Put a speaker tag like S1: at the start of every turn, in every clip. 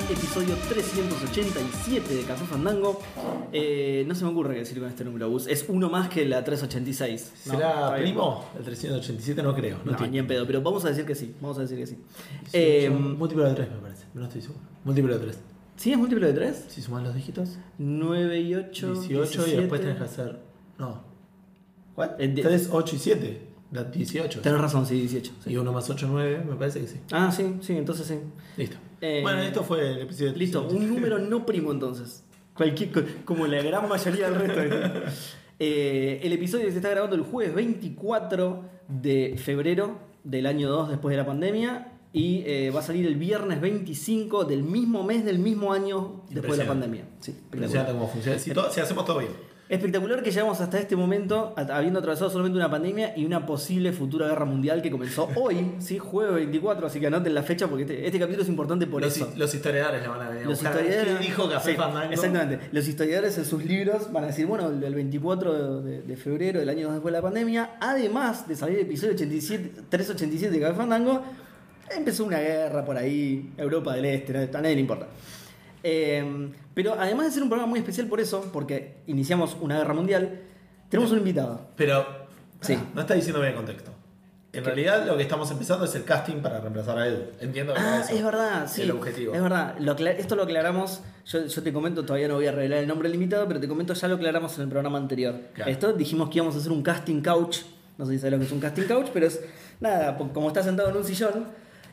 S1: este episodio 387 de Café Fandango. Eh, no se me ocurre qué decir con este número, Gus. Es uno más que la 386. ¿no?
S2: ¿Será
S1: Está bien.
S2: primo? El 387 no creo. No,
S1: No,
S2: tiene.
S1: ni en pedo, pero vamos a decir que sí. Vamos a decir que sí.
S2: Sí,
S1: Eh,
S2: son múltiplo de 3 me parece, no estoy seguro. Múltiplo de 3.
S1: ¿Sí es múltiplo de 3?
S2: Si sumas los dígitos,
S1: 9 y 8.
S2: 18 y después tenés que hacer... No. ¿What?
S1: Eh, die-
S2: 3, 8 y 7. Da 18.
S1: Tenés razón, sí, 18. sí.
S2: Y 1 más 8, 9, me parece que sí.
S1: Ah, sí, sí, entonces sí.
S2: Listo.
S1: Eh,
S2: bueno, esto fue el episodio.
S1: Listo, un número no primo entonces. Cualquier, co- como la gran mayoría del resto. de- Eh, el episodio se está grabando el jueves 24 de febrero del año 2 después de la pandemia y eh, va a salir el viernes 25 del mismo mes del mismo año después de la
S2: Impresionante.
S1: pandemia. Sí, espectacular.
S2: Impresionante cómo funciona.
S1: Eh,
S2: Si, todo- si hacemos todo bien.
S1: Espectacular que llegamos hasta este momento a- habiendo atravesado solamente una pandemia y una posible futura guerra mundial que comenzó hoy, sí, jueves 24, así que anoten la fecha porque este, este capítulo es importante por
S2: los,
S1: eso.
S2: los historiadores la van a venir a
S1: Los
S2: buscar.
S1: historiadores.
S2: ¿Quién dijo Café
S1: Sí,
S2: Fandango?
S1: Exactamente. Los historiadores en sus libros van a decir, bueno, el el 24 de, de febrero del año dos después de la pandemia, además de salir el episodio 87, 387 de Café Fandango, empezó una guerra por ahí, Europa del Este, no- a nadie le importa. Eh, pero además de ser un programa muy especial por eso, porque iniciamos una guerra mundial, tenemos un invitado.
S2: Pero
S1: Sí.
S2: pará, no está diciendo bien el contexto. En realidad lo que estamos empezando es el casting para reemplazar a Edu. Entiendo que
S1: Ah,
S2: eso.
S1: es verdad, sí.
S2: El objetivo.
S1: Es verdad. Lo acla- esto lo aclaramos. Yo, yo te comento, todavía no voy a revelar el nombre limitado, pero te comento, ya lo aclaramos en el programa anterior.
S2: Claro.
S1: Esto dijimos que íbamos a hacer un casting couch. No sé si sabes lo que es un casting couch, pero es nada, po- como estás sentado en un sillón,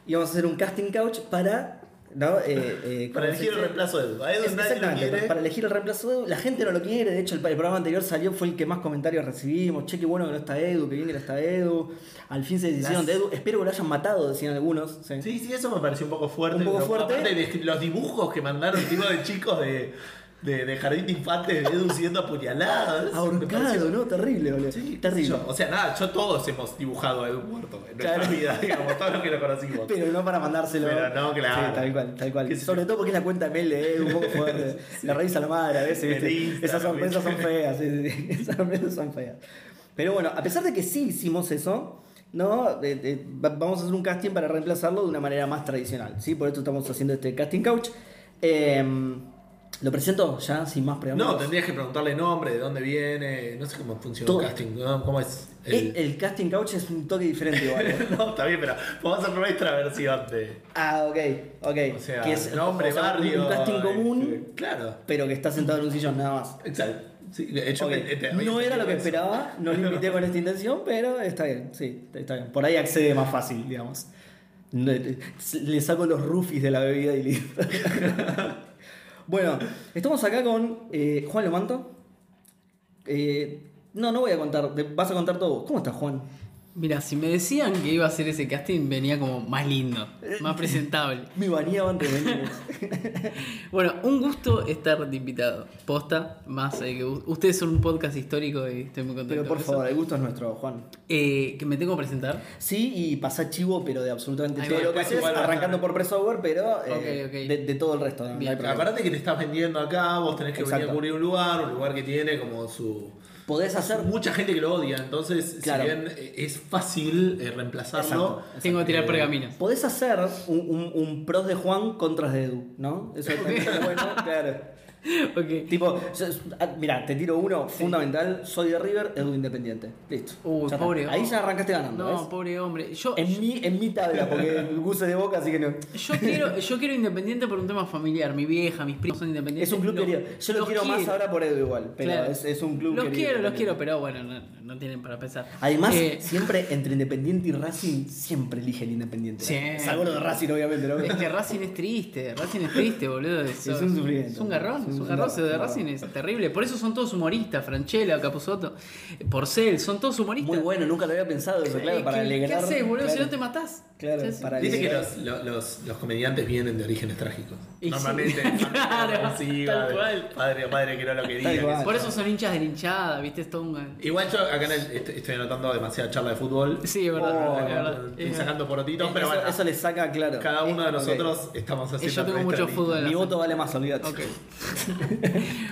S1: íbamos a hacer un casting couch para. ¿no? Eh, eh, ¿cómo
S2: Para
S1: se
S2: elegir el
S1: dice?
S2: reemplazo de Edu. A Edu
S1: Es-
S2: nadie lo
S1: Exactamente,
S2: quiere.
S1: para elegir el reemplazo de Edu. La gente no lo quiere, de hecho el, el programa anterior salió, fue el que más comentarios recibimos. Che, qué bueno que no está Edu, qué bien que no está Edu. Al fin se decidieron
S2: Las-
S1: de Edu. Espero que lo hayan matado, decían algunos. sí.
S2: Sí, sí, eso me pareció un poco fuerte.
S1: Un poco
S2: Lo-
S1: fuerte.
S2: aparte de los dibujos que mandaron tipo de chicos de, de, de jardín de infantes de Edu siendo apuñalados. Me pareció-
S1: Ahorcado, ¿no? Terrible, boludo.
S2: Sí,
S1: Terrible.
S2: yo- o sea, nada, yo todos hemos dibujado a Edu muerto en nuestra
S1: Claro.
S2: vida, digamos, todos los que lo conocimos.
S1: Pero no para mandárselo.
S2: Pero no, claro.
S1: Sí, tal cual, tal
S2: Qué
S1: cual.
S2: sé
S1: Sobre
S2: yo.
S1: todo porque es la cuenta de mail de Edu, un poco fuerte. La revisa la madre a veces,
S2: El
S1: ¿viste?
S2: Instagram,
S1: Esas sorpresas son
S2: ¿viste?
S1: feas, sí, sí, sí. Esas sorpresas son feas. Pero bueno, a pesar de que sí hicimos eso, ¿no? Eh, eh, va- vamos a hacer un casting para reemplazarlo de una manera más tradicional, ¿sí? Por esto estamos haciendo este casting couch. Eh, lo presento ya, sin más preámbulos.
S2: No, tendrías que preguntarle nombre, de dónde viene, no sé cómo funciona
S1: Todo.
S2: el casting, ¿no? cómo es
S1: Eh,
S2: el...
S1: el... casting couch es un toque diferente igual. ¿eh?
S2: no, está bien, pero vamos a hacer nuestra versión de...
S1: Ah, ok, ok.
S2: O sea,
S1: que es
S2: nombre,
S1: o sea,
S2: barrio...
S1: Un casting común,
S2: este, claro,
S1: pero que está sentado en un sillón nada más.
S2: exacto. Sí, de hecho,
S1: Ok,
S2: que- este,
S1: no era lo que
S2: eso.
S1: esperaba, no lo invité con esta intención, pero está bien, sí, está bien. Por ahí accede más fácil, digamos. No, eh, Le saco los rufis de la bebida y listo. bueno, estamos acá con eh, Juan Lomanto. Eh, no, no voy a contar, te- vas a contar todo vos. ¿Cómo estás, Juan?
S3: Mira, si me decían que iba a hacer ese casting, venía como más lindo,
S1: Eh.
S3: más presentable.
S1: Me baneaban de venir.
S3: Bueno, un gusto estar de invitado. Posta, más eh, que u- ustedes son un podcast histórico y estoy muy contento.
S1: Pero por
S3: eso.
S1: favor, el gusto es nuestro, Juan.
S3: Eh, que me tengo que presentar.
S1: Sí, y pasa chivo, pero de absolutamente
S3: Ahí
S1: todo
S3: va,
S1: lo que
S2: pasa
S1: haces,
S2: igual bastante.
S1: arrancando por Presoftware, pero eh,
S3: Ok, ok.
S1: De, de todo el resto. no- no hay
S3: Bien.
S1: problema.
S2: Aparte que te estás vendiendo acá, vos tenés que venir
S1: Exacto.
S2: a cubrir un lugar, un lugar que tiene como su...
S1: Podés hacer.
S2: Mucha gente que lo odia, entonces
S1: Claro.
S2: si bien eh, es fácil eh, reemplazarlo,
S1: Exacto.
S3: Tengo que tirar pergaminos.
S1: Podés hacer un, un- un pros de Juan contras de Edu, ¿no? Eso también está bueno, claro.
S3: Ok.
S1: Tipo, yo- ah, mira, te tiro uno fundamental, soy de River, Edu Independiente. Listo.
S3: Uy,
S1: Ya está.
S3: pobre. oh.
S1: Ahí ya arrancaste ganando,
S3: No,
S1: ¿ves?
S3: pobre hombre. Yo,
S1: En mi, en mi tabla, porque el Gus es de boca, así que no.
S3: yo quiero, yo quiero independiente por un tema familiar. Mi vieja, mis primos son independientes.
S1: Es un club
S3: Lo-
S1: querido. Yo lo
S3: este los
S1: quiero, más ahora por Edu igual, pero
S3: Claro.
S1: es, es un club
S3: Los
S1: querido.
S3: quiero, los
S1: también.
S3: quiero, pero bueno, no, no tienen para pensar.
S1: Además,
S3: Eh,
S1: siempre entre Independiente y Racing, siempre elige el Independiente.
S3: Siempre.
S1: Salvo lo de Racing, obviamente, ¿no?
S3: Es que Racing es triste, Racing es triste, boludo. Es,
S1: Es un sufrimiento.
S3: Es un garrón,
S1: Es un
S3: es un garrón.
S1: garrón,
S3: de
S1: es un
S3: Racing es
S1: garrón.
S3: terrible. Por eso son todos humoristas, Franchella, Capusotto, Porcel, son todos humoristas.
S1: Muy bueno, nunca lo había pensado eso, claro,
S3: Eh,
S1: para
S3: ¿qué-
S1: alegrar.
S3: ¿Qué haces, boludo? Si
S1: claro.
S3: no te matás.
S1: Claro,
S3: Ya sé.
S1: para
S2: Dice que
S1: alegrar.
S2: los, lo- los- los comediantes vienen de orígenes trágicos.
S3: Y sí.
S2: Normalmente,
S3: Claro, tal cual.
S2: padre o madre que no lo
S1: Tal
S2: quería.
S1: cual.
S3: Por eso son hinchas de hinchada, viste, es todo un.
S2: Igual yo acá en el- est- estoy anotando demasiada charla de fútbol.
S3: Sí, es verdad,
S1: Oh,
S3: es verdad.
S2: Estoy
S3: Es verdad.
S2: sacando porotitos, pero
S1: Eh, eso,
S2: bueno,
S1: eso le saca, claro.
S2: cada uno de
S1: Ok.
S2: nosotros estamos haciendo.
S3: Eh, yo tengo
S2: nuestra
S3: mucho
S2: lista.
S3: fútbol.
S1: Mi voto vale más, olvídate.
S3: Ok.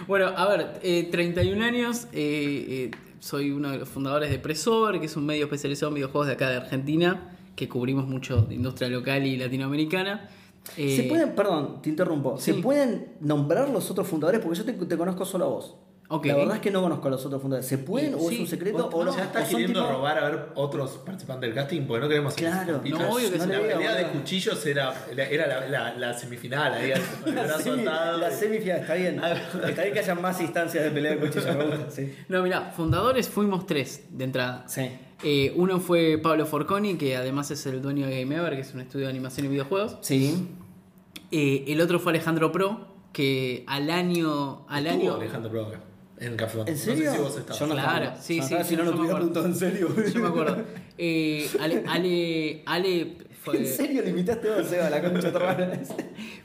S3: bueno, a ver, eh, 31 años, eh, eh, soy uno de los fundadores de Presover, que es un medio especializado en videojuegos de acá de Argentina, que cubrimos mucho de industria local y latinoamericana. Eh,
S1: ¿Se pueden, perdón, te interrumpo,
S3: sí.
S1: ¿se pueden nombrar los otros fundadores? Porque yo te, te conozco solo a vos.
S3: Ok.
S1: La verdad es que no conozco a los otros fundadores. ¿Se pueden
S3: Eh,
S1: o es
S3: sí.
S1: un secreto
S3: Vos-
S1: o no?
S2: ya
S1: ¿O
S2: estás
S1: son
S2: queriendo
S1: tipo-
S2: robar a ver otros participantes del casting porque no queremos hacer
S1: Claro.
S2: esas pistas.
S3: No, obvio que
S1: no
S2: la
S1: le
S2: pelea
S1: veo,
S2: de
S1: boludo.
S2: cuchillos era, era, era la, la- la semifinal, ahí con el
S1: La
S2: brazo
S1: semi-
S2: atado.
S1: la semifinal, está bien. Está bien que haya más instancias de pelea de cuchillos. me gusta, sí.
S3: No, mirá, fundadores fuimos tres de entrada.
S1: Sí.
S3: Eh, uno fue Pablo Forconi, que además es el dueño de Gameover, que es un estudio de animación y videojuegos.
S1: Sí.
S3: Eh, el otro fue Alejandro Pro, que al año. Al
S2: Estuvo
S3: año
S2: Alejandro Broca en el café.
S1: ¿En serio?
S2: No sé si vos estabas.
S1: Yo no
S3: Claro,
S1: estaba.
S3: sí,
S1: Yo no
S3: sí,
S1: estaba,
S3: sí,
S1: Si no, no
S3: yo me
S1: te hubiera
S3: acuerdo.
S1: preguntado en serio.
S3: Yo me acuerdo. Eh, Ale, Ale, Ale fue,
S1: ¿En serio limitaste vos, Seba, la concha de tu hermana?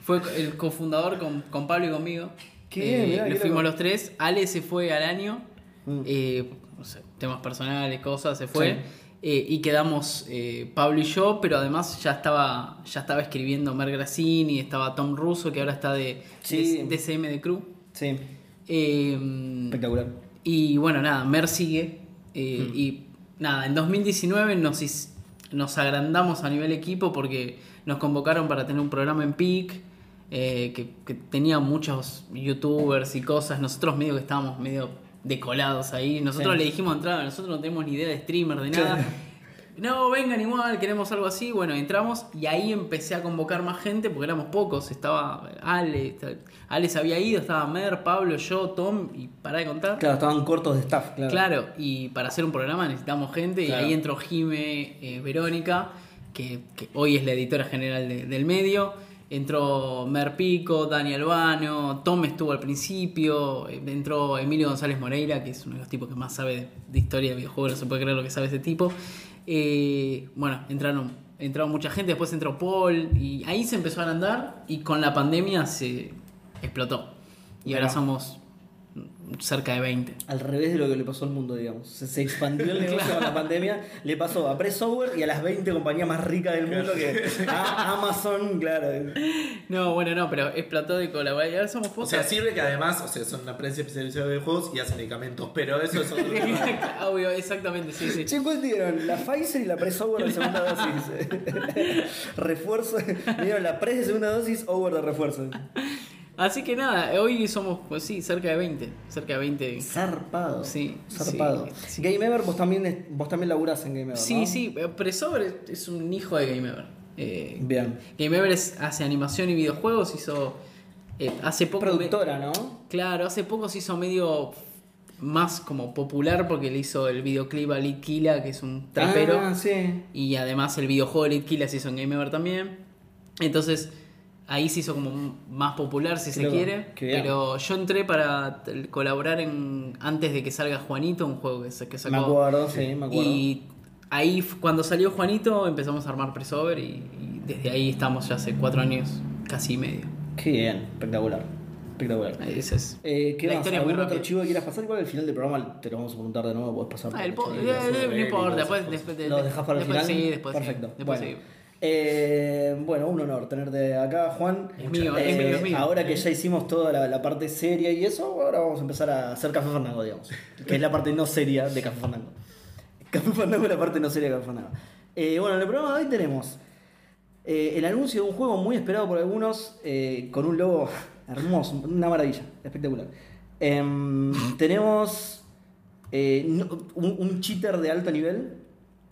S3: fue el cofundador con, con Pablo y conmigo.
S1: Qué
S3: Eh,
S1: bien, mirá,
S3: le
S1: qué
S3: fuimos
S1: loco.
S3: los tres. Ale se fue al año.
S1: Mm.
S3: eh, no sé, temas personales, cosas, se fue. Eh, y quedamos eh, Pablo y yo, pero además ya estaba, ya estaba escribiendo Mer Grassini, estaba Tom Russo, que ahora está de,
S1: Sí.
S3: de DCM de Crew.
S1: Sí,
S3: Eh,
S1: espectacular.
S3: Y bueno, nada, Mer sigue. eh, Y nada, en 2019 nos, his- nos agrandamos a nivel equipo porque nos convocaron para tener un programa en PIC. eh, que, que tenía muchos youtubers y cosas. Nosotros medio que estábamos medio decolados ahí. Nosotros
S1: Sí.
S3: le dijimos entrada, nosotros no tenemos ni idea de streamer, de nada. No, vengan igual, queremos algo así. Bueno, entramos y ahí empecé a convocar más gente porque éramos pocos. Estaba Ale, esta- Ale se había ido, estaba Mer, Pablo, yo, Tom y para de contar.
S1: Claro, estaban cortos de staff, claro.
S3: Claro, y para hacer un programa necesitamos gente
S1: Claro.
S3: y ahí entró Jime, eh, Verónica, que, que hoy es la editora general de- del medio. Entró Mer Pico, Dani Albano, Tom estuvo al principio, eh, entró Emilio González Moreira, que es uno de los tipos que más sabe de, de historia de videojuegos, no se puede creer lo que sabe ese tipo. Eh, bueno, entraron, entraron mucha gente, después entró Paul y ahí se empezó a andar y con la pandemia se explotó. Y ahora
S1: Mirá.
S3: somos mm, cerca de 20.
S1: Al revés de lo que le pasó al mundo, digamos. Se, se expandió el negocio con la pandemia, le pasó a Press Software y a las 20 compañías más ricas del mundo que a Amazon, claro.
S3: No, bueno, no, pero es plató de colaborar. Y ahora somos
S2: O
S3: pocos.
S2: sea, sirve que además, o sea, son una prensa especializada de videojuegos y hacen medicamentos, pero eso es otro tema.
S3: Obvio, exactamente, sí, sí.
S1: Che, ¿cuál te dieron? La Pfizer y la Press Over de segunda dosis. refuerzo. Me dieron la Press de segunda dosis, Over de refuerzo.
S3: Así que nada, hoy somos, pues sí, cerca de 20. Cerca de 20.
S1: Zarpado.
S3: Sí,
S1: Zarpado.
S3: sí, sí.
S1: Game Ever, vos también, es- vos también laburás en Game Ever,
S3: Sí,
S1: ¿no?
S3: sí, eh, Presover es- es un hijo de Gameover. Eh,
S1: Bien.
S3: Gameover es- hace animación y videojuegos, hizo. eh, hace poco. me-
S1: Productora, ¿no?
S3: Claro, hace poco se hizo medio más como popular porque le hizo el videoclip a Lit Killa, que es un trapero.
S1: Ah, sí.
S3: Y además el videojuego de Killa se hizo en Gameover también. Entonces, ahí se hizo como m- más popular, si se
S1: Claro,
S3: quiere.
S1: qué bien.
S3: Pero yo entré para t- colaborar en antes de que salga Juanito, un juego que, sa- que sacó.
S1: Me acuerdo, sí, me acuerdo.
S3: Y ahí, f- cuando salió Juanito, empezamos a armar Presover y, y desde ahí estamos ya hace cuatro años, casi y medio.
S1: Qué bien, espectacular. Espectacular.
S3: Ese es.
S1: Eh, ¿Qué
S3: La
S1: más?
S3: historia es muy
S1: ¿Algún otro
S3: rápida.
S1: chivo que quieras pasar? Igual al final del programa te lo vamos a preguntar de nuevo, podés pasar.
S3: Ah,
S1: por
S3: el po-
S1: chivo
S3: eh,
S1: que quieras.
S2: sobre
S3: eh, no
S2: Baby,
S3: importa,
S2: todas esas
S3: después, después,
S1: ¿Lo dejás para el
S3: después
S1: final?
S3: sí, después sí,
S1: Perfecto.
S3: después
S1: bueno.
S3: sí.
S1: Eh, bueno, un honor tenerte acá, Juan.
S3: Es mío,
S1: Eh,
S3: es mío, es mío.
S1: Ahora que ya hicimos toda la, la parte seria y eso, ahora vamos a empezar a hacer Café Fernando, digamos. Que es la parte no seria de Café Fernando. Café Fernando es la parte no seria de Café Fernando. Eh, bueno, en el programa de hoy tenemos eh, el anuncio de un juego muy esperado por algunos, eh, con un logo hermoso, una maravilla, espectacular. Em, tenemos eh, no- un, un cheater de alto nivel,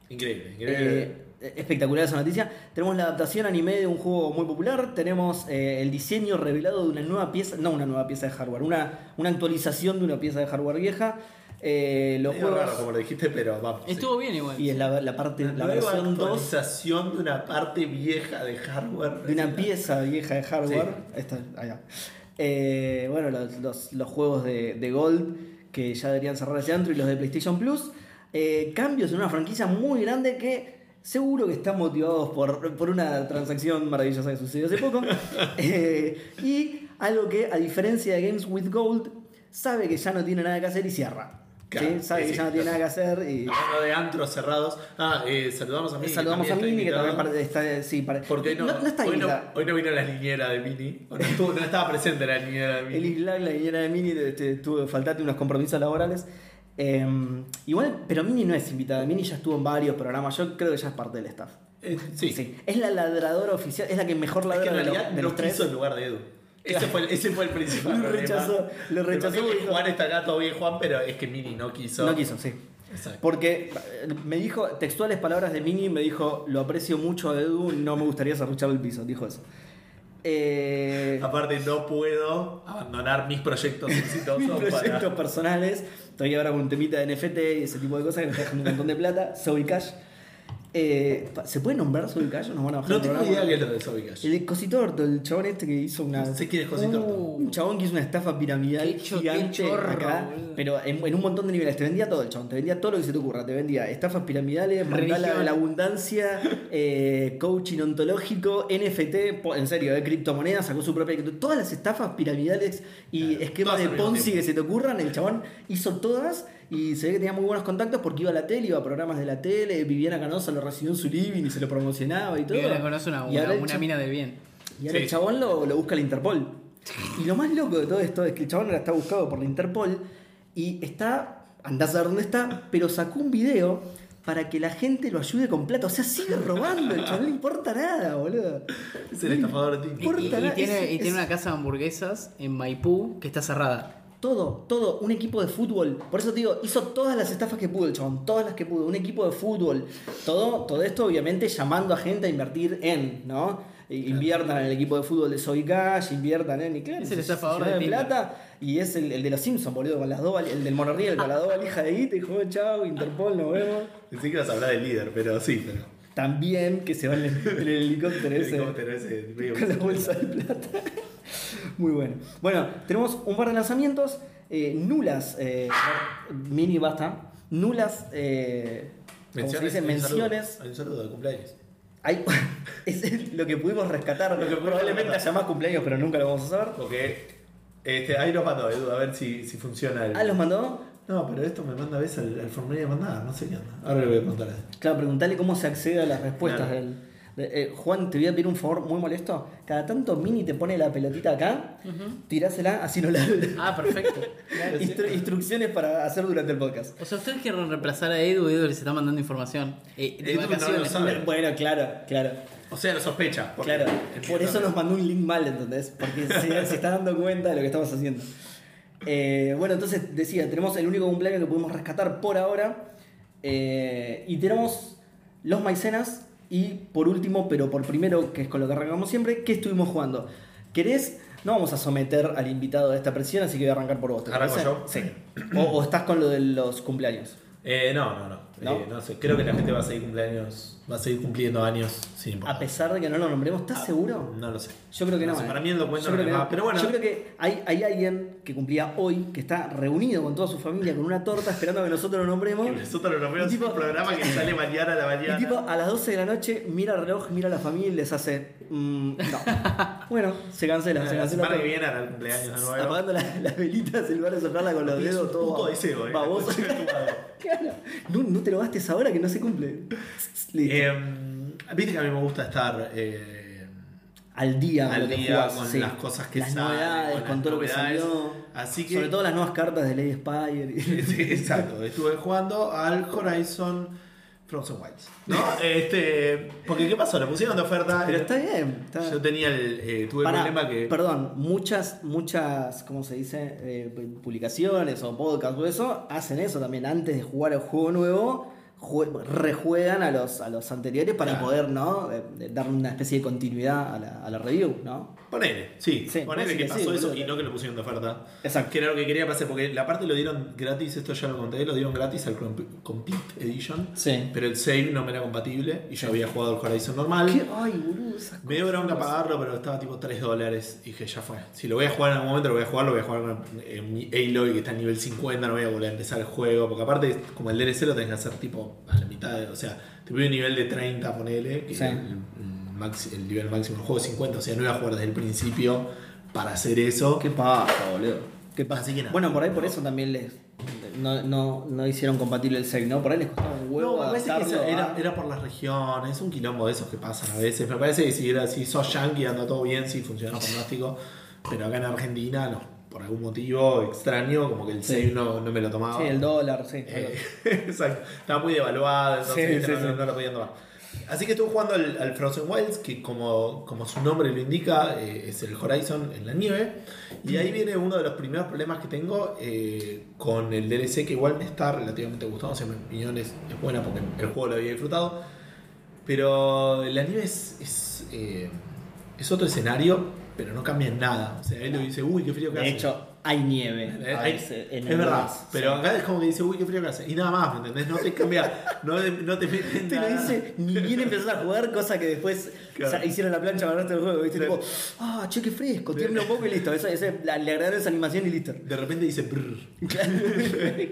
S2: Increíble, increíble.
S1: eh, espectacular esa noticia. Tenemos la adaptación anime de un juego muy popular. Tenemos eh, el diseño revelado de una nueva pieza, no una nueva pieza de hardware, una, una actualización de una pieza de hardware vieja. Eh, los
S2: Medio raro, como
S1: juegos.
S2: lo dijiste, pero vamos. sí.
S3: Estuvo bien igual.
S1: Y es la, la parte, la
S2: Nueva
S1: versión 2
S2: actualización de una parte vieja de hardware.
S1: de una pieza vieja de hardware. Esta- ahí va. Eh, bueno, los, los- los juegos de, de Gold que ya deberían cerrar ese antro y los de PlayStation Plus. Eh, cambios en una franquicia muy grande que seguro que están motivados por, por una transacción maravillosa que sucedió hace poco. Eh, y algo que, a diferencia de Games with Gold, sabe que ya no tiene nada que hacer y cierra.
S2: Claro,
S1: ¿Sí? Sabe
S2: sí,
S1: que
S2: sí,
S1: ya no tiene nada
S2: claro.
S1: que hacer y.
S2: Hablando de antros cerrados. Ah, eh, saludamos a Mini. que
S1: Saludamos a
S2: también
S1: Mini,
S2: está
S1: que también
S2: invitado.
S1: parte- está. Sí, parte-
S2: Porque hoy no,
S1: no, no está
S2: hoy, no,
S1: invitada.
S2: hoy no vino la niñera de Mini. O No, estuvo- no estaba presente la niñera de
S1: El
S2: Mini.
S1: este, Islam, la niñera de Mini, te, te- tuve- faltaste unos compromisos laborales. Eh, igual, pero Mini no es invitada. Mini ya estuvo en varios programas. Yo creo que ya es parte del staff.
S2: Eh, sí.
S1: Sí. Es la ladradora oficial, es la que mejor
S2: Es que
S1: ladra
S2: en
S1: de lo-
S2: realidad
S1: de
S2: lo
S1: los tres.
S2: quiso en lugar de Edu. Ese, fue, el- ese fue el principal.
S1: Lo
S2: problema.
S1: rechazó, lo
S2: Te
S1: rechazó
S2: pasé
S1: y
S2: que
S1: dijo-
S2: Juan está acá, todo bien Juan, pero es que Mini no quiso.
S1: No quiso, sí.
S2: Exacto.
S1: Porque eh, me dijo, textuales palabras de Mini, me dijo, lo aprecio mucho a Edu, no me gustaría cerruchar el piso, dijo eso. Eh,
S2: Aparte, no puedo abandonar mis proyectos exitosos.
S1: mis proyectos
S2: para-
S1: personales, estoy ahora con un temita de NFT y ese tipo de cosas que me está dejando un montón de plata, Soy Cash. Eh, pa- ¿Se puede nombrar Soy Cash o nos van a bajar
S2: No
S1: el
S2: tengo
S1: programa?
S2: idea que es lo de Sobica.
S1: El Cositorto, el chabón este que hizo una.
S2: No sé quién es
S1: Oh.
S2: Cositorto.
S1: Un chabón que hizo una estafa piramidal
S3: Uh. Qué cho-
S1: gigante
S3: qué chorro,
S1: acá,
S3: boludo.
S1: pero en, en un montón de niveles. Te vendía todo el chabón, te vendía todo lo que se te ocurra. Te vendía estafas piramidales, mandala
S3: Religión.
S1: de la abundancia, eh, coaching ontológico, NFT, po- en serio, eh, criptomonedas, sacó su propia. cripto- Todas las estafas piramidales y
S2: Claro,
S1: esquemas
S2: todas
S1: de
S2: al mismo
S1: Ponzi
S2: tiempo.
S1: que se te ocurran, el chabón hizo todas. Y se ve que tenía muy buenos contactos porque iba a la tele, iba a programas de la tele, Viviana Canosa lo recibió en su living y se lo promocionaba y todo.
S3: Yo la conozco una,
S1: Y ahora
S3: una,
S1: el
S3: una
S1: chabón-
S3: mina del bien.
S1: y ahora el
S2: Sí.
S1: chabón lo, lo busca la Interpol. Y lo más loco de todo esto es que el chabón ahora está buscado por la Interpol y está, andás a ver dónde está, pero sacó un video para que la gente lo ayude con plata. O sea, sigue robando, el chabón no le importa nada, boludo.
S2: Es el estafador de
S3: Y,
S2: Tinder.
S1: Por-
S3: y- y
S1: Portala,
S3: tiene,
S1: es-
S3: y tiene
S1: es-
S3: una casa de hamburguesas en Maipú que está cerrada.
S1: Todo, todo, un equipo de fútbol. Por eso te digo, hizo todas las estafas que pudo el chabón, todas las que pudo, un equipo de fútbol. Todo, todo esto obviamente llamando a gente a invertir en, ¿no? E- Inviertan en el equipo de fútbol de Soy Cash, inviertan en. Y claro,
S3: Es el
S1: se-
S3: estafador
S1: se
S3: de
S1: llena
S3: Tinder.
S1: plata. Y es el, el de los Simpsons, boludo, con las dos, bali- el del monorriel, con las dos valijas de guita y dijo, "Oh, chao, Interpol, nos vemos.
S2: Pensé que ibas a hablar del líder, pero sí. Pero...
S1: También que se va en el, en el helicóptero
S2: El
S1: ese.
S2: helicóptero ese, medio-
S1: Con la bolsa de plata. Muy bueno. Bueno, tenemos un par de lanzamientos. eh, nulas. eh, mini basta. Nulas. Eh, como se dice,
S2: hay un saludo,
S1: menciones.
S2: Hay un saludo de cumpleaños.
S1: Hay, es lo que pudimos rescatar. Lo que probablemente
S2: rescatar.
S1: haya más cumpleaños, pero nunca lo vamos a saber.
S2: Porque este, ahí nos mandó, Edu, a ver si, si funciona. El...
S1: Ah, los mandó.
S2: No, pero esto me manda a veces al, al formulario de mandada, no sé qué onda. Ahora le voy a preguntar. a él.
S1: Claro, preguntale cómo se accede a las respuestas
S2: Claro.
S1: del. de- eh, Juan, te voy a pedir un favor muy molesto. Cada tanto Mini te pone la pelotita acá, tirásela, así no la.
S3: Ah, perfecto.
S1: Instru- instrucciones para hacer durante el podcast.
S3: O sea, ustedes quieren reemplazar a Edu, Edu les está mandando información. Eh, de
S2: Edu no
S3: vacaciones.
S2: lo sabe.
S1: Bueno, claro, claro,
S2: O sea, lo sospecha. porque-
S1: claro.
S2: entiendo
S1: Por eso
S2: que-
S1: nos mandó un link mal, ¿entendés? Porque se, se está dando cuenta de lo que estamos haciendo. Eh, bueno, entonces decía, tenemos el único cumpleaños que pudimos rescatar por ahora. Eh, y tenemos los maicenas. Y por último, pero por primero, que es con lo que arrancamos siempre, ¿qué estuvimos jugando? ¿Querés? No vamos a someter al invitado a esta presión, así que voy a arrancar por vos. ¿te
S2: ¿Arranco
S1: parece?
S2: yo?
S1: Sí. O, o estás con lo de los cumpleaños.
S2: Eh, no, no, no.
S1: ¿No?
S2: Eh, no sé, creo que la gente va a seguir cumpleaños, va a seguir cumpliendo años sin importar.
S1: A pesar de que no lo nombremos, ¿estás
S2: Ah.
S1: seguro?
S2: No lo sé.
S1: Yo creo que no.
S2: No sé,
S1: eh.
S2: para mí el documento
S1: Yo creo
S2: no
S1: que
S2: me va, pero bueno.
S1: Yo creo que hay, hay alguien que cumplía hoy, que está reunido con toda su familia, con una torta, esperando a que nosotros lo nombremos.
S2: Que Nosotros lo vemos
S1: Y
S2: en
S1: tipo-
S2: un programa que sale mañana a la mañana.
S1: Y tipo, a las 12 de la noche, mira el reloj, mira a la familia y les hace... mm, no. bueno, se cancela,
S2: la,
S1: se cancela.
S2: semana Eh, que
S1: todo.
S2: viene hará el cumpleaños de nuevo.
S1: Apagando la- las velitas en lugar de soplarla con los
S2: Tienes
S1: dedos,
S2: un
S1: todo
S2: puto
S1: va-
S2: deseo, eh.
S1: baboso. Claro. No, no te lo gastes ahora que no se cumple. Listo.
S2: Eh, Viste que a mí me gusta estar eh,
S1: al día, con
S2: al
S1: lo que
S2: día
S1: jugás,
S2: con
S1: sí.
S2: las cosas que
S1: las
S2: salen,
S1: novedades, con,
S2: las
S1: todo
S2: novedades.
S1: lo que salió.
S2: Así que
S1: Sobre todo las nuevas cartas de Lady Spire. y-
S2: Sí, Exacto, estuve jugando al Horizon Frozen Wilds. ¿No? Este, porque ¿qué pasó? Lo pusieron de oferta.
S1: Pero está bien. está-
S2: Yo tenía el. eh, tuve
S1: Pará,
S2: el problema que.
S1: Perdón, muchas, muchas, ¿cómo se dice? Eh, pu- publicaciones o podcasts o eso, hacen eso también. Antes de jugar al juego nuevo, jue- rejuegan a los, a los anteriores para
S2: Claro.
S1: poder, ¿no? Eh, eh, dar una especie de continuidad a la, a la review, ¿no?
S2: Ponele, sí.
S1: Sí, vos
S2: ponele
S1: sí
S2: que
S1: que
S2: pasó
S1: sí,
S2: eso
S1: boludo.
S2: y no que lo pusieron de oferta.
S1: Exacto.
S2: Que era lo que quería pasar, porque la parte lo dieron gratis, esto ya lo conté, lo dieron gratis al Com- Complete Edition.
S1: Sí.
S2: Pero el save no me era compatible y yo había jugado el Horizon normal.
S1: ¿Qué? Ay, boludo, esas
S2: Me dio
S1: cosas.
S2: bronca pagarlo, pero estaba tipo 3 dólares. Y dije, ya fue. Si lo voy a jugar en algún momento, lo voy a jugar, lo voy a jugar con eh, mi Aloy que está en nivel 50, no voy a volver a empezar el juego. Porque aparte, como el DLC lo tenés que hacer tipo a la mitad, de- o sea, te pide un nivel de 30, ponele, que
S1: Sí.
S2: el, el maxi- el nivel máximo del juego es 50, o sea, no iba a jugar desde el principio para hacer eso.
S1: ¿Qué pasa, boludo? ¿Qué pasa?
S2: Así que nada.
S1: Bueno, por ahí por eso también les. No, no, no hicieron compatible el save, ¿no? Por ahí les costó un huevo.
S2: No, me parece que
S1: adaptarlo ¿ah?
S2: eso
S1: a-
S2: era, era por las regiones, un quilombo de esos que pasan a veces. Me parece que si, era, si sos yankee, anda todo bien, sí, funciona fantástico. Pero acá en Argentina, no. por algún motivo extraño, como que el
S1: Sí.
S2: 6 no, no me lo tomaba.
S1: Sí, el dólar, sí. claro.
S2: Eh, exacto. Estaba muy devaluado, entonces
S1: Sí,
S2: viste,
S1: sí,
S2: no,
S1: sí.
S2: no- no lo podían tomar. Así que estuve jugando al, al Frozen Wilds, que como, como su nombre lo indica, eh, es el Horizon en la nieve. Y ahí viene uno de los primeros problemas que tengo eh, con el DLC, que igual me está relativamente gustando. O sea, mi opinión es, es buena porque el juego lo había disfrutado. Pero la nieve es, es, eh, es otro escenario, pero no cambia en nada. O sea, él lo dice, uy, qué frío que
S1: De
S2: hace".
S1: hecho, hay nieve.
S2: Eh,
S1: a
S2: hay-
S1: veces en
S2: es verdad,
S1: Honduras.
S2: pero acá es como que dice, uy, qué frío que hace. Y nada más, ¿me entendés? No te cambia, no, te- no te meten en
S1: Te lo
S2: nada.
S1: dice, ni bien empezás a jugar, cosa que después
S2: Claro.
S1: o sea, hicieron la plancha para el resto del juego. ¿viste?
S2: Claro.
S1: Tipo, ah, che, qué fresco,
S2: Sí.
S1: tiembla un poco y listo. Eso, eso- la- le agregaron esa animación y listo.
S2: De repente dice, brr.
S1: Claro,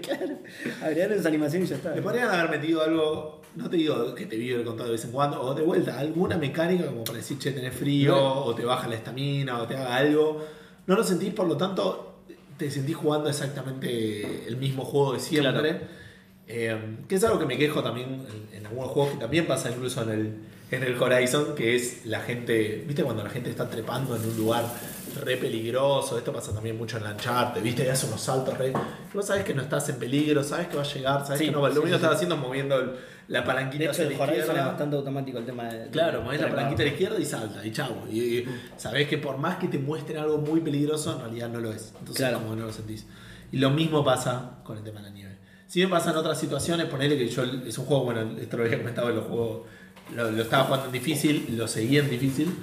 S1: claro. Agregaron esa animación y ya está.
S2: Le podrían haber metido algo, no te digo que te vive el contado de vez en cuando, o de vuelta, alguna mecánica como para decir, che, tenés frío,
S1: No.
S2: o te baja la estamina, o te haga algo. No lo sentís, por lo tanto, te sentís jugando exactamente el mismo juego de siempre.
S1: Claro.
S2: Eh, que es algo que me quejo también en, en algunos juegos que también pasa incluso en el, en el Horizon, que es la gente, viste cuando la gente está trepando en un lugar re peligroso, esto pasa también mucho en lancharte, viste, y hace unos saltos re... Vos sabés que no estás en peligro, sabés que va a llegar, sabés
S1: Sí,
S2: que no va... Lo
S1: sí,
S2: único que
S1: sí,
S2: estás haciendo es moviendo el- la palanquita
S1: de hecho,
S2: hacia
S1: el
S2: la
S1: Horizon es
S2: izquierda.
S1: bastante automático el tema de.
S2: Claro, movés la
S1: trepar.
S2: palanquita a la izquierda y salta, y chau. Y, y sabés que por más que te muestren algo muy peligroso, en realidad no lo es. Entonces
S1: Claro.
S2: como que no lo sentís. Y lo mismo pasa con el tema de la nieve. Si bien pasan otras situaciones, ponele que yo es un juego, bueno, esto lo había comentado en los juegos, lo, lo estaba jugando en difícil, lo seguí en difícil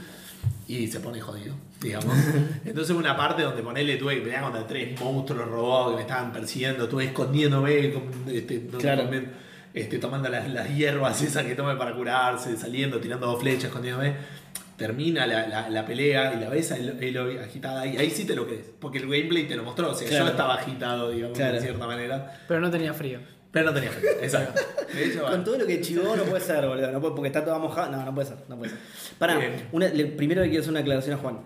S2: y se pone jodido, digamos. Entonces una parte donde ponele tuve que pelear contra tres monstruos robots que me estaban persiguiendo, tuve escondiéndome, con- este, no-
S1: Claro.
S2: con- este, tomando las, las hierbas esas que tome para curarse, saliendo, tirando dos flechas, escondiéndome. Termina la, la- la pelea y la ves a Elo- Eloy agitada y ahí sí te lo crees, porque el gameplay te lo mostró, o sea,
S1: Claro.
S2: yo estaba agitado, digamos,
S1: Claro.
S2: de cierta manera,
S3: Pero no tenía frío.
S2: pero no tenía fe, exacto. De hecho,
S1: Con
S2: bueno,
S1: todo lo que chivó no puede ser, boludo. No puede, porque está toda mojada. No, no puede ser. No puede ser. Pará,
S2: Bien.
S1: una- le- primero le quiero hacer una aclaración a Juan.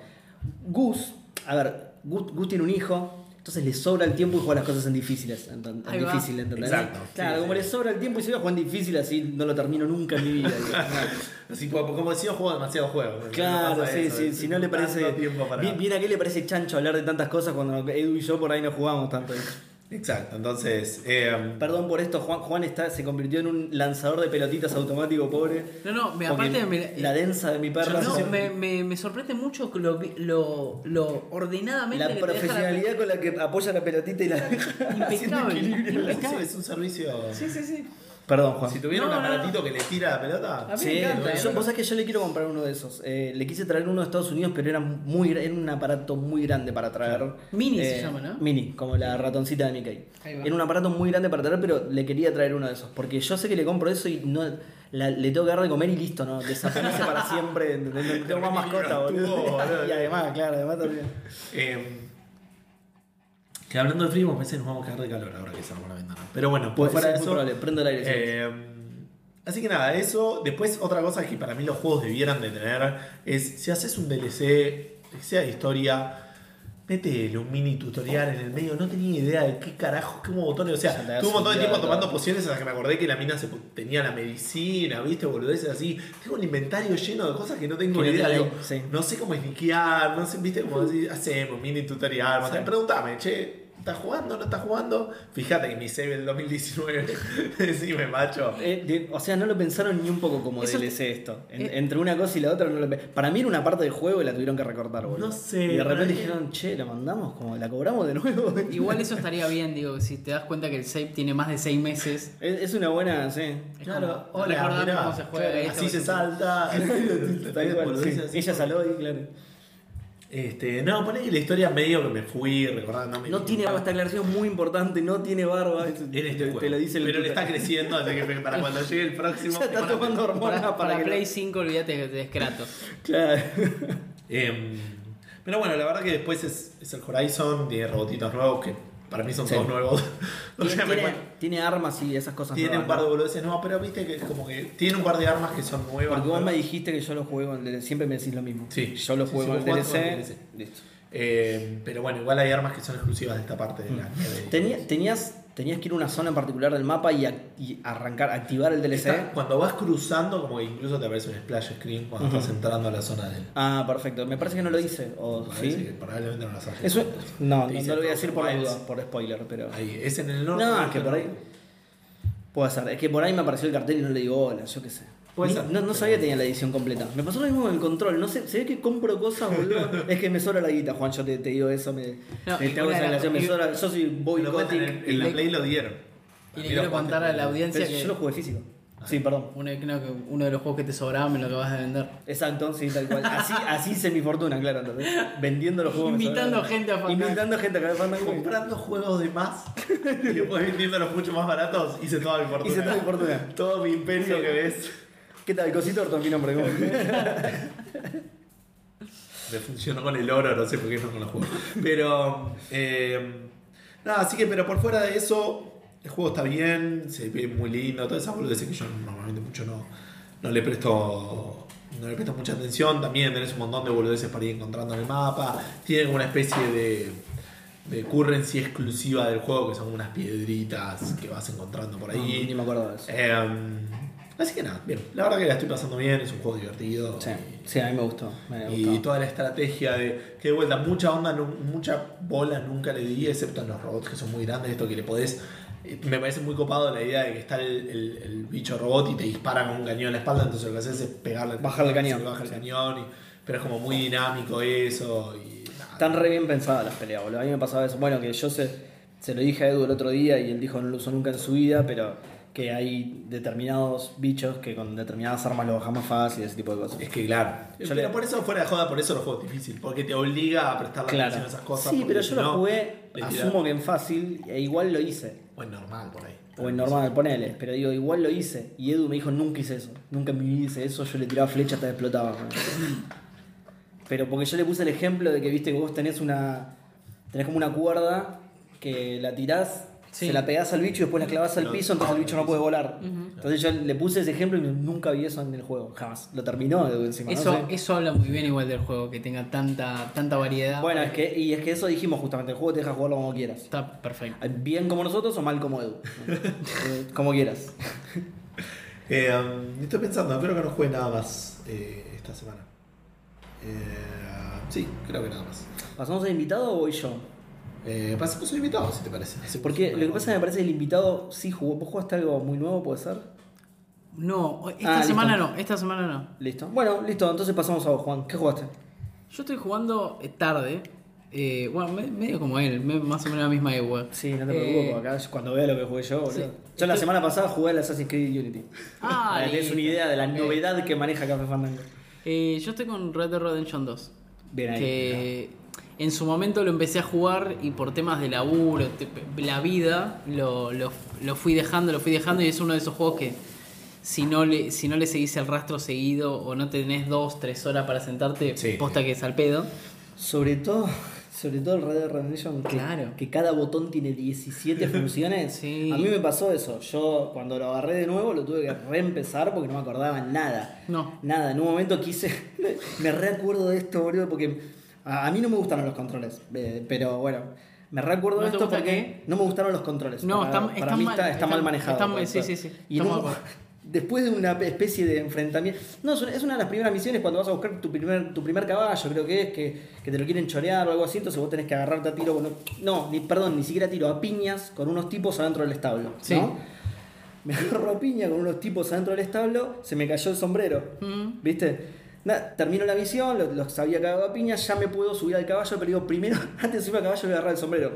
S1: Gus, a ver, Gus, Gus tiene un hijo, entonces le sobra el tiempo y juega las cosas en difíciles. En, en
S3: Ahí va.
S1: difícil, ¿entendés?
S2: Exacto.
S1: Claro,
S2: Sí,
S1: como
S2: sí.
S1: le sobra el tiempo y se va a jugar en difícil, así no lo termino nunca en mi vida.
S2: así como, como decía, juego demasiado juego. ¿no?
S1: Claro,
S2: Pasa
S1: sí,
S2: eso,
S1: sí,
S2: es
S1: si no le
S2: tanto
S1: parece...
S2: tiempo para-
S1: Bien, bien a qué le parece chancho hablar de tantas cosas cuando Edu y yo por ahí no jugamos tanto.
S2: Exacto, entonces... eh,
S1: Perdón por esto, Juan, Juan está, se convirtió en un lanzador de pelotitas automático, pobre.
S3: No, no,
S1: Porque
S3: me, aparte me, eh,
S1: la densa de mi perra.
S3: no,
S1: se-
S3: me, me- me sorprende mucho lo, lo, lo ordenadamente
S1: la
S3: que te deja
S1: profesionalidad con la que apoya la pelotita y la haciendo
S3: Impecable.
S1: equilibrio.
S3: Impecable.
S2: es un servicio...
S3: Sí, sí, sí.
S1: Perdón, Juan.
S2: Si tuviera
S3: No,
S2: un
S3: no, no.
S2: aparatito que le tira la pelota...
S3: A mí me
S1: Sí,
S3: encanta,
S1: yo-
S3: eh.
S1: vos sabés que yo le quiero comprar uno de esos. Eh, le quise traer uno de Estados Unidos, pero era muy gra- era un aparato muy grande para traer.
S3: Mini
S1: Eh,
S3: se llama, ¿no?
S1: Mini, como la ratoncita de Mickey.
S3: Ahí va.
S1: Era un aparato muy grande para traer, pero le quería traer uno de esos. Porque yo sé que le compro eso y no la- le tengo que dar de comer y listo, ¿no? Desaparece para siempre. ¿entendés? No tengo más mascota, boludo.
S2: Tuvo, boludo.
S1: y además, claro, además también.
S2: Eh, que hablando de frío, me parece que nos vamos a quedar de calor ahora que salgo la ventana. Pero bueno, pues
S1: Puede
S2: fuera
S1: ser
S2: de
S1: muy
S2: eso.
S1: probable. Prendo el aire. sí.
S2: eh, así que nada, eso. Después, otra cosa que para mí los juegos debieran de tener es: si haces un DLC, que sea de historia. Métele un mini tutorial en el medio, no tenía idea de qué carajo, qué botones, o
S1: Ya te
S2: sea,
S1: das
S2: tuve un montón de
S1: idea,
S2: tiempo
S1: claro.
S2: tomando pociones hasta que me acordé que la mina se po- tenía la medicina, viste, boludeces así. Tengo un inventario lleno de cosas que no tengo
S1: Que no
S2: idea,
S1: tenés,
S2: digo,
S1: sí.
S2: no sé cómo sniquear, no sé, viste como decir, hacemos mini tutorial, más
S1: Sí.
S2: tarde, preguntame, che, ¿estás jugando? ¿No estás jugando? Fíjate que mi save del 2019, decime, macho.
S1: Eh, de- o sea, no lo pensaron ni un poco como
S3: Eso-
S1: DLC esto. En-
S3: eh.
S1: entre una cosa y la otra no lo pe- Para mí era una parte del juego y la tuvieron que recortar, boludo.
S2: No sé,
S1: Y de
S2: para
S1: repente
S2: mí-
S1: dijeron, che, la mandamos, como la cobramos de nuevo.
S3: Igual eso estaría bien, digo, si te das cuenta que el save tiene más de 6 meses.
S1: Es, es una buena, sí.
S3: es
S2: Claro,
S3: como,
S2: hola,
S3: recordame
S2: mirá,
S3: cómo se juega
S2: claro,
S3: esto,
S2: así se
S3: porque-
S2: salta. así-
S1: Tal cual, sí.
S2: boludeces así.
S1: Ella saló y claro.
S2: Este, no, poné que la historia medio que me fui, recordando. me-
S1: No tiene barba, esta aclaración es muy importante, no tiene barba. eso
S2: En este
S1: te,
S2: juego.
S1: te lo dice el
S2: Pero le
S1: tutor.
S2: está creciendo, así que para cuando llegue el próximo.
S1: Ya está
S2: para-
S1: tomando hormonas para,
S3: Para, para
S1: que no-
S3: Play 5, olvídate de Kratos.
S1: Claro.
S2: Em, pero bueno, la verdad que después es, es el Horizon, tiene robotitos nuevos que para mí son
S1: Sí.
S2: todos nuevos. O
S1: tiene,
S2: sea, me
S1: tiene-
S2: encuentro-
S1: tiene armas y esas cosas.
S2: tiene un
S1: nuevas,
S2: par de
S1: ¿no?
S2: boludeces nuevas, pero viste que es como que tiene un par de armas que son nuevas.
S1: Porque vos
S2: ¿no?
S1: me dijiste que yo lo jugué con el DLC. Siempre me decís lo mismo.
S2: Sí.
S1: Yo lo
S2: Sí,
S1: jugué
S2: sí,
S1: con
S2: vos
S1: el
S2: jugás con el
S1: DLC. Listo.
S2: Eh, Em, pero bueno, igual hay armas que son exclusivas de esta parte de la nieve.
S1: Mm. Tenía- tenías tenías que ir a una zona en particular del mapa y, ac- y arrancar, activar el DLC.
S2: Está- cuando vas cruzando, como que incluso te aparece un splash screen cuando estás entrando a la zona del.
S1: Ah, perfecto. Me parece que no lo hice. O,
S2: Parece que
S1: ¿sí?
S2: probablemente no las haya.
S1: Eso, no, no,
S2: Te
S1: no
S2: dice
S1: lo voy a decir por,
S2: Frozen Wilds.
S1: duda, por spoiler, pero...
S2: Ahí, es en el norte.
S1: No,
S2: pero-
S1: es que por ahí... Puede ser. Es que por ahí me apareció el cartel y no le digo hola, yo qué sé.
S2: Puede
S1: Ni-
S2: ser.
S1: No, no sabía que tenía la edición completa. Me pasó lo mismo con el control. No sé, se ve que compro cosas, boludo. es que me sobra la guita, Juan. Yo te, te digo eso. Me,
S3: No,
S1: te,
S3: y
S1: te hago
S3: una
S1: esa
S3: de las-
S1: relación. Me
S3: y-
S1: sobra. Yo soy
S2: Lo cuentan en,
S1: boycotting.
S2: en la
S3: le-
S2: Play lo dieron.
S3: Y le
S2: Mí lo
S3: quiero
S2: jugaste
S3: contar a
S2: por
S3: la
S2: el-
S3: audiencia
S1: Pero
S3: que
S1: yo lo jugué físico. Sí, perdón.
S3: uno, creo que uno de los juegos que te sobraba me lo acabas de vender.
S1: Exacto, sí, tal cual. Así, así hice mi fortuna, claro. ¿entendés? Vendiendo los juegos.
S3: Invitando gente a Fandango.
S1: Invitando gente a Café Fandango.
S2: comprando juegos de más y después vendiéndolos mucho más baratos, hice toda mi fortuna.
S1: Hice toda mi fortuna.
S2: Todo mi imperio
S1: Sí.
S2: que ves.
S1: ¿Qué tal? Cosito Orton, mi nombre. ¿cómo?
S2: Me funcionó con el oro, no sé por qué no con los juegos. Pero. eh, nada, así que, pero por fuera de eso, el juego está bien, se ve muy lindo, todas esas boludeces que yo normalmente mucho no, no le presto. No le presto mucha atención. También tenés un montón de boludeces para ir encontrando en el mapa. Tiene como una especie de. de currency exclusiva del juego, que son unas piedritas que vas encontrando por ahí.
S1: Ni me acuerdo de eso.
S2: Em, así que nada, bien. La verdad que la estoy pasando bien, es un juego divertido.
S1: Sí, sí, a mí me gustó. Me
S2: Y,
S1: gustó.
S2: toda la estrategia de que de vuelta, mucha onda, nu- mucha bola nunca le di, excepto en los robots que son muy grandes, esto que le podés. eh, Me parece muy copado la idea de que está el, el- el bicho robot y te dispara con un cañón en la espalda, entonces lo que haces es pegarle
S1: Bajarle el cañón.
S2: Bajar el cañón, y- pero es como muy dinámico eso. Y, nada.
S1: Están re bien pensadas las peleas, boludo. A mí me pasaba eso. Bueno, que yo se, se lo dije a Edu el otro día y él dijo no lo usó nunca en su vida, pero que hay determinados bichos que con determinadas armas lo bajan más fácil y ese tipo de cosas.
S2: Es que claro.
S1: Yo
S2: pero
S1: le-
S2: por eso fuera de joda, por eso los juegos difíciles, porque te obliga a prestar atención a esas cosas.
S1: sí,
S2: porque
S1: pero
S2: si
S1: yo lo
S2: no,
S1: jugué,
S2: le tirás-
S1: asumo que en fácil, e igual lo hice.
S2: O en normal por ahí.
S1: O en normal, ponele. Pero digo, igual lo hice. Y Edu me dijo, nunca hice eso. Nunca en mi vida hice eso. Yo le tiraba flecha hasta que explotaba. man. Pero porque yo le puse el ejemplo de que, viste, que vos tenés una... Tenés como una cuerda que la tirás,
S3: Sí.
S1: se la pegás al bicho y después la clavás al
S2: Lo-
S1: piso, entonces el bicho no puede volar. Entonces yo le puse ese ejemplo y nunca vi eso en el juego. Jamás. Lo terminó Edu encima. ¿no?
S3: Eso,
S1: Sí.
S3: eso habla muy bien igual del juego, que tenga tanta, tanta variedad.
S1: Bueno, es que, y es que eso dijimos justamente. El juego te deja jugarlo como quieras.
S3: Está perfecto.
S1: Bien como nosotros o mal como Edu. Eh, como quieras.
S2: Eh, um, estoy pensando, espero que no juegue nada más eh, esta semana. Eh, sí, creo que nada más.
S1: ¿Pasamos al invitado o voy yo?
S2: Eh, pasemos un invitado, si te parece. Hacemos
S1: Porque
S2: una
S1: lo que pasa es que me
S2: ronda.
S1: parece que el invitado sí jugó. ¿Vos jugaste algo muy nuevo, puede ser?
S3: No, esta
S1: Ah,
S3: semana
S1: listo.
S3: no, esta semana no.
S1: Listo. Bueno, listo. Entonces pasamos a vos, Juan. ¿Qué jugaste?
S3: Yo estoy jugando eh, tarde. eh, bueno, me- medio como él, me- más o menos la misma época.
S1: Sí, no te
S3: Eh,
S1: preocupes, porque acá yo- cuando vea lo que jugué yo, boludo.
S3: sí.
S1: Yo la
S3: Estoy-
S1: semana pasada jugué al Assassin's Creed Unity.
S3: Ah,
S1: Para que te des
S3: listo.
S1: una idea de la
S3: Eh.
S1: novedad que maneja Café Fandango.
S3: eh, yo estoy con Red Dead Redemption 2.
S1: Bien ahí.
S3: que en su momento lo empecé a jugar y por temas de laburo, te- la vida, lo, lo- lo fui dejando, lo fui dejando y es uno de esos juegos que si no le, si no le seguís el rastro seguido o no tenés dos, tres horas para sentarte,
S2: Sí.
S3: posta que es al pedo.
S1: Sobre todo, sobre todo el Red Dead Redemption, que,
S3: Claro.
S1: que cada botón tiene 17 funciones.
S3: Sí.
S1: A mí me pasó eso. Yo cuando lo agarré de nuevo lo tuve que reempezar porque no me acordaba nada.
S3: No.
S1: Nada, en un momento quise. me reacuerdo de esto, boludo, porque a, a mí no me gustaron los controles. eh, pero bueno, me reacuerdo
S3: ¿No
S1: de
S3: te
S1: esto
S3: gusta
S1: porque
S3: qué?
S1: no me gustaron los controles.
S3: No,
S1: para,
S3: están-
S1: para
S3: están
S1: mí
S3: mal,
S1: está, está
S3: están-
S1: mal manejado.
S3: están-
S1: todo
S3: sí,
S1: esto.
S3: sí, pues. sí,
S1: Y en
S3: estamos
S1: un-
S3: de acuerdo.
S1: después de una especie de enfrentamiento. No, es una, es una de las primeras misiones cuando vas a buscar tu primer, tu primer caballo, creo que es, que, que te lo quieren chorear o algo así, entonces vos tenés que agarrarte a tiro. con- no, ni, perdón, ni siquiera a tiro, a piñas con unos tipos adentro del establo.
S3: Sí.
S1: ¿no? Me agarro a piña con unos tipos adentro del establo, se me cayó el sombrero.
S3: Mm.
S1: ¿Viste? Nada, termino la misión, los había cagado a piña, ya me puedo subir al caballo, pero digo, primero, antes de subir al caballo voy a agarrar el sombrero.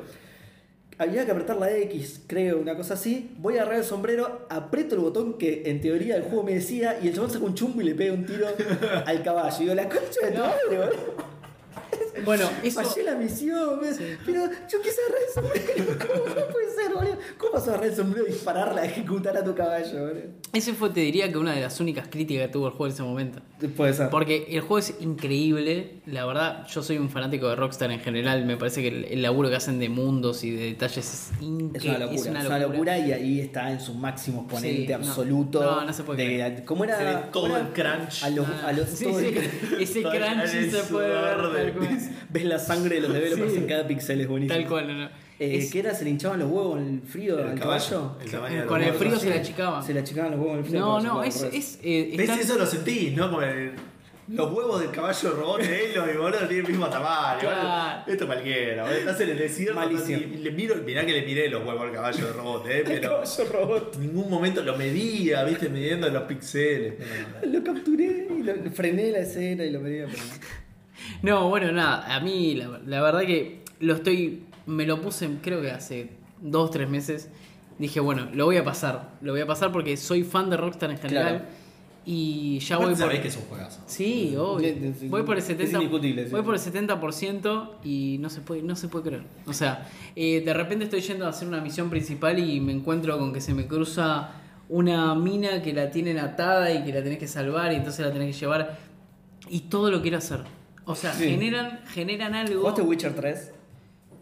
S1: Había que apretar la X, creo, una cosa así. Voy a agarrar el sombrero, aprieto el botón que en teoría el juego me decía, y el chabón saca un chumbo y le pega un tiro al caballo. Y digo, la concha de tu madre, boludo.
S3: Bueno, eso,
S1: Fallé la misión, boludo. pero yo quise agarrar el sombrero. ¿Cómo no puede ser, boludo? ¿Cómo vas a agarrar el sombrero y dispararla, ejecutar a tu caballo, boludo?
S3: ese fue, te diría que una de las únicas críticas que tuvo el juego en ese momento.
S1: Puede ser.
S3: Porque el juego es increíble. La verdad, yo soy un fanático de Rockstar en general. Me parece que el, el laburo que hacen de mundos y de detalles es increíble.
S1: Es una locura, es una locura. y ahí está en su máximo exponente
S3: Sí, no.
S1: absoluto.
S3: No, no se puede
S1: de- ¿Cómo era?
S2: Se ve todo
S1: ¿Cómo era?
S2: el crunch.
S1: A los, a los-
S3: Ah, Sí,
S1: todo
S3: sí.
S1: el-
S3: Ese
S2: Todo el-
S3: crunchy
S2: el
S3: se puede
S2: sudor
S3: ver.
S2: del
S3: tal cual.
S1: Ves la sangre de los developers en cada pixel, es buenísimo.
S3: Tal cual, no, no.
S1: Eh,
S3: Es-
S1: ¿Qué era? ¿Se le hinchaban los huevos en el frío
S2: El
S1: al
S2: caballo,
S1: caballo?
S2: el tamaño
S3: Con
S2: del
S3: el frío
S2: huevo,
S3: se le
S2: sí.
S3: achicaba.
S1: Se le achicaban los huevos en el frío.
S3: No,
S1: al
S3: no,
S1: caballo,
S3: es.
S1: por eso.
S3: es, eh,
S2: ¿Ves?
S3: está-
S2: Eso lo sentís, ¿no? Como el- los huevos del caballo robot de Eloy, boludo, tiene el mismo tamaño. boludo.
S3: Claro.
S2: Esto cualquiera, boludo. Estás en el desierto estás- y,
S1: Malísimo.
S2: y le miro, mirá que le miré los huevos al caballo de robot, ¿eh?
S1: El
S2: Pero
S1: caballo robot.
S2: en ningún momento lo medía, ¿viste? Midiendo los píxeles.
S1: Lo capturé y lo, lo frené la escena y lo pedí. Pero...
S3: No, bueno, nada. A mí, la, la verdad que lo estoy. Me lo puse, creo que hace dos, tres meses. Dije, bueno, lo voy a pasar. Lo voy a pasar porque soy fan de Rockstar en general.
S1: Claro.
S3: Y ya voy
S2: Vos
S3: por.
S2: sabés que es un juegazo.
S3: Sí, obvio.
S1: Es- es-
S3: Voy por el
S1: es
S3: 70,
S1: indiscutible, sí.
S3: voy por el 70% y no se puede no se puede creer. O sea, eh, de repente estoy yendo a hacer una misión principal y me encuentro con que se me cruza una mina que la tienen atada y que la tenés que salvar y entonces la tenés que llevar y todo lo quiero hacer. O sea,
S1: Sí.
S3: generan generan algo.
S1: ¿Jugaste Witcher 3?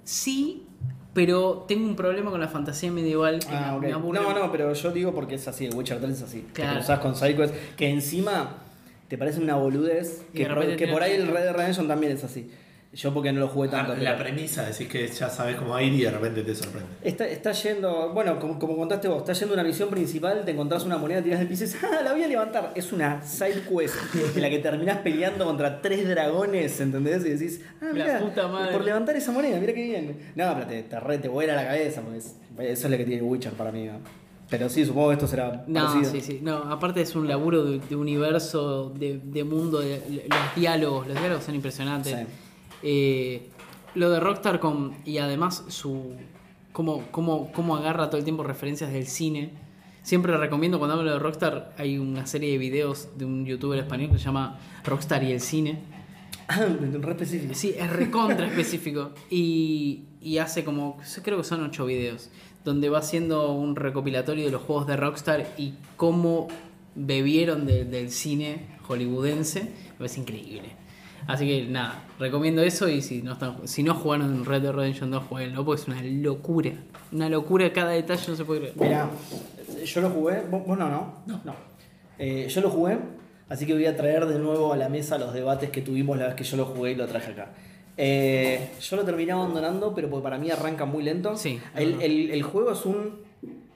S3: Sí, pero tengo un problema con la fantasía medieval que me-
S1: Ah, ok.
S3: me aburre.
S1: No, no, pero yo digo porque es así, el Witcher 3 es así.
S3: Claro.
S1: Te cruzás con sidequests que encima te parece una boludez,
S3: Y de
S1: que, por-
S3: repente
S1: que
S3: tiene-
S1: por ahí el Red Dead Redemption también es así. Yo porque no lo jugué tanto.
S2: Ah, la
S1: pero-
S2: premisa, decís que ya sabés cómo va a ir y de repente te sorprende.
S1: Está, está yendo, bueno, como, como contaste vos, está yendo a una misión principal, te encontrás una moneda, tirás del piso y dices, ¡ah, la voy a levantar! Es una side quest en la que terminás peleando contra tres dragones, ¿entendés? Y decís, ¡ah,
S3: La
S1: mira!
S3: puta madre.
S1: Por levantar esa moneda, mira qué bien. No, pero te, te, re- te vuela la cabeza, porque es- eso es lo que tiene Witcher para mí. ¿no? Pero sí, supongo que esto será.
S3: No,
S1: parecido.
S3: sí, sí. No, aparte es un laburo de, de universo, de, de mundo, de- los diálogos, los diálogos son impresionantes.
S1: Sí.
S3: Eh, lo de Rockstar con, y además su cómo, cómo, cómo agarra todo el tiempo referencias del cine. Siempre recomiendo cuando hablo de Rockstar, hay una serie de videos de un youtuber español que se llama Rockstar y el cine.
S1: re específico.
S3: Sí, es recontra específico. Y, y hace como, creo que son ocho videos, donde va haciendo un recopilatorio de los juegos de Rockstar y cómo bebieron de- del cine hollywoodense. Me parece increíble. Así que nada, recomiendo eso y si no, están, si no jugaron Red Dead Redemption 2, jueguenlo, porque es una locura. Una locura, cada detalle no se puede creer.
S1: Mira, yo lo jugué, vos, vos no, ¿no? No. Eh, yo lo jugué, así que voy a traer de nuevo a la mesa los debates que tuvimos la vez que yo lo jugué y lo traje acá. Eh, yo lo terminé abandonando, pero porque para mí arranca muy lento.
S3: Sí.
S1: El, el- el juego es un.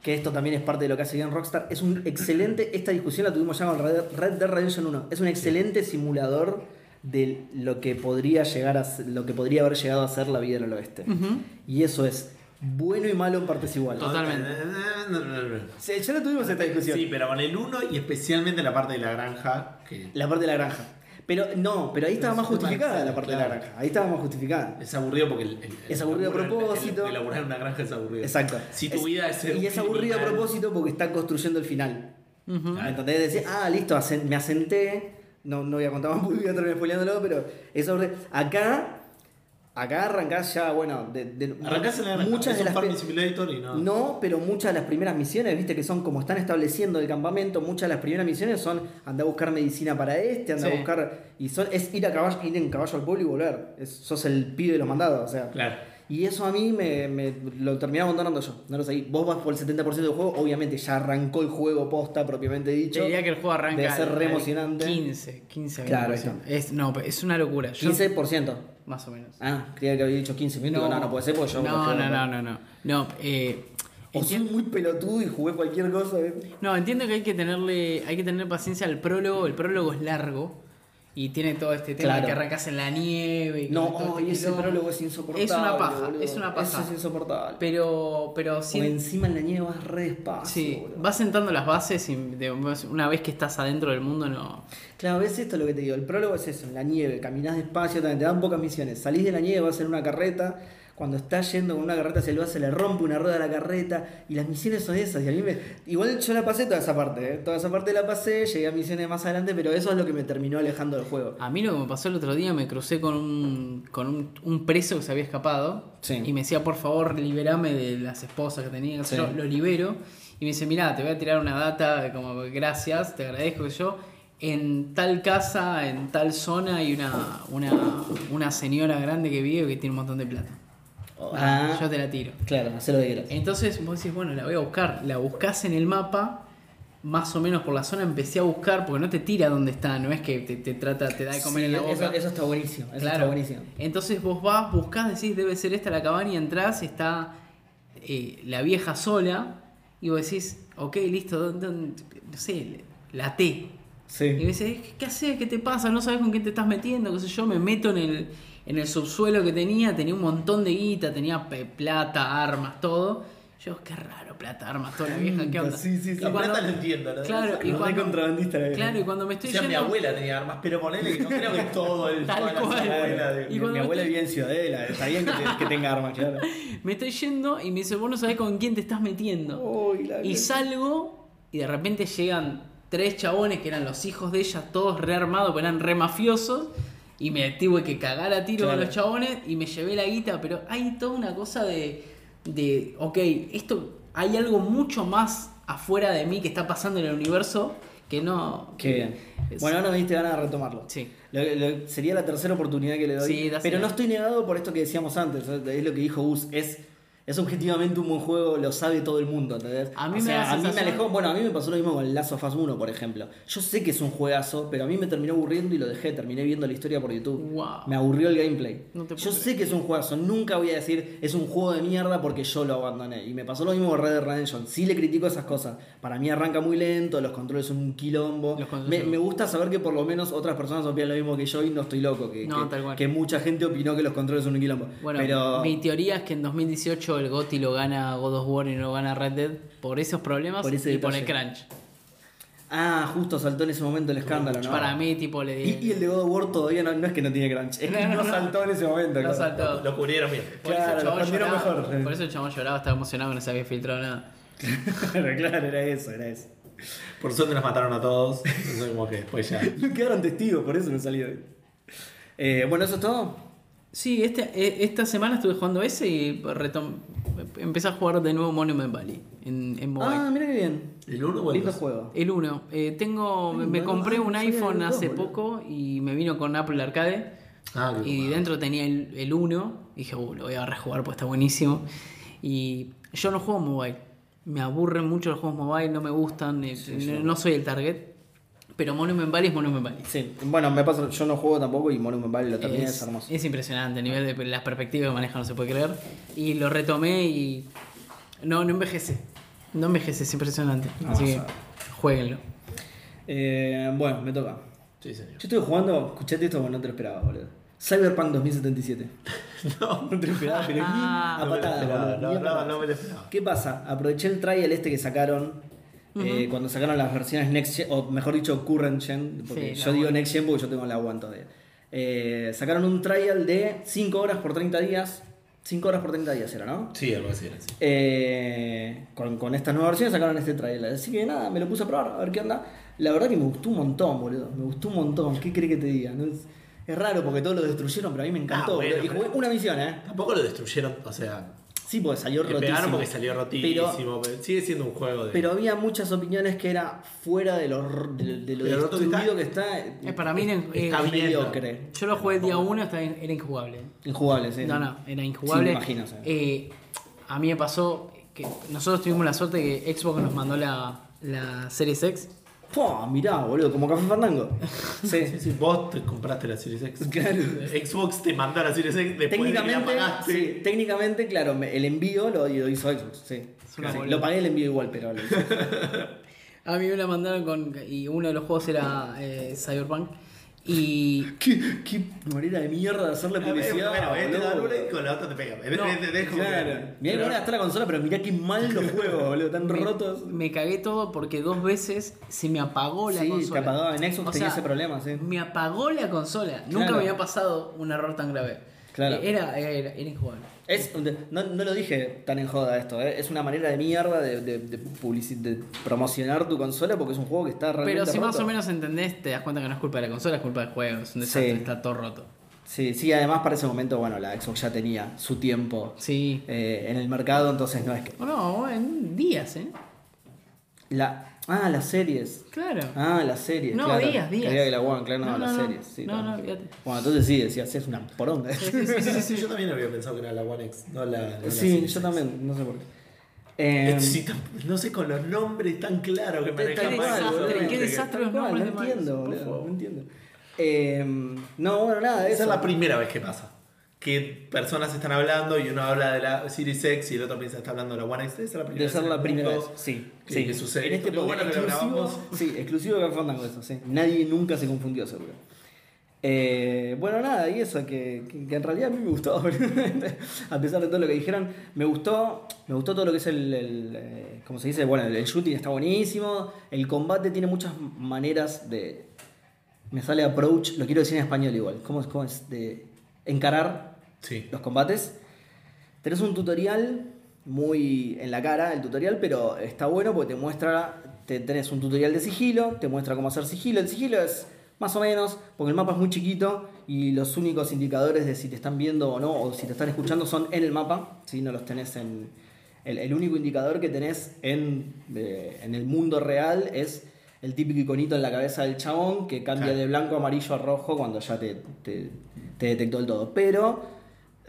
S1: Que esto también es parte de lo que hace bien Rockstar. Es un excelente. Esta discusión la tuvimos ya con Red, Red Dead Redemption 1. Es un excelente simulador de lo que podría llegar a ser- lo que podría haber llegado a ser la vida en el oeste. Y eso es bueno y malo en partes iguales.
S2: Totalmente.
S1: Sí, ya lo tuvimos esta discusión.
S2: Sí, pero con el 1 y especialmente la parte de la granja que
S1: La parte de la granja. Pero no, pero ahí estaba más justificada la parte de la
S2: Claro.
S1: granja. Ahí estaba más justificada.
S2: Es aburrido porque el, el-
S1: Es aburrido a
S2: el- el-
S1: propósito.
S2: El, elaborar una granja es aburrido.
S1: Exacto.
S2: Si tu vida es ser
S1: Y
S2: un
S1: es aburrido a
S2: criminal,
S1: propósito porque está construyendo el final.
S3: Ujú.
S2: Claro.
S1: Entonces decís, ah, listo, asen- me asenté. No, no voy a contar más porque voy a terminar spoileándolo, pero es aburrido. Acá. Acá arrancás ya, bueno, de, de-
S2: Arrancás en la granja.
S1: muchas
S2: es
S1: de
S2: un
S1: las
S2: farming
S1: pe-
S2: simulator y no.
S1: No, pero muchas de las primeras misiones, viste que son como están estableciendo el campamento, muchas de las primeras misiones son anda a buscar medicina para este, anda
S3: Sí.
S1: a buscar. Y son, es ir a caballo, ir en caballo al pueblo y volver. Es- sos el pibe de los mandados, o sea.
S2: Claro.
S1: Y eso a mí me, me- lo terminaba abandonando yo. No lo seguí. Vos vas por el 70% del juego, obviamente ya arrancó el juego posta propiamente dicho.
S3: Te diría que el juego arranca.
S1: Debe ser
S3: al-
S1: re
S3: al
S1: emocionante.
S3: 15, 15
S1: Claro,
S3: 20%. es, No, es una locura. Yo-
S1: 15%.
S3: Más o menos.
S1: Ah, creía que había dicho 15 minutos. No, no, puede ser porque yo.
S3: No, no, no, no, no. No, eh,
S1: O soy
S3: enti-
S1: muy pelotudo y jugué cualquier cosa. ¿eh?
S3: no, entiendo que hay que tenerle, hay que tener paciencia al prólogo. El prólogo es largo y tiene todo este tema
S1: Claro.
S3: de que arrancas en la nieve. y
S1: No,
S3: con todo
S1: ay,
S3: este
S1: ese
S3: quilombo.
S1: prólogo es insoportable.
S3: Es una paja,
S1: boludo.
S3: es una paja.
S1: Eso es insoportable.
S3: Pero, pero
S1: O
S3: sí,
S1: encima en la nieve vas re despacio.
S3: sí,
S1: boludo.
S3: vas sentando las bases y de- una vez que estás adentro del mundo no.
S1: Claro, ves esto es lo que te digo. El prólogo es eso, en la nieve, caminás despacio, también te dan pocas misiones. Salís de la nieve, vas en una carreta. Cuando estás yendo con una carreta se le va, se le rompe una rueda a la carreta. Y las misiones son esas. Y a mí me. Igual yo la pasé toda esa parte, ¿eh? Toda esa parte la pasé, llegué a misiones más adelante, pero eso es lo que me terminó alejando del juego.
S3: A mí lo que me pasó el otro día, me crucé con un, con un, un preso que se había escapado
S1: Sí.
S3: y me decía, por favor, liberame de las esposas que tenía. qué sé
S1: Sí.
S3: yo. lo libero y me dice, mirá, te voy a tirar una data, como gracias, te agradezco que yo. En tal casa, en tal zona, hay una, una, una señora grande que vive que tiene un montón de plata.
S1: Ah,
S3: Yo te la tiro.
S1: Claro, hacé lo que quieras.
S3: Entonces vos decís, bueno, la voy a buscar. La buscás en el mapa más o menos por la zona empecé a buscar, porque no te tira dónde está, no es que te, te trata, te da de comer en la boca.
S4: Eso, eso está buenísimo. Eso
S3: Claro.
S4: está buenísimo.
S3: Entonces vos vas, buscás, decís, debe ser esta la cabaña, entrás, está eh, la vieja sola, y vos decís, ok, listo, ¿dó- dónde- no sé, la T. Y me
S1: Sí.
S3: dice, "¿Qué- ¿qué haces? ¿Qué te pasa? ¿No sabes con quién te estás metiendo? ¿Qué sé yo? Me meto en el, en el subsuelo que tenía, tenía un montón de guita, tenía pe- plata, armas, todo. Yo, qué raro, plata, armas, toda la vieja, ¿qué onda?
S1: Sí, sí, sí.
S3: Y
S2: La
S3: cuando-
S2: plata la entiendo. ¿no?
S3: Claro, y
S1: Lo re
S3: cuando,
S1: contrabandista la vieja.
S3: claro, y cuando me
S2: O
S3: estoy
S2: sea, mi
S3: yendo...
S2: abuela tenía armas, pero ponele que no creo que todo el
S3: Tal
S2: todas las
S3: cual.
S2: abuelas de-
S3: Y
S1: Mi,
S3: cuando
S1: mi
S3: me
S1: abuela
S3: estoy-
S1: vivía en Ciudadela, está bien que, te- que tenga armas, claro.
S3: Me estoy yendo y me dice, vos no sabés con quién te estás metiendo.
S1: Uy, la
S3: Y
S1: vieja.
S3: salgo y de repente llegan tres chabones que eran los hijos de ella, todos rearmados, porque eran re mafiosos. Y me tuve que cagar a tiro
S1: Claro.
S3: con los chabones y me llevé la guita. Pero hay toda una cosa de, de, ok, esto hay algo mucho más afuera de mí que está pasando en el universo que no...
S1: Qué bien.
S3: Es-
S1: Bueno, ahora me diste ganas de retomarlo.
S3: Sí.
S1: Lo- lo- sería la tercera oportunidad que le doy.
S3: Sí, dásela.
S1: pero no estoy negado por esto que decíamos antes. ¿eh? Es lo que dijo Gus. Es, es objetivamente un buen juego, lo sabe todo el mundo. ¿entendés?
S3: A mí
S1: O
S3: me
S1: sea,
S3: da
S1: a mí me
S3: sensación-
S1: alejó. Bueno, a mí me pasó lo mismo con el Lazo Fast 1, por ejemplo. Yo sé que es un juegazo, pero a mí me terminó aburriendo y lo dejé. Terminé viendo la historia por YouTube.
S3: Wow.
S1: Me aburrió el gameplay.
S3: No te puedo
S1: yo
S3: creer.
S1: sé que es un juegazo. Nunca voy a decir es un juego de mierda porque yo lo abandoné. Y me pasó lo mismo con Red Dead Redemption. Sí le critico esas cosas. Para mí arranca muy lento, los controles son un quilombo.
S3: Los controles
S1: Me,
S3: son-
S1: me gusta saber que por lo menos otras personas opinan lo mismo que yo y no estoy loco. Que,
S3: No,
S1: que-
S3: tal cual.
S1: que mucha gente opinó que los controles son un quilombo.
S3: Bueno,
S1: Pero
S3: mi teoría es que en 2018 el GOTY lo gana God of War y no lo gana Red Dead por esos problemas
S1: Por ese
S3: y por el
S1: detalle.
S3: crunch.
S1: Ah, justo saltó en ese momento el escándalo, ¿no?
S3: Para mí, eh. tipo, le
S1: Y, y el de God of War todavía no, no es que no tiene crunch. Es que
S3: No,
S1: no,
S3: no, no.
S1: saltó en ese momento.
S3: No
S1: claro.
S3: saltó.
S2: Lo cubrieron bien.
S3: Por
S1: Claro,
S3: eso el
S1: lo
S3: chabón
S1: escondieron
S3: lloraba,
S1: mejor.
S3: Por eso el chabón lloraba, estaba emocionado que no se había filtrado nada.
S1: Claro, claro, era eso, era eso.
S2: Por suerte nos mataron a todos. Entonces, como que después ya.
S1: No quedaron testigos, por eso no salió. Eh, bueno, eso es todo.
S3: Sí, este, e- esta semana estuve jugando ese y retom- empecé a jugar de nuevo Monument Valley en, en mobile.
S1: Ah, mira qué bien.
S2: ¿El uno o el
S1: Lindo
S2: dos?
S1: juego.
S3: El 1. tengo,
S1: Ay,
S3: me
S1: no,
S3: compré
S1: no,
S3: un
S1: no sabía
S3: iPhone
S1: del dos,
S3: hace
S1: boludo.
S3: poco y me vino con Apple Arcade.
S2: Ah, qué
S3: Y
S2: bueno.
S3: dentro tenía el 1. Dije, uh, lo voy a rejugar porque está buenísimo. Y yo no juego mobile. Me aburren mucho los juegos mobile, no me gustan. eh, no, no soy el target. Pero Monument Valley es Monument Valley.
S1: Sí, bueno, me pasa, yo no juego tampoco y Monument
S3: Eh,
S1: Valley lo terminé, es,
S3: Es,
S1: hermoso.
S3: es impresionante, a nivel de las perspectivas que maneja no se puede creer. Y lo retomé y. No, no envejece. No envejece, es impresionante. Así que jueguenlo.
S1: Eh, bueno, me toca.
S2: Sí, señor.
S1: Yo estoy jugando, escuchate esto porque no te lo esperaba, boludo. Cyberpunk 2077. No, no te lo esperaba, pero ni
S3: Ah,
S1: a
S2: no me lo
S1: patadas,
S2: esperaba,
S1: boludo,
S2: no,
S1: ni a
S2: no,
S1: patadas.
S2: no me lo esperaba.
S1: ¿Qué pasa? Aproveché el trial este que sacaron. eh, cuando sacaron las versiones Next Gen, o mejor dicho, Current Gen, porque
S3: Sí,
S1: yo
S3: la
S1: digo
S3: One.
S1: Next Gen porque yo tengo la One todavía. Eh, sacaron un trial de 5 horas por 30 días. 5 horas por 30 días era, ¿no?
S2: Sí, algo así era así.
S1: Eh, con, con esta nueva versión sacaron este trailer. Así que nada, me lo puse a probar, a ver qué onda. La verdad que me gustó un montón, boludo. Me gustó un montón. ¿Qué crees que te diga? No es, es raro porque todos lo destruyeron, pero a mí me encantó.
S2: Ah, bueno,
S1: boludo. Y jugué
S2: pero-
S1: una misión, ¿eh?
S2: Tampoco lo destruyeron, o sea,
S1: Sí, porque salió
S2: le pegaron
S1: rotísimo.
S2: porque salió rotísimo.
S1: Pero,
S2: Pero, sigue siendo un juego de.
S1: pero había muchas opiniones que era fuera de lo, r- de, lo- de lo
S2: Pero roto que
S1: destruido que
S2: está.
S1: está.
S3: Eh, para mí era,
S2: Está
S3: eh,
S2: bien.
S1: mediocre.
S3: yo lo jugué el día 1, era injugable.
S1: Injugable, sí.
S3: No, no, era injugable.
S1: Sí, me imagino, sí.
S3: Eh, a mí me pasó que nosotros tuvimos la suerte que Xbox nos mandó la, la Series X.
S1: Fua, mirá, boludo, como Café Fandango.
S2: Sí,
S1: Sí.
S2: sí, vos te compraste la Series X.
S1: Claro.
S2: Xbox te mandó la Series X después de que la
S1: Técnicamente,
S2: pagaste.
S1: sí, técnicamente, claro, me- el envío lo, lo hizo Xbox, sí.
S3: Es una
S1: Sí,
S3: boludez.
S1: Lo pagué el envío igual, pero lo hizo.
S3: A mí me la mandaron con. Y uno de los juegos era eh, Cyberpunk. Y
S1: ¿Qué, qué manera de mierda de hacer la
S2: Ah,
S1: publicidad.
S2: Bueno, este
S1: boludo.
S2: da una y con la otra te pega. Este
S3: No,
S2: te dejo
S1: Claro. Mirá que buena está la consola, pero mirá qué mal los juegos, boludo, tan
S3: me,
S1: rotos.
S3: me cagué todo porque dos veces se me apagó Oh, la
S1: Sí,
S3: consola.
S1: te apagaba. En Xbox
S3: O
S1: tenía
S3: sea,
S1: ese problema, sí.
S3: Me apagó la consola. Nunca
S1: Claro.
S3: me había pasado un error tan grave.
S1: Claro.
S3: Eh, Era, era, era injugable.
S1: Es, no, no lo dije tan en joda esto, ¿eh? es una manera de mierda de, de, de publici- de promocionar tu consola porque es un juego que está realmente
S3: Pero si más
S1: roto.
S3: o menos entendés, te das cuenta que no es culpa de la consola, es culpa del juego. Es un desastre,
S1: Sí.
S3: está todo roto.
S1: Sí, sí, además para ese momento, bueno, la Xbox ya tenía su tiempo
S3: Sí.
S1: eh, en el mercado, entonces no es que...
S3: O no, en días, ¿eh?
S1: La... Ah, las series.
S3: Claro.
S1: Ah, las series.
S3: No,
S1: claro.
S3: días, días.
S1: Creía que la One, claro, no,
S3: No, no,
S1: las
S3: no.
S1: series. Sí,
S3: No,
S1: también.
S3: no, fíjate.
S1: Bueno, entonces sí, decías, es una poronga.
S2: Sí, sí, sí, sí, yo también había pensado que era la One X, no la. no la
S1: Sí,
S2: Series
S1: yo
S2: X.
S1: también, no sé por qué. Em,
S2: Sí, tam- no sé con los nombres tan claros que
S1: Te-
S2: maneja
S1: tal
S2: Marvel,
S1: cual, boludo.
S2: boludo.
S3: desastre, qué
S2: Este que-
S3: desastre los
S1: Tal cual,
S3: nombres de
S1: No
S3: Marvel,
S1: entiendo,
S3: por
S1: boludo,
S3: favor.
S1: no entiendo. Em, no, bueno, nada,
S2: Esa
S1: eso.
S2: es la primera vez que pasa. Que personas están hablando y uno habla de la Series X y el otro piensa está hablando de la One X. Esa es la primera
S1: De ser
S2: en
S1: la
S2: el
S1: primera vez.
S2: mundo
S1: Sí,
S2: que-
S1: sí.
S2: que sucede
S1: En
S2: esto.
S1: este
S2: Qué bueno que lo grabamos.
S1: exclusivo, sí, exclusivo de Gran Fandango eso, sí. Nadie nunca se confundió, seguro. Eh, bueno, nada, y eso, que, que- que en realidad a mí me gustó, a pesar de todo lo que dijeron, me gustó, me gustó todo lo que es el, el, eh, ¿cómo se dice? Bueno, el, el shooting está buenísimo, el combate tiene muchas maneras de, me sale approach, lo quiero decir en español igual, ¿cómo es? Cómo es? De encarar
S2: Sí.
S1: los combates. Tenés un tutorial muy en la cara, el tutorial, pero está bueno porque te muestra, te, tenés un tutorial de sigilo, te muestra cómo hacer sigilo. El sigilo es más o menos, porque el mapa es muy chiquito y los únicos indicadores de si te están viendo o no, o si te están escuchando, son en el mapa, si no los tenés en... El, el único indicador que tenés en, eh, en el mundo real es el típico iconito en la cabeza del chabón que cambia
S2: Claro.
S1: de blanco, amarillo a rojo cuando ya te, te- te detectó el todo. Pero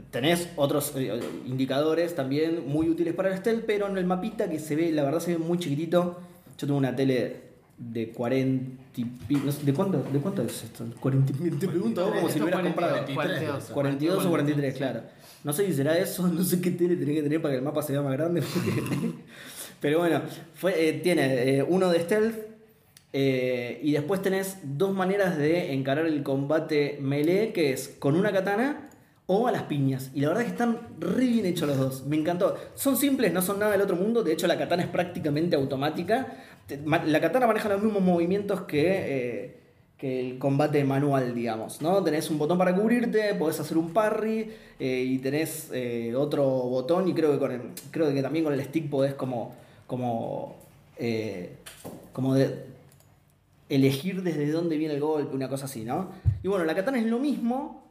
S1: Tenés otros eh, indicadores también muy útiles para el stealth, pero en el mapita que se ve, la verdad se ve muy chiquitito. Yo tengo una tele de 40 y pi- no sé, ¿de cuánto, ¿De cuánto es esto? 40 y- te pregunto vos como si lo hubieras comprado.
S2: 43,
S1: 42 o 43, claro. No sé si será eso, no sé qué tele tenés que tener para que el mapa se vea más grande. porque- Pero bueno, fue, eh, tiene eh, uno de stealth eh, y después tenés dos maneras de encarar el combate melee, que es con una katana o a las piñas. Y la verdad es que están re bien hechos los dos, me encantó. Son simples, no son nada del otro mundo, de hecho la katana es prácticamente automática. Te- ma- La katana maneja los mismos movimientos que... eh, que el combate manual, digamos, ¿no? Tenés un botón para cubrirte, podés hacer un parry eh, y tenés eh, otro botón y creo que con el- creo que también con el stick podés como como eh, como de- elegir desde dónde viene el golpe, una cosa así, ¿no? Y bueno, la katana es lo mismo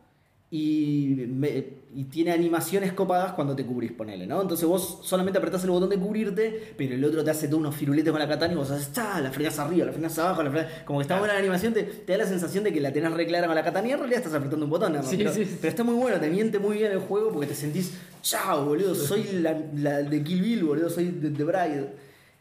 S1: y, me- y tiene animaciones copadas cuando te cubrís, ponele, ¿no? Entonces vos solamente apretás el botón de cubrirte, pero el otro te hace todos unos firuletes con la katana y vos haces, ¡tá! La frenás arriba, la frenás abajo, la frenás... Como que está buena la animación, te, te da la sensación de que la tenés re clara con la katana y en realidad estás apretando un botón, nada más,
S3: Sí,
S1: pero,
S3: sí, sí.
S1: pero está muy bueno, te miente muy bien el juego porque te sentís, ¡chao, boludo! Soy la, la de Kill Bill, boludo, soy de, de Bride.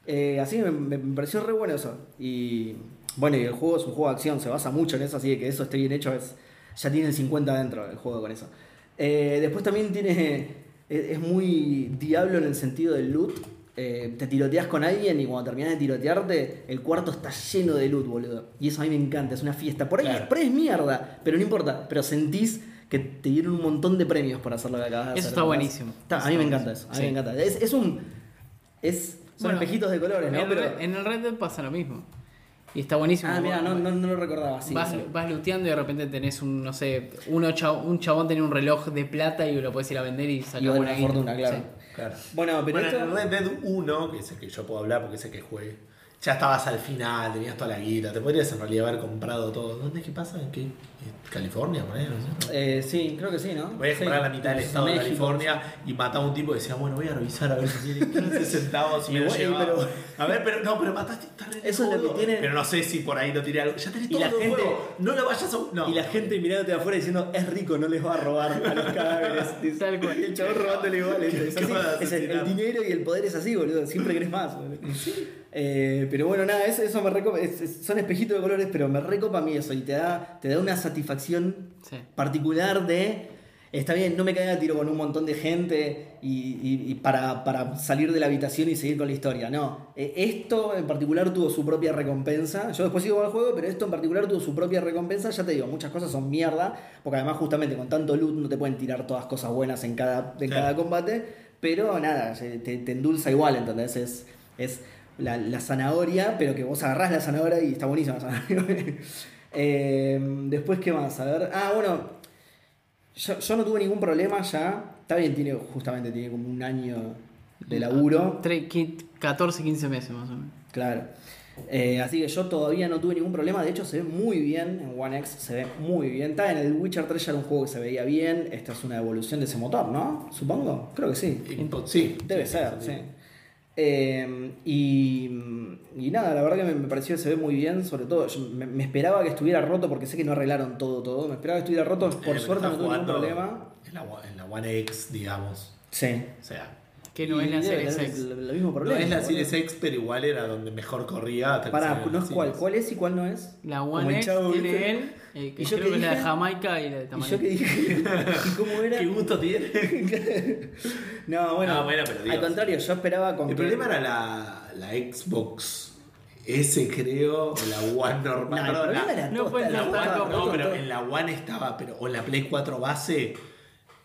S1: Eh, así que me, me- me pareció re bueno eso. Y bueno, y el juego es un juego de acción, se basa mucho en eso, así que eso esté bien hecho. Es, ya tiene el 50 dentro el juego con eso. Eh, después también tiene. e, Es, es muy diablo en el sentido del loot. Eh, te tiroteas con alguien y cuando terminas de tirotearte, el cuarto está lleno de loot, boludo. Y eso a mí me encanta, es una fiesta. Por ahí,
S2: Claro.
S1: por ahí es mierda, pero no importa. Pero sentís que te dieron un montón de premios por hacer lo que acabas de hacer.
S3: Eso está
S1: ¿entendés?
S3: buenísimo.
S1: Está-
S3: Eso
S1: a mí me
S3: está
S1: encanta eso.
S3: buenísimo.
S1: A mí me
S3: Sí.
S1: encanta. Es, es un. Es, son
S3: Bueno,
S1: espejitos de colores,
S3: En,
S1: ¿no?
S3: el
S1: Pero,
S3: Red- en el Red Dead pasa lo mismo. Y está buenísimo.
S1: ah, mira, no,
S3: Vas-
S1: no, no lo recordaba. Sí,
S3: vas,
S1: sí.
S3: vas looteando y de repente tenés un, no sé, uno cha- un chabón tenía un reloj de plata y lo podés ir a vender y
S1: Y
S3: sacar
S1: vale
S3: buena
S1: una
S3: guita.
S1: fortuna, claro.
S3: Sí.
S2: Claro.
S1: Bueno, pero
S2: bueno,
S1: esto-
S2: en Red Dead 1, que es el que yo puedo hablar porque es el que jugué, ya estabas al final, tenías toda la guita, te podrías en realidad haber comprado todo. ¿Dónde es que pasa? ¿En qué? ¿En California, por ahí? No sé.
S1: Eh, sí, creo que sí, ¿no?
S2: Voy a
S1: Sí.
S2: comprar la mitad del estado de
S1: México.
S2: California y mataba a un tipo que decía, bueno, voy a revisar a ver si tiene 15 centavos y me lo
S1: Igual,
S2: llevaba.
S1: pero-
S2: A ver, pero no, pero mataste, está re
S1: Eso es lo
S2: boludo.
S1: que tiene-
S2: Pero no sé si por ahí no tiré algo. Ya tenés
S1: Y
S2: todo
S1: la
S2: el
S1: gente-
S2: juego. No lo vayas a... No.
S1: Y la gente mirándote de afuera diciendo, es rico, no les va a robar a los cadáveres. Dice,
S3: Tal cual.
S1: Y el chabón robándole igual. ¿viste? Es
S2: ¿Qué
S1: así.
S2: vas a
S1: Es el,
S2: asesinar?
S1: el dinero y el poder es así, boludo. Siempre querés más, boludo. Eh, pero bueno, nada, eso, eso me recopa. es- es- son espejitos de colores, pero me recopa a mí eso. Y te da, te da una satisfacción
S3: Sí.
S1: particular de. Está bien, no me caiga a tiro con un montón de gente y, y- y para, para salir de la habitación y seguir con la historia. No, Eh, esto en particular tuvo su propia recompensa. Yo después sigo con el juego, pero esto en particular tuvo su propia recompensa. Ya te digo, muchas cosas son mierda, porque además justamente con tanto loot no te pueden tirar todas cosas buenas en cada, en
S2: Sí.
S1: cada combate. Pero nada, se- te, te endulza igual, ¿entendés? Es, es la, la zanahoria, pero que vos agarrás la zanahoria y está buenísima la zanahoria. Eh, después, ¿qué más? A ver. Ah, bueno, yo, yo no tuve ningún problema ya. Está bien, tiene justamente tiene como un año
S3: Ah.
S1: de laburo.
S3: Tre- qui- 14, 15 meses más o menos.
S1: Claro. Eh, así que yo todavía no tuve ningún problema. De hecho, se ve muy bien en One X. Se ve muy bien. Está en el Witcher 3 ya era un juego que se veía bien. Esta es una evolución de ese motor, ¿no? Supongo. Creo que sí.
S2: Eh, Impo- Sí.
S1: Debe ser, sí. Eh, y, y nada, la verdad que me, me pareció que se ve muy bien, sobre todo. yo me, me esperaba que estuviera roto porque sé que no arreglaron todo, todo. Me esperaba que estuviera roto, por
S2: Eh,
S1: suerte
S2: estás
S1: no tuve ningún
S2: jugando
S1: problema.
S2: En la, en la One X, digamos.
S1: Sí.
S2: O sea,
S3: Que no
S1: Y
S3: es la
S1: debe
S3: Series
S1: tener
S3: X.
S1: el- el mismo
S2: No
S1: problema.
S2: es la
S1: boludo.
S2: Series X, pero igual era donde mejor corría. hasta que
S1: Pará,
S2: salieron
S1: no
S2: las
S1: es cuál.
S2: Series.
S1: ¿Cuál es y cuál no es?
S3: La
S1: Como
S3: One
S1: el
S3: X
S1: chavo,
S3: tiene
S1: ¿viste?
S3: él, eh, que
S1: ¿Y yo
S3: creo que
S1: qué
S3: es la de
S1: dije?
S3: Jamaica y la de
S1: ¿Y
S3: Tamaulipas.
S1: yo qué dije? ¿Y cómo era?
S2: ¿Qué gusto tiene?
S1: No, bueno.
S2: No, bueno, pero digo,
S1: al contrario, yo esperaba con
S2: El
S1: que-
S2: problema era la, la Xbox S, creo, o la One
S1: No, el
S2: normal. Perdón,
S1: problema
S2: la-
S1: era
S3: no
S1: todo,
S3: puede
S1: está
S2: la
S3: ser
S1: todo,
S2: One,
S1: está
S3: tampoco,
S1: todo,
S2: no, pero
S1: todo.
S2: en la One estaba, pero o en la Play 4 base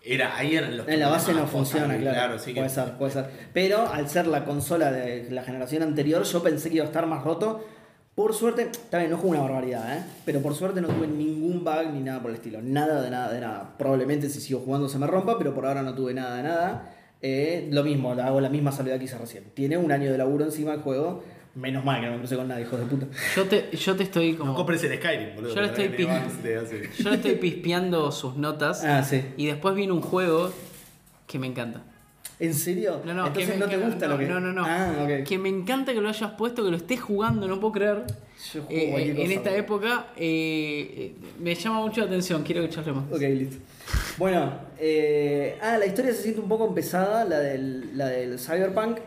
S2: era ahí eran los
S1: En la base no
S2: problemas,
S1: funciona,
S2: Ah, posta,
S1: claro.
S2: sí que
S1: puede ser, puede ser. Pero al ser la consola de la generación anterior, yo pensé que iba a estar más roto. Por suerte, también no fue una barbaridad, ¿eh? Pero por suerte no tuve ningún bug ni nada por el estilo. Nada de nada de nada. Probablemente si sigo jugando se me rompa, pero por ahora no tuve nada de nada. Eh, lo mismo, hago la misma salida que hice recién. Tiene un año de laburo encima del juego. Menos mal que no me crucé con nadie, hijos de puta.
S3: Yo te, yo te estoy como.
S2: No compres el Skyrim, boludo.
S3: Yo lo estoy
S2: Te vas
S3: pin-
S2: de hace-
S3: Yo le estoy pispeando sus notas.
S1: Ah, sí.
S3: Y después viene un juego que me encanta.
S1: ¿En serio?
S3: No, no,
S1: Entonces
S3: que me-
S1: no te
S3: que-
S1: gusta
S3: no,
S1: lo que.
S3: No, no, no.
S1: Ah, ok.
S3: Que me encanta que lo hayas puesto, que lo estés jugando, no puedo creer.
S1: Yo juego
S3: Eh,
S1: cualquier
S3: en
S1: cosa,
S3: esta
S1: boludo.
S3: época eh, eh, me llama mucho la atención, quiero que charlemos.
S1: Ok, listo. Bueno, eh, ah, la historia se siente un poco empezada, la del, la del cyberpunk.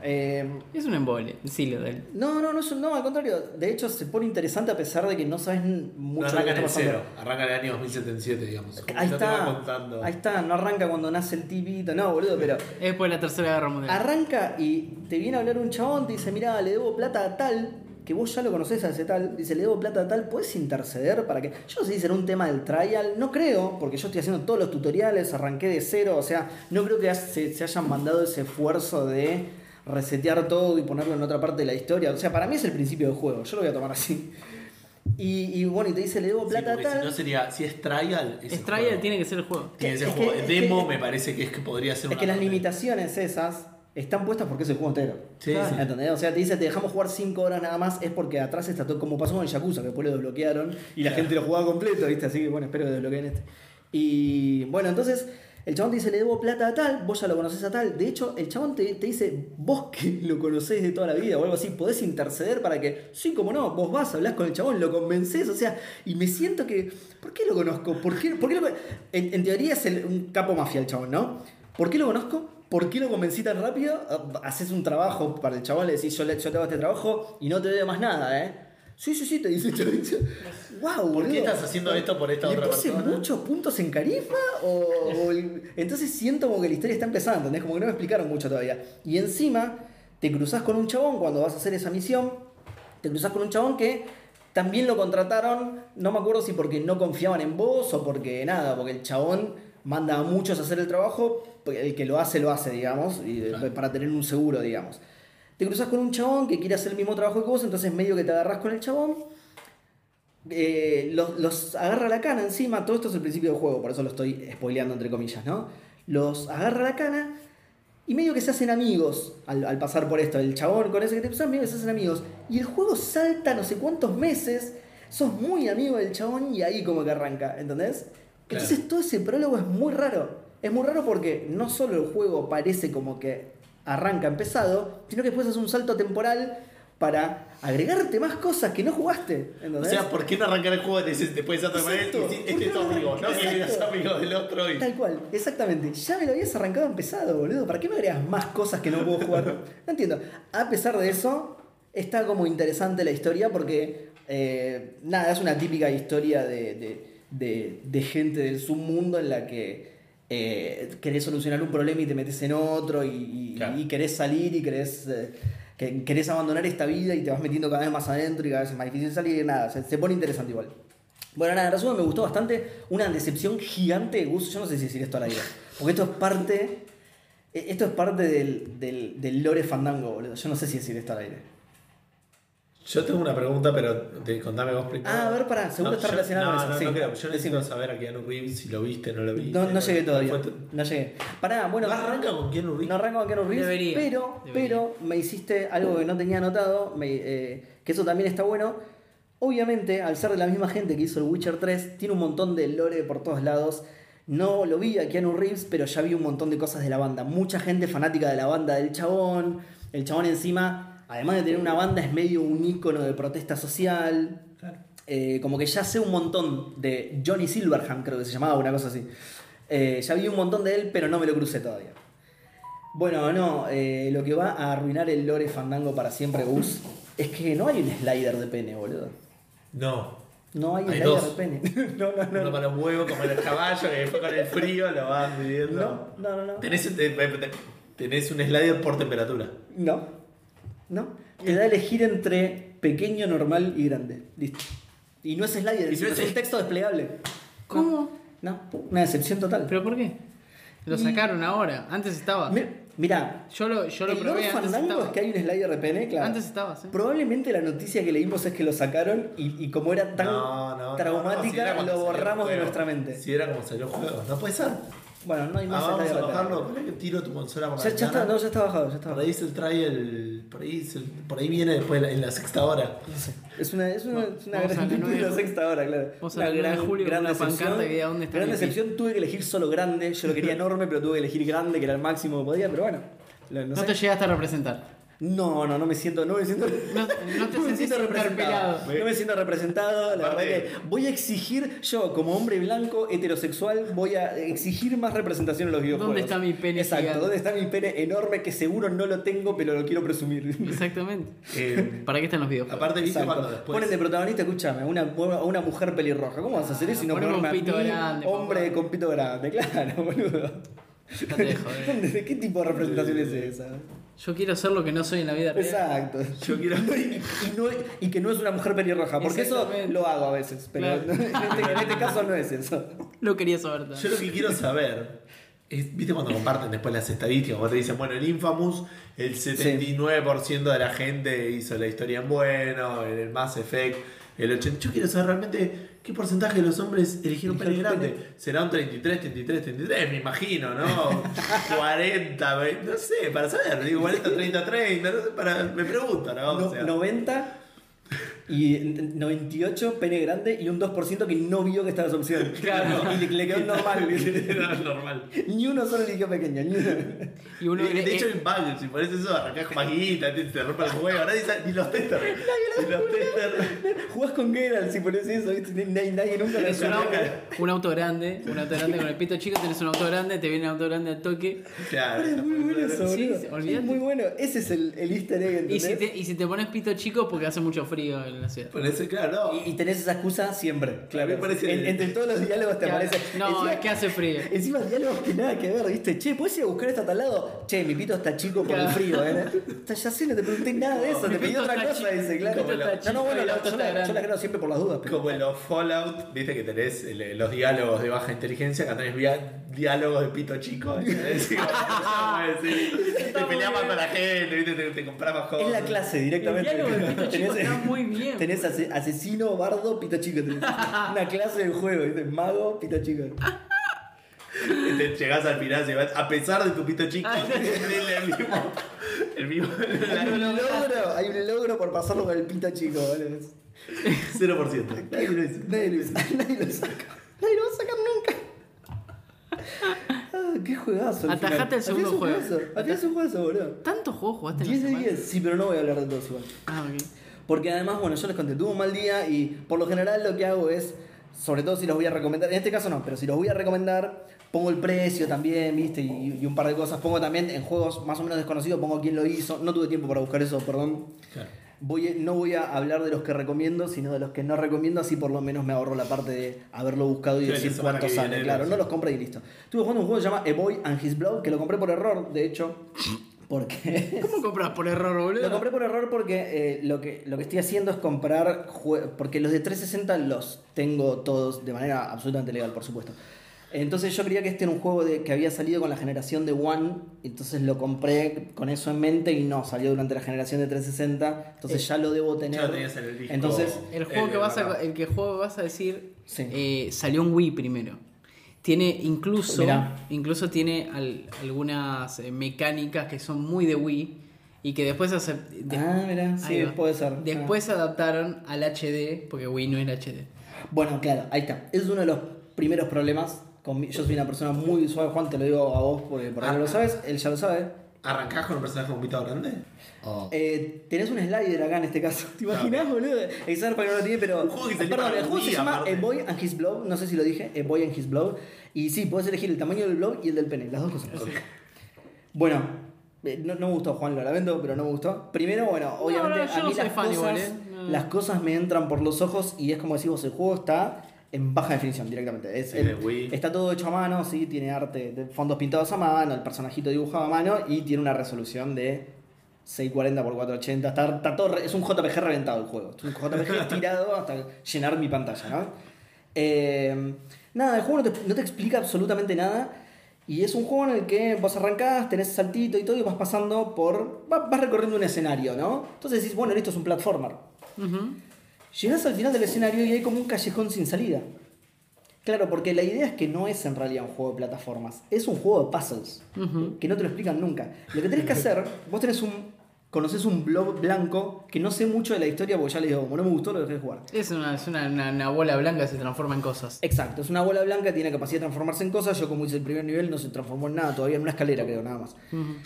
S1: Eh,
S3: Es un embole, sí, lo del.
S1: no, no, no, es un- no, al contrario. De hecho, se pone interesante a pesar de que no sabes n-
S2: No
S1: mucho de lo que
S2: arranca en
S1: está
S2: el
S1: pasando.
S2: cero, arranca en el año 2077, digamos. Como
S1: Ahí
S2: que no te va
S1: está,
S2: contando.
S1: ahí está, no arranca cuando nace el tipito, no, boludo, pero
S3: Es después de la tercera guerra mundial.
S1: arranca y te viene a hablar un chabón, te dice, mira, le debo plata a tal, que vos ya lo conocés a ese tal, dice, le debo plata a tal, ¿puedes interceder para que... Yo no sé si será un tema del trial, no creo, porque yo estoy haciendo todos los tutoriales, arranqué de cero, o sea, no creo que se, se hayan mandado ese esfuerzo de resetear todo y ponerlo en otra parte de la historia, o sea, para mí es el principio del juego, yo lo voy a tomar así. Y, y bueno, y te dice, le debo
S2: Sí,
S1: plata
S2: porque
S1: a tal...
S2: si no sería, si es trial, es el
S3: Es trial,
S2: juego.
S3: tiene que ser el juego.
S2: Tiene que ser
S1: Es que-
S2: juego.
S1: es
S2: Demo
S1: que-
S2: me parece que es que podría ser
S1: Es
S2: una
S1: que las
S2: parte.
S1: limitaciones esas están puestas porque es el juego entero.
S2: Sí, sí.
S1: ¿Entendés? O sea, te dice, te dejamos jugar 5 horas nada más, es porque atrás está todo, como pasó con el Yakuza, que después lo desbloquearon y la gente lo jugaba completo, ¿viste? Así que bueno, espero que desbloqueen este. Y bueno, entonces el chabón te dice, le debo plata a tal, vos ya lo conocés a tal. De hecho, el chabón te, te dice, vos que lo conocés de toda la vida o algo así, podés interceder para que, sí, como no, vos vas, hablás con el chabón, lo convencés, o sea, y me siento que, ¿por qué lo conozco? ¿Por qué, por qué lo con- en, en teoría es el- un capo mafia el chabón, ¿no? ¿Por qué lo conozco? ¿Por qué lo convencí tan rápido? Ah, Haces un trabajo para el chabón, le decís, yo, le- yo te hago este trabajo y no te debo más nada, ¿eh? Sí, sí, sí, te dice el chabón. ¡Wow!
S2: ¿Por qué estás haciendo esto por esta
S1: ¿Le
S2: otra
S1: puse
S2: persona?
S1: muchos puntos en carisma? O, o el- Entonces siento como que la historia está empezando, ¿entendés? Como que no me explicaron mucho todavía. Y encima, te cruzas con un chabón cuando vas a hacer esa misión, te cruzas con un chabón que también lo contrataron, no me acuerdo si porque no confiaban en vos o porque nada, porque el chabón manda a muchos a hacer el trabajo, el que lo hace lo hace, digamos, y, eh, para tener un seguro, digamos. Te cruzas con un chabón que quiere hacer el mismo trabajo que vos, entonces medio que te agarras con el chabón. eh, los, los agarra la cana encima, todo esto es el principio del juego, por eso lo estoy spoileando entre comillas, ¿no? Los agarra la cana y medio que se hacen amigos al, al pasar por esto. El chabón con ese que te cruzas, medio que se hacen amigos. Y el juego salta no sé cuántos meses. Sos muy amigo del chabón y ahí como que arranca, ¿entendés?
S2: Claro.
S1: Entonces todo ese prólogo es muy raro. Es muy raro porque no solo el juego parece como que arranca empezado, sino que después hace un salto temporal para agregarte más cosas que no jugaste.
S2: O
S1: ¿entendés?
S2: sea, ¿por qué no arrancar el juego desde- después de esa otra manera?
S1: Exacto.
S2: Y si- Este es tu amigo, no que eres
S1: Exacto.
S2: amigo del otro. Y...
S1: Tal cual, exactamente. Ya me lo habías arrancado empezado, boludo. ¿Para qué me agregas más cosas que no puedo jugar? No entiendo. A pesar de eso, está como interesante la historia porque, eh, nada, es una típica historia de, de- de- de gente del submundo en la que eh, querés solucionar un problema y te metes en otro y, y-
S2: Claro.
S1: y querés salir y querés... eh, que- querés abandonar esta vida y te vas metiendo cada vez más adentro y cada vez es más difícil salir, nada, se- se pone interesante igual. Bueno, nada, en resumen, me gustó bastante. Una decepción gigante de Gus. Yo no sé si decir esto al aire. Porque esto es parte. eh, Esto es parte del, del, del lore fandango, boludo. Yo no sé si decir esto al aire.
S2: Yo tengo una pregunta, pero te- contame vos primero.
S1: Ah, a ver, pará, seguro está
S2: yo-
S1: relacionado
S2: no,
S1: con eso,
S2: No,
S1: sí.
S2: no creo. Yo necesito
S1: Decime.
S2: saber a Keanu Reeves si lo viste, no lo viste.
S1: No, no llegué todavía.
S2: Fue tu-
S1: No llegué. Pará, bueno.
S2: ¿No arranca con Keanu Reeves?
S1: No arranco con Keanu Reeves,
S3: Debería,
S1: pero,
S3: debería.
S1: pero me hiciste algo que no tenía anotado, me- eh, que eso también está bueno. Obviamente, al ser de la misma gente que hizo el Witcher 3, tiene un montón de lore por todos lados. No lo vi a Keanu Reeves, pero ya vi un montón de cosas de la banda. Mucha gente fanática de la banda del chabón. El chabón encima, además de tener una banda, es medio un ícono de protesta social.
S2: Claro.
S1: Eh, como que ya sé un montón de Johnny Silverham, creo que se llamaba, una cosa así. Eh, ya vi un montón de él, pero no me lo crucé todavía. Bueno, no, eh, lo que va a arruinar el lore fandango para siempre, Gus, es que no hay un slider de pene, boludo.
S2: No.
S1: No hay, un
S2: Hay
S1: slider
S2: dos.
S1: de pene. no, no, no.
S2: Uno para los huevos, como en el caballo, que después con el frío lo vas midiendo.
S1: No, no, no. No.
S2: Tenés, te- te- tenés un slider por temperatura.
S1: No. no. Te da a elegir entre pequeño, normal y grande. Listo. Y no es slider,
S2: Y
S1: encima
S2: no
S1: es
S2: es-
S1: un texto desplegable.
S3: ¿Cómo?
S1: No, una decepción total.
S3: ¿Pero por qué? Lo
S1: Y-
S3: sacaron ahora. Antes estaba.
S1: Mi- Mira,
S3: Yo lo, yo lo
S1: el Lord
S3: probé. Antes
S1: Fandango
S3: estaba.
S1: es que hay un slider de pene, claro.
S3: Antes estaba, sí.
S1: Probablemente la noticia que leímos es que lo sacaron y, y como era tan
S2: No, no, no, no, si
S1: traumática,
S2: era cuando
S1: lo
S2: salió el
S1: borramos de
S2: juego.
S1: nuestra mente.
S2: Si era como salió el juego, no puede ser.
S1: Bueno, no hay
S2: Ah,
S1: más
S2: vamos
S1: slider
S2: a
S1: de pene.
S2: bajarlo. Ponle que tiro tu consola por
S1: Ya,
S2: la
S1: ya está,
S2: ventana.
S1: no, ya está bajado, ya está
S2: Por
S1: bajado.
S2: ahí se trae el. Por ahí, se- por ahí viene después en la sexta hora.
S1: Es una, es una, es una
S3: Vamos a
S1: gran
S3: la
S1: actitud de
S3: nueve.
S1: la sexta hora, claro.
S3: Vamos a
S1: Una
S3: la nueve de julio con una
S1: decepción.
S3: pancarta que diga dónde está
S1: Gran
S3: mi
S1: decepción, tuve que elegir solo grande. Yo lo quería enorme, pero tuve que elegir grande, que era el máximo que podía, pero bueno. lo-
S3: No,
S1: No, sé.
S3: te llegaste a representar.
S1: no, no, no me siento, no me siento.
S3: No, no te
S1: me
S3: sentís
S1: siento representado.
S3: interpelado.
S2: representado.
S1: No me siento representado. La verdad
S2: Aparte-
S1: que voy a exigir, yo como hombre blanco heterosexual, voy a exigir más representación en los videojuegos.
S3: está mi pene
S1: Exacto,
S3: gigante?
S1: ¿dónde está mi pene enorme que seguro no lo tengo, pero lo quiero presumir?
S3: Exactamente.
S2: Eh,
S3: ¿Para qué están los videojuegos?
S2: aparte, viste
S1: Exacto.
S2: cuando después.
S1: Ponen de protagonista, escúchame, una, a una mujer pelirroja. ¿Cómo vas a hacer eso si no
S3: Poneme un
S1: ponerme a
S3: pito
S1: mí,
S3: grande,
S1: hombre
S3: papá.
S1: con pito grande? Claro, boludo.
S3: Dejate de joder.
S1: ¿De qué tipo de representación es esa?
S3: eh. Yo quiero ser lo que no soy en la vida real.
S1: Exacto.
S2: Yo quiero.
S1: Y, no- y que no es una mujer pelirroja, porque eso
S3: Exactamente.
S1: lo hago a veces, pero
S3: Claro.
S1: en, este, en este caso no es eso.
S3: Lo quería saber tanto.
S2: Yo lo que quiero saber es, ¿viste cuando comparten después las estadísticas? Cuando te dicen, bueno, en Infamous el 79% de la gente hizo la historia en bueno, en el Mass Effect el 80%. Yo quiero saber realmente qué porcentaje de los hombres eligieron pene grande. Será un 33, 33, 33, me imagino, ¿no? 40, ve- no sé, para saber, digo 40, 30, 30, no sé, para, me pregunto, ¿no? O
S1: No-
S2: sea,
S1: 90 y 98 pene grande y un 2% que no vio que estaba esa opción.
S2: Claro.
S1: Y le, le quedó normal.
S2: era normal.
S1: ni uno solo eligió pequeño, ni uno.
S3: Y uno
S2: de, de
S3: eh,
S2: hecho, en Bagel, si parece eso, arrancás con maguita, te, te rompe el juego, nadie sabe, ni los testers. ni los testers.
S1: Jugás con Geralt si pones eso, ¿viste? Ni- Nadie, nadie nunca lo
S3: tenés un
S1: hizo.
S3: auto, un auto grande, un auto grande con el pito chico, tenés un auto grande, te viene un auto grande al toque.
S2: Claro.
S1: Es muy bueno eso,
S3: Sí,
S1: boludo.
S3: sí, olvídate.
S1: Es muy bueno. Ese es el, el easter egg,
S3: Y
S1: ¿entendés?
S3: si, te, y si te pones pito chico porque hace mucho frío en la ciudad.
S2: Por eso, claro, no.
S1: Y- y tenés esa excusa siempre.
S2: Claro, me parece-
S1: En- entre todos los diálogos te
S3: Claro.
S1: aparece.
S3: No,
S1: encima,
S3: es que hace frío.
S1: Encima diálogos que nada que ver, ¿viste? Che, ¿puedes ir a buscar esto a tal lado? Che, mi pito está chico por el
S3: Claro.
S1: frío, ¿eh? Está- ya sé, no te pregunté nada de eso,
S3: Mi
S1: te pedí
S3: pito
S1: otra
S3: está
S1: cosa,
S3: chico,
S1: dice,
S3: mi
S1: claro.
S3: pito está
S1: No, no,
S3: chico
S1: bueno,
S3: y la
S1: la-
S3: otra
S1: yo,
S3: está
S1: la, yo
S3: grande.
S1: la creo siempre por las dudas. pero-
S2: Como en los Fallout, viste que tenés el- los diálogos de baja inteligencia, acá tenés via- diálogos de pito chico. ¿entendés? Digo, no, no, sí. Te peleabas con la gente, viste, te, te comprabas cosas.
S1: Es la clase directamente.
S3: El diálogo del pito chico está muy bien. pues.
S1: Tenés ase- asesino, bardo, pito chico. tenés. una clase del juego, ¿viste? mago, pito chico.
S2: Te llegás al final, se vas- a pesar de tu pito chico,
S3: Ah,
S2: tenés el mismo. El mismo
S1: Hay un
S3: ah.
S1: logro, hay un logro por pasarlo con el pito chico, ¿vale? Es-
S2: 0%. Nadie lo hizo.
S1: Nadie lo, hizo, nadie lo saca. Nadie lo va a sacar nunca. Ah, qué juegazo. al
S3: Atajate
S1: final.
S3: el
S1: Al
S3: segundo
S1: final es un juegazo,
S3: juego.
S1: al final es un juegazo, boludo.
S3: ¿Tantos juegos jugaste en la
S1: 10 de
S3: semana?
S1: 10, sí, pero no voy a hablar de todos igual.
S3: Ah, ok.
S1: Porque además, bueno, yo les conté, tuve un mal día y por lo general lo que hago es, sobre todo si los voy a recomendar, en este caso no, pero si los voy a recomendar, pongo el precio también, viste, y, y un par de cosas. Pongo también en juegos más o menos desconocidos, pongo quién lo hizo. No tuve tiempo para buscar eso, perdón.
S2: Claro.
S1: Voy, no voy a hablar de los que recomiendo, sino de los que no recomiendo, así por lo menos me ahorro la parte de haberlo buscado y
S2: Sí, la
S1: decir
S2: semana
S1: cuánto
S2: que
S1: sale.
S2: viene,
S1: claro,
S2: sí.
S1: no los compré y listo. Estuve jugando un juego que se llama A Boy and His Blog, que lo compré por error, de hecho, porque
S3: ¿Cómo compras por error,
S1: lo
S3: boludo?
S1: compré por error porque eh, lo, que, lo que estoy haciendo es comprar. jue- Porque los de 360 los tengo todos de manera absolutamente legal, por supuesto. Entonces yo creía que este era un juego de, que había salido con la generación de One, entonces lo compré con eso en mente y no, salió durante la generación de 360, entonces ya lo debo tener.
S2: Ya lo tenías en el disco.
S1: Entonces,
S3: El juego
S2: Eh,
S3: que vas a,
S2: acá.
S3: el que juego vas a decir
S1: Sí.
S3: eh, salió en Wii primero. Tiene incluso
S1: Mirá.
S3: incluso tiene al- algunas eh, mecánicas que son muy de Wii y que después acep- de-
S1: ah, mira, sí,
S3: ahí va.
S1: puede ser.
S3: Después se adaptaron al HD porque Wii no era HD.
S1: Ah. Bueno, claro, ahí está. Es uno de los primeros problemas. Con mi- yo soy una persona muy visual, Juan, te lo digo a vos porque por ahí
S2: Ah.
S1: lo sabes, él ya lo sabe.
S2: ¿Arrancás con un personaje con pito grande? O-
S1: Eh, tenés un slider acá en este caso. ¿Te imaginás, boludo? Exar para que no lo tiene, pero.
S2: Un juego que salió
S1: Perdón,
S2: para
S1: el juego se
S2: Wii,
S1: llama
S2: aparte.
S1: A Boy and His Blow. No sé si lo dije. A Boy and His Blow. Y sí, puedes elegir el tamaño del blow y el del pene, las dos cosas. Bueno, Eh, No, no me gustó, Juan, lo lamento, pero no me gustó. Primero, bueno, obviamente
S3: no, yo
S1: a mí
S3: no soy
S1: las,
S3: fan
S1: cosas,
S3: igual, ¿eh? No.
S1: las cosas me entran por los ojos y es como decís vos, el juego está en baja definición directamente. Es
S2: Es de
S1: el-
S2: Wii.
S1: está todo hecho a mano, sí, tiene arte, de fondos pintados a mano, el personajito dibujado a mano y tiene una resolución de 640x480. Está, está todo re- es un JPG reventado el juego. Es un JPG estirado hasta llenar mi pantalla, ¿no? Eh, nada, el juego no te, no te explica absolutamente nada. Y es un juego en el que vos arrancás, tenés saltito y todo, y vas pasando por. va- vas recorriendo un escenario, ¿no? Entonces decís, bueno, esto es un platformer.
S3: Ujú.
S1: Llegás al final del escenario y hay como un callejón sin salida. Claro, porque la idea es que no es en realidad un juego de plataformas, es un juego de puzzles,
S3: Ujú.
S1: que no te lo explican nunca. Lo que tenés que hacer, vos tenés un. conoces un blog blanco que no sé mucho de la historia porque ya les digo, como no me gustó, lo dejé de jugar.
S3: Es, una, es una, una- una bola blanca que se transforma en cosas.
S1: Exacto, es una bola blanca, tiene la capacidad de transformarse en cosas. Yo, como hice el primer nivel, no se transformó en nada, todavía en una escalera, creo, nada más.
S3: Ujú.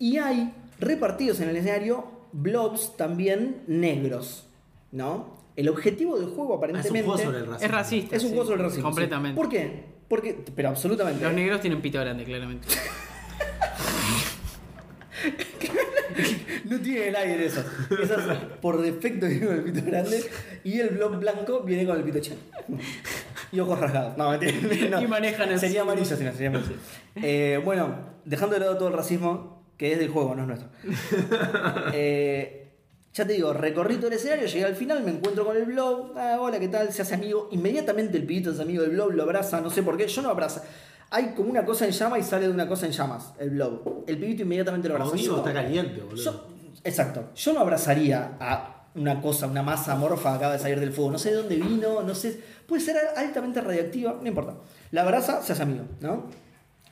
S1: Y hay repartidos en el escenario blobs también negros, ¿no? El objetivo del juego,
S2: Ah, es
S1: aparentemente.
S2: un juego sobre el racismo.
S3: Es racista.
S1: Es un
S3: sí.
S1: juego sobre el racismo, sí.
S3: Completamente.
S1: ¿Por qué? Porque, pero absolutamente.
S3: Los negros tienen pito grande, claramente.
S1: No tiene el aire eso. Eso es por defecto viene con el pito grande. Y el blog blanco viene con el pito chino. Y ojos rasgados. No, mentira, no.
S3: Y manejan el-
S1: Sería amarillo si no, sería amarillo. Eh, bueno, dejando de lado todo el racismo, que es del juego, no es nuestro. Eh, ya te digo, recorrí todo el escenario, llegué al final, me encuentro con el blog. Ah, hola, ¿qué tal? Se hace amigo. Inmediatamente el pibito es amigo del blog, lo abraza, no sé por qué. Yo no abraza. Hay como una cosa en llama y sale de una cosa en llamas, el blog. El pibito inmediatamente lo abraza.
S2: Conmigo
S1: Yo-
S2: está caliente, boludo.
S1: yo, exacto. Yo no abrazaría a una cosa, una masa amorfa que acaba de salir del fuego. No sé de dónde vino, no sé. Puede ser altamente radiactiva, no importa. La abraza, se hace amigo, ¿no?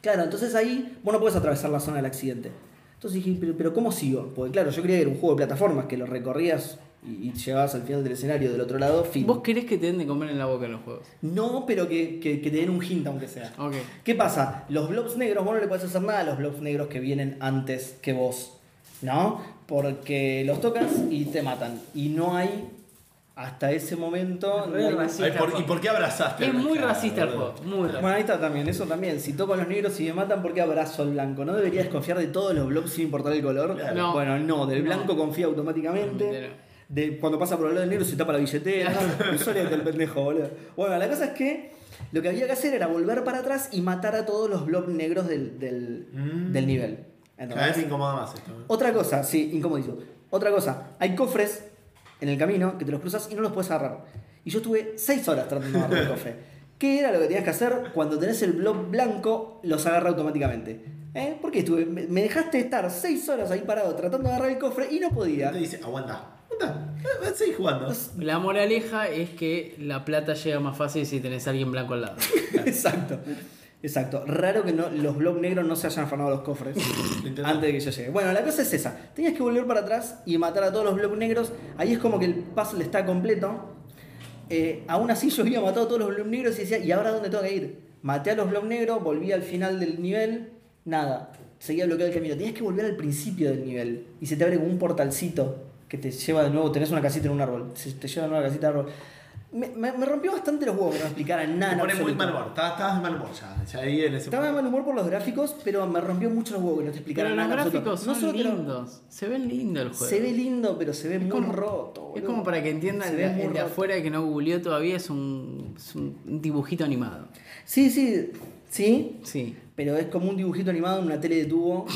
S1: Claro, entonces ahí vos no puedes atravesar la zona del accidente. Entonces dije, pero, pero ¿cómo sigo? Porque claro, yo creía que era un juego de plataformas, que lo recorrías y, y llegabas al final del escenario del otro lado, fin.
S3: ¿Vos querés que te den de comer en la boca en los juegos?
S1: No, pero que, que, que te den un hint aunque sea.
S3: Ok.
S1: ¿Qué pasa? Los blobs negros, vos no le podés hacer nada a los blobs negros que vienen antes que vos, ¿no? Porque los tocas y te matan. Y no hay, hasta ese momento, no
S3: Re
S1: hay-
S3: racista.
S2: Ay, por- ¿Y por qué abrazaste?
S3: Es
S2: a la
S3: muy
S2: cara,
S3: racista el
S2: boludo?
S3: juego. Muy
S1: Bueno,
S3: racista.
S1: ahí está también, eso también. Si toco a los negros y me matan, ¿por qué abrazo al blanco? ¿No debería desconfiar de todos los blobs sin importar el color?
S2: Claro.
S3: No.
S1: Bueno, no, del
S3: No.
S1: blanco confía
S3: Pero-
S1: automáticamente. De, cuando pasa por el lado del negro se tapa la billetera. Un solete el pendejo, boludo. Bueno, la cosa es que lo que había que hacer era volver para atrás y matar a todos los blobs negros del, del,
S2: Mm.
S1: del nivel.
S2: Cada vez
S1: ¿Entendés?
S2: me incomoda más esto. ¿eh?
S1: Otra cosa, sí, incomodísimo. Otra cosa, hay cofres en el camino que te los cruzas y no los puedes agarrar. Y yo estuve 6 horas tratando de agarrar el cofre. ¿Qué era lo que tenías que hacer? Cuando tenés el blog blanco, los agarra automáticamente. ¿Eh? ¿Por qué estuve? Me me dejaste estar 6 horas ahí parado tratando de agarrar el cofre y no podía.
S2: Te dice, aguanta, aguanta, eh, eh, seguí jugando.
S1: Pues,
S3: La moraleja es que la plata llega más fácil si tenés a alguien blanco al lado.
S1: exacto. Exacto. Raro que no, los blogs negros no se hayan afanado los cofres
S2: Entiendo.
S1: antes de que yo llegue. Bueno, la cosa es esa. Tenías que volver para atrás y matar a todos los blogs negros. Ahí es como que el puzzle está completo. Eh, aún así yo había matado a todos los blogs negros y decía, ¿y ahora dónde tengo que ir? Maté a los blogs negros, volví al final del nivel, nada. Seguía bloqueado el camino. Tenías que volver al principio del nivel. Y se te abre como un portalcito que te lleva de nuevo, tenés una casita en un árbol. Se te lleva de nuevo a la casita de árbol. Me, me- me rompió bastante los huevos que no explicaran nada.
S2: Te
S1: en
S2: pone muy
S1: absoluto.
S2: mal humor. Estabas estabas de mal humor ya. ya ahí en ese
S1: Estaba de mal humor por los gráficos, pero me rompió mucho los huevos que no te
S3: Pero
S1: explicaran
S3: los
S1: nada. en absoluto.
S3: gráficos
S1: No
S3: son
S1: solo que lo-
S3: lindos. Se ven lindo el juego.
S1: Se ve lindo, pero se ve muy
S3: como-
S1: roto.
S3: Es
S1: boludo.
S3: como para que entiendan
S1: Se
S3: el,
S1: ve
S3: de-
S1: muy
S3: el de
S1: roto.
S3: afuera que no googleó todavía es un, es un dibujito animado.
S1: Sí, sí, sí,
S3: Sí.
S1: pero es como un dibujito animado en una tele de tubo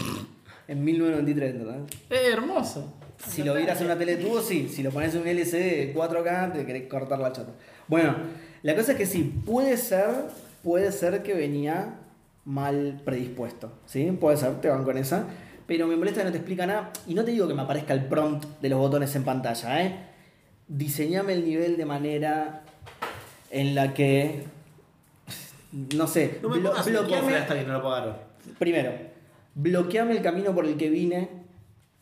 S1: en 1993, ¿verdad?
S3: Es hermoso.
S1: Si lo vieras en una tele de tubo, sí. Si lo pones en un LCD de 4K, te querés cortar la chata. Bueno, la cosa es que sí, puede ser, puede ser que venía mal predispuesto. ¿Sí? Puede ser, te van con esa. Pero me molesta que no te explica nada. Y no te digo que me aparezca el prompt de los botones en pantalla, ¿eh? Diseñame el nivel de manera en la que. No sé.
S2: No me
S1: blo-
S2: pongas un
S1: bloqueame-
S2: cofre hasta que no lo pagaron.
S1: Primero, bloqueame el camino por el que vine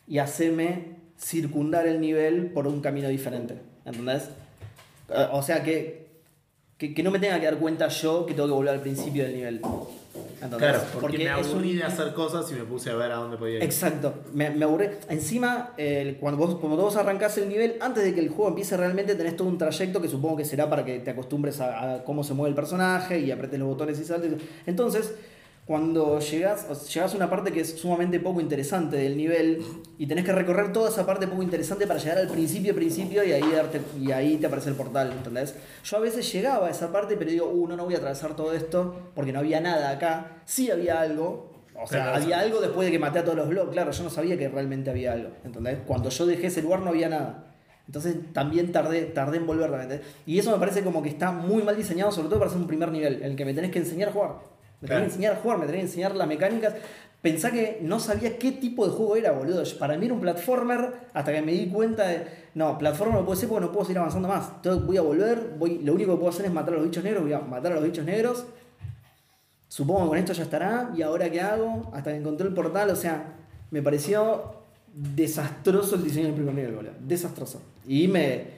S1: y haceme circundar el nivel por un camino diferente. ¿Entendés? Eh, O sea que, que, que no me tenga que dar cuenta yo que tengo que volver al principio del nivel. ¿Entendés?
S2: Claro, porque, me
S1: es un-
S2: aburrí de hacer cosas y me puse a ver a dónde podía ir.
S1: Exacto, me, me aburrí. Encima, el- cuando, vos, cuando vos arrancás el nivel, antes de que el juego empiece realmente, tenés todo un trayecto que supongo que será para que te acostumbres a, a cómo se mueve el personaje y apretes los botones y saltes. Entonces, cuando llegas, o sea, llegas a una parte que es sumamente poco interesante del nivel y tenés que recorrer toda esa parte poco interesante para llegar al principio, principio y ahí, darte, y ahí te aparece el portal, ¿entendés? Yo a veces llegaba a esa parte, pero digo, uh, no, no voy a atravesar todo esto porque no había nada acá. Sí había algo, o sea,
S2: Claro,
S1: había
S2: sí.
S1: algo después de que maté a todos los blogs, claro, yo no sabía que realmente había algo, ¿entendés? Cuando yo dejé ese lugar no había nada. Entonces también tardé, tardé en volver realmente. Y eso me parece como que está muy mal diseñado, sobre todo para ser un primer nivel, en el que me tenés que enseñar a jugar. Me tenés
S2: Claro.
S1: que enseñar a jugar, me tenés que enseñar las mecánicas. Pensá que no sabía qué tipo de juego era, boludo. Yo- Para mí era un platformer hasta que me di cuenta de. No, platformer no puede ser porque no puedo seguir avanzando más. Entonces voy a volver, voy, lo único que puedo hacer es matar a los bichos negros, voy a matar a los bichos negros supongo que con esto ya estará, y ahora qué hago, hasta que encontré el portal, o sea, me pareció desastroso el diseño del primer nivel, boludo, desastroso. Y me...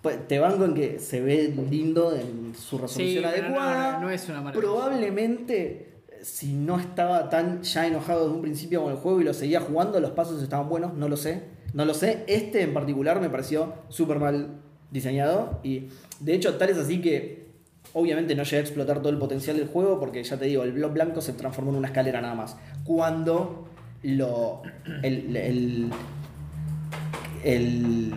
S1: pues, Te banco en que se ve lindo en su resolución
S3: pero no,
S1: adecuada.
S3: no, no es una maravilla.
S1: Probablemente, si no estaba tan ya enojado desde un principio con el juego y lo seguía jugando, los pasos estaban buenos, no lo sé. No lo sé. Este en particular me pareció súper mal diseñado. Y de hecho, tal es así que obviamente no llegué a explotar todo el potencial del juego porque ya te digo, el blog blanco se transformó en una escalera nada más. Cuando lo. el- el el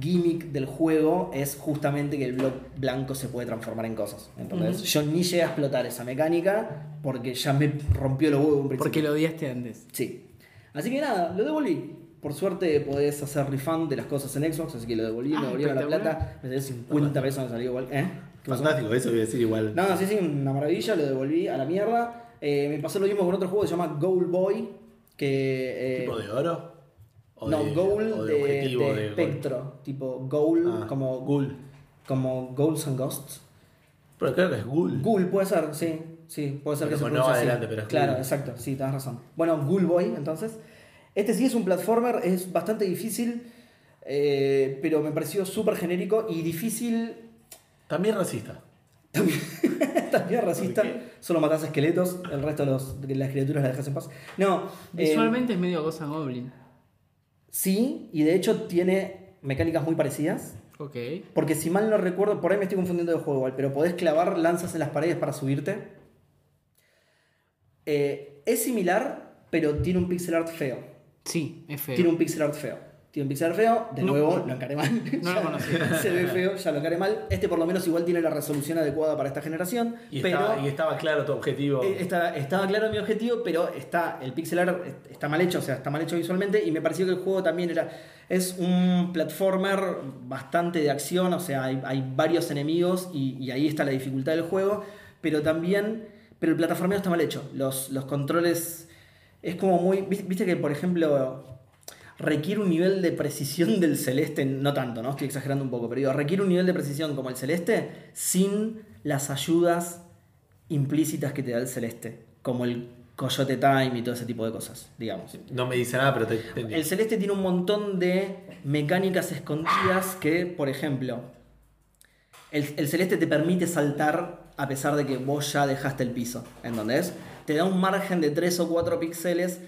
S1: gimmick del juego es justamente que el blog blanco se puede transformar en cosas. Entonces, yo ni llegué a explotar esa mecánica porque ya me rompió los huevos de un principio. Eh,
S3: Porque lo odiaste antes.
S1: Sí. Así que nada, lo devolví. Por suerte podés hacer refund de las cosas en Xbox, así que lo devolví,
S3: Ah,
S1: me devolvieron la
S3: espectacular.
S1: plata, me salió 50 pesos, me salió igual. ¿Eh? ¿Qué pasó?
S2: Fantástico, eso voy a decir igual.
S1: No, no, sí, sí, una maravilla, lo devolví a la mierda. Eh, me pasó lo mismo con otro juego que se llama Goal Boy, que... eh,
S2: ¿Tipo de oro? ¿O
S1: no,
S2: de- o
S1: goal de,
S2: objetivo,
S1: de
S2: de gol?
S1: espectro. Tipo goal,
S2: Ah,
S1: como,
S2: ghoul.
S1: como Goals and Ghosts.
S2: Pero creo que es ghoul.
S1: Ghoul puede ser, sí. Sí, puede ser
S2: Pero
S1: que se
S2: con no
S1: pronuncie así.
S2: adelante, pero es
S1: Claro,
S2: ghoul.
S1: exacto. Sí, tenés razón. Bueno, Ghoul Boy, entonces. Este sí es un platformer, es bastante difícil, eh, pero me pareció súper genérico y difícil
S2: También racista.
S1: también racista.
S2: ¿Por qué?
S1: Solo matás esqueletos, el resto de, los- de las criaturas las dejas en paz. No. eh,
S3: Visualmente es medio Ghost and Goblin.
S1: sí, y de hecho tiene mecánicas muy parecidas.
S3: Ok.
S1: Porque si mal no recuerdo, por ahí me estoy confundiendo de juego igual, pero podés clavar lanzas en las paredes para subirte. Eh, es similar, pero tiene un pixel art feo.
S3: Sí, es feo.
S1: Tiene un pixel art feo. Tiene un pixel art feo, de
S3: No,
S1: nuevo
S3: no.
S1: lo encaré mal.
S3: No lo
S1: Ya
S3: conocía.
S1: Se ve feo, ya lo encaré mal. Este por lo menos igual tiene la resolución adecuada para esta generación.
S2: Y,
S1: pero
S2: estaba, y estaba claro tu objetivo.
S1: eh, está- estaba claro mi objetivo, pero está el pixel art est- está mal hecho, o sea, está mal hecho visualmente y me pareció que el juego también era es un platformer bastante de acción, o sea, hay, hay varios enemigos y, y ahí está la dificultad del juego, pero también pero el plataformeo está mal hecho, los, los controles es como muy vi- viste que por ejemplo requiere un nivel de precisión del celeste, no tanto, ¿no? Estoy exagerando un poco, pero digo, requiere un nivel de precisión como el celeste sin las ayudas implícitas que te da el celeste, como el Coyote Time y todo ese tipo de cosas, digamos.
S2: No me dice nada, pero te entendí.
S1: El celeste tiene un montón de mecánicas escondidas que, por ejemplo, el, el celeste te permite saltar a pesar de que vos ya dejaste el piso, ¿entendés? Te da un margen de 3 o 4 píxeles.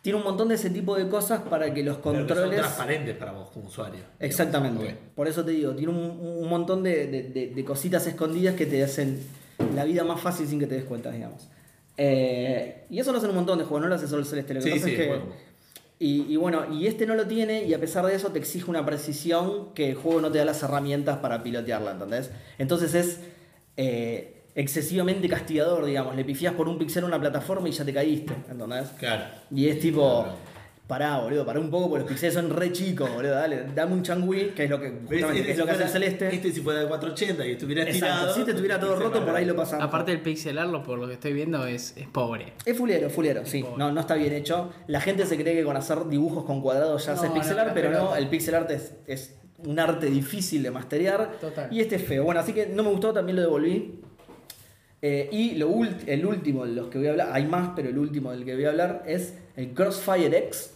S1: Tiene un montón de ese tipo de cosas para que los
S2: Pero que son
S1: controles...
S2: transparentes para vos como usuario.
S1: Exactamente.
S2: Digamos.
S1: Por eso te digo, tiene un, un montón de, de- de- de cositas escondidas que te hacen la vida más fácil sin que te des cuenta, digamos. Eh, y eso lo hacen un montón de juegos, no lo hace solo el Celeste. Lo que
S2: Sí,
S1: pasa
S2: sí,
S1: es que.
S2: bueno.
S1: Y, y bueno, y este no lo tiene, y a pesar de eso te exige una precisión que el juego no te da las herramientas para pilotearla, ¿entendés? Entonces es eh, excesivamente castigador, digamos. Le pifias por un pixel a una plataforma y ya te caíste, ¿entendés?
S2: Ok. Claro.
S1: Y es tipo.
S2: claro.
S1: Pará, boludo, pará un poco porque los pixeles son re chicos, boludo. Dale, dame un changui, que es lo que, justamente, que es lo que hace el celeste.
S2: Este si fuera de 480 y estuviera
S1: Exacto,
S2: estirado.
S1: si te estuviera todo
S2: se
S1: roto, por ahí lo pasamos.
S3: Aparte del pixelarlo, por lo que estoy viendo, es, es pobre.
S1: Es fulero, fulero, sí. No, no está bien hecho. La gente se cree que con hacer dibujos con cuadrados ya
S3: No,
S1: haces
S3: no,
S1: pixel art,
S3: no,
S1: pero
S3: pero-
S1: no, el pixel art es, es un arte difícil de masterear.
S3: Total.
S1: Y este es feo. Bueno, así que no me gustó, también lo devolví. Eh, y lo ult- el último de los que voy a hablar, hay más, pero el último del que voy a hablar es el Crossfire X.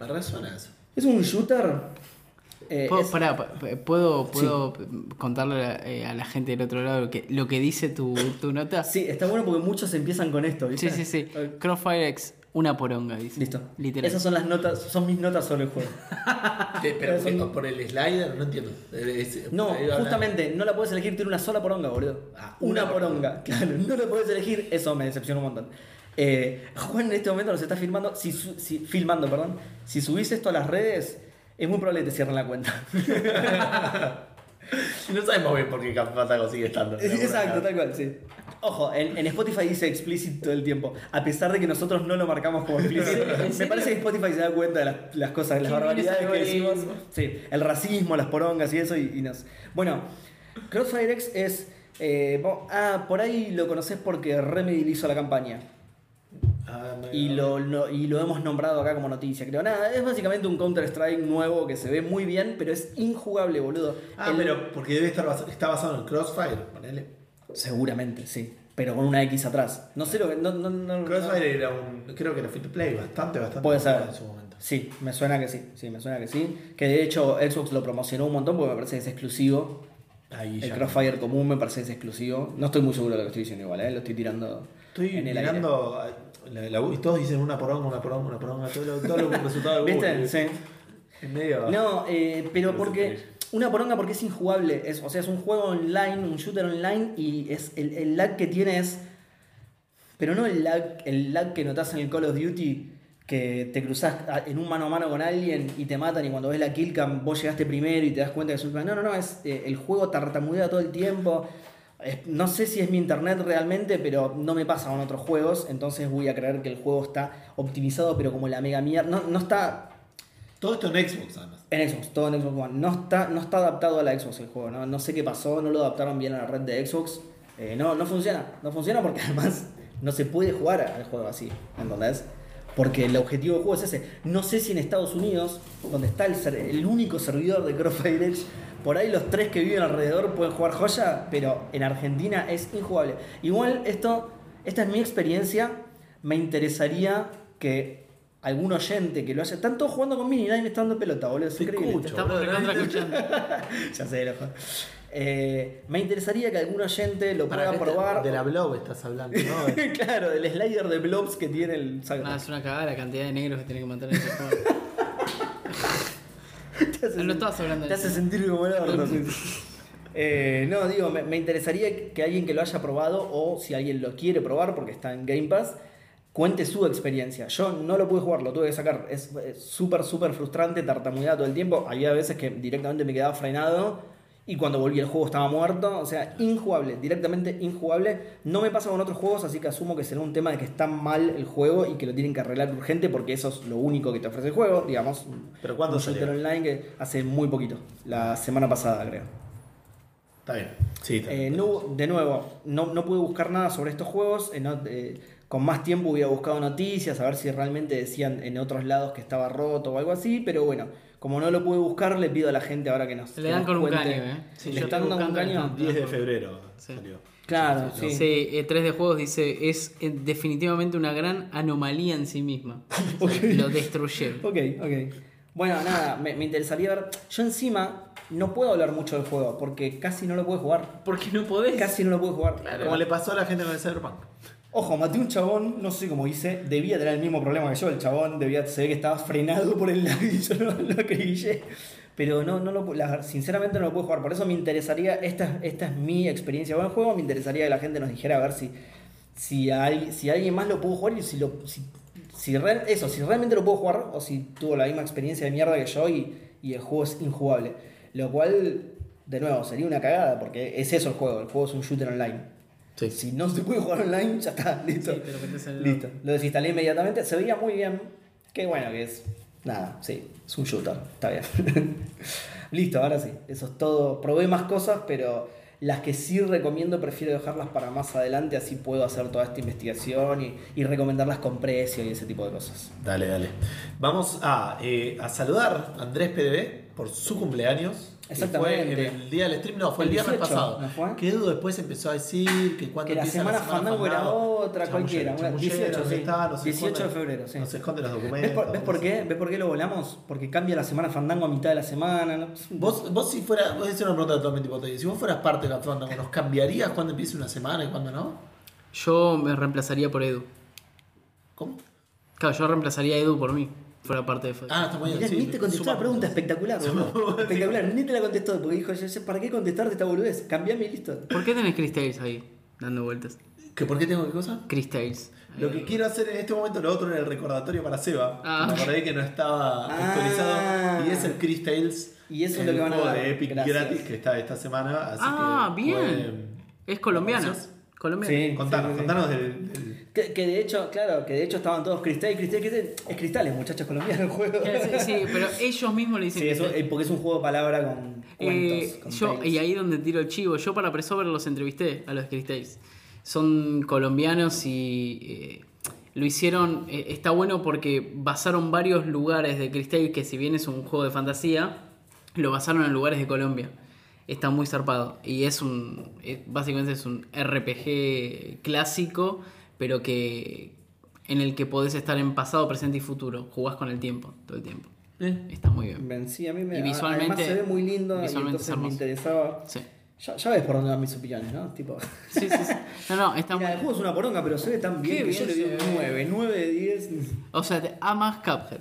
S2: Me resuena eso.
S1: Es un shooter. eh,
S3: ¿Puedo,
S1: es-
S3: pará, pa- pa- ¿puedo, puedo contarle a, eh, a la gente del otro lado lo que, lo que dice tu, tu nota?
S1: Sí, está bueno porque muchos empiezan con esto, ¿viste?
S3: sí, sí. sí. Crossfire X, Una poronga, dice.
S1: Listo.
S3: Literal.
S1: Esas son las notas, son mis notas sobre el juego.
S2: Te- pero
S1: Pero son-
S2: por el slider, no entiendo. Es-
S1: No,
S2: ahí va la-
S1: justamente, no la puedes elegir, tiene una sola poronga, boludo.
S2: Ah,
S1: una,
S2: una
S1: poronga, claro, no la puedes elegir, eso me decepcionó un montón. Eh, Juan en este momento nos está filmando, si, su- si- filmando, perdón. Si subís esto a las redes, es muy probable que te cierren la cuenta.
S2: No sabemos bien por qué Capatago sigue estando.
S1: Es- Exacto, tal cual, sí. Ojo, en, en Spotify dice explícito todo el tiempo, a pesar de que nosotros no lo marcamos como explícito.
S3: ¿En
S1: Me
S3: serio?
S1: parece que Spotify se da cuenta de las, las cosas, las
S3: Qué bien ese
S1: barbaridades que decimos.
S3: algoritmo.
S1: Sí, el racismo, las porongas y eso, y, y nos. Bueno, Crossfire X es. eh, bo- ah, por ahí lo conoces porque Remedy le hizo la campaña.
S2: Ah, me-
S1: Y lo, no- y lo hemos nombrado acá como noticia, creo. Nada, es básicamente un Counter-Strike nuevo que se ve muy bien, pero es injugable, boludo.
S2: Ah,
S1: El-
S2: pero porque debe estar bas- está basado en Crossfire, ponele.
S1: Seguramente, sí. Pero con una X atrás. No sé lo que. No, no, Mm, no,
S2: Crossfire era un. Creo que era free to play, bastante, bastante.
S1: no- Puede ser.
S2: En su momento.
S1: Sí, me suena que sí. Sí, me suena que sí. Que de hecho Xbox lo promocionó un montón porque me parece que es exclusivo.
S2: Ahí
S1: El
S2: ya.
S1: Crossfire común me parece que es exclusivo. No estoy muy seguro de lo que estoy diciendo igual, ¿eh? Lo estoy tirando.
S2: Estoy
S1: en el
S2: mirando. a- la- la- y todos dicen una poronga, una poronga, una poronga. Todo lo, todo lo resultado de
S1: aire.
S2: Google.
S1: ¿Viste? Sí.
S2: En medio.
S1: No, eh, pero
S2: No sé qué
S1: porque.
S2: es.
S1: Una poronga porque es injugable. Es, o sea, es un juego online, un shooter online. Y es el, el lag que tiene es. Pero no el lag, el lag que notas en el Call of Duty. Que te cruzas a- en un mano a mano con alguien y te matan. Y cuando ves la killcam, vos llegaste primero y te das cuenta que es un. No, no, no. Es, eh, el juego tartamudea todo el tiempo. Es- No sé si es mi internet realmente, pero no me pasa con otros juegos. Entonces voy a creer que el juego está optimizado, pero como la mega mierda. No, no está
S2: Todo esto en Xbox, además.
S1: en Xbox, todo en Xbox One. No está, no está adaptado a la Xbox el juego, ¿no? No sé qué pasó, no lo adaptaron bien a la red de Xbox. Eh, no, no funciona. No funciona porque además no se puede jugar al juego así, ¿entendés? Porque el objetivo del juego es ese. No sé si en Estados Unidos, donde está el, ser- el único servidor de Crossfire Edge, por ahí los tres que viven alrededor pueden jugar joya, pero en Argentina es injugable. Igual esto, esta es mi experiencia. Me interesaría que algún oyente que lo haya... Están todos jugando con Mini Nine estando en pelota, boludo. Es
S2: Te
S1: increíble.
S2: escucho.
S3: Estamos
S2: Boludo,
S3: recontra
S2: ¿no?
S3: escuchando.
S1: Ya sé, loco. Eh, me interesaría que algún oyente lo
S2: Para
S1: pueda probar.
S2: De la blog estás hablando, ¿no?
S1: claro, del slider de blobs que tiene el saco.
S3: Ah, es una cagada la cantidad de negros que tiene que matar en este juego.
S1: Te hace
S3: No,
S1: sen-
S3: no estabas hablando de
S1: Te hace
S3: eso.
S1: sentir como el orto, sí, sí. Eh, no, digo, me, me interesaría que alguien que lo haya probado o si alguien lo quiere probar porque está en Game Pass, cuente su experiencia. Yo no lo pude jugar, lo tuve que sacar. Es eh, súper, súper frustrante, tartamudeado todo el tiempo. Había veces que directamente me quedaba frenado y cuando volví el juego estaba muerto. O sea, injugable, directamente injugable. No me pasa con otros juegos, así que asumo que será un tema de que está mal el juego y que lo tienen que arreglar urgente porque eso es lo único que te ofrece el juego, digamos.
S2: Pero ¿cuándo
S1: Un shooter
S2: salió?
S1: online que hace muy poquito, la semana pasada creo.
S2: Está bien. Sí, está
S1: Eh,
S2: bien.
S1: no hubo- de nuevo, no, no pude buscar nada sobre estos juegos. eh, no- eh, con más tiempo hubiera buscado noticias, a ver si realmente decían en otros lados que estaba roto o algo así. Pero bueno, como no lo pude buscar, le pido a la gente ahora que nos.
S3: Se le
S1: que
S3: dan
S1: nos
S3: con un
S1: cuente.
S3: caño, ¿eh? Sí,
S1: le
S3: yo
S1: están
S3: estoy
S1: dando un
S3: buscando
S1: caño.
S3: esto.
S2: 10 de febrero
S3: Sí.
S2: salió.
S1: Claro,
S2: Sí, sí,
S1: sí.
S3: Sí, eh, 3 de juegos dice, es eh, definitivamente una gran anomalía en sí misma.
S1: Ok.
S3: Lo destruyeron.
S1: Ok, ok. Bueno, nada, me, me interesaría ver. Yo encima no puedo hablar mucho del juego porque casi no lo pude jugar.
S3: Porque no podés.
S1: Casi no lo pude jugar.
S2: Como le pasó a la gente con el Cyberpunk.
S1: Ojo, maté un chabón, no sé cómo hice, debía tener el mismo problema que yo, el chabón debía, se ve que estaba frenado por el lag y yo no lo acribillé. Pero no, no lo, pu- la- sinceramente no lo pude jugar, por eso me interesaría, esta, esta es mi experiencia con el juego, me interesaría que la gente nos dijera a ver si, si, hay, si alguien más lo pudo jugar y si lo... Si, si real- eso, si realmente lo puedo jugar o si tuvo la misma experiencia de mierda que yo y, y el juego es injugable. Lo cual, de nuevo, sería una cagada porque es eso el juego, el juego es un shooter online. Si no se puede jugar online, ya está, listo.
S3: Sí, te lo metes en el
S1: listo. Lo desinstalé inmediatamente, se veía muy bien. Qué bueno que es. Nada, sí, es un shooter, está bien. listo, ahora sí, eso es todo. Probé más cosas, pero las que sí recomiendo prefiero dejarlas para más adelante, así puedo hacer toda esta investigación y, y recomendarlas con precio y ese tipo de cosas.
S2: Dale, dale. Vamos a, eh, a saludar a Andrés PDB por su cumpleaños. que
S1: Exactamente.
S2: Fue en el día del stream, no, fue
S1: El
S2: el, viernes
S1: 18,
S2: pasado.
S1: ¿no fue?
S2: Que Edu después empezó a decir que cuando
S1: Que la
S2: empieza
S1: semana Fandango era otra, cualquiera, una- 18, sí. 18 de febrero, sí.
S2: Nos esconden los documentos.
S1: ¿Ves por, ves por qué? ¿Ves por qué lo volamos? Porque cambia la semana Fandango a mitad de la semana. ¿no?
S2: Vos, vos si fuera, vos es una pregunta totalmente hipotética. Si vos fueras parte de la Fandango, ¿nos cambiarías cuando empiece una semana y cuando no?
S3: Yo me reemplazaría por Edu.
S2: ¿Cómo?
S3: Claro, yo reemplazaría a Edu por mí, fuera parte de Fede.
S2: Ah, está muy bien.
S1: Mirá,
S2: sí,
S1: ni te contestó
S2: suma
S1: la pregunta,
S2: puntos.
S1: espectacular, boludo. Espectacular, ni te la contestó, porque dijo, yo sé, ¿para qué contestarte esta boludez? Cambiame y listo.
S3: ¿Por qué tenés Chris Tales ahí, dando vueltas?
S2: ¿Que ¿Por qué tengo qué cosa?
S3: Chris Tales.
S2: Lo que quiero hacer en este momento, lo otro era el recordatorio para Seba.
S3: Ah.
S2: Me acordé que no estaba
S1: Ah.
S2: actualizado. Y es el Chris Tales.
S1: Y eso es
S2: el
S1: lo que van a
S2: juego
S1: ver.
S2: de Epic
S1: Gracias.
S2: gratis que está esta semana. Así
S3: Ah,
S2: que
S3: bien.
S2: pueden-
S3: Es colombiana.
S2: ¿Conoces?
S3: Colombiana.
S1: Sí. sí,
S2: Contanos,
S1: sí.
S2: contanos del. del-
S1: Que, que de hecho, claro, que de hecho estaban todos cristal, cristal, cristal. Es cristales, muchachos colombianos el juego.
S3: Sí, sí, pero ellos mismos le dicen
S1: Sí,
S3: que
S1: eso,
S3: te-
S1: eh, porque es un juego de palabra con cuentos.
S3: Eh,
S1: con
S3: yo,
S1: tales.
S3: y ahí donde tiro el chivo, yo para Presover los entrevisté a los Cristales. Son colombianos y eh, lo hicieron, eh, está bueno porque basaron varios lugares de Cristales, que si bien es un juego de fantasía, lo basaron en lugares de Colombia. Está muy zarpado. Y es un, eh, básicamente es un RPG clásico, pero que en el que podés estar en pasado, presente y futuro. Jugás con el tiempo, todo el tiempo.
S1: Eh.
S3: Está muy bien.
S1: Ven, sí, a mí me,
S3: y visualmente-
S1: además se ve muy lindo y
S3: visualmente
S1: entonces
S3: es
S1: me
S3: hermoso.
S1: interesaba.
S3: Sí.
S1: Ya, ya ves por dónde van mis opiniones, ¿no? Tipo,
S3: Sí, sí, sí. No, no, está
S1: mira,
S3: muy
S1: el juego es una poronga, pero se ve tan bien
S3: Qué
S1: que yo le
S3: bien
S1: doy
S3: se
S1: un
S3: ve.
S1: 9, 9 de 10.
S3: O sea, te amas Cuphead.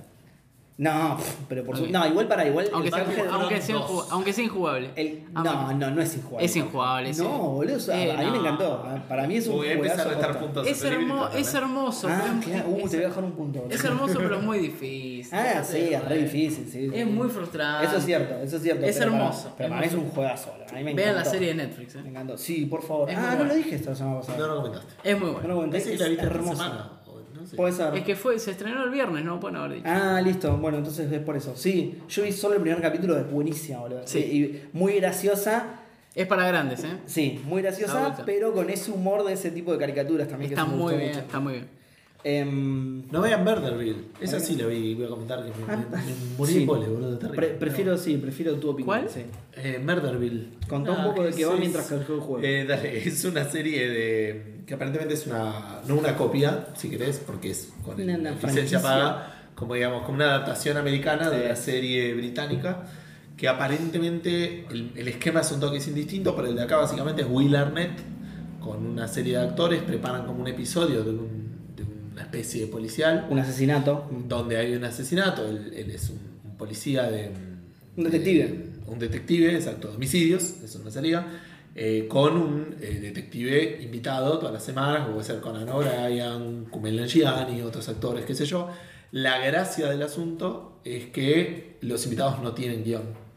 S1: No, pff, pero por
S3: Ok.
S1: su... No, igual para igual.
S3: Aunque
S1: el
S3: sea,
S1: Cuphead-
S3: aunque, sea
S2: dos.
S3: inju- aunque sea injugable.
S1: el- No,
S3: Amas-
S1: no, no es injugable.
S3: Es injugable, sí.
S1: No, boludo, o sea,
S3: Eh,
S1: a mí
S3: no.
S1: me encantó. ah, Para mí es un
S2: Voy a empezar a
S1: juegazo
S2: restar
S1: posta.
S2: puntos.
S3: Es,
S2: Pero
S3: hermo-
S2: libre,
S3: es hermoso.
S1: Ah,
S3: pero es-
S1: claro, uh,
S3: es,
S1: te voy a dejar un punto. boludo.
S3: es hermoso, pero es muy difícil.
S1: Ah, sí, es re difícil, sí.
S3: Es muy frustrante.
S1: Eso es cierto, eso es cierto.
S3: Es
S1: pero para-
S3: hermoso,
S1: pero para mí es un juegazo. boludo. A mí me
S3: Vean la
S1: encantó.
S3: serie de Netflix. eh.
S1: Me encantó. Sí, por favor.
S3: Es muy
S1: ah, no
S3: bueno.
S1: lo dije esta semana pasada.
S2: No lo comentaste.
S3: Es muy
S1: No lo
S3: bueno.
S1: comenté.
S2: Ese
S1: Es
S2: la viste esta
S1: hermoso. Pues-
S2: semana, o no sé.
S1: Puede ser.
S3: Es que fue, se estrenó el viernes, no bueno haber dicho.
S1: Ah, listo. Bueno, entonces es por eso. Sí, yo vi solo el primer capítulo. Es buenísima, boludo.
S3: Sí.
S1: Y, y muy graciosa.
S3: Es para grandes, ¿eh?
S1: Sí, muy
S3: Da
S1: graciosa,
S3: vuelta.
S1: pero con ese humor de ese tipo de caricaturas también.
S3: Está
S1: que eso me
S3: muy
S1: gustó
S3: bien,
S1: mucho.
S3: está muy bien.
S1: Em,
S2: No vean Verderville. Esa sí la vi, voy a comentar que me, me- me morí
S1: Ah, sí.
S2: de pole, boludo. terrible.
S1: pre- prefiero, sí, prefiero tu opinión.
S3: ¿Cuál?
S1: Sí.
S2: Eh, Murderville.
S1: Contá un poco de qué va mientras que el juego juega.
S2: Eh, dale, es una serie de. que aparentemente es una. no una copia, si querés, porque es con el-
S1: Una- una franquicia.
S2: licencia paga, como digamos, como una adaptación americana de la serie británica. Que aparentemente el, el esquema es un toque indistinto, pero el de acá básicamente es Will Arnett con una serie de actores, preparan como un episodio de, un- de una especie de policial
S1: Un asesinato.
S2: donde hay un asesinato. Él, él es un, un policía de.
S1: Un detective.
S2: de- un detective, exacto, de homicidios, eso no salía. eh, con un eh, detective invitado todas las semanas, como puede ser Conan O'Brien, Kumail Nanjiani, otros actores, qué sé yo. La gracia del asunto es que los invitados no tienen guión.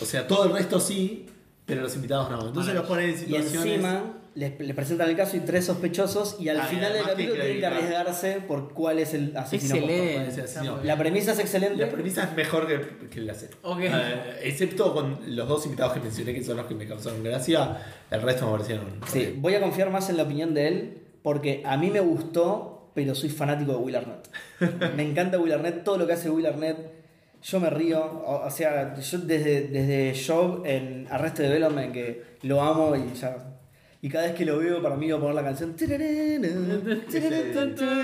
S2: O sea, todo el resto sí, pero los invitados no. Entonces los ponen en
S1: Y
S2: situaciones.
S1: encima les, les presentan el caso y tres sospechosos y al
S2: Ah, y
S1: final del
S2: además
S1: capítulo
S2: tiene que
S1: tienen que
S2: adivinar.
S1: arriesgarse por cuál es el asesino.
S3: Excelente.
S2: puede ser asesino.
S1: La premisa es excelente.
S2: La premisa es mejor que, que la serie.
S3: Ok.
S2: Eh, excepto con los dos invitados que mencioné, que son los que me causaron gracia. El resto me parecieron.
S1: Sí, voy a confiar más en la opinión de él porque a mí me gustó, pero soy fanático de Will Arnett. me encanta Will Arnett, todo lo que hace Will Arnett. Yo me río, o, o sea, yo desde, desde Job en Arrested Development, que lo amo y ya. Y cada vez que lo veo, para mí va a poner la canción.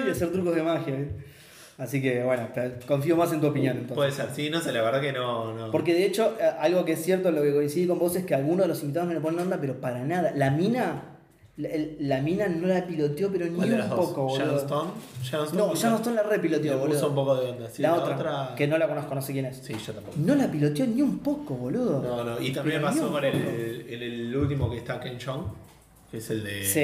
S1: Y hacer trucos de magia. ¿eh? Así que, bueno, te- confío más en tu opinión. Entonces.
S2: Puede ser, sí, no sé, la verdad que no. no.
S1: Porque de hecho, eh, algo que es cierto, lo que coincide con vos es que algunos de los invitados no le ponen onda, pero para nada. La mina, la, el- la mina no la piloteó, pero ni
S2: ¿Cuál de
S1: un
S2: las dos?
S1: poco,
S2: Sharon
S1: boludo.
S2: Stone. Sharon Stone
S1: No,
S2: puso-
S1: Sharon Stone la repiloteó,
S2: le puso un
S1: boludo.
S2: poco de onda. sí,
S1: La otra, que no la conozco, no sé quién es.
S2: Sí, yo tampoco.
S1: No la piloteó ni un poco, boludo.
S2: No, no, y
S1: Pero
S2: también me
S1: ni
S2: pasó
S1: un
S2: con el,
S1: poco.
S2: el, el- el último que está Ken Chong, que es el de.
S1: Sí.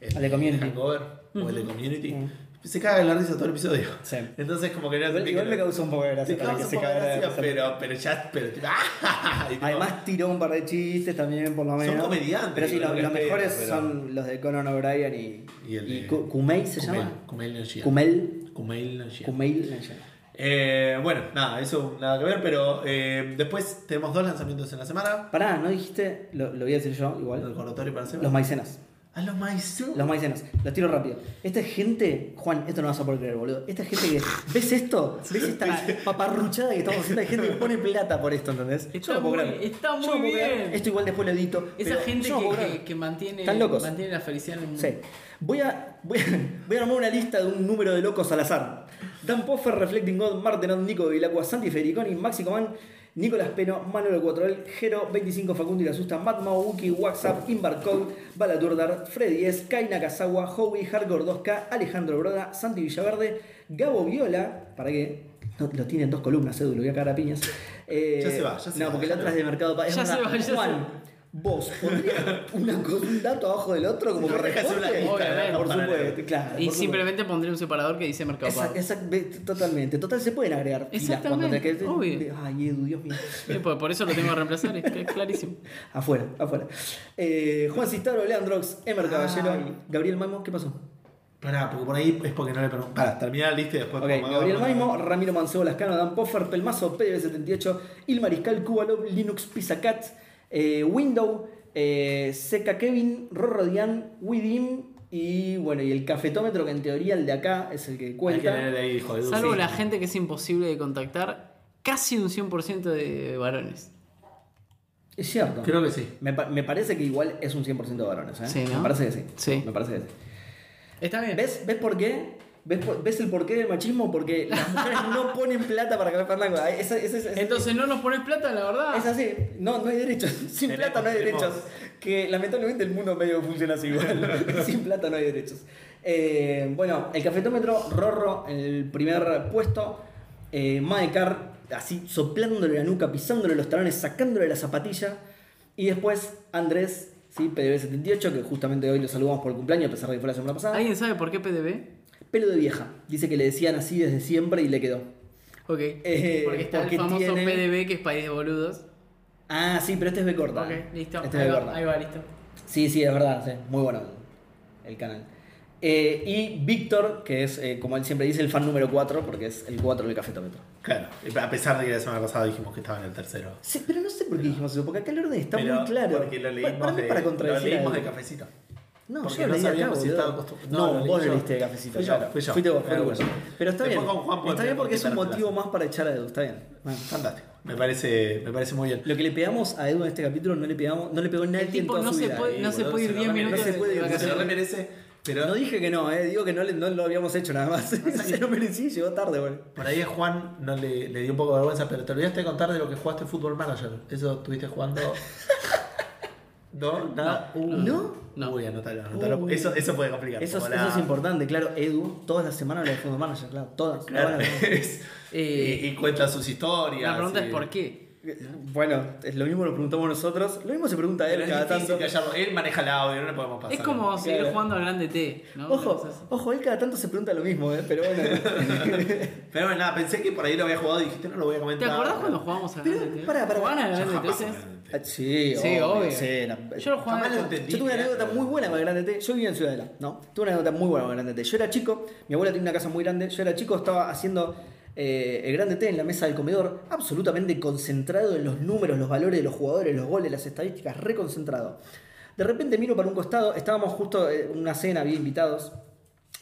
S2: El,
S1: El de Community.
S2: Hangover, o el de Community.
S1: Ujú.
S2: Se caga en la risa todo el episodio.
S1: Sí.
S2: Entonces, como que no
S1: Igual, igual me causó un poco de gracia.
S2: Te
S1: para
S2: causa
S1: que
S2: un
S1: se
S2: poco de
S1: cagara de
S2: gracia,
S1: risa.
S2: pero, pero ya, pero tipo, ¡ah! Y tipo,
S1: Además tiró un par de chistes también, por lo
S2: Son
S1: menos.
S2: comediantes,
S1: Pero sí,
S2: digo,
S1: los,
S2: lo que
S1: los
S2: espero,
S1: mejores
S2: pero-
S1: son los de Conan O'Brien y,
S2: Y el de-
S1: Ku- Kumail se
S2: Kumail,
S1: llama.
S2: Kumail Nanjiani.
S1: Kumail.
S2: Kumail Nanjiani.
S1: Kumail Nanjiani.
S2: Eh, bueno, nada, eso nada que ver, pero eh, después tenemos dos lanzamientos en la semana.
S1: Pará, ¿no dijiste? Lo, lo voy a decir yo
S2: El
S1: igual.
S2: recordatorio para
S1: Los
S2: semana.
S1: maicenas.
S2: Ah, los maizu.
S1: Los maicenas. Los tiro rápido. Esta gente, Juan, esto no vas a poder creer, boludo. Esta gente que. ¿Ves esto? ¿Ves esta paparruchada que estamos haciendo? Hay gente que pone plata por esto, ¿entendés? Yo
S3: Está
S1: no puedo
S3: muy-
S1: creer.
S3: está
S1: Yo no
S3: muy
S1: puedo creer.
S3: bien.
S1: Esto igual después lo edito.
S3: Esa
S1: pero
S3: gente
S1: yo no puedo
S3: que,
S1: creer.
S3: que- que mantiene,
S1: Están locos.
S3: mantiene la felicidad
S2: Mm.
S3: en el mundo.
S1: Sí. Voy a, voy, a, voy a armar una lista de un número de locos al azar. Dan Poffer, Reflecting God, Martenot, Nico Vilacua, Santi Federiconi, Maxi Comán, Nicolás Peno, Manuel Cuatroel, Jero, 25 Facundo y la Susta, Matt Mau, Wookie, WhatsApp, Imbarcog, Balaturdar, Freddy S, Kai Nakazawa, Howie, Hardcore 2K, Alejandro Broda, Santi Villaverde, Gabo Viola, ¿para qué? No, lo tienen dos columnas, Edu, lo voy a cagar a piñas. Eh,
S2: Ya se va, ya se
S1: No,
S2: va,
S1: porque
S2: ya
S1: la otra
S2: lo-
S1: es de mercado. Pa- es
S3: Ya se
S1: una-
S3: va, ya se
S1: Juan,
S3: va.
S1: vos pondrías una co- un dato abajo del otro como
S2: No deja de ser una
S1: corresponde.
S2: lista,
S3: Obviamente.
S2: ¿no?
S1: Por
S2: Para-
S1: supuesto, claro.
S3: Y
S1: por supuesto.
S3: simplemente pondré un separador que dice Mercado
S1: Esa-
S3: Pago.
S1: esa- ve- totalmente, total se pueden agregar filas cuando te
S3: Exactamente, obvio.
S1: Ay, Edu, Dios mío.
S3: Eh, por, por eso lo tengo que reemplazar, es, es clarísimo.
S1: Afuera, afuera. Eh, Juan Cistaro, Leandrox, Emer
S3: Ah.
S1: Caballero,
S2: Ay.
S1: Gabriel Maimo, ¿qué pasó?
S2: Pará, porque por ahí es porque no le pregunto. Pará, termina la lista y después.
S1: Ok,
S2: vamos a-
S1: Gabriel Maimo, Ramiro Mancebo Lascano, Dan Poffer, Pelmazo, PDB78, Il Mariscal, Kubalov, Linux, Pizzacat, eh, Window, eh, Seca Kevin, Rorro Dian, Widim y bueno, y el cafetómetro que en teoría el de acá es el que
S2: Hay que
S1: cuenta.
S2: leer ahí, hijo de Edu,
S3: Salvo
S2: sí.
S3: la gente que es imposible de contactar, casi un 100% de varones.
S1: Es cierto.
S2: Creo que sí.
S1: Me, pa- me parece que igual es un 100% de varones, ¿eh?
S3: Sí, ¿no?
S1: Me parece que sí.
S3: Sí.
S1: Me parece que sí.
S3: Está bien.
S1: ¿Ves, ¿Ves por qué? ¿Ves, por- ves el porqué del machismo? Porque las mujeres no ponen plata para café Fandango. Ay, esa- esa- esa-
S3: Entonces no nos pones plata, la verdad.
S1: Es así, no, no hay derechos. Sin
S2: Tenemos-
S1: plata no hay
S2: tenemos-
S1: derechos. Que lamentablemente el mundo medio funciona así igual. Sin plata no hay derechos. Eh, bueno, el cafetómetro, Rorro en el primer puesto. Eh, Maecar, así soplándole la nuca, pisándole los talones, sacándole la zapatilla. Y después Andrés, ¿sí? PDB78, que justamente hoy lo saludamos por el cumpleaños, a pesar de que fue la semana pasada.
S3: ¿Alguien sabe por qué PDB?
S1: Pelo de vieja. Dice que le decían así desde siempre y le quedó.
S3: Ok.
S1: Eh,
S3: porque está
S1: porque
S3: el famoso
S1: tiene-
S3: PDB que es país de boludos.
S1: Ah, sí, pero este es B corta.
S3: Ok, listo.
S1: Este es
S3: ahí,
S1: B
S3: va,
S1: corta.
S3: ahí va, listo.
S1: Sí, sí, es verdad, sí. muy bueno el, el canal. Eh, y Víctor, que es, eh, como él siempre dice, el fan número 4, porque es el 4 del cafetómetro.
S2: Claro, a pesar de que la semana pasada dijimos que estaba en el tercero.
S1: Sí, pero no sé por qué dijimos eso, porque acá el orden está
S2: Pero
S1: muy claro.
S2: Porque lo
S1: Pa-
S2: leímos,
S1: para mí
S2: de,
S1: es para
S2: lo
S1: contradecir
S2: leímos
S1: a
S2: de
S1: él.
S2: cafecito.
S1: No,
S2: Porque
S1: yo
S2: no
S1: lo leí acá,
S2: sabíamos si
S1: boludo.
S2: estaba acostum- no,
S1: No,
S2: lo leí
S1: vos
S2: yo.
S1: lo leíste de cafecito.
S2: Fui yo,
S1: claro.
S2: fui yo.
S1: Fuiste vos, fue tu
S2: Claro,
S1: culpa.
S2: bueno.
S1: Pero está
S2: Después
S1: bien.
S2: con Juan puedo
S1: está bien
S2: tener
S1: porque es un
S2: contacto.
S1: motivo más para echar a Edu, está bien. Bueno.
S2: Fantástico. Me parece, me parece muy bien.
S1: Lo que le pegamos a Edu en este capítulo no le pegamos, no le pegó nadie
S3: El tipo
S1: en toda
S3: no
S1: su
S3: se
S1: vida.
S3: puede-
S1: eh.
S3: no se
S2: boludo,
S3: puede ir
S2: lo
S3: 10
S2: remerece.
S1: minutos
S2: No se puede
S1: de
S2: ir, se lo
S1: vacaciones.
S2: remerece. Pero
S1: No dije que no, eh. digo que no, le- no lo habíamos hecho nada más. Se lo merecí, llegó tarde, bueno.
S2: por ahí a Juan no le, le dio un poco de vergüenza, pero te olvidaste de contar de lo que jugaste Football Manager. Eso estuviste jugando. ¿No? ¿Nada?
S1: No,
S2: Uh.
S1: no,
S3: no.
S2: Uy, anótalo, anótalo.
S1: Uy.
S2: Eso, eso puede complicar.
S1: Eso, es-
S2: Hola.
S1: eso es importante, claro. Edu, todas las semanas habla de Football Manager, claro. Todas.
S2: Claro,
S1: todas las semanas.
S2: es- y, y cuenta sus historias.
S3: La pregunta
S2: y-
S3: es por qué.
S1: Bueno, es lo mismo lo preguntamos nosotros. Lo mismo se pregunta
S2: Pero
S1: él cada
S2: es difícil
S1: tanto.
S2: callarlo. Él maneja el audio, no le podemos pasar.
S3: Es como seguir
S1: Claro.
S3: jugando al grande T, ¿no?
S1: Ojo,
S3: Entonces,
S1: ojo, él cada tanto se pregunta lo mismo, eh, pero bueno.
S2: Pero bueno, nada, pensé que por ahí lo había jugado y dijiste, no lo voy a
S3: ¿Te
S2: comentar.
S3: acordás cuando jugábamos al
S1: Pero,
S3: grande T?
S1: pará, pará.
S3: ¿Jugaban al grande T
S2: Jamás
S3: ustedes?
S1: Ah, sí,
S3: Sí, obvio.
S1: sí, era-
S3: Yo lo jugaba.
S2: Jamás lo
S3: con-
S2: entendí.
S1: Yo tuve una anécdota muy buena con el Grande T. Yo vivía en Ciudadela, ¿no? Tuve una anécdota muy buena con el Grande T. Yo era chico, mi abuela tenía una casa muy grande. Yo era chico, estaba haciendo eh, el Grande T en la mesa del comedor, absolutamente concentrado en los números, los valores de los jugadores, los goles, las estadísticas, reconcentrado. De repente miro para un costado, estábamos justo eh, en una cena, había invitados.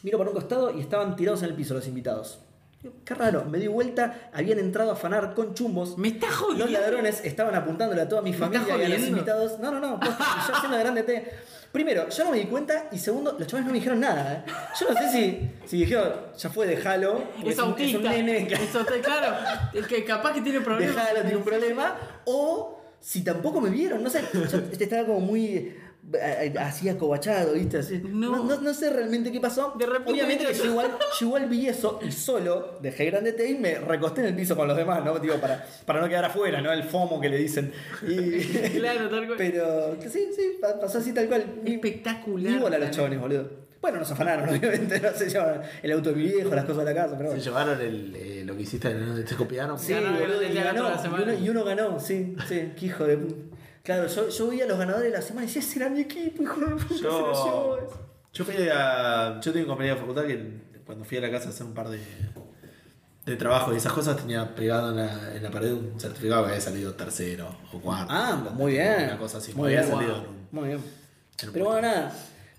S1: Miro para un costado y estaban tirados en el piso los invitados. Digo, Qué raro, me di vuelta, habían entrado a afanar con chumbos.
S3: Me está jodiendo.
S1: Los ladrones estaban apuntándole a toda mi
S3: ¿Me estás
S1: familia y a los
S3: jodiendo?
S1: invitados. No, no, no, posta, yo haciendo grande té. Primero, yo no me di cuenta y segundo, los chavales no me dijeron nada. ¿eh? Yo no sé si, si dijeron, ya fue, dejalo. porque
S3: Es
S1: un-
S3: autista.
S1: Es un nene, claro,
S3: Es autista, claro. El que capaz que tiene problemas.
S1: dejalo, tiene un problema. O si tampoco me vieron, no sé. Yo este, estaba como muy eh, así acobachado, ¿viste? Así.
S3: No.
S1: No, no sé realmente qué pasó.
S3: De repente
S1: Obviamente que
S3: vieron-
S1: yo igual, yo igual vi eso y solo dejé grande té y me recosté en el piso con los demás, ¿no? Digo, para, para no quedar afuera, ¿no? El FOMO que le dicen. Y-
S3: Claro, tal cual.
S1: Pero que sí, sí, pa- pasó así tal cual. Ni-
S3: Espectacular.
S1: Ni bola a los chabones, boludo. Bueno, nos afanaron, obviamente, no se llevaron el auto de mi viejo, las cosas de la casa, pero
S2: Se
S1: bueno.
S2: llevaron el, eh, lo que hiciste en te copiaron.
S1: Sí,
S3: Ganaron el
S1: boludo,
S3: del
S1: y
S3: teatro
S1: ganó,
S3: de la
S1: y
S3: semana.
S1: uno, y uno ganó, sí, sí, qué hijo de puta. Claro, yo, yo veía a los ganadores de la semana y decía, ese era mi equipo, hijo de puta, se lo llevó".
S2: Yo, yo fui a. Yo tenía un compañero de facultad que cuando fui a la casa a hacer un par de. De trabajo y esas cosas tenía pegado en la, en la pared un certificado que había salido tercero o cuarto.
S1: Ah, muy bien.
S2: Una cosa así.
S1: Muy
S2: había
S1: bien.
S2: salido
S3: Wow.
S2: en un-
S1: Muy bien.
S2: Pero
S1: Pero bueno, nada.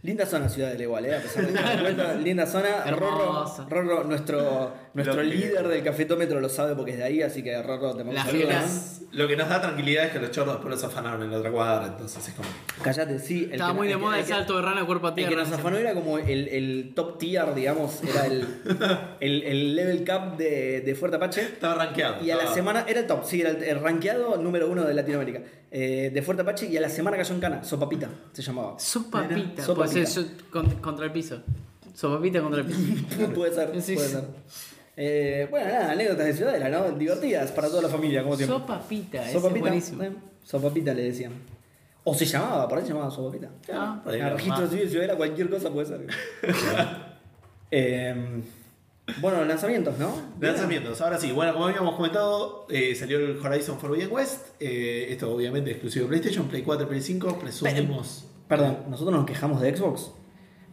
S1: Linda zona Ciudad del Igual, ¿eh? A pesar de que me cuento, linda zona. Rorro,
S3: Hermosa.
S1: Rorro, nuestro, nuestro
S2: Lo que-
S1: líder del cafetómetro lo sabe porque es de ahí, así que Rorro, te mando
S3: Las
S1: un saludo,
S3: giras.
S1: ¿no?
S2: Lo que nos da tranquilidad es que los chorros después los afanaron en la otra cuadra, entonces es como.
S1: Cállate, sí. el
S3: Estaba
S1: que-
S3: muy de
S1: el que-
S3: moda
S1: el
S3: el
S1: que-
S3: salto de rana cuerpo a
S1: El
S3: tierra.
S1: que nos afanó era como el, el top tier, digamos, era el, el, el level cap de, de Fuerte Apache.
S2: Estaba rankeado.
S1: Y a la
S2: estaba-
S1: semana, era el top, sí, era el, el rankeado número uno de Latinoamérica, eh, de Fuerte Apache, y a la semana cayó en cana, Sopapita se llamaba.
S3: Sopapita.
S1: Sopapita.
S3: Pues eso, con- contra el piso. Sopapita contra el piso.
S1: puede ser,
S3: Sí,
S1: puede
S3: sí.
S1: ser. Eh, bueno, nada, anécdotas de Ciudadela, ¿no? Divertidas para toda la familia, como siempre.
S3: Sopapita, ese es
S1: Sopapita,
S3: buenísimo.
S1: ¿eh? Sopapita le decían. O se llamaba, por ahí se llamaba Sopapita.
S3: Ah.
S2: Por ahí
S1: Ah,
S2: era
S1: registro
S2: más.
S1: civil, Ciudadela, cualquier cosa puede ser. Eh, bueno, lanzamientos, ¿no?
S2: Lanzamientos, ahora sí, bueno, como habíamos comentado, eh, salió el Horizon Forbidden West. eh, esto obviamente exclusivo de PlayStation, Play 4, Play 5, presumimos.
S1: Perdón, nosotros nos quejamos de Xbox,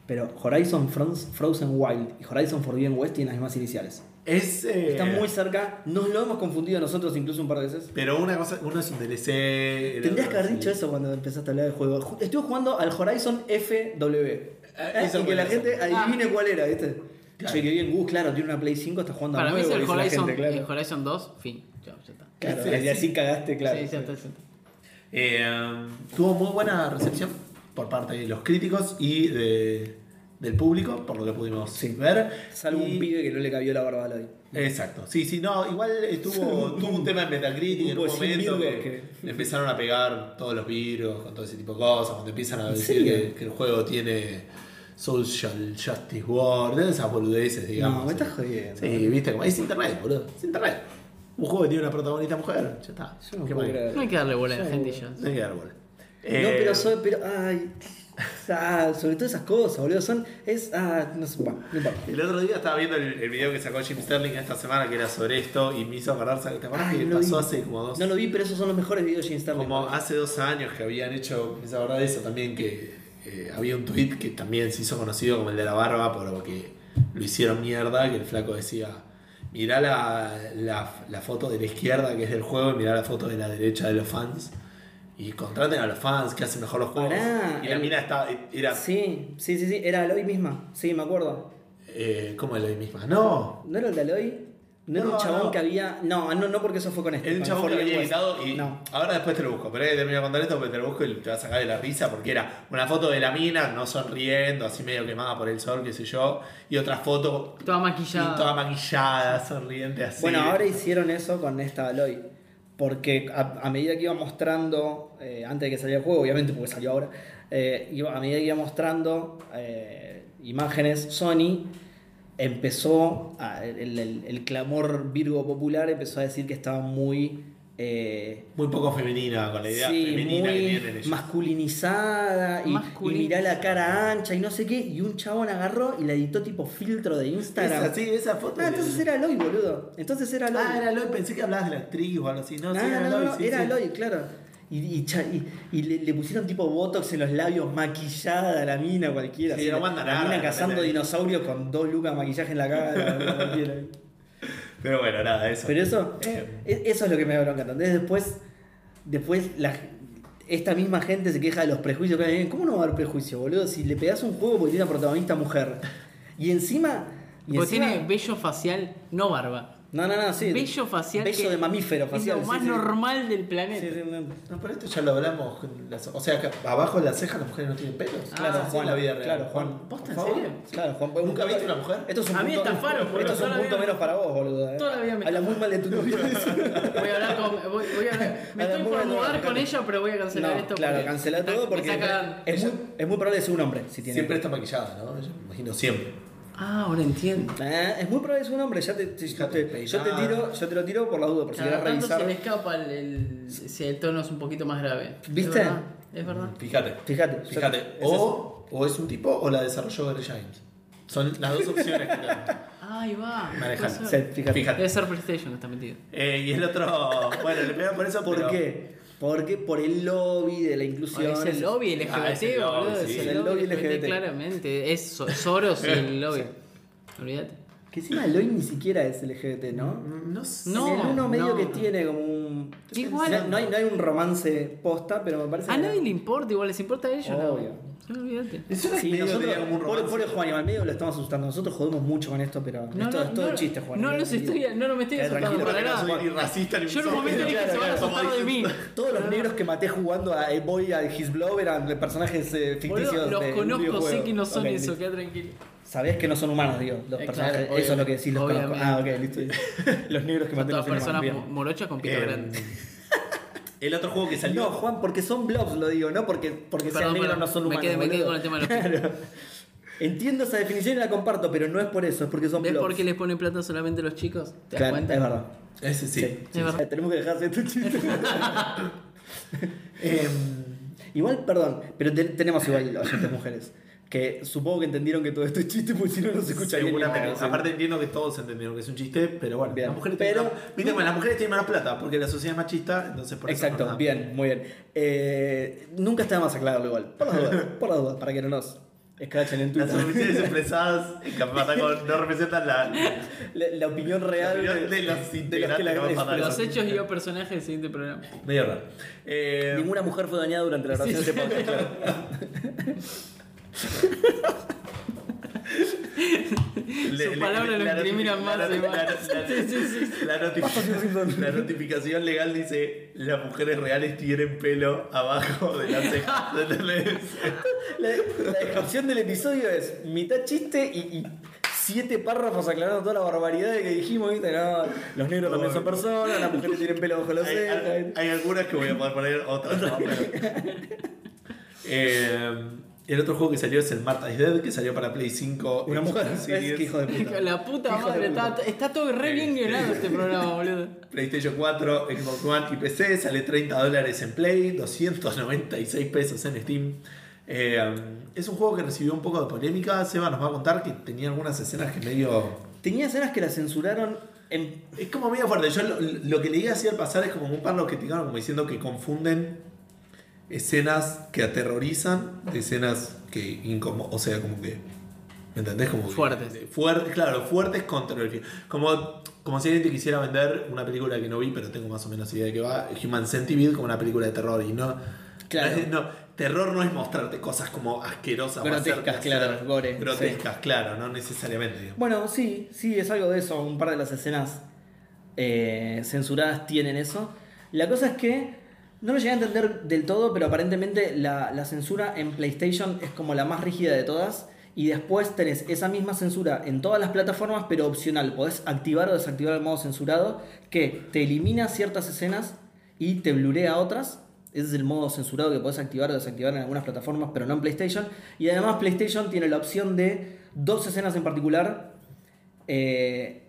S1: pero Horizon Froz- Frozen Wild y Horizon Forbidden West tienen las mismas iniciales.
S2: Es. eh,
S1: Están muy cerca, nos lo hemos confundido nosotros incluso un par de veces.
S2: Pero una cosa, uno es un DLC. el
S1: Tendrías
S2: otro
S1: que haber
S2: es el-
S1: dicho eso cuando empezaste a hablar del juego. Ju- Estuve jugando al Horizon FW. ¿eh?
S2: eso
S1: Y que
S2: fue
S1: la
S2: eso.
S1: gente adivine
S3: Ah.
S1: cuál era, ¿viste?
S2: Claro.
S1: Che, que bien, Gus, claro, tiene una Play 5, está jugando
S3: Para
S1: al
S3: mí es
S1: juego,
S3: el
S1: dice la
S3: Horizon,
S1: gente, claro.
S3: el Horizon 2, fin. Chao, ya está.
S1: Claro,
S2: Sí,
S1: y
S2: sí.
S1: así cagaste, claro.
S3: Sí, ya
S1: sí.
S3: está, ya está.
S2: Eh, tuvo muy buena recepción por parte de los críticos y de- del público, por lo que pudimos
S1: Sí.
S2: ver.
S1: Salvo
S2: Y-
S1: un pibe que no le cabió la barba a Lloyd.
S2: Exacto, sí, sí, no, igual estuvo, tuvo un tema en Metacritic en
S1: grupo
S2: un
S1: de cien
S2: momento
S1: virgos
S2: que
S1: que-
S2: le empezaron a pegar todos los virus, con todo ese tipo de cosas, cuando empiezan a
S1: ¿En
S2: decir
S1: serio?
S2: que, que el juego tiene social justice war, de esas boludeces, digamos.
S1: No, me estás jodiendo.
S2: Sí, viste, como, es internet, boludo, es internet. Un juego que tiene una protagonista mujer, ya está.
S1: Yo no
S2: ¿Qué
S1: puedo
S2: más?
S1: creer.
S3: No hay que darle bola a la gente y ya.
S2: No hay que dar bola.
S1: No,
S2: Eh,
S1: pero soy, pero, ay, ah, sobre todo esas cosas, boludo, son, es, ah, no sé, va, no importa.
S2: El otro día estaba viendo el, el video que sacó Jim Sterling esta semana que era sobre esto y me hizo acordar, ¿te acordás
S1: Ay,
S2: que
S1: no lo
S2: pasó
S1: vi.
S2: hace como dos
S1: No lo vi, pero esos son los mejores videos de Jim Sterling.
S2: Como hace dos años que habían hecho, me hizo acordar de eso también, que eh, había un tweet que también se hizo conocido como el de la barba, porque lo hicieron mierda, que el flaco decía, mirá la, la- la foto de la izquierda que es del juego y mirá la foto de la derecha de los fans. Y contraten a los fans que hacen mejor los juegos.
S1: Pará,
S2: y la
S1: el-
S2: mina estaba, era...
S1: Sí, sí, sí, sí, era Aloy misma, sí, me acuerdo.
S2: Eh, ¿Cómo es la misma? No.
S1: ¿No era el de Aloy? ¿No, era
S2: No,
S1: un chabón
S2: no.
S1: que había...? No, no, no porque eso fue con este.
S2: Es un
S1: con
S2: chabón que lo
S1: Forbidden
S2: había
S1: West.
S2: editado y
S1: No.
S2: ahora después te lo busco. Pero he terminado de contar esto porque te lo busco y te vas a sacar de la risa porque era una foto de la mina, no sonriendo, así medio quemada por el sol, qué sé yo, y otra foto
S3: Toda maquillada.
S2: toda maquillada, sonriente, así.
S1: Bueno, ahora hicieron eso con esta Aloy. Porque a, a medida que iba mostrando, eh, antes de que saliera el juego, obviamente porque salió ahora, eh, iba- a medida que iba mostrando eh, imágenes, Sony empezó, a- el, el- el clamor Virgo popular empezó a decir que estaba muy... eh,
S2: Muy poco femenina, con la idea
S1: sí,
S2: femenina que tienen
S1: muy
S2: ellos.
S1: masculinizada y, y
S3: Masculinizada.
S1: mirá la cara ancha y no sé qué. Y un chabón agarró y la editó tipo filtro de Instagram.
S2: Esa, sí, esa foto.
S1: Ah, entonces era Aloy, boludo. Entonces era Aloy.
S2: Ah, era Lloyd, pensé que hablabas de la actriz o algo así. No,
S1: No,
S2: sí, era
S1: no, no,
S2: Lloyd,
S1: no,
S2: sí,
S1: era
S2: sí.
S1: Aloy, claro. Y, y cha- y- y le, le pusieron tipo botox en los labios, maquillada a la mina cualquiera.
S2: Sí,
S1: así,
S2: no
S1: la-
S2: aguanta
S1: la
S2: nada,
S1: mina
S2: la
S1: cazando
S2: neta.
S1: dinosaurios con dos lucas de maquillaje en la cara. cualquiera.
S2: Pero bueno, nada, eso.
S1: Pero eso,
S2: Eh.
S1: e- eso es lo que me da bronca. ¿entendés? Después, después la, esta misma gente se queja de los prejuicios que hay. Eh, ¿Cómo no va a haber prejuicio, boludo? Si le pegás un juego porque tiene una protagonista mujer. Y encima. Y
S3: Porque
S1: encima-
S3: tiene vello facial, no barba.
S1: No, no, no, sí.
S3: Vello facial.
S1: Bello
S3: que
S1: de mamífero
S3: es
S1: facial.
S3: lo
S1: sí,
S3: más
S1: sí.
S3: normal del
S1: Sí,
S3: planeta.
S1: sí, no.
S2: No, pero esto ya lo hablamos. con las- o sea, que abajo de las cejas las mujeres no tienen pelos.
S3: Ah,
S1: Claro,
S2: Así
S1: Juan,
S2: en la vida real.
S1: claro, Juan.
S2: ¿Posta,
S3: ¿En
S2: en serio?
S3: serio?
S1: Claro, Juan, pues,
S2: ¿Nunca viste una mujer?
S1: Esto es un
S3: A mí
S1: punto,
S3: estafaron, boludo,
S1: esto es un
S3: toda la
S1: punto
S3: vida.
S1: menos para vos, boludo. eh.
S3: Toda la vida me
S1: Habla muy mal de tu novio.
S3: Voy a hablar con. Voy, voy a hablar- me
S1: A la
S3: estoy
S1: mujer
S3: por
S1: no,
S3: mudar
S1: no,
S3: con
S1: no.
S3: ella, pero voy a cancelar
S1: No,
S3: esto.
S1: claro,
S3: porque
S1: cancela
S3: está-
S1: todo
S3: me
S1: porque
S3: está cagando.
S1: es muy, es muy probable que sea un hombre si tiene.
S2: Siempre está maquillada, ¿no? Yo me imagino siempre.
S3: Ah, ahora entiendo.
S1: Eh, es muy probable que sea un hombre, ya te, te-
S2: Fíjate,
S1: te- yo te
S2: peinado.
S1: tiro, yo te lo tiro por la duda, por si querés
S3: Cada tanto se le
S1: revisar.
S3: escapa el, el- si el tono es un poquito más grave. Es
S1: ¿Viste?
S3: verdad, Es verdad.
S2: Fíjate.
S1: Fíjate, yo-
S2: Fíjate.
S1: es
S2: o, o es un tipo o la desarrolló Gary Giant. Son las dos opciones que tengo.
S3: Ah, Ahí va.
S2: Manejala.
S3: puede
S1: Sí,
S3: ser.
S1: fíjate.
S3: Debe ser PlayStation que está metido.
S2: Eh, y el otro. Bueno, le pegan por eso
S1: ¿Por
S2: pero-
S1: qué? Porque por el lobby de la inclusión.
S3: es el lobby LGBT,
S2: Ah, es el lobby,
S3: boludo.
S2: sí.
S3: Es
S1: Es el lobby LGBT.
S3: Claramente. Es So- Soros y el lobby. Olvídate.
S1: Que encima el lobby ni siquiera es LGBT, ¿no?
S2: No sé.
S3: No.
S1: el uno medio
S3: no.
S1: que tiene como un.
S3: Igual- Ah,
S1: No, no hay, no hay un romance posta, pero me parece.
S3: A
S1: que-
S3: nadie le importa, igual les importa a ellos.
S1: Obvio.
S3: No, No, olvídate.
S2: Es una
S1: Sí,
S2: medio
S1: nosotros,
S2: tenía como un
S1: pobre,
S2: romance.
S1: pobre Juan, al medio lo estamos asustando. Nosotros jodemos mucho con esto, pero
S3: No,
S1: es todo,
S3: no,
S1: es todo
S3: no,
S1: chiste, Juan.
S3: no los estoy, no, no me estoy
S1: Eh,
S3: asustando
S1: tranquilo,
S3: para
S2: Porque no
S3: nada.
S2: soy ni racista ni
S3: Yo en un
S2: misógino.
S3: momento dije
S1: Claro,
S3: se van a
S1: claro,
S3: asustar de mí.
S1: Todos los negros que maté jugando a A Boy, a His Blob eran de personajes eh, ficticios.
S3: Boludo, los
S1: de un
S3: conozco, sé
S1: videojuego.
S3: que no son
S1: Ok,
S3: eso,
S1: listo.
S3: queda tranquilo.
S1: Sabés que no son humanos, digo, los
S3: Eh,
S1: personajes.
S3: claro,
S1: eso es lo que
S3: obviamente,
S1: decís, los conozco. Ah, ok, listo. los negros que
S3: Son
S1: maté no
S3: todas
S1: son humanos.
S3: personas mo-
S1: bien.
S3: morochas con pito
S2: Eh,
S3: grande.
S2: El otro juego que salió.
S1: No, Juan, porque son blobs, lo digo, no porque, porque sean
S3: Perdón,
S1: negros
S3: perdón,
S1: no son
S3: me
S1: humanos.
S3: quedé- me quedé
S1: boludo.
S3: con el tema de los
S1: Claro. Entiendo esa definición y la comparto, pero no es por eso, es porque son
S3: ¿Ves
S1: blogs.
S3: por qué les ponen plata solamente los chicos? ¿Te das
S1: Claro,
S3: cuenta?
S1: es verdad.
S2: Ese sí.
S1: Sí, sí,
S3: verdad.
S1: sí. Tenemos que dejar de hacer estos chistes. Em, igual, perdón, pero te- tenemos igual oyentes mujeres. Que supongo que entendieron que todo esto es chiste porque si no, no se escucha bien.
S2: Seguramente.
S1: nada, sí.
S2: Aparte entiendo que todos entendieron que es un chiste, pero bueno,
S1: Bien.
S2: las mujeres
S1: Pero-
S2: tienen más, viste, bueno, las mujeres tienen más plata porque la sociedad es machista, entonces por eso
S1: Exacto,
S2: no nos dan.
S1: bien, muy bien. Eh, nunca está de más aclararlo igual. Por las dudas, por las dudas, para que no nos escrachen en
S2: Las
S1: Twitter.
S2: opiniones expresadas en Café Pataco no representan la,
S1: La, la opinión real
S2: La opinión de los integrantes que van a pagar
S3: Los
S2: eso.
S3: hechos y yo personajes del siguiente programa.
S2: Medio raro. Eh,
S1: Ninguna mujer fue dañada durante la grabación de este podcast, claro.
S2: le- le-
S3: palabras lo
S2: la noti-
S3: incriminan
S2: la
S3: más,
S2: noti-
S3: Iván.
S2: la- la-
S3: Sí, sí,
S2: la notific- La notificación legal dice: Las mujeres reales tienen pelo abajo de la ceja. ¿entendés?
S1: La, la descripción del episodio es mitad chiste y, y siete párrafos aclarando toda la barbaridad que dijimos, ¿viste? No, los negros también son personas, las mujeres tienen pelo bajo los
S2: hay, hay-
S1: cejas.
S2: hay algunas que voy a poder poner, otras no. pero- Eh, el otro juego que salió es el Marta is Dead, que salió para Play 5.
S1: Una mujer,
S2: Xbox
S1: es que
S2: Series,
S1: hijo de puta.
S3: La puta
S1: Hijo de
S3: madre,
S1: puta.
S3: está, está todo re bien guionado este programa, boludo.
S2: PlayStation 4, Xbox One y PC. Sale 30 dólares en Play, 296 pesos en Steam. Eh, es un juego que recibió un poco de polémica. Seba nos va a contar que tenía algunas escenas que medio.
S1: Tenía escenas que la censuraron en.
S2: Es como medio fuerte. Yo lo, lo que leí así al pasar es como un par los que criticaron como diciendo que confunden escenas que aterrorizan, de escenas que incomodan. O sea, como que. ¿Me entendés? Como que-
S3: Fuertes.
S2: fuer- claro, fuertes contra el fin. Como, como si alguien te quisiera vender una película que no vi, pero tengo más o menos idea de qué va. Human Centipede como una película de terror. Y no.
S1: Claro.
S2: no es- No, terror no es mostrarte cosas como asquerosas. o
S1: Grotescas,
S2: hacerte
S1: claro,
S2: hacer-
S1: gore,
S2: Grotescas, claro, no necesariamente. digamos.
S1: Bueno, sí, sí, es algo de eso. Un par de las escenas eh, censuradas tienen eso. La cosa es que. No lo llegué a entender del todo, pero aparentemente la, la censura en PlayStation es como la más rígida de todas. Y después tenés esa misma censura en todas las plataformas, pero opcional. Podés activar o desactivar el modo censurado, que te elimina ciertas escenas y te blurea otras. Ese es el modo censurado que podés activar o desactivar en algunas plataformas, pero no en PlayStation. Y además PlayStation tiene la opción de dos escenas en particular eh,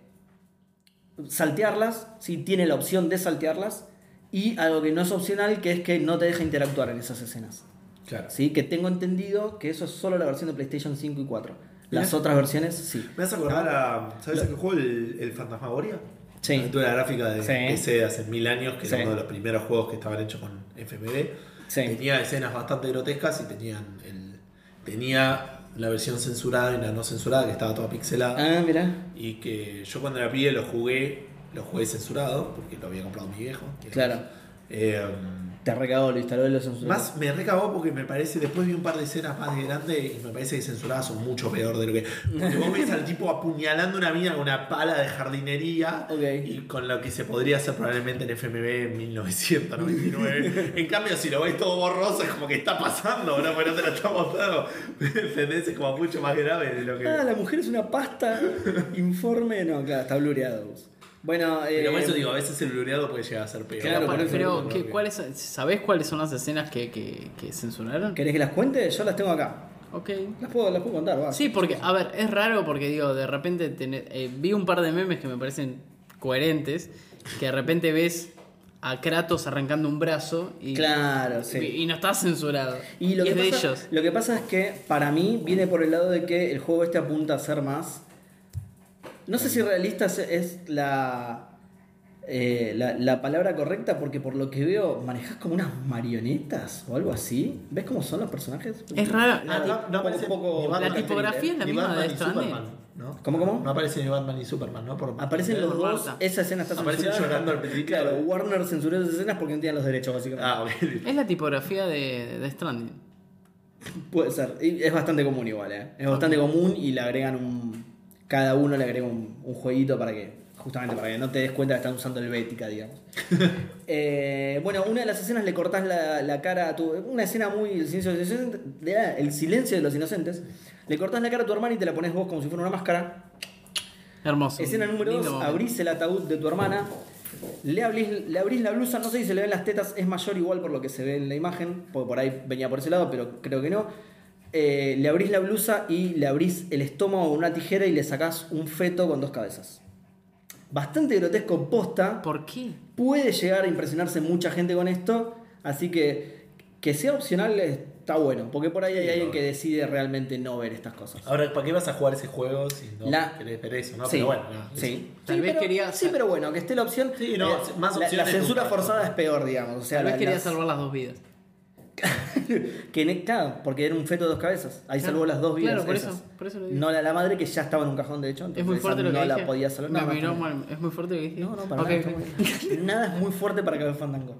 S1: saltearlas, si tiene la opción de saltearlas, y algo que no es opcional, que es que no te deja interactuar en esas escenas.
S2: Claro.
S1: ¿sí? Que tengo entendido que eso es solo la versión de PlayStation 5 y 4. Las
S2: Mirá.
S1: otras versiones, sí.
S2: Me hace acordar a. ¿Sabes a qué juego? El, el Fantasmagoria.
S1: Sí.
S2: La aventura gráfica de
S1: Sí.
S2: PC de hace mil años, que
S1: Sí.
S2: era uno de los primeros juegos que estaban hechos con FMD.
S1: Sí.
S2: Tenía escenas bastante grotescas y tenían el, tenía la versión censurada y la no censurada, que estaba toda pixelada.
S1: Ah, mira.
S2: Y que yo cuando era pibe lo jugué, lo jugué censurado, porque lo había comprado mi viejo.
S1: Claro.
S2: Eh,
S1: Te recagó, lo instaló y lo censuró.
S2: más me recagó porque me parece, después vi un par de escenas más de grande y me parece que censuradas son mucho peor de lo que. Porque vos ves al tipo apuñalando una mina con una pala de jardinería
S1: Ok.
S2: y con lo que se podría hacer probablemente en FMB en 1999. en cambio, si lo ves todo borroso, es como que está pasando, bro, pero no te lo está mostrando. ¿Entendés? Es como mucho más grave de lo que.
S1: Ah, la mujer es una pasta. Informe. No, claro, está blureado. Bueno, eh,
S2: pero por eso digo, a veces el blureado puede llegar a ser peor.
S1: Claro,
S3: Bueno,
S1: por
S3: pero,
S1: ejemplo,
S3: ¿qué- cuáles son- ¿sabés cuáles son las escenas que, que- que censuraron?
S1: ¿Querés que las cuente? Yo las tengo acá.
S3: Ok.
S1: Las puedo, las puedo contar, va.
S3: Sí, porque, a ver, es raro porque digo, de repente tenés- eh, vi un par de memes que me parecen coherentes, que de repente ves a Kratos arrancando un brazo y,
S1: Claro, sí.
S3: y, y no está censurado.
S1: Y lo,
S3: es
S1: que
S3: de
S1: pasa,
S3: ellos.
S1: lo que pasa es que para mí viene por el lado de que el juego este apunta a ser más. No sé si realista es, es la, eh, la la palabra correcta, porque por lo que veo, manejas como unas marionetas o algo así. ¿Ves cómo son los personajes?
S3: Es raro.
S2: Ah, No, no, no aparece
S1: Poco- poco-
S2: ni Batman
S1: la
S2: ni
S3: tipografía es la
S2: ni
S3: misma
S2: Batman
S3: de
S2: ni
S3: Stranded.
S2: Superman, ¿no?
S1: ¿Cómo, cómo?
S2: No aparece ni Batman ni Superman, ¿no? Por-
S1: Aparecen los dos,
S3: Marta.
S1: esa escena está
S2: Aparecen
S1: censurada.
S2: llorando al principio.
S1: Claro, Warner censuró esas escenas porque no tenían los derechos, básicamente.
S2: Ah, ok.
S3: Es la tipografía de, de Stranding.
S1: Puede ser. Y Es bastante común igual, ¿eh? Es bastante común y le agregan un. Cada uno le agrega un, un jueguito para que. Justamente para que no te des cuenta que están usando Helvética, digamos. Eh, bueno, una de las escenas le cortás la, la cara a tu. Una escena muy. El silencio, de los inocentes- de- ah, el silencio de los inocentes. Le cortás la cara a tu hermana y te la pones vos como si fuera una máscara.
S3: Hermoso.
S1: Escena número
S3: Lindo
S1: 2,
S3: momento.
S1: abrís el ataúd de tu hermana, le abrís, le abrís la blusa, no sé si se le ven las tetas, es mayor igual por lo que se ve en la imagen, porque por ahí venía por ese lado, pero creo que no. eh, le abrís la blusa y le abrís el estómago con una tijera y le sacás un feto con dos cabezas. Bastante grotesco posta.
S3: ¿Por qué?
S1: Puede llegar a impresionarse mucha gente con esto, así que que sea opcional está bueno, porque por ahí hay
S2: Sí,
S1: alguien
S2: no.
S1: que decide realmente no ver estas cosas.
S2: Ahora, ¿para qué vas a jugar ese juego si no
S1: La-
S2: querés ver eso? ¿no?
S1: sí,
S2: Pero bueno, nada,
S1: sí.
S2: eso.
S3: Tal
S1: Sí,
S3: vez
S1: pero,
S3: quería-
S1: sí, pero bueno, que esté la opción. eh,
S2: Sí, no, más
S1: la- la,
S2: opciones
S1: censura
S2: nunca.
S1: forzada es peor, digamos. O sea,
S3: Tal vez
S1: la-
S3: quería
S1: las-
S3: salvar las dos vidas.
S1: que ne- claro, porque era un feto de dos cabezas. Ahí
S3: Claro,
S1: salvó las dos vidas.
S3: claro, por
S1: esas.
S3: eso, por eso lo digo.
S1: No la, la madre que ya estaba en un cajón, de hecho.
S3: Es muy
S1: entonces
S3: fuerte
S1: esa
S3: lo que
S1: no
S3: dije.
S1: la podía salvar.
S3: Me
S1: No,
S3: miró
S1: bastante.
S3: mal. Es muy fuerte lo que dije.
S1: No, no, para
S3: Ok,
S1: nada.
S3: ok.
S1: está muy bien. Nada es muy fuerte para Café Fandango.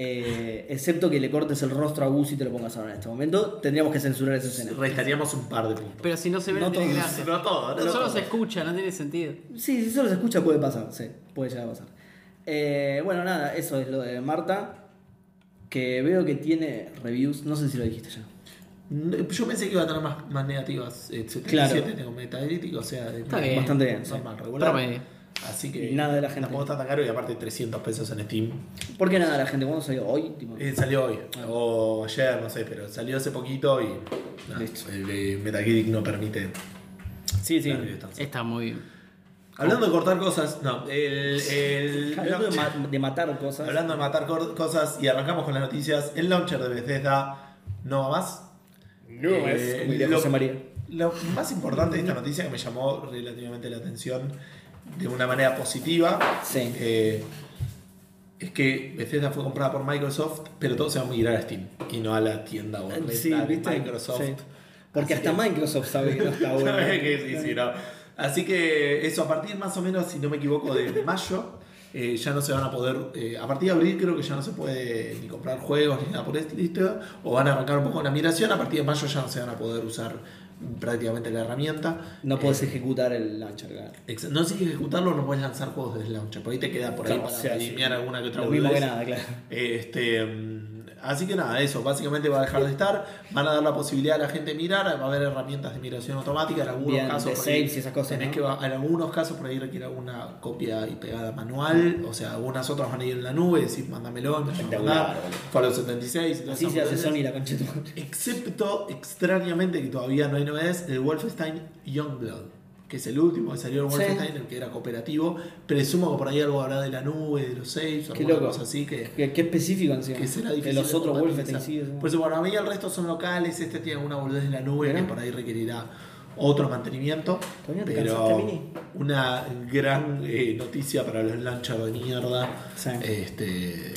S1: Eh, excepto que le cortes el rostro a Gus y te lo pongas ahora en este momento. Tendríamos que censurar esa escena.
S2: Restaríamos un par de puntos.
S3: Pero si no se ve, no,
S1: No
S3: tiene
S1: todos,
S3: gracia.
S2: no todo, no
S3: Solo
S2: todo.
S3: se escucha, no tiene sentido.
S1: Sí, si solo se escucha puede pasar, sí, puede llegar a pasar. Eh, bueno, nada, eso es lo de Marta. Que veo que tiene reviews, no sé si lo dijiste ya.
S2: No, Yo pensé que iba a tener más, más negativas. eh, 77
S1: Claro.
S2: tengo Metacritic, o sea, eh,
S3: Está bien.
S1: Bastante bien. sí.
S2: normal, regular.
S3: Promedio.
S2: Así que
S1: Y nada de la gente.
S2: Tampoco está tan caro y aparte 300 pesos en Steam.
S1: ¿Por qué nada la gente? ¿Cuándo salió? ¿Hoy? Tipo,
S2: Eh, salió hoy, o ayer, no sé, pero salió hace poquito y. nada,
S1: Listo.
S2: el, eh, Metacritic no permite.
S1: sí, sí.
S2: la distancia.
S3: Está muy bien.
S2: Hablando de cortar cosas, no. El, el
S1: Hablando de,
S2: launcher-
S1: ma- de matar cosas.
S2: hablando de matar cor- cosas y arrancamos con las noticias, el launcher de Bethesda no va más.
S1: No,
S2: Eh,
S1: es como diría
S2: lo-
S1: José María.
S2: Lo más importante de esta noticia que me llamó relativamente la atención de una manera positiva
S1: Sí.
S2: eh, es que Bethesda fue comprada por Microsoft, pero todo se va a migrar a Steam y no a la tienda o
S1: Eh, Sí, ¿viste?
S2: Microsoft.
S1: Sí. Porque
S2: Así
S1: hasta
S2: que-
S1: Microsoft sabe que no está Ah, bueno.
S2: Sabe que sí, sí, no. Así que eso, a partir más o menos, si no me equivoco, de mayo, eh, ya no se van a poder, eh, a partir de abril creo que ya no se puede ni comprar juegos ni nada por este listo, o van a arrancar un poco la migración, a partir de mayo ya no se van a poder usar prácticamente la herramienta.
S1: No puedes
S2: Eh,
S1: ejecutar el launcher, claro.
S2: ex- no sé si ejecutarlo, no puedes lanzar juegos desde el launcher, por ahí te queda por ahí
S1: Claro,
S2: para
S1: o sea, sí.
S2: alinear alguna que otra
S1: Lo mismo que
S2: boludez.
S1: nada, claro.
S2: Este, mm, así que nada, eso, básicamente va a dejar de estar, van a dar la posibilidad a la gente de mirar, va a haber herramientas de migración automática, en algunos
S1: Bien,
S2: casos
S1: de
S2: por ahí
S1: saves y esas cosas,
S2: tenés
S1: ¿no?
S2: que va- en algunos casos por ahí requiere alguna copia y pegada manual, o sea, algunas otras van a ir en la nube, decís mándamelo, me lo
S1: Espectacular,
S2: mandar, Fallout 76, y todas
S1: Así
S2: esas
S1: se hace
S2: boludeces.
S1: Sony la concha de tu madre.
S2: Excepto, extrañamente, que todavía no hay novedades, el Wolfenstein Youngblood, que es el último que salió el
S1: Sí.
S2: Wolfenstein, el que era cooperativo. Presumo que por ahí algo habrá de la nube, de los saves, alguna
S1: loco.
S2: cosa así que,
S1: Qué, qué específico encima.
S2: que será
S1: De
S2: difícil.
S1: los
S2: de
S1: otros Wolfenstein,
S2: compatibilizar.
S1: sí. eso.
S2: Por eso, bueno, a mí el resto son locales, este tiene alguna boludez de la nube
S1: Mirá.
S2: que por ahí requerirá otro mantenimiento.
S1: Todavía no te
S2: Pero
S1: cansaste, Mini.
S2: una gran eh, noticia para los lanchas de mierda.
S1: Sí.
S2: Este,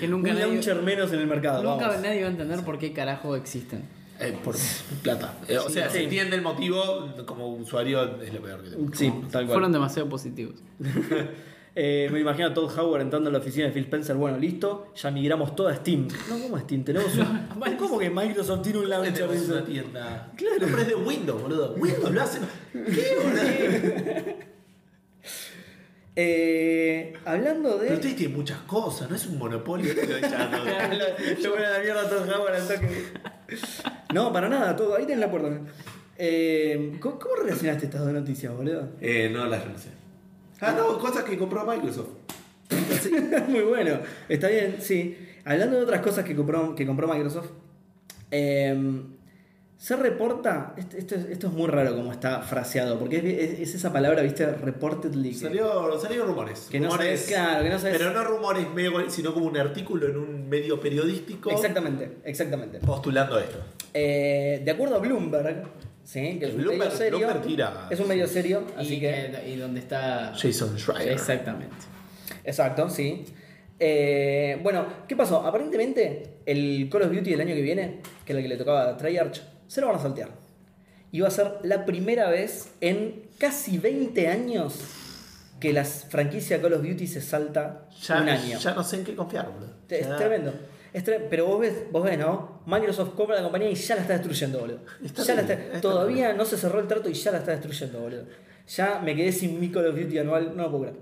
S3: Que nunca
S1: un
S3: nadie,
S1: launcher menos en el mercado.
S3: nunca
S1: vamos.
S3: nadie va a entender por qué carajo existen.
S2: Eh, por plata. Eh, o
S1: Sí,
S2: sea,
S1: sí.
S2: se entiende el motivo, como usuario es lo peor que tengo.
S1: Sí, tal cual.
S3: Fueron demasiado positivos.
S1: Eh, me imagino a Todd Howard entrando a la oficina de Phil Spencer. Bueno, listo, ya migramos toda a Steam. No, ¿cómo Steam? Tenemos un- ¿Cómo que Microsoft tiene un launcher?
S2: Tenemos
S1: de
S2: Este una
S1: eso?
S2: tienda. Claro. Pero es de Windows, boludo. Windows lo hacen. ¿Qué, boludo?
S1: Eh, hablando
S2: Pero
S1: de.
S2: ustedes tienen muchas cosas, no es un monopolio. esto de chato.
S1: Yo voy a la mierda a Todd Howard al toque. No, para nada, todo. Ahí tenés la puerta. Eh, ¿cómo, cómo relacionaste estas dos noticias, boludo?
S2: eh, no las renuncié. Ah, no, cosas que compró Microsoft.
S1: Muy bueno, está bien, sí. Hablando de otras cosas que compró, que compró Microsoft, eh, se reporta. est- Esto, es- esto es muy raro como está fraseado, porque es, es- es esa palabra, viste, reportedly. que-
S2: Salió, salieron rumores.
S1: Que no
S2: rumores
S1: sabes, claro, que no sabes.
S2: Pero no rumores, medio, sino como un artículo en un medio periodístico
S1: Exactamente, exactamente.
S2: postulando esto.
S1: Eh, de acuerdo a Bloomberg, ¿sí? que es un
S2: Bloomberg-
S1: medio serio.
S2: Bloomberg tira.
S1: Es un medio serio, así
S3: y,
S1: que.
S3: y donde está.
S2: Jason Schreier.
S3: Exactamente.
S1: Exacto, sí. Eh, bueno, ¿qué pasó? Aparentemente, el Call of Duty del año que viene, que es el que le tocaba a Treyarch, se lo van a saltear. Y va a ser la primera vez en casi 20 años que la franquicia Call of Duty se salta
S2: Ya,
S1: un año.
S2: ya no sé en qué confiar, boludo.
S1: Es
S2: Ya-
S1: tremendo. Es tre- Pero vos ves, vos ves, ¿no? Microsoft compra la compañía y ya la está destruyendo, boludo.
S2: Está
S1: ya la
S2: bien,
S1: está-
S2: está
S1: Todavía no se cerró el trato y ya la está destruyendo, boludo. Ya me quedé sin mi Call of Duty anual, no lo puedo creer.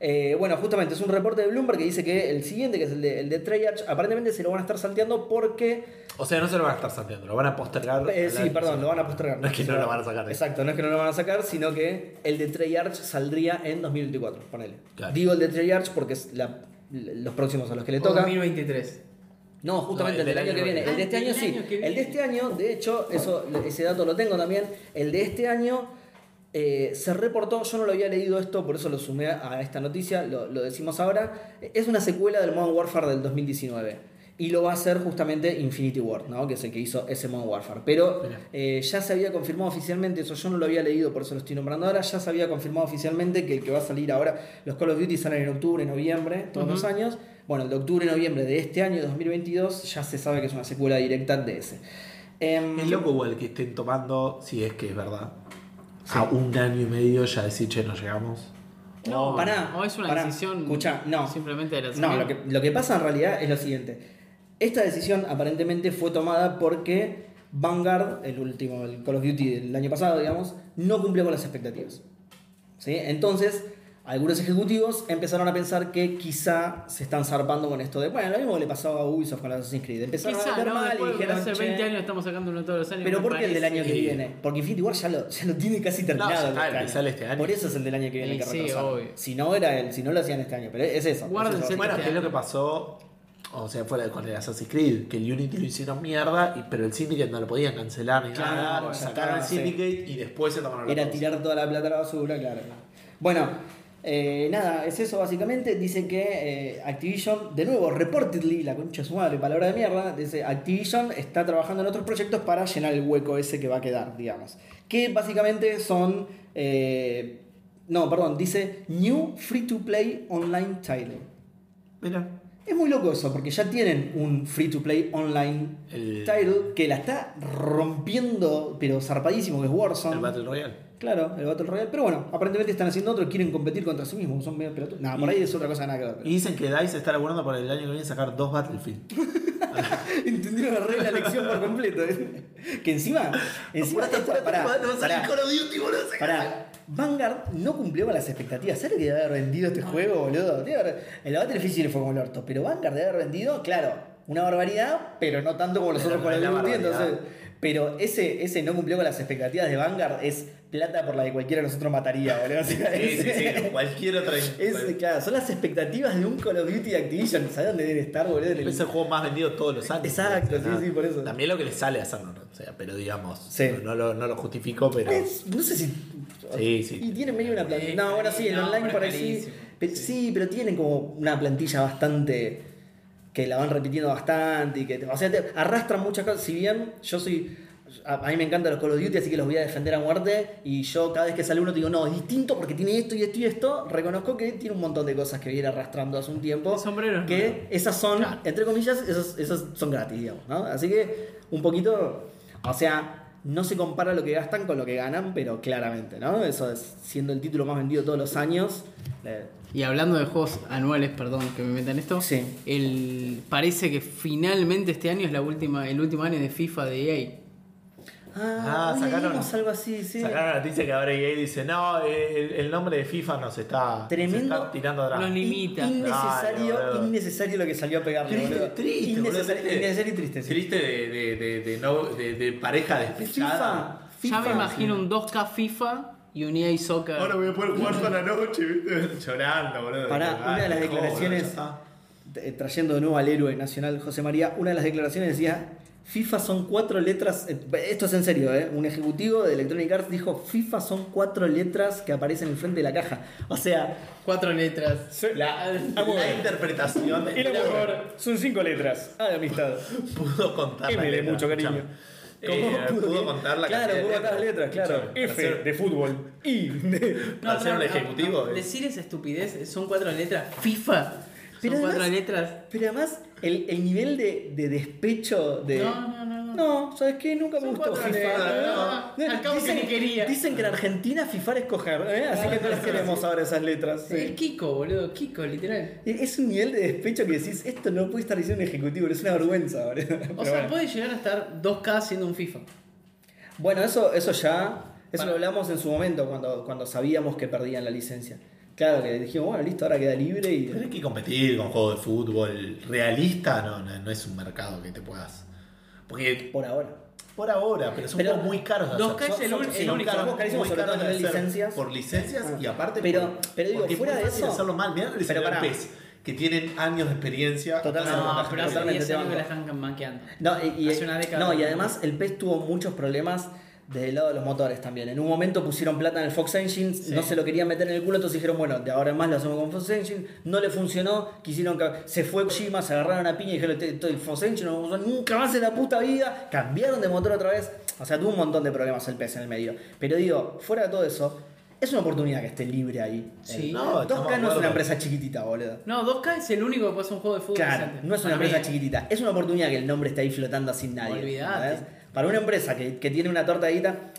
S1: Eh, bueno, justamente es un reporte de Bloomberg que dice que el siguiente, que es el de, el de Treyarch, aparentemente se lo van a estar salteando porque.
S2: O sea, no se lo van a estar salteando, lo van a postergar.
S1: eh,
S2: a la-
S1: sí, perdón, lo van a postergar.
S2: No es que no lo van a sacar. de-
S1: Exacto, no es que no lo van a sacar, sino que el de Treyarch saldría en 2024, ponele.
S2: Claro.
S1: Digo el de Treyarch porque es la- los próximos a los que le toca.
S3: 2023.
S1: No, justamente
S3: No,
S1: el, del año que viene.
S3: Ah,
S1: El de este
S3: el
S1: año
S3: del
S1: sí.
S3: año que
S1: El de
S3: viene.
S1: este año, de hecho, eso, ese dato lo tengo también. El de este año eh, se reportó, yo no lo había leído esto, por eso lo sumé a esta noticia, lo, lo decimos ahora. Es una secuela del Modern Warfare del 2019. Y lo va a hacer justamente Infinity Ward, ¿no? que es el que hizo ese Modern Warfare. Pero
S3: Mirá.
S1: eh, ya se había confirmado oficialmente, eso yo no lo había leído, por eso lo estoy nombrando ahora, ya se había confirmado oficialmente que el que va a salir ahora, los Call of Duty salen en octubre, noviembre, todos los años. Bueno, el de octubre, noviembre de este año, 2022, ya se sabe que es una secuela directa de ese. Em,
S2: Es loco igual que estén tomando, si es que es verdad, a un año y medio ya decir, che, no llegamos.
S1: No, pará,
S3: o Oh, es una
S1: pará.
S3: decisión
S1: Escuchá, no.
S3: simplemente de la
S1: No, lo que, lo que pasa en realidad es lo siguiente. Esta decisión aparentemente fue tomada porque Vanguard, el último, el Call of Duty del año pasado, digamos, no cumplió con las expectativas. ¿Sí? Entonces, algunos ejecutivos empezaron a pensar que quizá se están zarpando con esto de, bueno, lo mismo que le pasó a Ubisoft con Assassin's Creed. Empezaron a
S3: Quizá,
S1: hablar
S3: ¿no?
S1: mal y
S3: Después,
S1: dijeron,
S3: hace 20
S1: "Che,
S3: años estamos sacándolo todos los años.
S1: pero
S3: me
S1: ¿por qué el del
S3: parece".
S1: año que
S2: Sí.
S1: viene? Porque Infinity War ya lo, ya lo tiene casi terminado.
S2: ya está,
S1: este
S2: el que
S1: año.
S2: sale este año.
S1: Por eso es el del año que viene
S3: Y
S1: que
S3: sí,
S1: retrasaron.
S3: obvio.
S1: Si no era el, si no lo hacían este año, pero es eso. es
S3: Guárdense
S1: eso.
S2: Bueno,
S3: Este
S2: que es lo
S3: año.
S2: que pasó, o sea, fuera con el Assassin's Creed, que el Unity lo hicieron mierda, y- pero el Syndicate no lo podían cancelar ni
S1: Claro,
S2: nada,
S1: ya
S2: sacaron el
S1: estaba, sí.
S2: Syndicate y después se tomaron la
S1: Era
S2: pausa.
S1: tirar toda la plata a la basura, claro. Bueno, eh, nada, es eso básicamente. Dice que eh, Activision, de nuevo, reportedly, la concha de su madre, palabra de mierda, dice Activision está trabajando en otros proyectos para llenar el hueco ese que va a quedar, digamos. Que básicamente son... eh, no, perdón, dice New Free to Play Online Title.
S2: Mira,
S1: Es muy loco eso, porque ya tienen un free to play online
S2: el,
S1: title que la está rompiendo, pero zarpadísimo, que es Warzone.
S2: el Battle Royale.
S1: Claro, el Battle Royale. Pero bueno, aparentemente están haciendo otro, quieren competir contra sí mismos, son medio pelotudos. Nada, por ahí es otra cosa nada que ver.
S2: Y dicen que DICE está laburando para el año que viene sacar dos Battlefield.
S1: Entendieron la regla de elección por completo. que encima, encima esto, pará, pará,
S2: Call of Duty, boludo.
S1: pará. Vanguard no cumplió con las expectativas. ¿Sabes lo que debe haber vendido este juego, boludo? Debe haber- el Battlefield sí le fue como el orto, pero Vanguard debe haber vendido, claro, una barbaridad, pero no tanto como los
S2: Pero
S1: otros Call
S2: una
S1: of Duty.
S2: barbaridad.
S1: Entonces, pero ese, ese no cumplió con las expectativas de Vanguard es plata por la que cualquiera de nosotros mataría, boludo. O sea,
S2: Sí, sí,
S1: ese-
S2: sí, cualquier otra.
S1: Es,
S2: Es
S1: claro, son las expectativas de un Call of Duty de Activision. ¿Sabes dónde deben estar, boludo? En el-
S2: el juego más vendido todos los años.
S1: Exacto,
S2: O sea,
S1: sí, sí, por eso.
S2: También lo que le sale a hacerlo, ¿no? o sea, pero digamos,
S1: Sí.
S2: no, no lo, no lo justifico, pero.
S1: Es- no sé si.
S2: Sí, sí.
S1: Y tienen medio una plantilla.
S3: Sí,
S1: No, ahora sí, el
S3: no,
S1: online
S3: pero
S1: por ahí
S3: es
S1: sí.
S3: carísimo.
S1: Pero, sí, pero tienen como una plantilla bastante. que la van repitiendo bastante y que. te- O sea, te arrastran muchas cosas. Si bien yo soy. A, a mí me encantan los Call of Duty, así que los voy a defender a muerte. Y yo cada vez que sale uno te digo, no, es distinto porque tiene esto y esto y esto. Reconozco que tiene un montón de cosas que viene arrastrando hace un tiempo.
S3: El sombrero es
S1: Que
S3: nuevo.
S1: esas son,
S3: Claro.
S1: entre comillas, esas, esas son gratis, digamos, ¿no? Así que un poquito, o sea, no se compara lo que gastan con lo que ganan, pero claramente, ¿no? Eso es siendo el título más vendido todos los años. eh,
S3: Y hablando de juegos anuales, perdón que me metan esto.
S1: Sí.
S3: El, parece que finalmente este año es la última, el último año de FIFA de E EA.
S1: Ah,
S2: Ah,
S1: hoy
S2: sacaron-
S1: leímos algo así, sí.
S2: Sacaron la noticia que ahora EA dice, no, eh, el, el nombre de FIFA nos está,
S1: Tremendo.
S2: nos está tirando atrás.
S3: Los
S1: In-
S3: limita.
S1: Innecesario,
S2: Dale, boludo.
S1: innecesario lo que salió a pegarle.
S2: Triste,
S1: boludo.
S2: triste, boludo,
S1: innecesario,
S2: triste.
S1: innecesario y triste. sí.
S2: Triste de, de, de, de no, de, de pareja despechada.
S1: FIFA, FIFA.
S3: ya me imagino un 2K FIFA y un EA Soccer.
S2: Ahora voy a poder jugar toda la noche, ¿viste? Llorando, boludo.
S1: Pará,
S2: Ah,
S1: una de las
S2: no,
S1: declaraciones-
S2: boludo, ya está.
S1: Eh, trayendo de nuevo al héroe nacional José María, una de las declaraciones decía, FIFA son cuatro letras, eh, esto es en serio, ¿eh? un ejecutivo de Electronic Arts dijo, FIFA son cuatro letras que aparecen en frente de la caja. O sea,
S3: Cuatro letras.
S2: La, la interpretación de
S1: son cinco letras. Ah, de amistad.
S2: pudo contar la
S1: M de
S2: letra,
S1: mucho cariño.
S2: escuchame. Eh, pudo, contar la
S1: Claro,
S2: cantidad
S1: pudo
S2: de
S1: contar las letras, claro.
S2: Escuchame,
S1: F
S2: para ser-
S1: de fútbol. I de...
S2: para ser un ejecutivo. eh.
S3: Decir esa estupidez, son cuatro letras FIFA.
S1: Pero
S3: son cuatro
S1: además-
S3: letras.
S1: Pero además, el, el nivel de, de despecho de...
S3: No, no, no, no.
S1: No, ¿sabes qué? Nunca me
S3: Son
S1: gustó
S3: cuatro
S1: FIFA.
S3: letras, no, al cabo que
S1: dicen,
S3: ni quería.
S1: dicen que en Argentina FIFA es coger, ¿eh? así que no las queremos ahora esas letras. sí.
S3: Es Kiko, boludo. Kiko, literal.
S1: Es un nivel de despecho que decís, esto no puede estar diciendo un ejecutivo, es una vergüenza. boludo. Pero
S3: O sea,
S1: bueno.
S3: puede llegar a estar 2K siendo un FIFA.
S1: Bueno, eso, eso ya, eso lo hablamos en su momento cuando, cuando sabíamos que perdían la licencia. Claro, que dijimos, bueno, listo, ahora queda libre y...
S2: Tenés que competir con juegos de fútbol realista, no, no, no es un mercado que te puedas. Porque
S1: Por ahora.
S2: por ahora, pero son
S1: Pero
S2: juegos muy caros. de
S3: dos
S2: hacer.
S3: K es el
S2: Son-
S3: ul-
S2: son-
S3: el
S2: son
S3: único.
S2: caros,
S1: Son carísimos,
S2: muy
S1: sobre todo
S2: caros de
S1: a nivel de
S2: hacer
S1: licencias.
S2: Por licencias y aparte
S1: Pero-
S2: por-
S1: pero digo,
S2: porque es
S1: fuera
S2: muy
S1: de
S2: fácil
S1: eso-
S2: hacerlo mal, mirá lo que le
S1: pero
S2: salió al
S1: pará.
S2: PES. que tienen años de experiencia.
S1: Totalmente.
S2: Hacen
S3: No,
S2: montajes
S3: pero
S1: hace
S3: hace
S1: totalmente
S3: 10
S1: te
S3: años que la
S1: banco.
S3: están manqueando.
S1: No, y, y-
S3: Hace una década.
S1: no, y además el PES tuvo muchos problemas desde el lado de los motores también. En un momento pusieron plata en el Fox Engine, no se lo querían meter en el culo, entonces dijeron, bueno, de ahora en más lo hacemos con Fox Engine, no le funcionó, quisieron que se fue Kojima, se agarraron a piña y dijeron, "Este- todo el Fox Engine no lo vamos a usar nunca más en la puta vida, cambiaron de motor otra vez. O sea, tuvo un montón de problemas el PES en el medio. Pero digo, fuera de todo eso, es una oportunidad que esté libre ahí.
S3: Sí.
S1: El-
S2: No, estamos
S1: 2K no es
S2: de acuerdo.
S1: una empresa chiquitita, boludo.
S3: No, 2K es el único que puede hacer un juego de fútbol.
S1: Claro,
S3: decente.
S1: no es una
S3: Para
S1: empresa
S3: mí.
S1: chiquitita, es una oportunidad que el nombre está ahí flotando sin nadie.
S3: Olvidate.
S1: ¿entendés? Para una empresa que, que tiene una tortadita.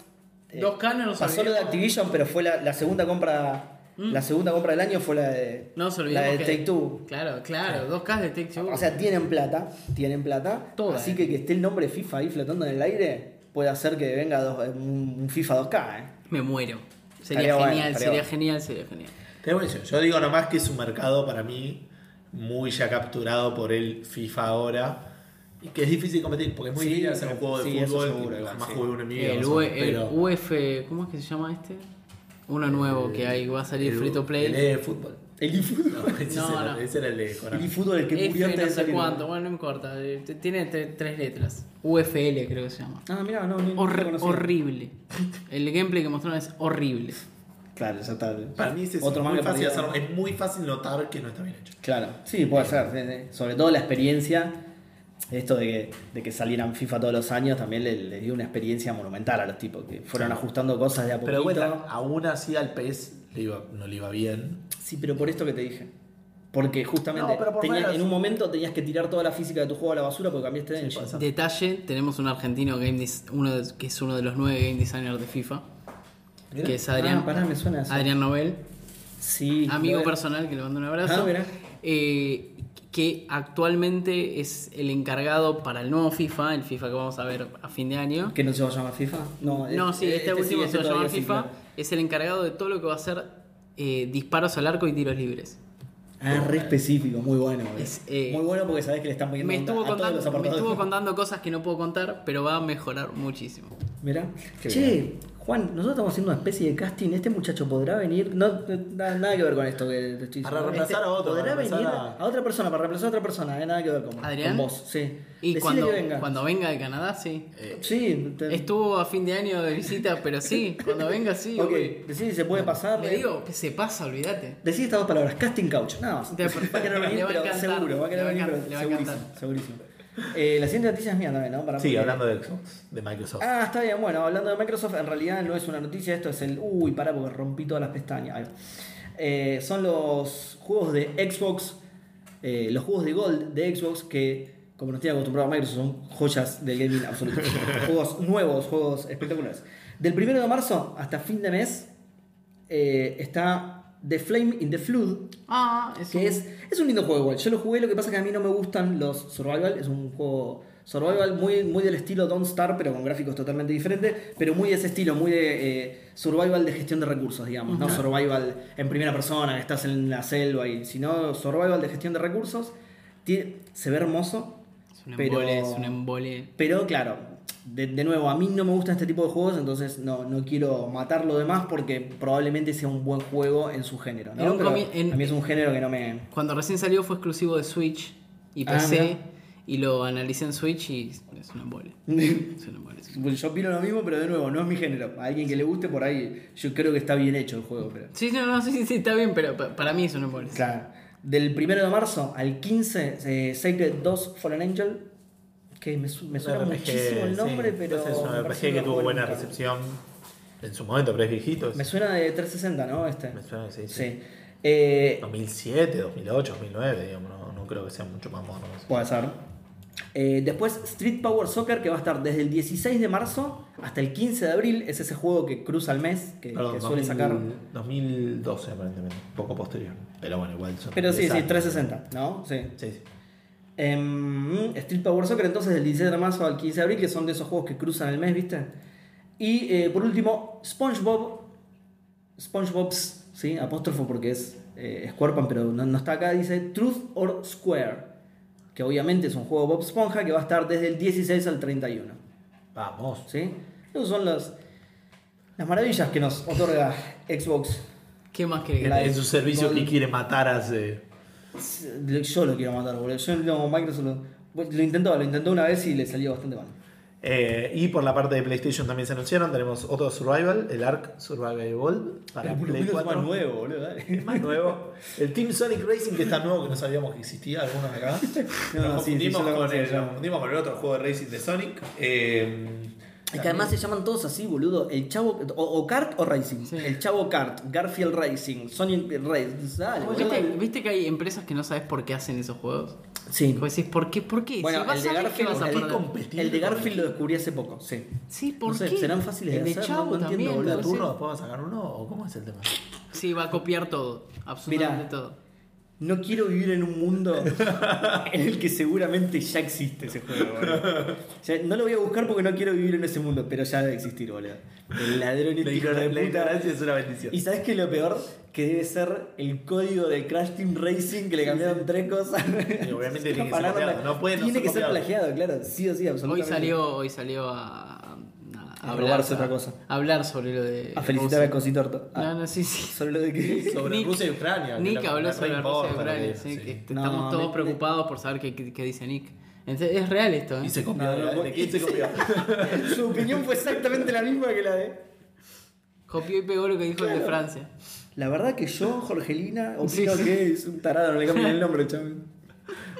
S1: eh,
S3: 2K no nos
S1: Pasó lo de
S3: olvidemos.
S1: Activision, pero fue la, la segunda compra. La segunda compra del año fue la de.
S3: Mm. No nos
S1: la
S3: olvidemos
S1: de
S3: que-
S1: Take Two.
S3: Claro, claro, 2K de Take Two.
S1: O sea, tienen plata, tienen plata.
S3: Toda,
S1: así
S3: eh.
S1: que que esté el nombre FIFA ahí flotando en el aire puede hacer que venga dos- eh, un, un FIFA 2K, ¿eh?
S3: me muero.
S1: Estaría
S3: Sería
S1: bueno,
S3: genial,
S1: estaría
S3: sería
S1: bueno.
S3: genial, sería genial.
S2: Está buenísimo. Yo digo nomás que es un mercado para mí muy ya capturado por el FIFA ahora. Y que es difícil competir, porque es muy
S1: Sí,
S2: difícil hacer un juego de
S1: sí, eso
S2: fútbol.
S1: seguro,
S2: y
S1: igual,
S2: jamás
S1: sí.
S2: jugué uno en mi vida.
S3: El,
S2: no
S3: U- E,
S2: sé,
S3: el
S2: pero
S3: UF, ¿cómo es que se llama este? Uno nuevo que hay, va a salir
S2: el-
S3: free to play.
S1: E,
S2: El eFootball.
S1: El eFootball.
S2: No, ese,
S3: No,
S2: era,
S3: no.
S2: ese era el de Konami.
S1: El eFootball, el que
S3: F,
S1: murió antes
S3: no
S1: de
S3: sé
S1: salir.
S3: cuánto, bueno, no me importa. eh, t- Tiene tre- tres letras. UFL creo que se llama.
S1: Ah, mirá, no, no, no
S3: Hor-
S1: lo conocía.
S3: horrible. El gameplay que mostraron es horrible.
S1: Claro, ya está.
S2: Para mí es, eso,
S1: Otro
S2: muy
S1: manga
S2: fácil
S1: perdido.
S2: hacerlo, es muy fácil notar que no está bien hecho.
S1: Claro, sí,
S2: Eh,
S1: puede ser. sí, sí. Sobre todo la experiencia, esto de que, de que salieran FIFA todos los años también le, le dio una experiencia monumental a los tipos, que fueron ajustando cosas de a poquito.
S2: Pero bueno, aún así al PES le iba- no le iba bien.
S1: Sí, pero por esto que te dije. Porque justamente
S2: No, pero por
S1: tenías-
S2: menos.
S1: en un momento tenías que tirar toda la física de tu juego a la basura porque cambiaste de engine.
S2: pasa.
S3: Detalle, tenemos un argentino game des- uno de- que es uno de los nueve game designers de FIFA,
S1: Mirá.
S3: que es Adrián,
S1: Ah, pará, me suena eso.
S3: Adrián Nobel,
S1: Sí.
S3: amigo
S1: bueno.
S3: personal que le mando un abrazo,
S1: Ah, mirá.
S3: eh, que actualmente es el encargado para el nuevo FIFA, el FIFA que vamos a ver a fin de año.
S1: ¿Que no se va a llamar FIFA? No,
S3: No, sí, este, último
S1: sigue
S3: se va a
S1: todavía
S3: llamar
S1: sin
S3: FIFA,
S1: claro.
S3: es el encargado de todo lo que va a ser eh, disparos al arco y tiros libres.
S1: Ah, re específico, muy bueno. boludo.
S3: Es, eh,
S1: muy bueno porque sabés que le están poniendo
S3: Me
S1: onda
S3: estuvo,
S1: a todos los
S3: contando, me
S1: apartados.
S3: estuvo contando cosas que no puedo contar, pero va a mejorar muchísimo.
S1: Mirá.
S2: Qué
S1: che, Juan, nosotros estamos haciendo una especie de casting. ¿Este muchacho podrá venir? No, no, nada, nada que ver con esto que te estoy diciendo.
S2: Para
S1: Este,
S2: reemplazar a otro,
S1: ¿Podrá
S2: para
S1: venir
S2: reemplazar
S1: a... otra persona? Para reemplazar a otra persona, eh, nada que ver con,
S3: ¿Adrián?
S1: con vos. Sí.
S3: Y
S1: Decile
S3: cuando
S1: que venga.
S3: venga. cuando venga de Canadá, sí.
S1: Sí, te-
S3: Estuvo a fin de año de visita, pero sí, cuando venga, sí.
S1: ok. Ah,
S3: obvio.
S1: Decile si se puede pasar.
S3: Le digo, que se pasa, olvídate.
S1: Decí estas dos palabras, casting couch, nada más.
S3: Ya, perfecto.
S1: Va a querer
S3: Le
S1: venir,
S3: va a
S1: pero
S3: encantar,
S1: seguro, va a querer
S3: le va a
S1: venir,
S3: encan-
S1: pero
S3: le va a
S1: segurísimo,
S3: encantar.
S1: segurísimo. Eh, la siguiente noticia es mía también, ¿no? Para
S2: Sí,
S1: porque-
S2: hablando de Xbox, de Microsoft.
S1: Ah, está bien, bueno, hablando de Microsoft, en realidad no es una noticia, esto es el. Uy, pará, porque rompí todas las pestañas. Ahí va. Eh, son los juegos de Xbox, eh, los juegos de Gold de Xbox que, como nos tiene acostumbrado Microsoft, son joyas del gaming absoluto. juegos nuevos, juegos espectaculares. Del 1 de marzo hasta fin de mes eh, está The Flame in the Flood,
S3: Ah, es un-
S1: que es, es un lindo juego igual. Yo lo jugué, lo que pasa es que a mí no me gustan los survival. Es un juego survival muy, muy del estilo Don't Star, pero con gráficos totalmente diferentes. Pero muy de ese estilo, muy de eh, survival de gestión de recursos, digamos. No survival en primera persona, que estás en la selva, y sino survival de gestión de recursos. Tiene- se ve hermoso,
S3: es un
S1: pero-
S3: embole, es un embole.
S1: pero claro, de, de nuevo, a mí no me gustan este tipo de juegos, entonces no, no quiero matar lo demás porque probablemente sea un buen juego en su género. ¿no?
S3: En un
S1: Pero
S3: comi- en-
S1: a mí es un género que no me...
S3: Cuando recién salió fue exclusivo de Switch y
S1: Ah,
S3: PC,
S1: mirá.
S3: y lo analicé en Switch y es un embole.
S1: Mm.
S3: Es un embole.
S1: Bueno, Yo opino lo mismo, pero de nuevo, no es mi género. A alguien que le guste por ahí, yo creo que está bien hecho el juego. Pero...
S3: Sí, no, no, sí, sí, está bien, pero pa- para mí es un embole.
S1: Claro. Del 1 de marzo al 15, eh, Sacred 2 Fallen Angel. Que me, su- me suena muchísimo el nombre,
S2: sí.
S1: pero.
S2: Es un
S1: me
S2: RPG
S1: parece
S2: que
S1: no
S2: tuvo
S1: jugué
S2: buena
S1: nunca.
S2: recepción en su momento, pero es viejito. es-
S1: Me suena de 360, ¿no? Este.
S2: me suena que sí, sí. Ah.
S1: Sí. Eh,
S2: 2007, 2008, 2009, digamos, no, no creo que sea mucho más moderno. que eso.
S1: Puede ser. Eh, después Street Power Soccer que va a estar desde el 16 de marzo hasta el 15 de abril. Es ese juego que cruza el mes, que,
S2: Perdón,
S1: que suele
S2: 2000
S1: sacar.
S2: 2012, aparentemente, un poco posterior. Pero bueno, igual son
S1: Pero sí,
S2: 10
S1: sí,
S2: años.
S1: 360, ¿no? Sí.
S2: Sí, sí.
S1: Em, Street Power Soccer, entonces del 16 de marzo al 15 de abril, que son de esos juegos que cruzan el mes, ¿viste? Y eh, por último, SpongeBob. SpongeBob's, ¿sí? Apóstrofo porque es eh, Squarepan, pero no, no está acá, dice Truth or Square. Que obviamente es un juego Bob Esponja que va a estar desde el 16 al 31.
S2: Vamos.
S1: ¿Sí? Esas son las, las maravillas que nos otorga Xbox.
S3: ¿Qué más querés?
S1: La-
S2: es un servicio
S1: Gol.
S2: que quiere matar hace
S1: Yo lo quiero matar, boludo. Yo no, Microsoft lo, lo intentó, lo intentó una vez y le salió bastante mal.
S2: Eh, y por la parte de PlayStation también se anunciaron. Tenemos otro Survival, el Ark Survival Evolved para
S1: Pero por lo
S2: Play
S1: menos es
S2: 4.
S1: más nuevo, boludo. dale.
S2: Más nuevo. El Team Sonic Racing, que está nuevo, que no sabíamos que existía alguno de acá.
S1: No,
S2: Nos
S1: no, sí, sí, yo
S2: confundimos
S1: lo
S2: con
S1: conocía,
S2: el-
S1: yo.
S2: nos confundimos con el otro juego de Racing de Sonic. Eh,
S1: Es que además se llaman todos así, boludo. El chavo. O, o kart o racing.
S3: Sí.
S1: El chavo kart, Garfield Racing, Sonic Racing. Dale, boludo.
S3: ¿Viste, viste que hay empresas que no sabes por qué hacen esos juegos? Y
S1: Sí.
S3: vos decís, ¿por qué? ¿Por qué?
S1: Bueno,
S3: Pues Si vas
S1: el de
S3: a ver que vas a
S1: Garfield,
S3: perder.
S2: competir
S1: el de
S2: con
S1: Garfield lo descubrí hace poco, sí.
S3: Sí, ¿por
S1: No sé,
S3: qué?
S1: serán fáciles de
S3: El de
S1: hacer,
S3: Chavo
S1: no- no
S3: también.
S1: entiendo,
S2: ¿Por
S1: boludo.
S3: puede
S2: turno
S3: ser.
S2: después vas a sacar uno o cómo es el tema?
S3: Sí, va a copiar todo. Absolutamente
S1: Mirá.
S3: todo.
S1: No quiero vivir en un mundo en el que seguramente ya existe ese juego, boludo. O sea, no lo voy a buscar porque no quiero vivir en ese mundo, pero ya debe existir, boludo. El ladrón y el hijo de puta.
S2: es una bendición.
S1: Y sabes que lo peor que debe ser el código de Crash Team Racing que le cambiaron tres cosas.
S2: Y obviamente tiene que ser
S1: Palabra-
S2: copiado, no puede no
S1: tiene
S2: ser
S1: que ser
S2: copiado.
S1: plagiado, claro. Sí o sí,
S3: Hoy
S1: absolutamente.
S3: salió, hoy salió a, a hablar,
S1: robarse otra cosa.
S3: a hablar sobre lo de.
S1: A felicitar a
S3: Rusia.
S1: Cositorto. Ah,
S3: eh, No, no, sí, sí.
S1: Sobre lo de que.
S2: Sobre
S3: Nick-
S2: Rusia y Ucrania. que
S3: Nick
S2: la-
S3: habló
S2: la
S3: sobre Rusia
S2: reimporta,
S3: y Ucrania.
S2: que-
S3: sí,
S2: sí.
S3: que est-
S1: No,
S3: estamos todos
S1: me-
S3: preocupados por saber qué, qué- qué dice Nick. Entonces, es real esto,
S1: Ah.
S3: ¿eh?
S2: Y se copió.
S1: No, no,
S2: ¿De quién se copió?
S1: Su opinión fue exactamente la misma que la de.
S3: Copió y pegó lo que dijo el de
S1: Claro.
S3: Francia.
S1: La verdad que yo, Jorgelina, opino
S3: Sí, sí.
S1: que es un tarado, no le cambian el nombre, chaval.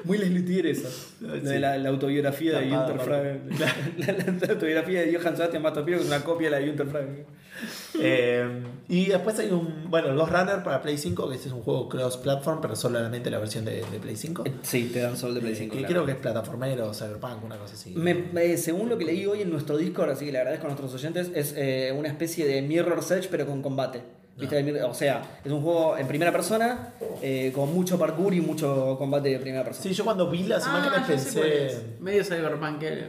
S1: Muy Les Luthier eso.
S2: Ah,
S1: Lo de la, la autobiografía de
S2: Tapado,
S1: Günter Frage. La, la- la autobiografía de Johann Sebastian Matopiro que es una copia de la de Günter Frage.
S2: Eh, y después hay un. Bueno, Los Runner para Play 5, que este es un juego cross-platform, pero solamente la versión de, de Play 5.
S1: Sí, te dan sol de Play
S2: Eh,
S1: 5.
S2: que creo que es plataformero, cyberpunk, una cosa así.
S1: Me- me- según lo que leí hoy en nuestro Discord, así que le agradezco a nuestros oyentes, es eh, una especie de Mirror's Edge pero con combate. ¿Viste? Mir- O sea, es un juego en primera persona eh, con mucho parkour y mucho combate de primera persona.
S2: Sí, yo cuando vi las imágenes
S3: Ah, ya sé cuál
S2: pensé.
S3: es. Medio cyberpunk. eh.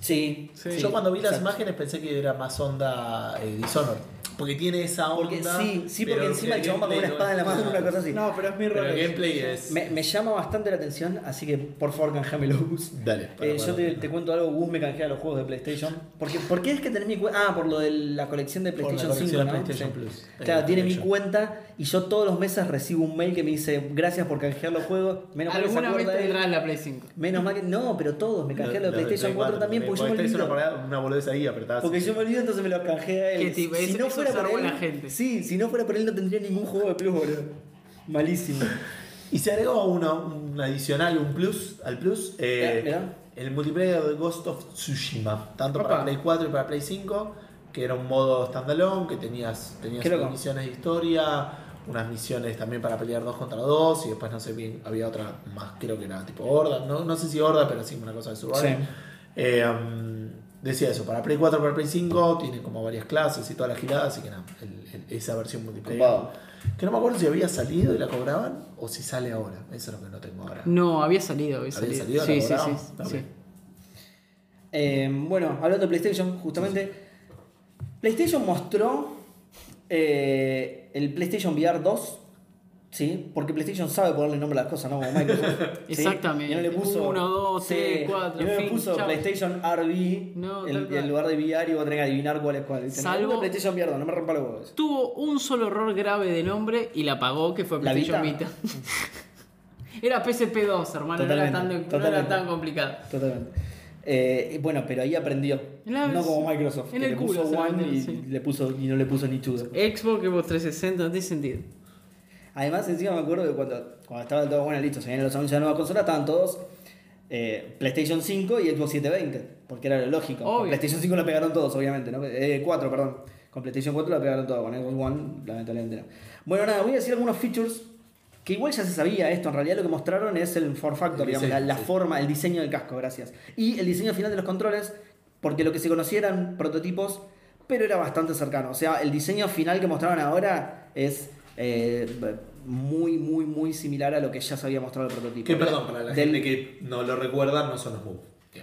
S1: Sí.
S3: Sí.
S2: Yo cuando vi las
S1: Exacto.
S2: imágenes pensé que era más onda eh, Dishonored. Porque tiene esa onda.
S1: Porque sí, sí, porque
S2: pero
S1: encima el chabón va con una
S2: gameplay
S1: espada en la
S2: no es
S1: mano, una
S2: nada.
S1: cosa así.
S3: pero es
S2: Pero el gameplay es.
S1: Me, me llama bastante la atención, así que por favor canjeamelo, Gus.
S2: Dale. para-
S1: Eh, yo te,
S2: para-
S1: te cuento algo, Gus me canjea los juegos de PlayStation. Porque, ¿Por qué es que tenés mi cuenta? Ah, por lo de la colección de
S2: Por la
S1: PlayStation 5,
S2: colección de
S1: ¿no?
S2: PlayStation
S1: Sí.
S2: Plus.
S1: Claro,
S2: Eh,
S1: tiene mi
S2: PlayStation.
S1: cuenta y yo todos los meses recibo un mail que me dice gracias por canjear los juegos. Menos mal que se
S3: Alguna vez
S1: acuerda él.
S3: tendrás la Play 5.
S1: Menos mal que. No, pero todos me canjean los de PlayStation 4 también porque yo me
S2: este Es una,
S1: olvido.
S2: parada- una boludez ahí apretada.
S1: Porque yo me olvido, entonces me los canjea él.
S3: Qué tipo,
S1: si
S3: es-
S1: no
S3: eso
S1: fuera
S3: es
S1: por
S3: ser
S1: él.
S3: buena gente.
S1: Sí, si no fuera por él no tendría ningún juego de plus, boludo. Malísimo.
S2: Y se agregó uno, un adicional, un plus al plus. eh,
S1: Eh, mirá.
S2: el multiplayer de Ghost of Tsushima, tanto para
S3: Opa.
S2: Play 4 y para Play 5, que era un modo standalone, que tenías, tenías
S1: Qué loco.
S2: unas misiones de historia, unas misiones también para pelear dos contra dos, y después no sé bien, había otra más, creo que era tipo horda, no, no sé si horda, pero sí una cosa de survival.
S1: Sí.
S2: Eh, um, decía eso, para Play 4, para Play 5, tiene como varias clases y todas las giradas, así que nada, el- el- esa versión multiplayer.
S1: Copado.
S2: Que no me acuerdo si había salido y la cobraban o si sale ahora. Eso es lo que no tengo ahora.
S3: No, había salido, había
S2: ¿Había
S3: salido.
S2: salido?
S3: sí,
S2: ¿La
S3: sí, sí,
S2: cobraron?
S3: sí.
S2: Ok.
S1: Eh, bueno, hablando de PlayStation, justamente. PlayStation mostró eh, el PlayStation VR 2. ¿Sí? Porque PlayStation sabe ponerle nombre a las cosas, ¿no? Como Microsoft. ¿sí?
S3: Exactamente.
S1: Y no le puso.
S3: Uno, dos,
S1: sí,
S3: tres, cuatro,
S1: Y no le
S3: fin,
S1: puso
S3: chau.
S1: PlayStation RV.
S3: No,
S1: el-
S3: tal
S1: en,
S3: cual.
S1: lugar de VR y vos tenés que adivinar cuál es cuál. Dicen, no,
S3: Salvo-
S1: no, PlayStation VR 2, no me rompa los huevos.
S3: Tuvo un solo error grave de nombre y la pagó, que fue
S1: ¿La
S3: PlayStation
S1: Vita?
S3: Vita. era PSP2, hermano, no era,
S1: Totalmente,
S3: tan, no era
S1: totalmente.
S3: tan complicado.
S1: Totalmente. Eh, y bueno, pero ahí aprendió.
S3: La-
S1: no como Microsoft.
S3: en
S1: que
S3: el
S1: le
S3: culo
S1: puso
S3: se la
S1: One y,
S3: metieron, sí.
S1: le puso, y no le puso ni chudo.
S3: Xbox, Xbox 360, no tiene sentido.
S1: Además, encima me acuerdo que cuando, cuando estaba todo bueno, listo, se vienen los anuncios de la nueva consola, estaban todos eh, PlayStation 5 y Xbox 720, porque era lo lógico. Con
S3: Obvio.
S1: PlayStation 5 la pegaron todos, obviamente, ¿no? Eh, 4, perdón. Con PlayStation 4 la pegaron todos, con Xbox One, lamentablemente no. Bueno, nada, voy a decir algunos features que igual ya se sabía esto, en realidad lo que mostraron es el form factor,
S2: El
S1: digamos,
S2: diseño,
S1: la, la
S2: sí.
S1: forma, el diseño del casco, gracias. Y el diseño final de los controles, porque lo que se conocía eran prototipos, pero era bastante cercano. O sea, el diseño final que mostraron ahora es eh, muy, muy, muy similar a lo que ya se había mostrado el prototipo.
S2: Que perdón, para la
S1: Del-
S2: gente que no lo recuerda, no son los Move.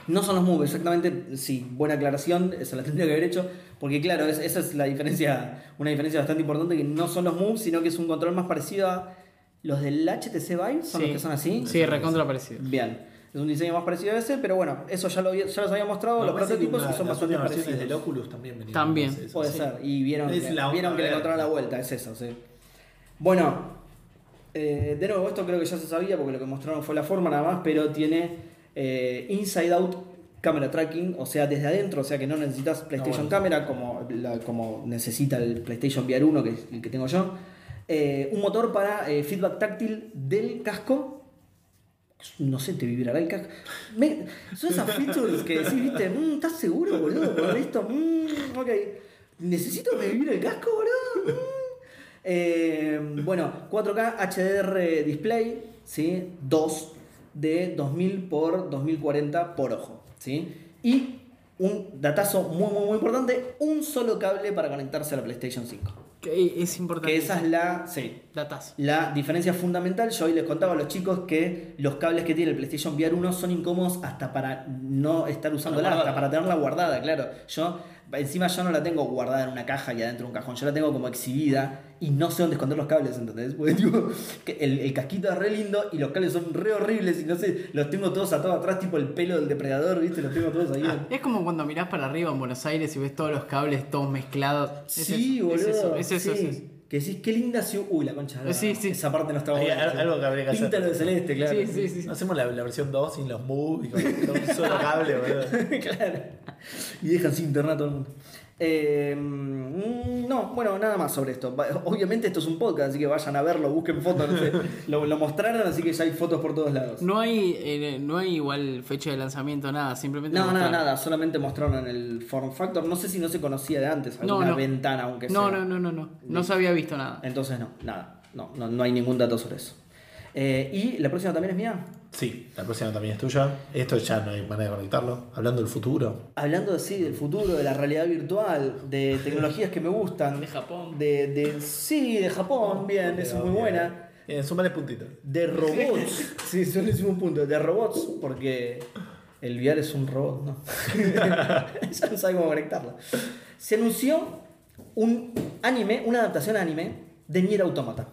S1: No son los moves, exactamente, sí, buena aclaración, eso la tendría que haber hecho, porque claro, es- esa es la diferencia, una diferencia bastante importante, que no son los moves, sino que es un control más parecido a los del HTC Vive, son
S3: Sí.
S1: los que son así.
S3: Sí, recontra parecido.
S1: Bien. Es un diseño más parecido a ese, pero bueno, eso ya lo, había- ya los había mostrado, los prototipos y son bastante parecidos.
S2: del Oculus también venían.
S3: También.
S2: con eso,
S1: Puede
S2: sí.
S1: ser, y vieron,
S2: Es
S1: que,
S2: la
S1: vieron
S2: onda
S1: que le
S2: verde.
S1: encontraron la vuelta, es eso, sí. Bueno, Eh, de nuevo, esto creo que ya se sabía porque lo que mostraron fue la forma nada más, pero tiene eh, inside out camera tracking, o sea, desde adentro, o sea que no necesitas PlayStation
S2: bueno.
S1: Camera como, la- como necesita el PlayStation VR 1, que es el que tengo yo. Eh, un motor para eh, feedback táctil del casco. No sé, te vibrará el casco. Me- son esas features que decís, viste, "Mm, ¿estás seguro, boludo? Con esto, Mm, ok. ¿Necesito que me vibre el casco, boludo? Mm". Eh, bueno, 4K HDR display, ¿sí? 2 de 2000 por 2040 por ojo, ¿sí? Y un datazo muy, muy, muy importante, un solo cable para conectarse a la PlayStation 5.
S3: Que es importante.
S1: Que esa es la... Sí,
S3: Datazo.
S1: la diferencia fundamental, yo hoy les contaba a los chicos que los cables que tiene el PlayStation VR 1 son incómodos hasta para no estar usándola,
S2: guardarla.
S1: hasta para tenerla guardada, claro. Yo, encima yo no la tengo guardada en una caja y adentro de un cajón, yo la tengo como exhibida y no sé dónde esconder los cables, ¿entendés? Porque tipo, que el, el casquito es re lindo y los cables son re horribles y no sé, los tengo todos atados atrás, tipo el pelo del depredador, ¿viste? Los tengo todos ahí.
S3: Es como cuando mirás para arriba en Buenos Aires y ves todos los cables todos mezclados. Es
S1: sí,
S3: eso,
S1: boludo.
S3: Es eso, es eso.
S1: sí.
S3: es eso.
S1: Que decís, qué linda ciudad. Uy, la concha. de la
S3: Sí,
S1: lora.
S3: sí.
S1: Esa parte no estaba
S2: Hay
S1: buena.
S2: al- algo que habría que hacer.
S1: Píntalo de celeste, claro.
S3: Sí, sí, sí.
S2: Hacemos la, la versión 2 sin los moves y con, con un solo cable, boludo.
S1: claro. Y dejan sin internet a todo el mundo. Eh, mm, no, bueno, nada más sobre esto. Va- Obviamente esto es un podcast, así que vayan a verlo, busquen fotos. no sé. Lo, lo mostraron, así que ya hay fotos por todos lados.
S3: No hay, eh, no hay igual fecha de lanzamiento, nada, simplemente.
S1: No, nada,
S3: mostraron.
S1: nada, solamente mostraron el form factor. No sé si no se conocía de antes,
S3: No,
S1: alguna
S3: no.
S1: ventana, aunque
S3: No,
S1: sea.
S3: no, no, no, no. No se había visto nada.
S1: Entonces no, nada, no, no, no hay ningún dato sobre eso. Eh, ¿Y la próxima también es mía?
S2: Sí, la próxima también es tuya. Esto ya no hay manera de conectarlo. Hablando del futuro.
S1: Hablando así del futuro, de la realidad virtual, de tecnologías que me gustan.
S3: De Japón.
S1: De, de- sí, de Japón, bien, es muy buena.
S2: En Eh, sumale puntito.
S1: De robots. Sí, solo hicimos un punto. De robots, porque el VR es un robot, ¿no? ya no sabe cómo conectarla. Se anunció un anime, una adaptación a anime de Nier Automata.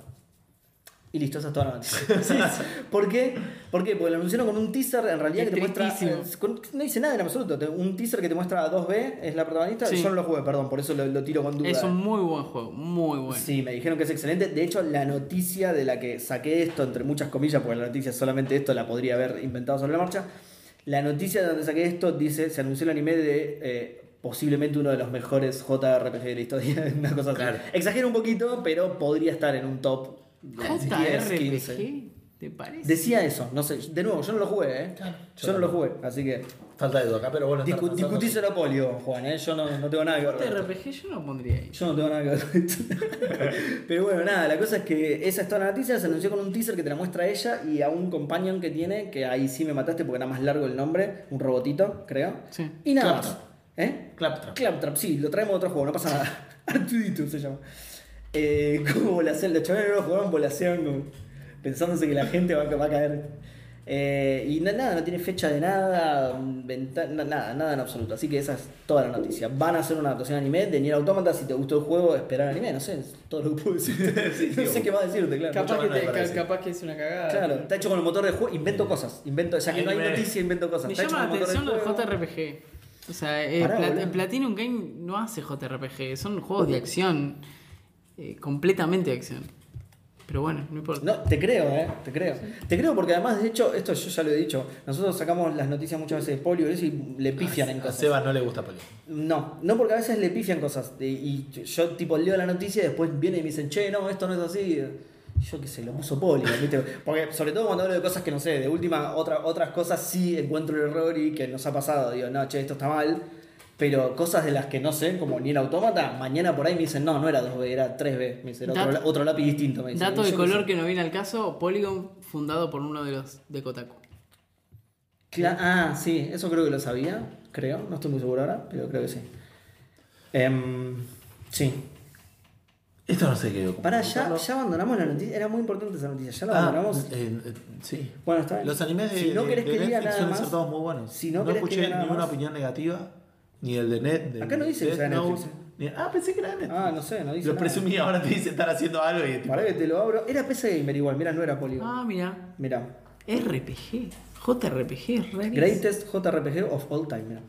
S1: Y listo, esa es toda la noticia. Sí, sí. ¿Por qué? ¿Por qué? Porque lo anunciaron con un teaser en realidad
S3: Qué
S1: que te muestra.
S3: tristísimo.
S1: eh, con- no dice nada en absoluto. Te- Un teaser que te muestra a 2B, es la protagonista.
S3: Sí.
S1: Yo no lo jugué, perdón, por eso lo, lo tiro con duda.
S3: Es un muy buen juego, muy bueno.
S1: Sí, me dijeron que es excelente. De hecho, la noticia de la que saqué esto, entre muchas comillas, porque la noticia solamente esto la podría haber inventado sobre la marcha. La noticia de donde saqué esto dice: se anunció el anime de eh, posiblemente uno de los mejores JRPG de la historia. Una cosa así.
S2: Claro.
S1: Exagero un poquito, pero podría estar en un top 10, 15.
S3: JRPG, ¿te parece?
S1: Decía eso, no sé. De nuevo, yo no lo jugué, ¿eh? Yo no lo jugué, así que.
S2: Falta de acá, pero bueno.
S1: Discu discutíselo polio, Juan, ¿eh? Yo no, no tengo nada que ver. con esto.
S3: JRPG yo no pondría ahí.
S1: Yo no tengo nada que ver con esto. Pero bueno, nada, la cosa es que esa es toda la noticia. Se anunció con un teaser que te la muestra ella y a un companion que tiene, que ahí sí me mataste porque era más largo el nombre, un robotito, creo.
S3: Sí.
S1: Y nada
S2: Claptrap.
S1: más. ¿Eh?
S2: Claptrap.
S1: Claptrap, sí, lo traemos de otro juego, no pasa nada. Artudito se llama. Eh, ¿Cómo volasean? Los chavales no lo jugaron, volasean como pensándose que la gente va, a- va a caer. Eh, y na- nada, no tiene fecha de nada, venta- na- nada, nada en absoluto. Así que esa es toda la noticia. Van a hacer una adaptación anime de Nier Automata. Si te gustó el juego, esperar anime. No sé, es todo lo que puedo decirte.
S2: Sí,
S1: no
S2: sí,
S1: sé qué más decirte, claro.
S2: Capaz Mucho que más te- no me parece. ca-
S3: es una cagada.
S1: Claro, está hecho con el motor de juego. Invento cosas. Invento, ya que no hay
S2: Anime.
S1: noticia, invento cosas.
S3: Me
S1: Está hecho
S3: llama la
S1: con el motor
S3: atención
S1: de
S3: lo
S1: juego.
S3: de JRPG. O sea, eh,
S1: Pará,
S3: Plat-
S1: boludo.
S3: Platinum Game no hace JRPG, son juegos de acción, eh, completamente de acción. Pero bueno, no importa.
S1: No, te creo, ¿eh? Te creo. Te creo porque además, de hecho, esto yo ya lo he dicho, nosotros sacamos las noticias muchas veces de polio y eso y
S3: Ah,
S1: le pifian en
S2: A
S1: cosas.
S2: Seba no le gusta polio.
S1: No, no porque a veces le pifian cosas y, y yo tipo leo la noticia y después viene y me dicen, che, no, esto no es así. Yo qué sé, lo puso polio, ¿viste? Porque sobre todo cuando hablo de cosas que no sé, de última, otra, otras cosas sí encuentro el error y que nos ha pasado. Digo, no, che, esto está mal. Pero cosas de las que no sé, como ni el autómata, mañana por ahí me dicen, no, no era 2B, era 3B. Me dicen, otro,
S3: Dato-
S1: otro lápiz distinto. Me dicen.
S3: Dato
S1: Y
S3: de
S1: yo qué sé.
S3: color que no viene al caso, Polygon fundado por uno de los de Kotaku.
S1: Cla- ah, sí, eso creo que lo sabía, creo, no estoy muy seguro ahora, pero creo que sí. Em, sí.
S2: Esto no sé qué.
S1: Para, ya, ya abandonamos la noticia, era muy importante esa noticia, ya la abandonamos.
S2: eh, eh, sí.
S1: bueno, está bien.
S2: Los animes de,
S1: si no
S2: de-
S1: querés
S2: de
S1: que diga
S2: Netflix
S1: nada
S2: suelen
S1: más,
S2: ser todos muy buenos.
S1: Si no, querés que
S2: escuché
S1: diga nada
S2: ninguna
S1: más.
S2: opinión negativa, ni el de Net. de
S1: Acá no dice que
S2: Death
S1: sea
S2: Note,
S1: Netflix, eh.
S2: ni- ah, pensé que era Netflix.
S1: Ah, no sé, no dice
S2: Lo
S1: nada.
S2: presumí, ahora te dice estar haciendo algo y es tipo,
S1: Pará que te lo abro. Era PC Gamer igual, mira, no era Polygon.
S3: Ah, mira,
S1: Mira.
S3: RPG, JRPG, es re bien.
S1: Greatest JRPG of all time, mira.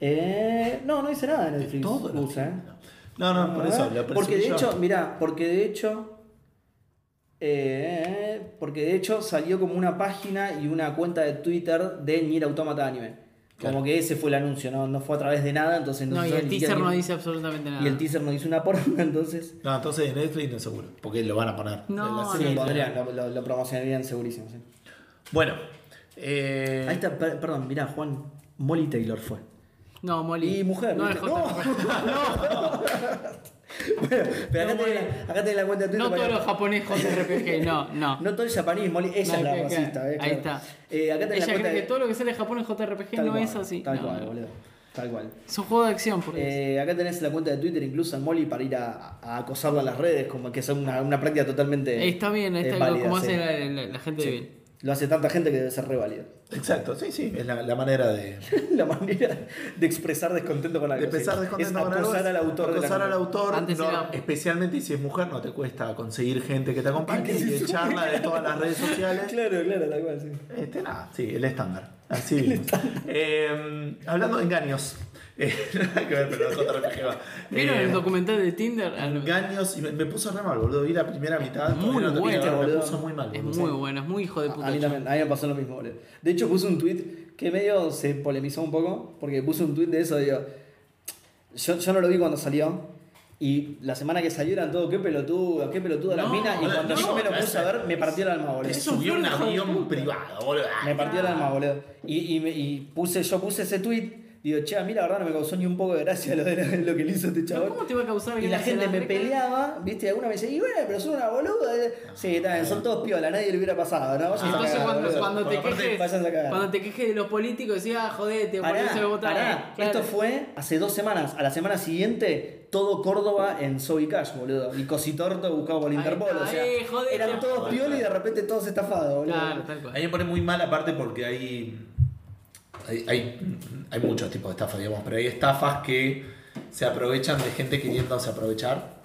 S1: Eh, no, no dice nada de Netflix.
S2: todo lo
S1: usa,
S2: tiene,
S1: eh.
S2: No, no, no, por eso. Lo presumí
S1: porque de
S2: yo.
S1: hecho, mira, porque de hecho Eh, porque de hecho salió como una página y una cuenta de Twitter de Nier Automata Anime. Como
S2: Claro.
S1: que ese fue el anuncio, no, no fue a través de nada, entonces
S3: No, y
S1: nosotros
S3: el
S1: ni siquiera
S3: teaser no
S1: ni-
S3: dice absolutamente nada.
S1: Y el teaser no dice una porra, entonces
S2: No, entonces en Netflix no seguro. Porque lo van a poner.
S3: No,
S2: La
S1: sí,
S2: serie
S1: lo,
S2: está-
S1: pondrían, lo, lo- lo promocionarían segurísimo. sí.
S2: Bueno. eh,
S1: Ahí está, per- perdón, mirá, Juan, Molly Taylor fue.
S3: No, Molly.
S1: Y mujer,
S3: No,
S1: ¿viste?
S3: es J.
S1: Bueno, pero acá,
S3: No,
S1: tenés
S3: Molly.
S1: la, acá tenés la cuenta de Twitter.
S3: No
S1: para-
S3: todos los japoneses JRPG, no, no.
S1: No todo el japonés, Molly, ella
S3: No,
S1: es la
S3: que- que-
S1: racista. eh,
S3: ahí
S1: claro.
S3: está.
S1: Eh, acá tenés
S3: Ella
S1: la cuenta
S3: cree que
S1: de-
S3: todo lo que sale de Japón en JRPG
S1: Tal
S3: no
S1: cual,
S3: es así.
S1: Tal
S3: No,
S1: cual,
S3: no.
S1: boludo. Tal cual.
S3: Es un juego de acción, por Dios.
S1: Eh, acá tenés la cuenta de Twitter incluso a Molly para ir a, a acosarla en las redes, como que es una, una práctica totalmente.
S3: Está bien,
S1: eh,
S3: está
S1: válida,
S3: como
S1: sí.
S3: hace la, la- la gente de bien.
S1: Lo hace tanta gente que debe ser re válido.
S2: Exacto, sí, sí. Es la, la manera de,
S1: la manera de expresar descontento con algo.
S2: de pensar
S1: sí.
S2: descontento
S1: es
S2: con algo,
S1: acosar al autor. de la
S2: acosar al
S1: nota.
S2: autor,
S3: Antes
S2: no,
S3: era-
S2: especialmente si es mujer, no te cuesta conseguir gente que te acompañe
S1: Que se
S2: y
S1: sume.
S2: echarla de todas las redes sociales.
S1: Claro, claro, tal cual, sí.
S2: Este, nada, sí, el estándar. Así mismo. Eh, hablando de engaños. Eh, nada que ver, pero JRPG va.
S3: ¿Vieron
S2: Eh,
S3: el documental de Tinder? Ah, no.
S2: Engaños, y me, me puso re mal, boludo. Vi la primera mitad.
S3: Muy
S2: todavía no terminé,
S3: bueno,
S2: pero
S1: boludo.
S2: Me puso muy mal.
S3: Es
S2: boludo.
S3: muy bueno, es muy hijo de
S1: A-
S3: puta.
S1: A mí también, a mí me pasó lo mismo, boludo. De hecho, puse un tweet que medio se polemizó un poco, porque puse un tweet de eso, digo. Yo, yo no lo vi cuando salió. Y la semana que salió eran todo, qué pelotudo, qué pelotudo las
S3: No,
S1: minas. Y
S2: boludo,
S1: cuando
S2: no,
S1: yo me lo puse a ver, me partió el alma,
S2: Te
S1: boludo.
S3: Eso
S2: subió
S3: fue
S2: un
S3: un hijo de
S2: avión
S3: puta.
S2: privado, boludo.
S1: Me partió el alma, boludo. Y, y me- y puse, yo puse ese tweet, digo, che, a mí la verdad no me causó ni un poco de gracia lo, de- lo que le hizo este
S3: Pero
S1: chaval.
S3: ¿Cómo te va a causar
S1: Y la
S3: gracia
S1: gente me
S3: reca-
S1: peleaba, ¿viste? Y alguna me decía, y bueno, pero son una boluda. eh. Sí, está bien, son todos piola, nadie le hubiera pasado, ¿no? Vayas a
S3: Entonces
S1: cagar,
S3: cuando,
S1: boludo.
S3: cuando
S2: Porque
S3: te
S2: aparte,
S3: quejes,
S1: vayas a cagar.
S3: cuando te quejes de los políticos, decía, ah, jodete, por
S1: Pará,
S3: eso me votaron.
S1: pará.
S3: Claro.
S1: Esto fue hace dos semanas. A la semana siguiente, todo Córdoba en Soy Cash, boludo. Y Cositorto buscado por
S3: Ahí
S1: Interpol.
S3: está,
S1: O sea,
S3: eh, jodete.
S1: eran todos piola y de repente todos estafados, boludo.
S3: Claro, tal
S2: A mí
S3: cual.
S2: me pone muy mal aparte porque hay, hay, hay, hay muchos tipos de estafas, digamos, pero hay estafas que se aprovechan de gente queriéndose aprovechar.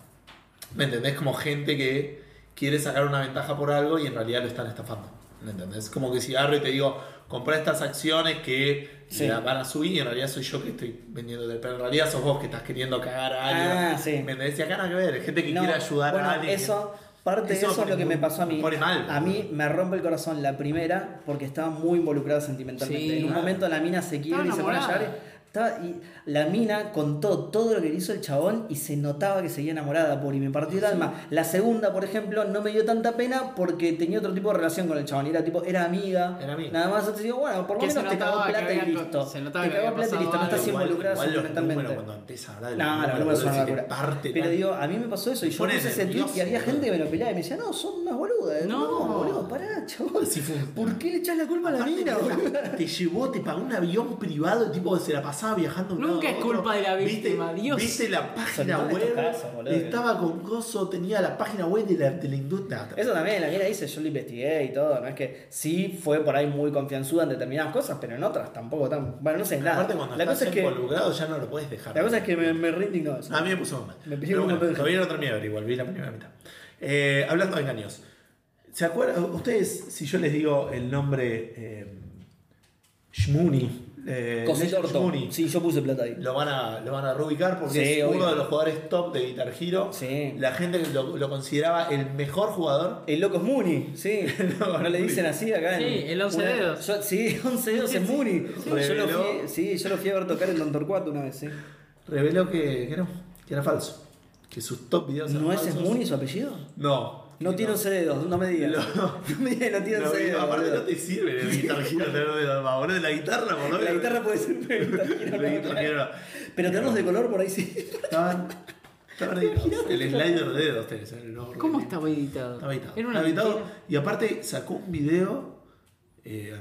S2: ¿Me entendés? Como gente que quiere sacar una ventaja por algo y en realidad lo están estafando. ¿Me entendés? Como que si agarro y te digo, comprá estas acciones que
S1: Sí.
S2: la van a subir y en realidad soy yo que estoy vendiéndote, pero en realidad sos vos que estás queriendo cagar a alguien.
S1: Ah, sí.
S2: ¿Me entendés? Y acá nada que ver, hay gente que
S1: No,
S2: quiere ayudar
S1: bueno,
S2: a alguien.
S1: Eso, parte
S2: Eso
S1: de eso es lo que
S2: pone-
S1: me pasó a mí.
S2: pone mal.
S1: A mí me rompe el corazón la primera porque estaba muy involucrada sentimentalmente.
S3: Sí,
S1: en un
S3: claro.
S1: momento la mina se quiebra y
S3: Estaba
S1: se pone a
S3: enamorada.
S1: llorar. Estaba- y la mina contó todo lo que le hizo el chabón y se notaba que seguía enamorada, por y me partió el alma. La segunda, por ejemplo, no me dio tanta pena porque tenía otro tipo de relación con el chabón. Era tipo, era amiga.
S2: Era amiga.
S1: Nada más, entonces digo, bueno, por lo
S3: Que se
S1: menos te
S3: notaba
S1: cagó
S3: que
S1: plata
S3: había
S1: y
S3: co-
S1: listo.
S3: se notaba
S1: te
S3: que había
S1: cagó plata y listo, no
S3: pasado
S1: estás
S2: Igual-
S1: involucrada
S2: igual los números,
S1: sentimentalmente.
S2: cuando empezás a hablar de los
S1: No, los
S2: números,
S1: números son
S2: boludo,
S1: una
S2: se te
S1: locura.
S2: parte
S1: Pero
S2: la-
S1: digo, a mí me pasó eso y
S2: Te
S1: yo
S2: pone
S1: puse ese tweet
S2: nervioso,
S1: y había
S2: boludo.
S1: gente que me lo peleaba y me decía, no, son unas boludas. No,
S3: No.
S1: boludo, pará, chaval.
S2: Así funciona.
S1: ¿Por qué le echas la culpa a la
S2: Aparte,
S1: mina,
S2: boludo,
S1: boludo?
S2: Te llevó, te pagó un avión privado, el tipo se la pasaba viajando. de un
S3: Nunca
S2: lado a
S3: es
S2: otro.
S3: culpa de la
S2: ¿Viste-
S3: víctima, Dios.
S2: Viste la página
S1: todos estos
S2: web,
S1: casos, boludo.
S2: estaba con gozo, tenía la página web de la, de la industria.
S1: Eso también, la mina dice, yo lo investigué y todo, ¿no? Es que sí fue por ahí muy confianzuda en determinadas cosas, pero en otras tampoco tan... Bueno, no sé, nada.
S2: Aparte, cuando
S1: La
S2: estás
S1: cosa, es que,
S2: involucrado ya no lo puedes dejar.
S1: la cosa es que me, me re indignó eso.
S2: A mí me puso mal.
S1: Me pidió
S2: Pero
S1: que
S2: bueno,
S1: no te-
S2: todavía no terminé de ver, igual vi la primera mitad. Eh, hablando de engaños. ¿Se acuerdan? Ustedes, si yo les digo el nombre eh, Shmuni, eh,
S1: Cositorto.
S2: Shmuni,
S1: Sí, yo puse plata ahí.
S2: lo van a, lo van a reubicar porque
S1: Sí,
S2: es uno
S1: obvio.
S2: de los jugadores top de Guitar Hero.
S1: Sí.
S2: La gente lo, lo consideraba el mejor jugador.
S1: El loco es Mooney, sí.
S2: loco
S1: no,
S2: es
S1: le
S2: Mooney.
S1: dicen así acá. en-
S3: Sí, el once
S1: una-
S3: dedos.
S1: yo- sí, 11 dedos es Mooney. Yo lo fui,
S2: Reveló.
S1: sí, yo lo fui a ver tocar en Don Torcuato una vez, sí.
S2: Reveló que, que no, que era falso. Que sus top videos eran
S1: ¿No es
S2: falsos.
S1: Mooney su apellido?
S2: No.
S1: No tiene 11 dedos, no me digas. No,
S2: No.
S1: me digas, que no tiene
S2: No,
S1: 11 dedos.
S2: aparte
S1: boludo.
S2: no te sirve en el Guitar Hero tener dedos más, boludo, la guitarra, por lo
S1: La
S2: menos.
S1: guitarra puede ser una guitarra,
S2: La
S1: no,
S2: guitarra
S1: claro.
S2: era-
S1: Pero tenerlos de color por ahí sí.
S2: Estaban. estaban editados. El slider de dedos tenés en el ojo.
S3: ¿Cómo estaba editado?
S2: Estaba editado.
S3: Era una
S2: Estaba editado.
S3: mentira.
S2: Y aparte sacó un video eh,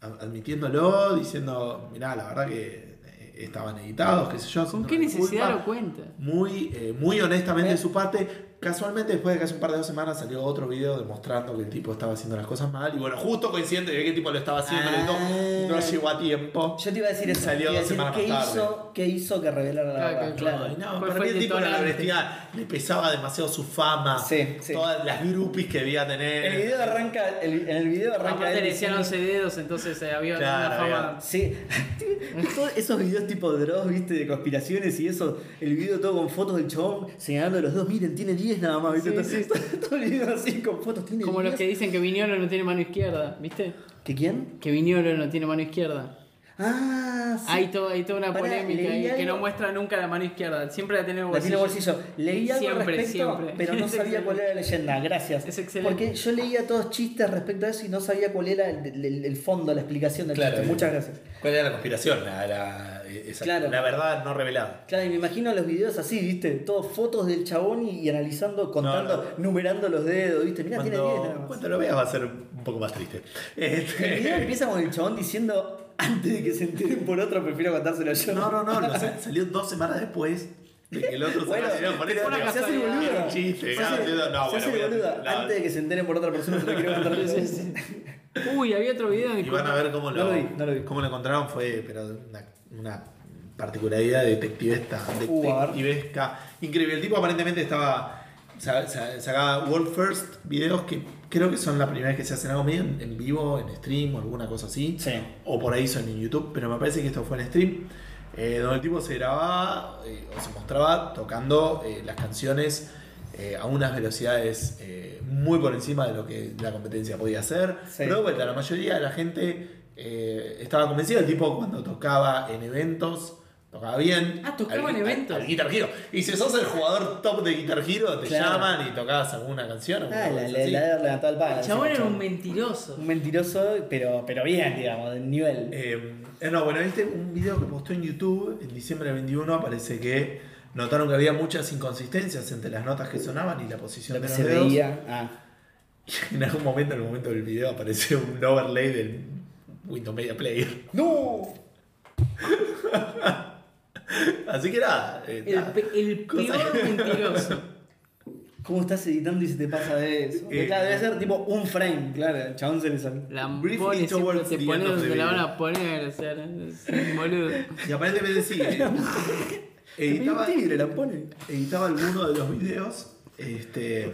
S2: ad- admitiéndolo, diciendo, mirá, la verdad que eh, estaban editados, qué sé yo.
S3: ¿Con
S2: haciendo
S3: qué
S2: una
S3: necesidad
S2: disculpa.
S3: lo cuenta?
S2: Muy, eh, muy honestamente de su parte. Casualmente, después de casi un par de dos semanas, salió otro video demostrando que el tipo estaba haciendo las cosas mal. Y bueno, justo coincidente de que el tipo lo estaba haciendo,
S1: Ah.
S2: y no, no llegó a tiempo.
S1: Yo te iba a decir eso.
S2: Salió
S1: te iba a
S2: dos
S1: decir,
S2: semanas
S1: ¿qué
S2: más tarde.
S1: hizo, ¿Qué hizo que revelara la
S3: Claro,
S1: verdad?
S3: claro,
S1: Claro.
S2: Ay, no,
S3: ¿Cuál
S2: para
S3: fue
S2: mí el
S3: el
S2: tipo era
S3: detonante?
S2: bestia, le pesaba demasiado su fama,
S1: Sí, Eh, sí.
S2: todas las groupies que debía tener.
S1: El video arranca. El, en el video arranca.
S3: Aparte
S1: él
S3: le decían
S1: diciendo-
S3: 11 dedos, entonces eh, había
S2: Claro,
S3: una fama.
S2: había-
S1: Sí, todos esos videos tipo Dross, viste, de conspiraciones y eso, el video todo con fotos del chabón señalando a los dos, miren, tiene 10 pies nada más, ¿viste?
S3: Sí,
S1: está, está- está el video así con fotos. Tiene
S3: Como los que
S1: pies.
S3: dicen que Viñolo no tiene mano izquierda, ¿viste?
S1: ¿Que quién?
S3: Que Viñolo no tiene mano izquierda.
S1: Ah, sí.
S3: Hay, to- hay toda una
S1: Pará,
S3: polémica
S1: leí
S3: ahí, que
S1: algo-
S3: no muestra nunca la mano izquierda. Siempre la tiene en el
S1: La tiene
S3: bolsillo.
S1: bolsillo. Leí algo
S3: Siempre,
S1: al respecto,
S3: siempre.
S1: pero no
S3: Es
S1: sabía cuál
S3: excelente.
S1: era la leyenda. Gracias.
S3: Es excelente.
S1: Porque yo leía todos chistes respecto a eso y no sabía cuál era el, el- el fondo, la explicación del
S2: Claro.
S1: chiste. Muchas gracias.
S2: ¿Cuál era la conspiración? La, la- esa-
S1: Claro.
S2: la verdad no revelada.
S1: Claro, y me imagino los videos así, ¿viste? Todos fotos del chabón y, y analizando, contando, numerando los dedos, ¿viste? Mira, tiene 10 nada
S2: Cuando,
S1: más.
S2: cuando lo veas va a ser un poco más triste.
S1: El video
S2: Este,
S1: empieza con el chabón diciendo, antes de que se enteren por otro, prefiero contárselo yo.
S2: no, no, no, lo sa- salió dos semanas después de que el otro se
S1: Bueno,
S2: relacionó con
S1: pero
S2: eso.
S3: una
S2: digo,
S1: se hace el
S3: casualidad.
S1: boludo.
S2: Era un chiste,
S1: se
S2: no,
S1: hace,
S2: boludo, no,
S1: se
S2: bueno,
S1: hace el
S2: voy a-
S1: boludo.
S2: no.
S1: Antes de que se enteren por otra persona, se lo quiero contar yo.
S3: Uy, había otro video en el
S2: Y van a ver cómo lo,
S1: No lo vi, no lo vi.
S2: cómo lo encontraron, fue pero una, una particularidad detectivesta,
S1: Uh, a ver.
S2: detectivesca, increíble. El tipo aparentemente estaba. sa- sa- Sacaba World First videos que creo que son la primera vez que se hacen algo medio en, en vivo, en stream o alguna cosa así.
S1: Sí.
S2: O por ahí son en YouTube, pero me parece que esto fue en stream. eh, donde el tipo se grababa eh, o se mostraba tocando eh, las canciones eh, a unas velocidades eh, muy por encima de lo que la competencia podía hacer.
S1: Sí.
S2: Pero vuelta, la mayoría de la gente eh, estaba convencida. El tipo cuando tocaba en eventos, tocaba bien.
S3: Ah, tocaba
S2: Al- al-
S3: en eventos.
S2: Al Guitar Hero. Y si sos el jugador top de Guitar Hero, te
S1: Claro.
S2: llaman y tocabas alguna canción. alguna
S1: Ah, la
S2: cosa
S1: la
S2: así.
S1: heladera levantó al palo.
S3: El chabón
S1: ese
S3: era un mentiroso.
S1: Un mentiroso, pero, pero bien, digamos, del nivel.
S2: Eh, eh, no, bueno, este un video que postó en YouTube en diciembre del 21 parece que notaron que había muchas inconsistencias entre las notas que sonaban y la posición
S1: lo que
S2: de los
S1: se
S2: dedos.
S1: veía. Ah,
S2: En algún momento, en el momento del video, aparece un overlay del Windows Media Player.
S1: ¡No!
S2: Así que nada. eh,
S3: El,
S2: nada.
S3: pe- el
S2: Cosa-
S3: peor mentiroso.
S1: ¿Cómo estás editando y se te pasa de eso?
S2: Eh,
S1: claro, debe ser tipo un frame, claro, el chabón se le salió.
S3: La
S2: Briefly
S3: pone siempre
S2: towards
S3: te
S2: the
S3: pone
S2: end of
S3: donde
S2: the
S3: la van
S2: video.
S3: a poner, o sea, no- es un boludo.
S2: Y aparentemente sí. eh,
S1: Pero
S2: editaba,
S1: un tigre la pone.
S2: editaba alguno de los videos. Este.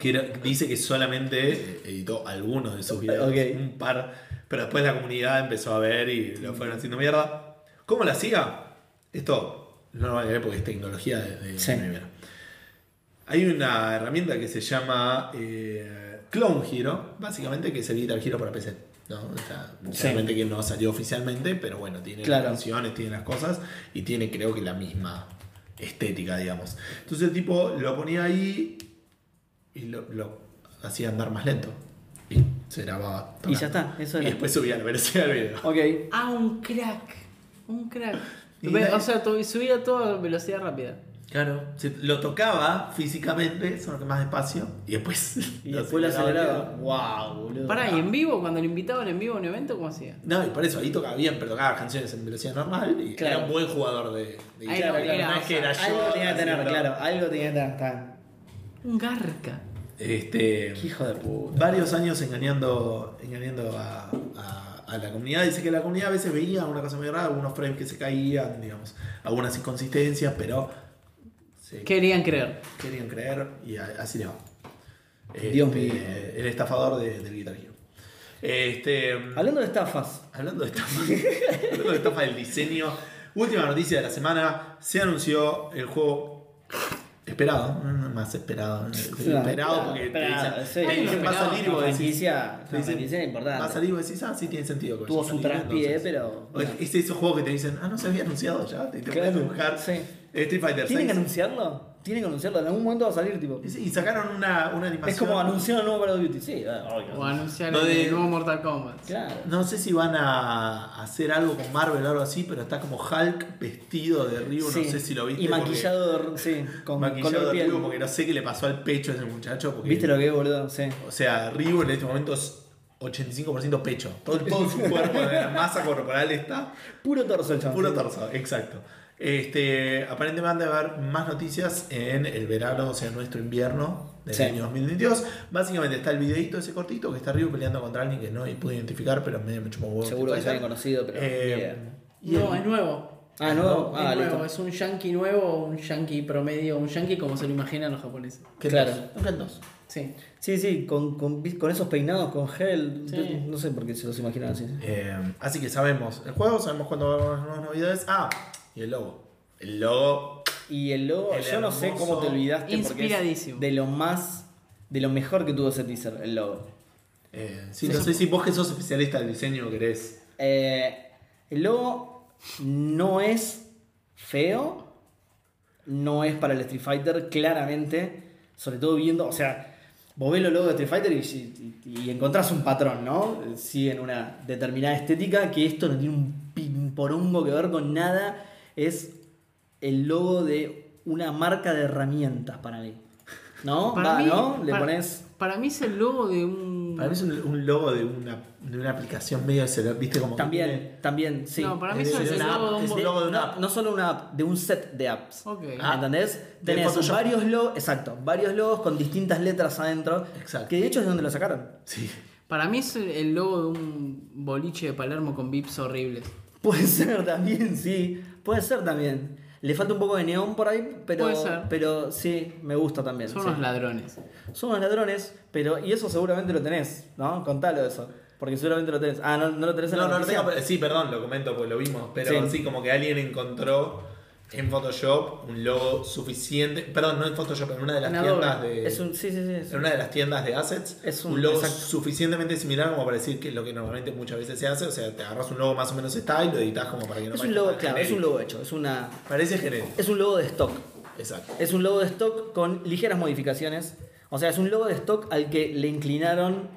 S2: Que era- dice que solamente editó algunos de sus videos.
S1: Ok.
S2: Un par. Pero después la comunidad empezó a ver y lo fueron haciendo mierda. ¿Cómo la hacía? Esto no lo van a creer porque es tecnología de, de
S1: Sí.
S2: primera. Hay una herramienta que se llama eh, Clone Hero, básicamente, que es el Guitar Hero para PC. ¿no? O sea,
S1: Sí.
S2: obviamente que no salió oficialmente, pero bueno, tiene
S1: Claro.
S2: las canciones, tiene las cosas y tiene creo que la misma estética, digamos. Entonces el tipo lo ponía ahí y lo, lo hacía andar más lento. Y se grababa.
S1: Y ya está, eso
S2: Y
S1: era.
S2: después subía la velocidad del video.
S1: Ok.
S3: Ah, un crack. Un crack.
S2: Y
S3: Ve-
S2: la-
S3: O sea, to- subía a toda velocidad rápida.
S2: Claro. lo tocaba físicamente, solo que más despacio. Y después.
S1: Y
S2: lo
S1: después la
S2: aceleraba.
S1: aceleraba. ¡Wow, boludo!
S3: Pará, ¿y en vivo? Cuando lo invitaban en vivo a un evento, ¿cómo hacía?
S2: No, y por eso, ahí tocaba bien, pero tocaba canciones en velocidad normal y
S1: Claro.
S2: era un buen jugador de, de
S3: Ahí
S2: guitarra.
S3: no, era,
S2: No es que
S3: o sea,
S2: era yo.
S1: Algo tenía que tener,
S2: haciendo-
S1: claro, algo tenía que tener. está.
S2: Mm.
S3: Un garca.
S2: Este,
S1: Qué hijo de puta.
S2: varios años engañando, engañando a, a- a la comunidad. Dice que la comunidad a veces veía una cosa muy rara, algunos frames que se caían, digamos, algunas inconsistencias, pero se
S3: Querían creer.
S2: querían creer y a- así le va. Este,
S1: Dios mío.
S2: El estafador de- del Guitar Hero. Este,
S1: Hablando de estafas.
S2: Hablando de estafa, hablando de estafa del diseño, última noticia de la semana, se anunció el juego esperado, mm, más esperado, esperado porque te
S1: Esperado,
S2: dicen,
S1: sí.
S2: te dicen, va a
S3: Esperado,
S2: salir y vos
S1: Una
S2: decís,
S1: franquicia,
S2: te
S1: una
S2: dicen,
S1: franquicia importante.
S2: va a salir y vos decís, ah, sí tiene sentido. que
S1: Tuvo
S2: vaya a
S1: su
S2: salir,
S1: traspié,
S2: entonces.
S1: pero.
S2: O Es, es esos juegos que te dicen, ah, no se había anunciado ya, te, te
S1: Claro,
S2: puedes buscar
S1: sí.
S2: Street Fighter
S1: ¿Tienen que
S2: 6.
S1: anunciarlo? Tienen que anunciarlo, en algún momento va a salir, tipo.
S2: Y sí, Y sacaron una, una animación.
S1: Es como anunciar un nuevo Call of Duty. Sí,
S3: O
S1: obvio.
S3: anunciar
S2: Lo
S3: el
S2: de-
S3: nuevo Mortal Kombat.
S1: Claro.
S2: No sé si van a hacer algo con Marvel o algo así, pero está como Hulk vestido de Ryu,
S1: Sí,
S2: no sé si lo viste.
S1: Y
S2: porque-
S1: maquillado, de- sí, con
S2: maquillado
S1: color
S2: de
S1: piel.
S2: Ryu, porque no sé qué le pasó al pecho a ese muchacho. Porque,
S1: ¿Viste lo que es, boludo? Sí.
S2: O sea, Ryu en este momento es 85% pecho. Todo, todo su cuerpo, la masa corporal está
S1: Puro torso el chabón.
S2: puro torso, exacto. Este, aparentemente va a haber más noticias en el verano, o sea, nuestro invierno del
S1: Sí.
S2: año 2022. Básicamente está el videito ese cortito que está Ryu peleando contra alguien que no pude identificar, pero medio me chupó huevo.
S1: Seguro que
S2: Street
S1: se habían
S2: Fighter.
S1: conocido, pero.
S2: Eh,
S1: yeah.
S2: y
S3: No,
S2: el-
S3: es nuevo.
S1: Ah, ¿no?
S3: Es
S1: Ah,
S3: nuevo,
S1: listo.
S3: es un yankee nuevo, un yankee promedio, un yankee como se lo imaginan los japoneses.
S2: ¿Qué
S1: Claro.
S2: dos? Nunca el dos.
S3: Sí.
S1: Sí, sí, con, con, con esos peinados, con gel.
S3: Sí.
S1: yo No sé por qué se los imaginan así.
S2: Eh, así que sabemos el juego, sabemos cuándo van a haber nuevas novedades. Ah, y el logo. El logo
S1: Y el logo,
S2: El
S1: yo no sé
S2: hermoso-
S1: cómo te olvidaste porque es
S3: Inspiradísimo.
S1: de lo más, de lo mejor que tuvo ese teaser, el logo.
S2: Eh, sí,
S3: Sí,
S2: no
S3: yo-
S2: sé si vos que sos especialista del diseño querés.
S1: Eh, el logo no es feo, no es para el Street Fighter, claramente. Sobre todo viendo, o sea, vos ves los logos de Street Fighter y, y- y encontrás un patrón, ¿no? Siguen una determinada estética que esto no tiene un pimporongo que ver con nada. Es el logo de una marca de herramientas para mí. ¿No? Va, ¿no? Le
S3: para-
S1: pones.
S3: para mí es el logo de un.
S2: Para mí es un, un logo de una, de una aplicación medio de celular, viste como. que tiene- eh,
S1: También, también, sí.
S3: No, para mí
S2: Es
S3: eso es el
S2: una app,
S3: logo
S2: es
S3: de
S2: un
S3: un. bo-
S2: logo de una
S1: no,
S2: app.
S1: no solo una app, de un set de apps.
S3: Ok.
S2: Ah,
S1: ¿Entendés?
S2: de
S1: Tenés
S2: Photoshop.
S1: varios logos, exacto, varios logos con distintas letras adentro.
S2: Exacto.
S1: Que de hecho es de donde lo sacaron.
S2: Sí.
S3: Para mí es el- el logo de un boliche de Palermo con vips horribles.
S1: Puede ser también, sí. Puede ser también. Le falta un poco de neón por ahí, pero,
S3: Puede ser.
S1: pero sí, me gusta también.
S3: Son
S1: sí.
S3: unos ladrones.
S1: Son unos ladrones, pero. Y eso seguramente lo tenés, ¿no? Contalo eso. Porque seguramente lo tenés. Ah, no, no lo tenés en
S2: No,
S1: la
S2: no, lo
S1: noticia.
S2: tengo, pero- sí, perdón, lo comento porque lo vimos. Pero
S1: Sí.
S2: sí. como que alguien encontró en Photoshop un logo suficiente. Perdón, no en Photoshop, en una de las
S3: En Adobe.
S2: tiendas de.
S1: Es un. Sí, sí, sí. es
S2: en una de las tiendas de assets,
S1: Es un-
S2: un, logo
S1: exacto.
S2: suficientemente similar como para decir que es lo que normalmente muchas veces se hace, o sea, te agarras un logo más o menos está y lo editas como para que no
S1: es un
S2: parezca
S1: logo,
S2: tan
S1: claro, es un
S2: genérico.
S1: logo hecho. Es una.
S2: Parece genérico,
S1: Es un logo de stock.
S2: exacto.
S1: Es un logo de stock con ligeras modificaciones. O sea, es un logo de stock al que le inclinaron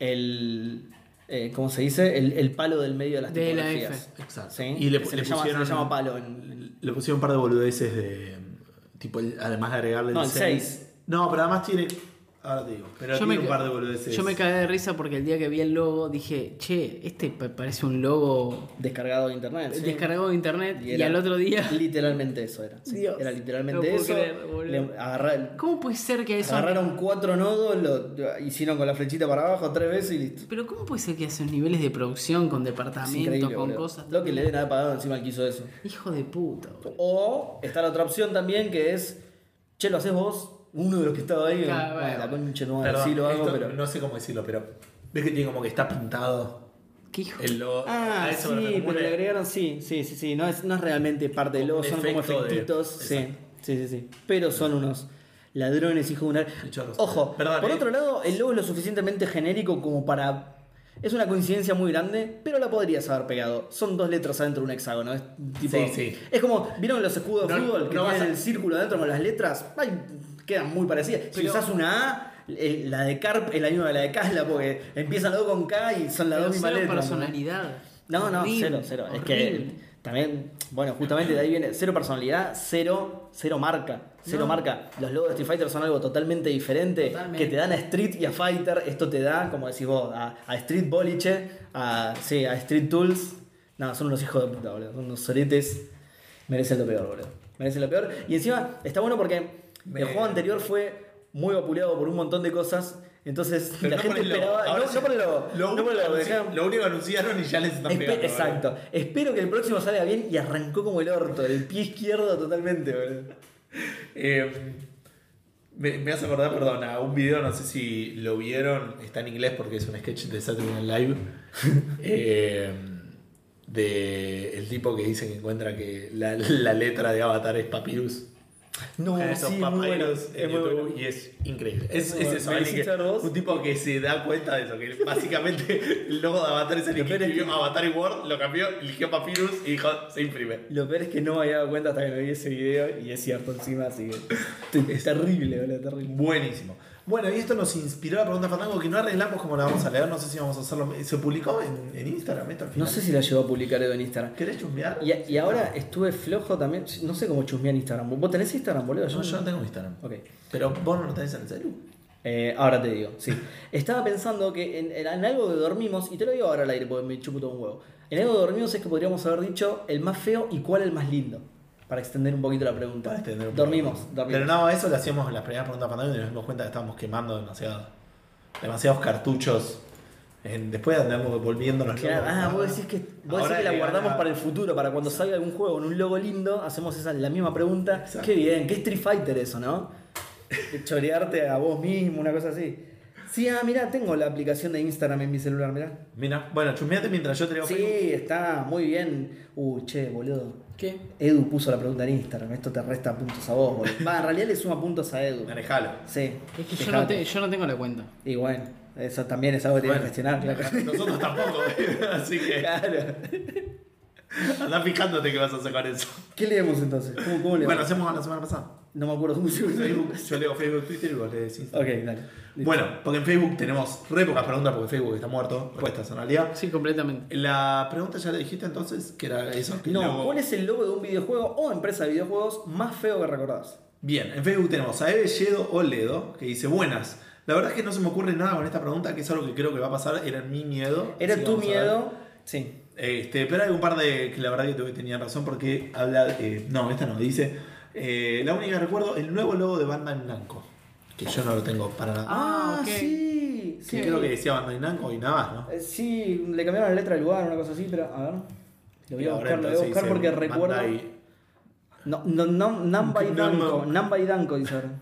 S1: el. eh, ¿Cómo se dice? El, el palo del medio de las
S3: De la
S1: tipografías.
S2: Exacto.
S1: ¿Sí?
S2: Y le,
S1: se
S2: le
S1: llama- se
S2: pusieron,
S1: llama palo en-
S2: le pusieron un par de boludeces de. Tipo, el- además de agregarle
S1: No,
S2: el
S1: el
S2: 6.
S1: seis.
S2: No, pero además tiene. Ahora te digo. Pero tiene un
S3: ca-
S2: par de boludeces.
S3: yo me cagué de risa porque el día que vi el logo dije, che, este pa- parece un logo
S1: descargado de internet. ¿sí?
S3: descargado de internet y,
S1: era
S3: al otro día.
S1: Literalmente eso era. sí.
S3: Dios,
S1: era
S3: no
S1: literalmente
S3: puedo
S1: eso.
S3: creer, boludo.
S1: Le agarra-
S3: ¿Cómo puede ser que eso
S1: agarraron cuatro nodos, lo, lo hicieron con la flechita para abajo tres veces y listo.
S3: Pero ¿cómo puede ser que a esos niveles de producción con
S1: Es
S3: departamentos,
S1: increíble.
S3: con
S1: boludo.
S3: cosas?
S1: Lo que le deben haber pagado encima al que hizo eso.
S3: Hijo de puta, boludo.
S1: O está la otra opción también que es, che, lo haces vos, uno de los que estaba ahí.
S3: Claro,
S1: bueno,
S3: bueno.
S1: La concha no
S2: Perdón,
S1: sí lo hago,
S2: esto
S1: pero.
S2: No sé cómo decirlo, pero. ¿Ves que tiene como que está pintado
S3: ¿Qué hijo?
S2: el logo?
S1: Ah,
S2: A eso me
S1: sí,
S2: refiero, como
S1: pero le
S2: un-
S1: agregaron, sí, sí, sí, sí. No es, no es realmente parte del
S2: Un
S1: logo, son como
S2: efecto de-
S1: efectitos. sí,
S2: Exacto.
S1: sí, sí, sí. Pero son unos ladrones, hijo de una.
S2: Chorros.
S1: Ojo,
S2: Perdón,
S1: por
S2: eh.
S1: otro lado, el logo es lo suficientemente genérico como para. Es una coincidencia muy grande, pero la podrías haber pegado. Son dos letras adentro de un hexágono. Es, tipo,
S2: Sí, sí.
S1: es como, ¿vieron los escudos de
S2: No,
S1: fútbol que
S2: no vas
S1: tienen
S2: a-
S1: el círculo adentro con las letras? Ay, quedan muy parecidas. si
S3: Pero-
S1: usás una A, eh, la de Carp es la misma que la de Casla, porque empiezan los dos con K y son las
S3: Pero
S1: dos mismas
S3: cero
S1: letras. ¿no?
S3: personalidad.
S1: No, no,
S3: Horrible,
S1: cero, cero. Es que
S3: horrible.
S1: también, bueno, justamente de ahí viene cero personalidad, cero, cero marca. Cero
S3: No.
S1: marca. Los logos de Street Fighter son algo totalmente diferente.
S3: Totalmente.
S1: Que te dan a Street y a Fighter. Esto te da, como decís vos, a, a Street Boliche, a, sí, a Street Tools. No, son unos hijos de puta, boludo. Son unos soretes. Merecen lo peor, boludo. Merecen lo peor. Y encima, está bueno porque el
S2: Me-
S1: juego anterior fue muy vapuleado por un montón de cosas. Entonces,
S2: Pero
S1: la
S2: no
S1: gente
S2: por el logo.
S1: esperaba.
S2: Ahora
S1: No,
S2: sí.
S1: no por el logo.
S2: Lo
S1: no por el
S2: único
S1: logo,
S2: que
S1: dejaron-
S2: anunci- Lo único que anunciaron y ya les están
S1: Espe-
S2: pegando. ¿verdad?
S1: exacto. Espero que el próximo salga bien y arrancó como el orto, del pie izquierdo totalmente, boludo.
S2: Eh, me, me hace acordar, perdón, a un video, no sé si lo vieron, está en inglés porque es un sketch de Saturday Night Live. eh, de el tipo que dice que encuentra que la, la letra de Avatar es papyrus. Ah,
S1: No,
S2: Esos
S1: sí, es muy bueno.
S2: papyrus
S1: Es
S2: en
S1: muy
S2: YouTube
S1: bueno.
S2: y es increíble. Es,
S1: muy
S2: es
S1: bueno.
S2: eso,
S1: ¿Me
S2: alguien
S1: hiciste
S2: que-
S1: ver vos?
S2: un tipo que se da cuenta de eso, que básicamente el logo de Avatar es el que
S1: peor es
S2: escribió Avatar y Word, lo cambió, eligió papyrus y dijo, se imprime.
S1: Lo peor es que no me había dado cuenta hasta que lo vi ese video y es cierto encima, así que. Es terrible, boludo, terrible.
S2: Buenísimo. Bueno, y esto nos inspiró la pregunta Fandango que no arreglamos como la vamos a leer, no sé si vamos a hacerlo. ¿Se publicó en, en Instagram esto al
S1: No
S2: final?
S1: sé si la llevó a publicar Edo en Instagram.
S2: ¿Querés chusmear?
S1: Y, y ahora estuve flojo también. No sé cómo chusmear Instagram. ¿Vos tenés Instagram, boludo?
S2: No, yo no tengo Instagram.
S1: Ok.
S2: Pero vos no lo tenés en el celu.
S1: Eh, ahora te digo, sí. Estaba pensando que en, en- en algo que dormimos, y te lo digo ahora al aire porque me chupo todo un huevo. En algo que dormimos es que podríamos haber dicho el más feo y cuál el más lindo. Para extender un poquito la pregunta.
S2: Para extender un poco.
S1: dormimos, dormimos.
S2: Pero no, eso lo hacíamos en las primeras preguntas Fandango y nos dimos cuenta que estábamos quemando demasiado. Demasiados cartuchos. En- después andamos volviéndonos
S1: Claro,
S2: locos.
S1: ah, vos decís que, vos decís
S2: Ahora
S1: que la
S2: le van
S1: guardamos
S2: a-
S1: para el futuro, para cuando salga algún juego con un logo lindo, hacemos esa, la misma pregunta.
S2: Exacto.
S1: Qué bien, qué Street Fighter eso, ¿no? De Chorearte a vos mismo, una cosa así. Sí, ah, mirá, tengo la aplicación de Instagram en mi celular, mirá.
S2: Mira, bueno, chusmeate mientras yo te digo
S1: Sí, está muy bien. Uh, che, boludo.
S3: ¿Qué?
S1: Edu puso la pregunta en Instagram. Esto te resta puntos a vos, boludo. Va, en realidad le suma puntos a Edu.
S2: Manejalo.
S1: Sí.
S3: Es que yo
S1: dejame.
S3: no, te- yo no tengo la cuenta.
S1: Y bueno, eso también es algo que
S2: Bueno,
S1: tienes que gestionar. Claro.
S2: Nosotros tampoco, así que
S1: Claro.
S2: anda fijándote que vas a sacar eso.
S1: ¿Qué leemos entonces? ¿Cómo, cómo leemos?
S2: Bueno, hacemos la semana pasada.
S1: no me acuerdo cómo se usa.
S2: Facebook, yo leo Facebook, Twitter y vos lees Instagram.
S1: Ok, dale.
S2: Bueno, porque en Facebook tenemos re pocas preguntas porque Facebook está muerto. Respuestas en realidad.
S3: Sí, completamente.
S2: La pregunta ya la dijiste entonces, que era eso. que
S1: No,
S2: luego-
S1: ¿cuál es el logo de un videojuego o empresa de videojuegos más feo que recordás?
S2: Bien, en Facebook tenemos a Eve Yedo Oledo que dice buenas. La verdad es que no se me ocurre nada con esta pregunta, que es algo que creo que va a pasar, era mi miedo.
S1: ¿Era
S2: Así que
S1: tu
S2: vamos a ver.
S1: miedo? Sí.
S2: Este, pero hay un par de que la verdad que tuve- tenían razón porque habla. eh, no, esta no, dice. eh, la única que recuerdo, el nuevo logo de Batman Blanco. Que yo no lo tengo para nada.
S3: Ah, ok.
S1: sí.
S2: Sí,
S1: Sí,
S2: creo que decía Bandai Namco y nada más, ¿no?
S1: Eh, Sí, le cambiaron la letra del lugar, una cosa así, pero a ver. Lo voy a buscar, lo
S2: Ahora
S1: voy a
S2: entonces
S1: buscar
S2: dice
S1: porque recuerdo.
S2: Bandai.
S1: No, no, no, Namba y
S2: Namba.
S1: Danco. Namba y Danco, dice ahora.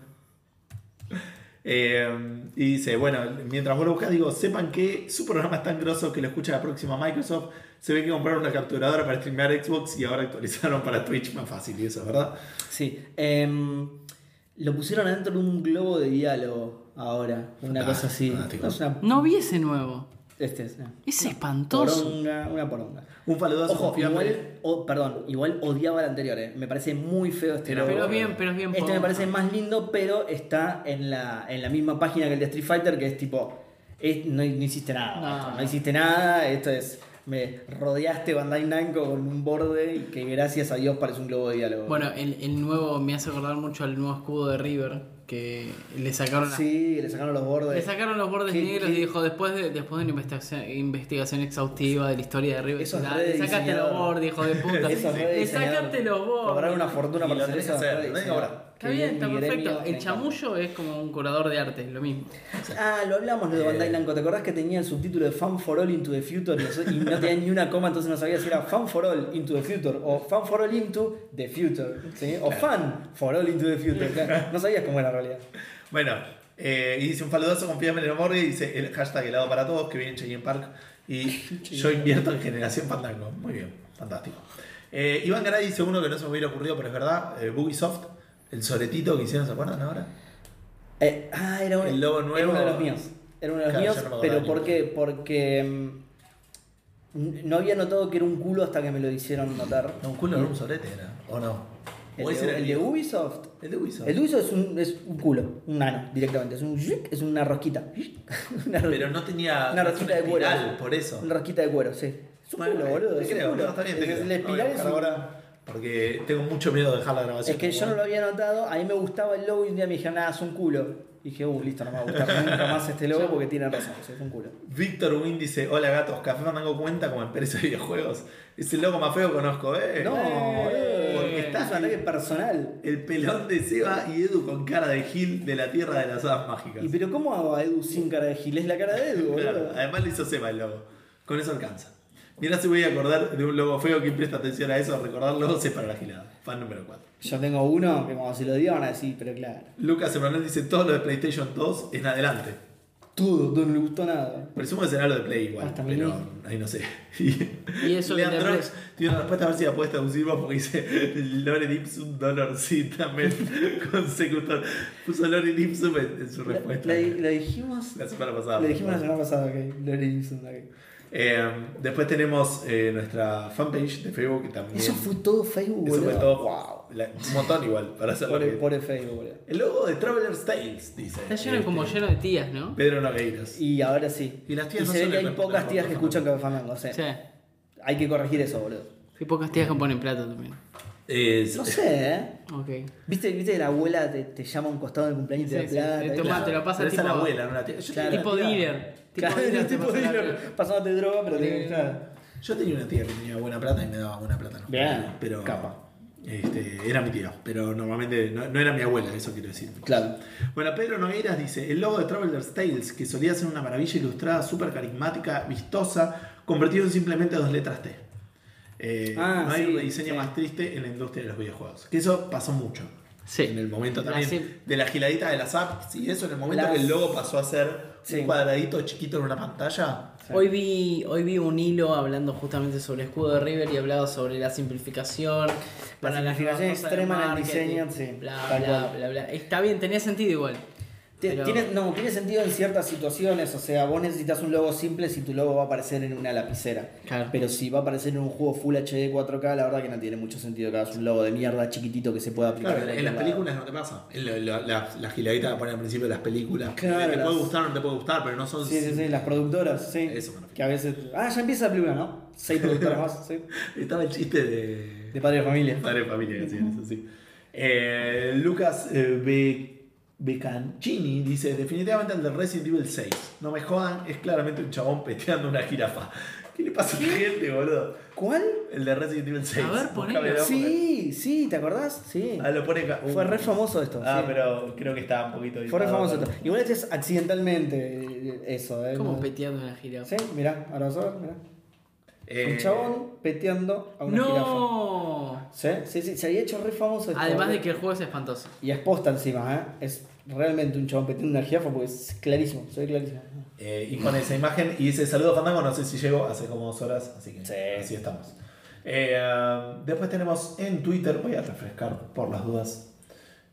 S2: Eh, y dice, bueno, mientras vos lo buscas, digo, sepan que su programa es tan grosso que lo escucha la próxima Microsoft. Se ve que compraron una capturadora para streamear Xbox y ahora actualizaron para Twitch más fácil y eso, ¿verdad?
S1: Sí. em, lo pusieron adentro de un globo de diálogo ahora. Una
S2: Ah,
S1: cosa así.
S2: fantástico.
S1: No, es una.
S3: No vi ese nuevo.
S1: Este es. Una
S3: Es espantoso.
S1: poronga, una poronga.
S2: Un saludazo
S1: Ojo,
S2: confiable.
S1: igual, o- perdón, igual odiaba el anterior, eh. me parece muy feo este
S2: Pero
S1: logo.
S3: Pero es bien, pero es bien
S1: Este me
S3: poronga.
S1: parece más lindo, pero está en la, en la misma página que el de Street Fighter, que es tipo, es- no, no hiciste nada,
S3: No.
S1: esto, no hiciste nada, esto es, me rodeaste Bandai Namco con un borde y que gracias a Dios parece un globo de diálogo.
S3: Bueno, el, el nuevo me hace acordar mucho al nuevo escudo de River que le sacaron, las-
S1: sí, le sacaron los bordes.
S3: le sacaron los bordes
S1: ¿Qué-
S3: negros
S1: qué?
S3: y dijo después de después de una investigación, investigación exhaustiva de la historia de River,
S1: Eso es
S3: "Dale,
S1: re
S3: le sacaste
S1: diseñador".
S3: los bordes, hijo de puta.
S1: Eso es re
S3: le
S1: diseñador.
S3: sacaste los
S1: Cobrar
S3: bordes.
S1: una fortuna
S2: Y
S1: para
S2: lo
S1: hacer
S2: tenés
S1: eso.
S2: que hacer,
S1: re
S2: lo tenés que
S1: diseñador.
S2: cobrar.
S1: Qué
S3: Está bien,
S1: mi
S3: está
S1: gremio,
S3: perfecto.
S1: me
S3: El
S1: encanta.
S3: chamullo es como un curador de arte, es lo mismo.
S1: Ah, lo hablamos lo de
S2: Eh.
S1: Bandai Namco. ¿Te acordás que tenía el subtítulo de Fan for All Into the Future y no- y no tenía ni una coma, entonces no sabía si era Fan for All Into the Future o Fan for All Into the Future? ¿sí? O Fan for All Into the Future. claro. No sabías cómo era en realidad.
S2: Bueno, eh, y dice un saludazo, confiable en el amor y dice el hashtag helado para todos, que viene Cheyenne Park y yo invierto en generación Fandango. Muy bien, fantástico. Eh, Iván Garay dice uno que no se me hubiera ocurrido, pero es verdad, eh, Bugisoft, el soletito que hicieron, ¿se acuerdan ahora?
S1: Eh, ah, era, un-
S2: El logo
S1: era
S2: nuevo.
S1: uno de los míos. Era uno de los
S2: Claro,
S1: míos,
S2: yo no me acordaba
S1: pero
S2: ni
S1: ¿por
S2: por
S1: qué? Porque mm, n- no había notado que era un culo hasta que me lo hicieron notar.
S2: No, un culo era un solete, era, ¿o no?
S1: El,
S2: ¿O ese
S1: de,
S2: era
S1: el de
S2: mío?
S1: Ubisoft.
S2: El de Ubisoft.
S1: El Ubisoft es un, es un culo, un nano, directamente. Es un zhuic, es una rosquita. Una rosquita.
S2: Pero no tenía
S1: Una rosquita de cuero.
S2: espiral, por eso.
S1: Una rosquita de cuero, sí. Es un
S2: Bueno,
S1: culo, boludo.
S2: te
S1: Es un
S2: creo,
S1: culo.
S2: no, está bien, te
S1: Es-
S2: creo.
S1: la
S2: No voy a
S1: espiral es
S2: buscar
S1: un-
S2: ahora porque tengo mucho miedo de dejar la grabación.
S1: Es que yo no lo había notado, a mí me gustaba el logo y un día me dijeron, ah, es un culo. Y dije, uh, listo, no me va a gustar nunca más este logo porque tienen razón, o sea, es un culo.
S2: Víctor Win dice, hola gatos, Café Fandango cuenta como empresa de videojuegos. Es el loco más feo que conozco, ¿eh?
S1: No,
S2: Eh,
S1: boludo,
S2: porque
S1: estás
S2: estás
S1: un ataque personal.
S2: el pelón de Seba y Edu con cara de Gil de la Tierra de las Hadas Mágicas.
S1: Y pero ¿cómo hago a Edu sin cara de Gil? Es la cara de Edu,
S2: Claro,
S1: boludo.
S2: además le hizo Seba el logo. Con eso alcanza. Mirá si voy a acordar de un logo feo que presta atención a eso, recordar logos es para la gilada. Fan número 4.
S1: Yo tengo uno que cuando se lo digo van a decir, pero claro.
S2: Lucas Emanuel dice todo lo de PlayStation 2 en adelante.
S1: Todo, no le gustó nada.
S2: Presumo que será lo de Play igual,
S1: Hasta
S2: pero
S1: mí.
S2: ahí no sé. Y,
S3: Y eso que te
S2: Leandro
S3: apres-
S2: tiene una respuesta a ver si la puedes traducir vos porque dice Lore Dipsum dolorcita men, consecutor. Puso Lore Dipsum en, en su
S1: La,
S2: respuesta.
S1: la di- la dijimos.
S2: La semana pasada.
S1: Le dijimos la semana pasada que Lore Gibson, ok.
S2: Eh, después tenemos eh, nuestra fanpage de Facebook que también.
S1: Eso fue todo Facebook,
S2: Eso
S1: boludo.
S2: fue todo. Wow. La- un montón igual para hacer lo
S1: Pobre,
S2: que-
S1: pobre Facebook, boludo.
S2: El logo de Traveler's Tales, dice.
S3: Está lleno
S2: Este,
S3: como lleno de tías, ¿no?
S2: Pedro Nogueiras.
S1: Y ahora sí.
S2: Y las tías no
S1: se ve
S2: son
S1: que
S2: el
S1: hay
S2: repertorio
S1: pocas tías que
S2: de
S1: escuchan Café Fandango. O sea,
S3: Sí.
S1: hay que corregir eso, boludo.
S3: Hay pocas tías que ponen plata también.
S2: Es-
S1: No sé, ¿eh?
S3: Ok.
S1: ¿Viste, viste que la abuela te, te llama a un costado del cumpleaños de
S3: Sí,
S1: la
S3: sí,
S1: plata?
S3: sí,
S1: ¿eh?
S3: toma- te lo pasa
S2: pero esa
S3: tipo-
S2: la abuela, no la tía. Yo
S1: Claro.
S2: tenía
S3: Tipo
S2: una tía-
S3: dealer. Tipo
S1: Claro,
S3: dealer. te
S1: tipo
S3: pasan la
S1: dealer,
S3: plata.
S1: pasándote droga, pero te
S3: Sí.
S1: gustaba.
S2: Yo tenía una tía que tenía buena plata y me daba buena plata. ¿no?
S1: Bien,
S2: pero
S1: capa.
S2: Este, era mi tía, pero normalmente no, no era mi abuela, eso quiero decir.
S1: Claro.
S2: Bueno, Pedro Nogueras dice, el logo de Traveler's Tales, que solía ser una maravilla ilustrada, súper carismática, vistosa, convertido en simplemente dos letras T. Eh,
S1: Ah,
S2: no hay
S1: sí,
S2: un diseño
S1: sí.
S2: más triste en la industria de los videojuegos. Que eso pasó mucho.
S3: Sí.
S2: En el momento
S3: La
S2: también.
S3: sim-
S2: De la giladita de las apps y eso, en el momento
S1: Ah, Las-
S2: que el logo pasó a ser
S1: Sí.
S2: un cuadradito chiquito en una pantalla.
S3: Hoy vi, hoy vi un hilo hablando justamente sobre el escudo de River y hablaba sobre la simplificación.
S1: simplificación
S3: nuevas cosas de
S1: extrema en el
S3: marketing,
S1: diseño, sí,
S3: Bla,
S1: tal
S3: bla,
S1: cual.
S3: bla, bla. Está bien, tenía sentido igual.
S1: Ti-
S3: Pero-
S1: tiene- no, tiene sentido en ciertas situaciones. O sea, vos necesitas un logo simple si tu logo va a aparecer en una lapicera.
S3: Claro.
S1: Pero si va a aparecer en un juego Full HD 4K, la verdad que no tiene mucho sentido que hagas un logo de mierda chiquitito que se pueda aplicar.
S2: Claro,
S1: cualquier
S2: en las
S1: lado.
S2: películas no te pasa. En lo- lo- la, la giladita que ponen al principio de las películas.
S1: Claro,
S2: te
S1: las-
S2: puede gustar o no te puede gustar, pero no son.
S1: Sí, sí, sí, las productoras, sí.
S2: Eso me refiero.
S1: Que a veces. Ah, ya empieza la película, ¿no? Seis productoras más, sí.
S2: Estaba el chiste de.
S1: De padre de familia.
S2: Padre de familia, que hacían eso, sí. Eh, Lucas eh, Be- Becancini dice: Definitivamente el de Resident Evil 6. No me jodan, es claramente un chabón peteando una jirafa. ¿Qué le pasa a la gente, boludo?
S1: ¿Cuál?
S2: El de Resident Evil 6.
S3: ver,
S2: Buscame,
S3: ponelo.
S2: ¿no?
S1: Sí, sí, ¿te acordás? Sí.
S2: Ah, lo pone acá.
S1: Fue re famoso esto.
S2: Ah,
S1: sí.
S2: pero Ah, creo que estaba un poquito.
S1: Fue re
S2: editado,
S1: famoso
S2: pero-
S1: esto. Igual este es accidentalmente eh, eso, ¿eh?
S3: Como
S1: No-
S3: peteando una jirafa.
S1: Sí, mirá, ahora vas a ver, mirá.
S2: Eh,
S1: Un chabón peteando a una jirafa.
S3: ¡No!
S1: Sí, sí, sí, se había hecho re famoso esto.
S3: Además de
S1: ¿eh?
S3: que el juego es espantoso.
S1: Y es posta encima, ¿eh? Es realmente un chabón peteando una jirafa porque es clarísimo, se ve clarísimo.
S2: Eh, y pone esa imagen y dice saludo Fandango, no sé si llego hace como dos horas, así que así estamos. Eh, um, después tenemos en Twitter, voy a refrescar por las dudas.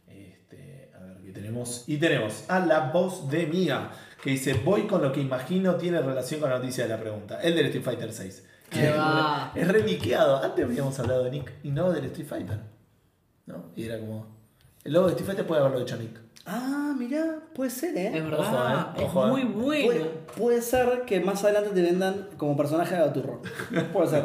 S2: Este, a ver qué tenemos. Y tenemos a la voz de Mía, que dice voy con lo que imagino tiene relación con la noticia de la pregunta. El del Street Fighter 6.
S3: Ahí va.
S2: Es reliqueado. Antes habíamos hablado de Nick y no del Street Fighter. ¿No? Y era como. El logo de Street Fighter puede haberlo hecho Nick.
S1: Ah, mirá, puede ser,
S3: Es
S1: ¿eh?
S3: verdad,
S2: eh, ojo,
S3: es
S2: eh.
S3: muy bueno.
S1: Puede, puede ser que más adelante te vendan como personaje a Gaturro. Puede ser.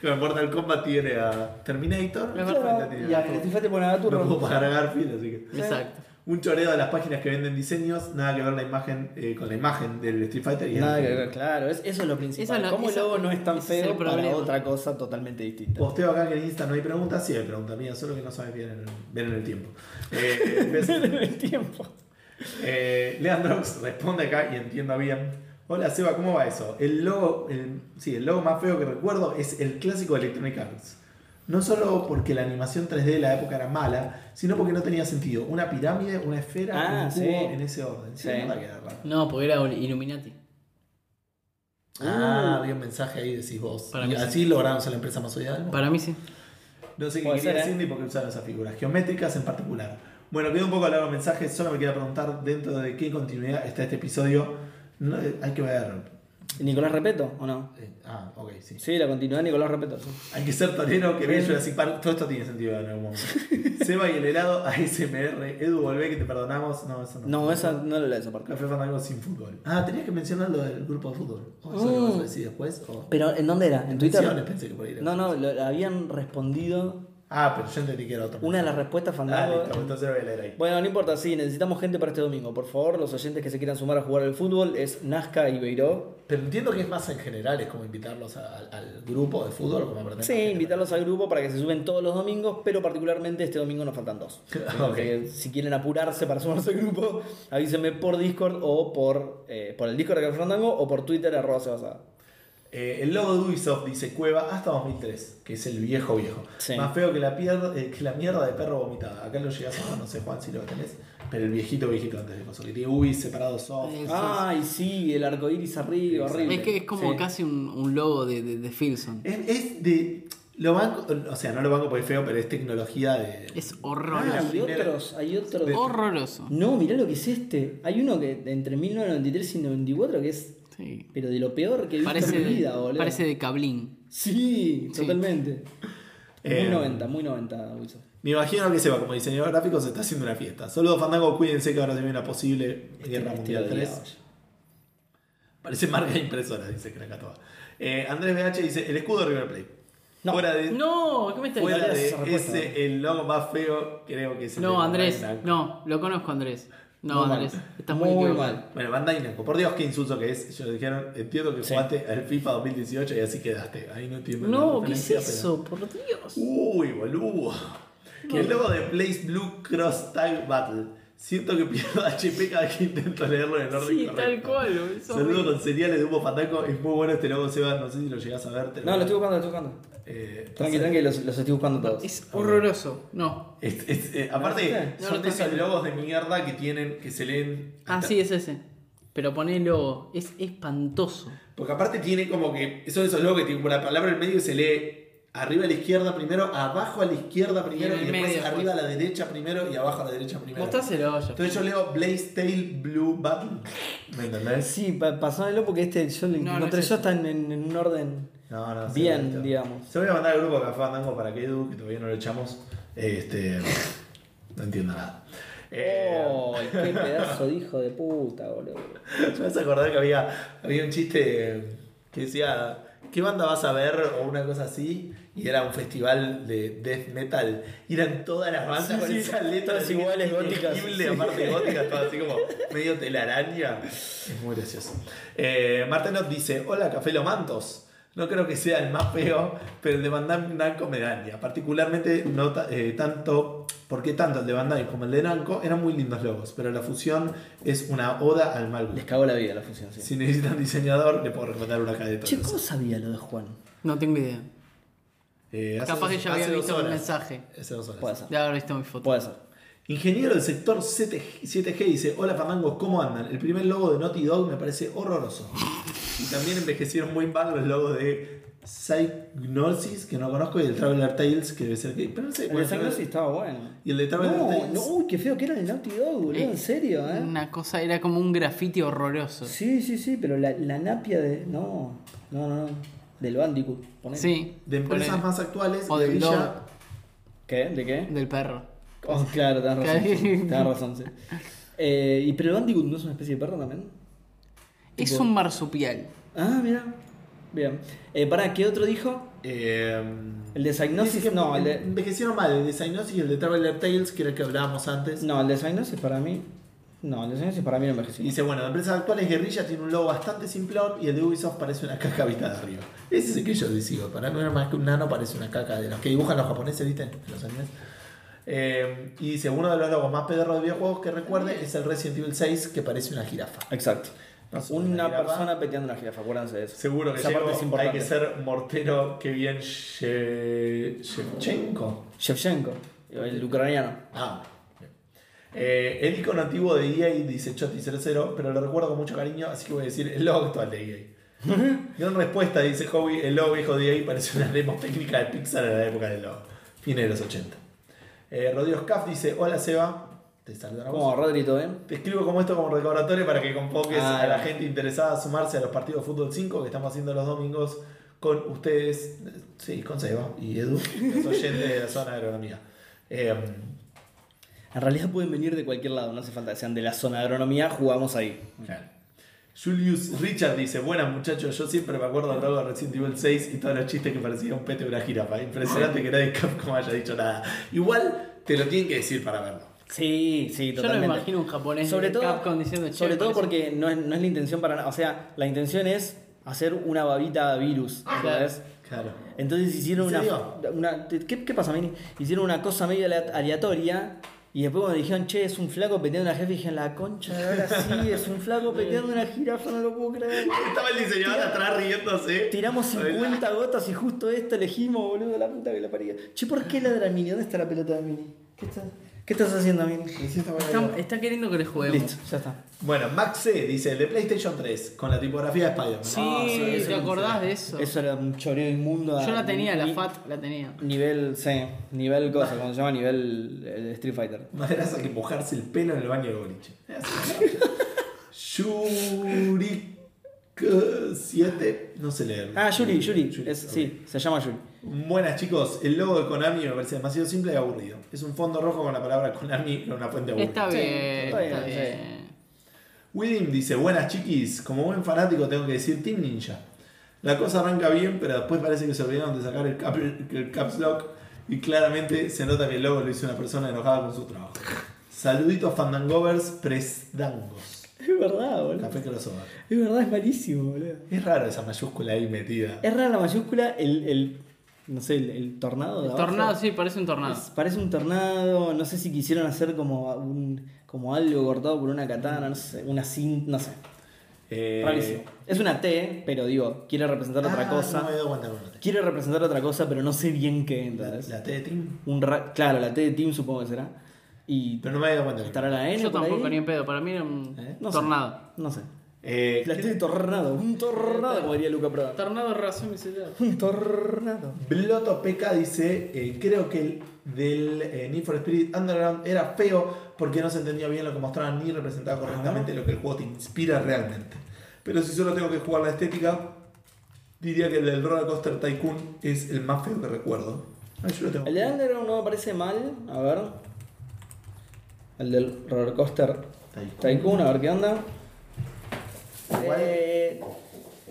S2: Que Mortal Kombat tiene a Terminator.
S3: Es
S1: Claro,
S2: Street Fighter tiene
S1: y
S2: a
S1: a Street te pone a
S2: No
S1: Gaturro.
S2: puedo pagar a Garfield, así que.
S3: Exacto.
S2: Un choreo de las páginas que venden diseños, nada que ver la imagen eh, con la imagen del Street Fighter y
S1: Nada
S2: el-
S1: que ver, claro, es- eso es lo principal.
S3: Eso es lo-
S1: Como el
S3: eso-
S1: logo no es tan
S3: ese es
S1: feo
S3: el
S1: para
S3: problema.
S1: otra cosa totalmente distinta.
S2: Posteo acá que en Insta no hay preguntas, sí hay preguntas mía, solo que no sabes bien en el, bien en el tiempo. Eh, ves-
S1: el tiempo.
S2: eh, Leandrox responde acá y entienda bien. Hola Seba, ¿cómo va eso? El logo, el- sí, el logo más feo que recuerdo es el clásico de Electronic Arts. No solo porque la animación 3D de la época era mala, sino porque no tenía sentido. Una pirámide, una esfera,
S1: Ah,
S2: un cubo
S1: sí.
S2: en ese orden. Sí,
S1: Sí.
S2: la verdad que era raro.
S3: No, porque era Illuminati.
S2: Ah,
S1: Ah.
S2: había un mensaje ahí, decís vos.
S3: Para
S2: y
S3: mí sí.
S2: así lograron ser la empresa más odiada del mundo.
S3: Para mí sí.
S2: No sé qué
S1: Puede
S2: quería
S1: ser, ¿eh?
S2: decir ni por qué usaron esas figuras geométricas en particular. Bueno, quedó un poco largo el mensaje, solo me queda preguntar dentro de qué continuidad está este episodio. No, eh, hay que ver.
S1: ¿Nicolás Repeto o no?
S2: Eh, ah, ok, sí.
S1: Sí, la continuidad de Nicolás Repeto. sí.
S2: Hay que ser torero que ve Jurassic Park. Todo esto tiene sentido en algún momento. Seba y el helado ASMR. Edu, volvé que te perdonamos. No, eso no.
S1: No, esa no la desapartí.
S2: Café Fandango sin fútbol. Ah, tenías que mencionar lo del grupo de fútbol. ¿O eso lo
S1: Mm.
S2: vas a decir después? ¿O
S1: ¿Pero en dónde era? ¿En
S2: menciones?
S1: Twitter?
S2: Pensé que por ahí era.
S1: No, no, lo- habían respondido
S2: Ah, pero yo entendí que era otro.
S1: una de las respuestas
S2: Ah,
S1: fandango.
S2: listo, entonces lo voy a leer ahí.
S1: Bueno, no importa, sí, necesitamos gente para este domingo. Por favor, los oyentes que se quieran sumar a jugar al fútbol es Nazca y Beiró.
S2: Pero entiendo que es más en general, es como invitarlos a- al- al grupo de fútbol, como aprender.
S1: Sí, invitarlos al grupo para que se suben todos los domingos, pero particularmente este domingo nos faltan dos.
S2: Ok.
S1: Porque si quieren apurarse para sumarse al grupo, avísenme por Discord o por, eh, por el Discord de Café Fandango o por Twitter arroba sebasada.
S2: Eh, el logo de Ubisoft dice Cueva hasta 2003, que es el viejo viejo.
S1: Sí.
S2: Más feo que la, pier- eh, que la mierda de perro vomitada. Acá lo llegas a ver, no sé Juan si lo tenés, pero el viejito viejito antes de coso, que tiene Ubi separado soft.
S3: Eh,
S1: Ay, sí, el arco iris arriba, horrible.
S3: Es que es como
S1: Sí.
S3: casi un, un logo de, de, de Filson.
S2: Es, es de... Lo banco, o sea, no lo banco porque es feo, pero es tecnología de...
S3: Es
S1: Ah,
S3: horroroso.
S1: hay otros, hay otros.
S3: Horroroso.
S1: No, mirá lo que es este. Hay uno que entre 1993 y 94 que es,
S3: Sí.
S1: pero de lo peor que he visto
S3: Parece
S1: en mi
S3: de,
S1: vida, boludo.
S3: parece de Cablín.
S1: Sí, totalmente.
S2: Eh,
S1: Muy 90, muy 90, Wilson.
S2: Me imagino que Seba, como diseñador gráfico, se está haciendo una fiesta. Saludos, Fandango, cuídense que ahora se viene una posible Guerra
S1: Este
S2: Mundial
S1: lo
S2: 3.
S1: odiaba yo.
S2: Parece marca de impresora, dice Krakatoa. Eh, Andrés BH dice, el escudo de River Plate.
S1: No.
S2: Fuera de,
S3: No, ¿qué me estás
S2: fuera
S1: no
S2: de
S1: leas esa respuesta.
S2: ese, el logo más feo, creo que es el de
S3: No,
S2: Van
S3: Andrés,
S2: Dynaco.
S3: no, lo conozco Andrés. No,
S1: Muy mal.
S3: Andrés, estás muy,
S1: Muy
S3: equivocado.
S1: mal.
S2: Bueno, Van Dynaco, por Dios, qué insulto que es. Ellos dijeron, entiendo que
S1: Sí.
S2: jugaste al FIFA 2018 y así quedaste. Ahí no entiendo.
S3: No,
S2: la
S3: ¿qué es
S2: referencia, pero-
S3: eso? Por Dios.
S2: Uy, boludo. El logo de Place Blue Cross Tag Battle Siento que pierdo HP cada vez que intento leerlo en el orden
S3: Sí, tal
S2: correcto.
S3: cual, boludo. Sos
S2: Saludo
S3: re-
S2: con cereales de humo pataco. Es muy bueno este logo, Seba. No sé si lo llegas a ver. te
S1: No, lo estoy buscando, lo
S2: mando.
S1: estoy buscando.
S2: Eh,
S1: Tranqui, tranqui, los, los estoy buscando todos.
S3: Es horroroso. No.
S2: Es- es- eh,
S1: ¿No lo
S2: aparte,
S1: viste?
S3: No
S2: son
S3: lo
S2: de esos
S3: conozco.
S2: logos de mierda que tienen, que se leen.
S3: Ah, sí, es ese. Pero ponelo. Es espantoso.
S2: Porque aparte tiene como que. Son esos logos que tienen como la palabra en el medio y se lee arriba a la izquierda primero, abajo a la izquierda primero,
S3: en
S2: y,
S3: el
S2: después
S3: medio, pues.
S2: arriba a la derecha primero y abajo a la derecha primero.
S3: Mostráselo yo.
S2: Entonces yo leo Blaze Tail Blue Battle. ¿Me entendés?
S1: Sí, pa- pasámelo porque este yo lo
S3: No, no
S1: encontré
S3: es
S1: yo
S3: ese.
S1: está en, en- en un orden.
S2: No, no,
S1: Bien,
S2: sí, listo.
S1: digamos.
S2: Se voy a mandar al grupo de Café Fandango para que Edu, que todavía no lo echamos. Este. No entiendo nada. Eh,
S1: ¡Oh! ¡Qué pedazo de hijo de puta, boludo!
S2: Me vas a acordar que había, había un chiste que decía, ¿qué banda vas a ver? o una cosa así. Y era un festival de death metal. Y eran todas las bandas
S1: Sí,
S2: con
S1: sí,
S2: esas letras
S1: todas iguales, góticas.
S2: ilegible,
S1: Sí.
S2: aparte góticas, todas así como medio telaraña. Es muy gracioso. Eh, Marta nos dice, hola Café Lomantos. No creo que sea el más feo, pero el de Van Nanco me daña. Particularmente, no ta- eh, tanto, porque tanto el de Van Damme como el de Nanco eran muy lindos logos, pero la fusión es una oda al mal gusto.
S1: Les cagó la vida la fusión, sí.
S2: Si necesitan diseñador, le puedo recomendar una cadeta.
S1: Che, ¿cómo sabía lo de Juan?
S3: No tengo idea.
S2: Eh, hace
S3: Capaz
S2: dos-
S3: que ya había
S2: hace dos
S3: visto el
S2: horas.
S3: mensaje.
S2: Hace dos horas.
S1: Puede ser.
S3: De haber visto mi foto.
S1: Puede ser.
S2: Ingeniero del sector 7G, 7G dice: Hola Fandangos, ¿cómo andan? El primer logo de Naughty Dog me parece horroroso. Y también envejecieron muy mal los logos de Psygnosis, que no conozco, y el Traveler Tales, que debe ser que. Pero no sé,
S1: El
S2: bueno,
S1: de Sangre estaba bueno.
S2: Y el de Traveler
S1: No,
S2: Tales.
S1: no, uy, qué feo que era el Naughty Dog, boludo, en serio, ¿eh?
S3: Una cosa, era como un grafiti horroroso.
S1: Sí, sí, sí, pero la, la napia de. No, no, no, no. Del Bandicoot, ponele.
S3: Sí.
S2: De empresas
S3: ponele.
S2: más actuales,
S3: O
S2: de
S3: del
S2: Villa-
S3: Dog.
S1: ¿Qué? ¿De qué?
S3: Del perro.
S1: Oh, claro, tenés razón.
S3: ¿Qué?
S1: sí, tenés razón, sí. Eh, ¿Y pero el Bandicoot no es una especie de perro también?
S3: Es
S1: Tipo-
S3: un marsupial.
S1: Ah, mira. Bien. Eh, ¿Para qué otro dijo?
S2: Eh,
S1: El de Psygnosis.
S2: Dice que
S1: no, el de,
S2: envejecieron mal el de Psygnosis y el de Traveler Tales, que era el que hablábamos antes.
S1: no, el de Psygnosis para mí. No, el de Psygnosis para mí no envejeció.
S2: Dice, bueno, la empresa actual es Guerrilla, tiene un logo bastante simplón y el de Ubisoft parece una caca vista de arriba. Ese es el que yo digo, para mí no es más que un nano parece una caca, de los que dibujan los japoneses, ¿viste? Los animes. Eh, y dice, uno de los logos más pedorros de videojuegos que recuerde es el Resident Evil 6, que parece una jirafa.
S1: Exacto.
S2: No sé,
S1: una
S2: una jirafa.
S1: persona peteando una jirafa, acuérdense de eso.
S2: Seguro que
S1: Esa parte
S2: llego,
S1: es importante.
S2: hay que ser mortero que bien She- Shevchenko.
S1: Shevchenko, el ucraniano.
S2: Ah. bien. Eh, el icono antiguo de EA dice Choti00, pero lo recuerdo con mucho cariño, así que voy a decir el logo actual de EA. Gran respuesta, dice Hobby, el logo viejo de EA parece una demo técnica de Pixar en la época del logo, fines de los 80. Eh, Rodrigo Scaff dice, hola Seba, te saludan a vos.
S1: Como Rodri todo, ¿eh?
S2: Te escribo como esto como recordatorio para que convoques
S1: Ah,
S2: a la
S1: bien.
S2: gente interesada a sumarse a los partidos de fútbol 5 que estamos haciendo los domingos con ustedes, eh, sí, con Seba y Edu, los oyentes de la zona de agronomía. Eh,
S1: En realidad pueden venir de cualquier lado, no hace falta que sean de la zona de agronomía, jugamos ahí.
S2: Claro. Julius Richard dice, buenas muchachos, yo siempre me acuerdo del logo de Resident Evil 6 y todos los chistes que parecía un pete de una jirafa. Impresionante que nadie de Capcom haya dicho nada. Igual te lo tienen que decir para verlo.
S1: Sí, sí,
S3: Yo
S1: totalmente.
S3: no me imagino un japonés
S1: sobre
S3: de
S1: todo,
S3: Capcom diciendo, "Che,
S1: Sobre todo
S3: parece-".
S1: porque no es, no es la intención para nada. O sea, la intención es hacer una babita virus. ¿entendés?
S2: Claro.
S1: Entonces hicieron
S2: ¿En
S1: una,
S2: serio?
S1: una- ¿qué, qué pasa, Mini? Hicieron una cosa medio alea- aleatoria. Y después cuando dijeron, che, es un flaco peteando una jefa, dije, la concha, de ahora sí, es un flaco peteando una jirafa, no lo puedo creer.
S2: Estaba el diseñador atrás riéndose.
S1: Tiramos 50 gotas y justo esta elegimos, boludo, la puta que la paría. Che, ¿por qué ladra Mini? ¿Dónde está la pelota de Mini? ¿Qué estás, qué estás haciendo, Mini?
S3: Está, está queriendo que le juguemos.
S1: Listo, ya está.
S2: Bueno, Max C dice, el de PlayStation 3, con la tipografía de Spider-Man.
S3: Sí,
S2: Ah, eso
S3: ¿te
S2: no
S3: acordás
S2: sé.
S3: de eso?
S1: Eso era un choreo inmundo. a-
S3: Yo la tenía, la
S1: ni-
S3: FAT la tenía.
S1: Nivel, sí, nivel cosa, como se llama, nivel eh, Street Fighter.
S2: Más grasa que mojarse el pelo en el baño de boliche. Yurik 7, no sé leer.
S1: Ah, Yuri, Yuri, es-
S2: ok.
S1: sí, se llama Yuri.
S2: Buenas chicos, el logo de Konami me parece demasiado simple y aburrido. Es un fondo rojo con la palabra Konami en una fuente aburrida.
S3: Está
S1: Sí,
S3: bien,
S1: está
S3: está
S1: bien,
S3: bien.
S2: William dice, buenas chiquis, como buen fanático tengo que decir Team Ninja. La cosa arranca bien, pero después parece que se olvidaron de sacar el, cap- el caps lock y claramente se nota que el logo lo hizo una persona enojada con su trabajo. Saluditos fandangovers presdangos.
S1: Es verdad, boludo.
S2: Café crossover.
S1: Es verdad, es malísimo, boludo.
S2: Es raro esa mayúscula ahí metida.
S1: Es rara la mayúscula, el, el no sé, el, el tornado. de
S3: El
S1: abajo.
S3: tornado, sí, parece un tornado.
S1: Es- parece un tornado, no sé si quisieron hacer como, un, como algo cortado por una katana, no sé, una cinta, no sé.
S2: Eh,
S1: Rarísimo. Es una T, pero digo, quiere representar otra
S2: ah,
S1: cosa.
S2: No me he dado cuenta con la T.
S1: Quiere representar otra cosa, pero no sé bien qué,
S2: La,
S1: ¿entendés?
S2: la T de Tim.
S1: Un ra- claro, la T de Team supongo que será. Y
S2: Pero no me he dado cuenta. con la T.
S1: estará la N.
S3: Yo
S1: por
S3: tampoco
S1: ahí.
S3: ni en pedo, para mí era un
S2: ¿Eh?
S1: No sé.
S3: tornado.
S1: No sé.
S2: Eh,
S1: La T de tornado, un tornado, como diría Luca Prodan.
S3: Tornado razón mi celular.
S1: Un tornado.
S2: Bloto PK dice, eh, creo que el del eh, Need for Spirit Underground era feo porque no se entendía bien lo que mostraban ni representaba correctamente lo que el juego te inspira realmente. Pero si solo tengo que jugar la estética, diría que el del Roller Coaster Tycoon es el más feo que recuerdo. Ay, yo lo tengo.
S1: El de Underground no me parece mal, a ver. El del roller coaster
S2: Tycoon.
S1: Tycoon, a ver qué onda.
S2: Igual-
S1: Eh,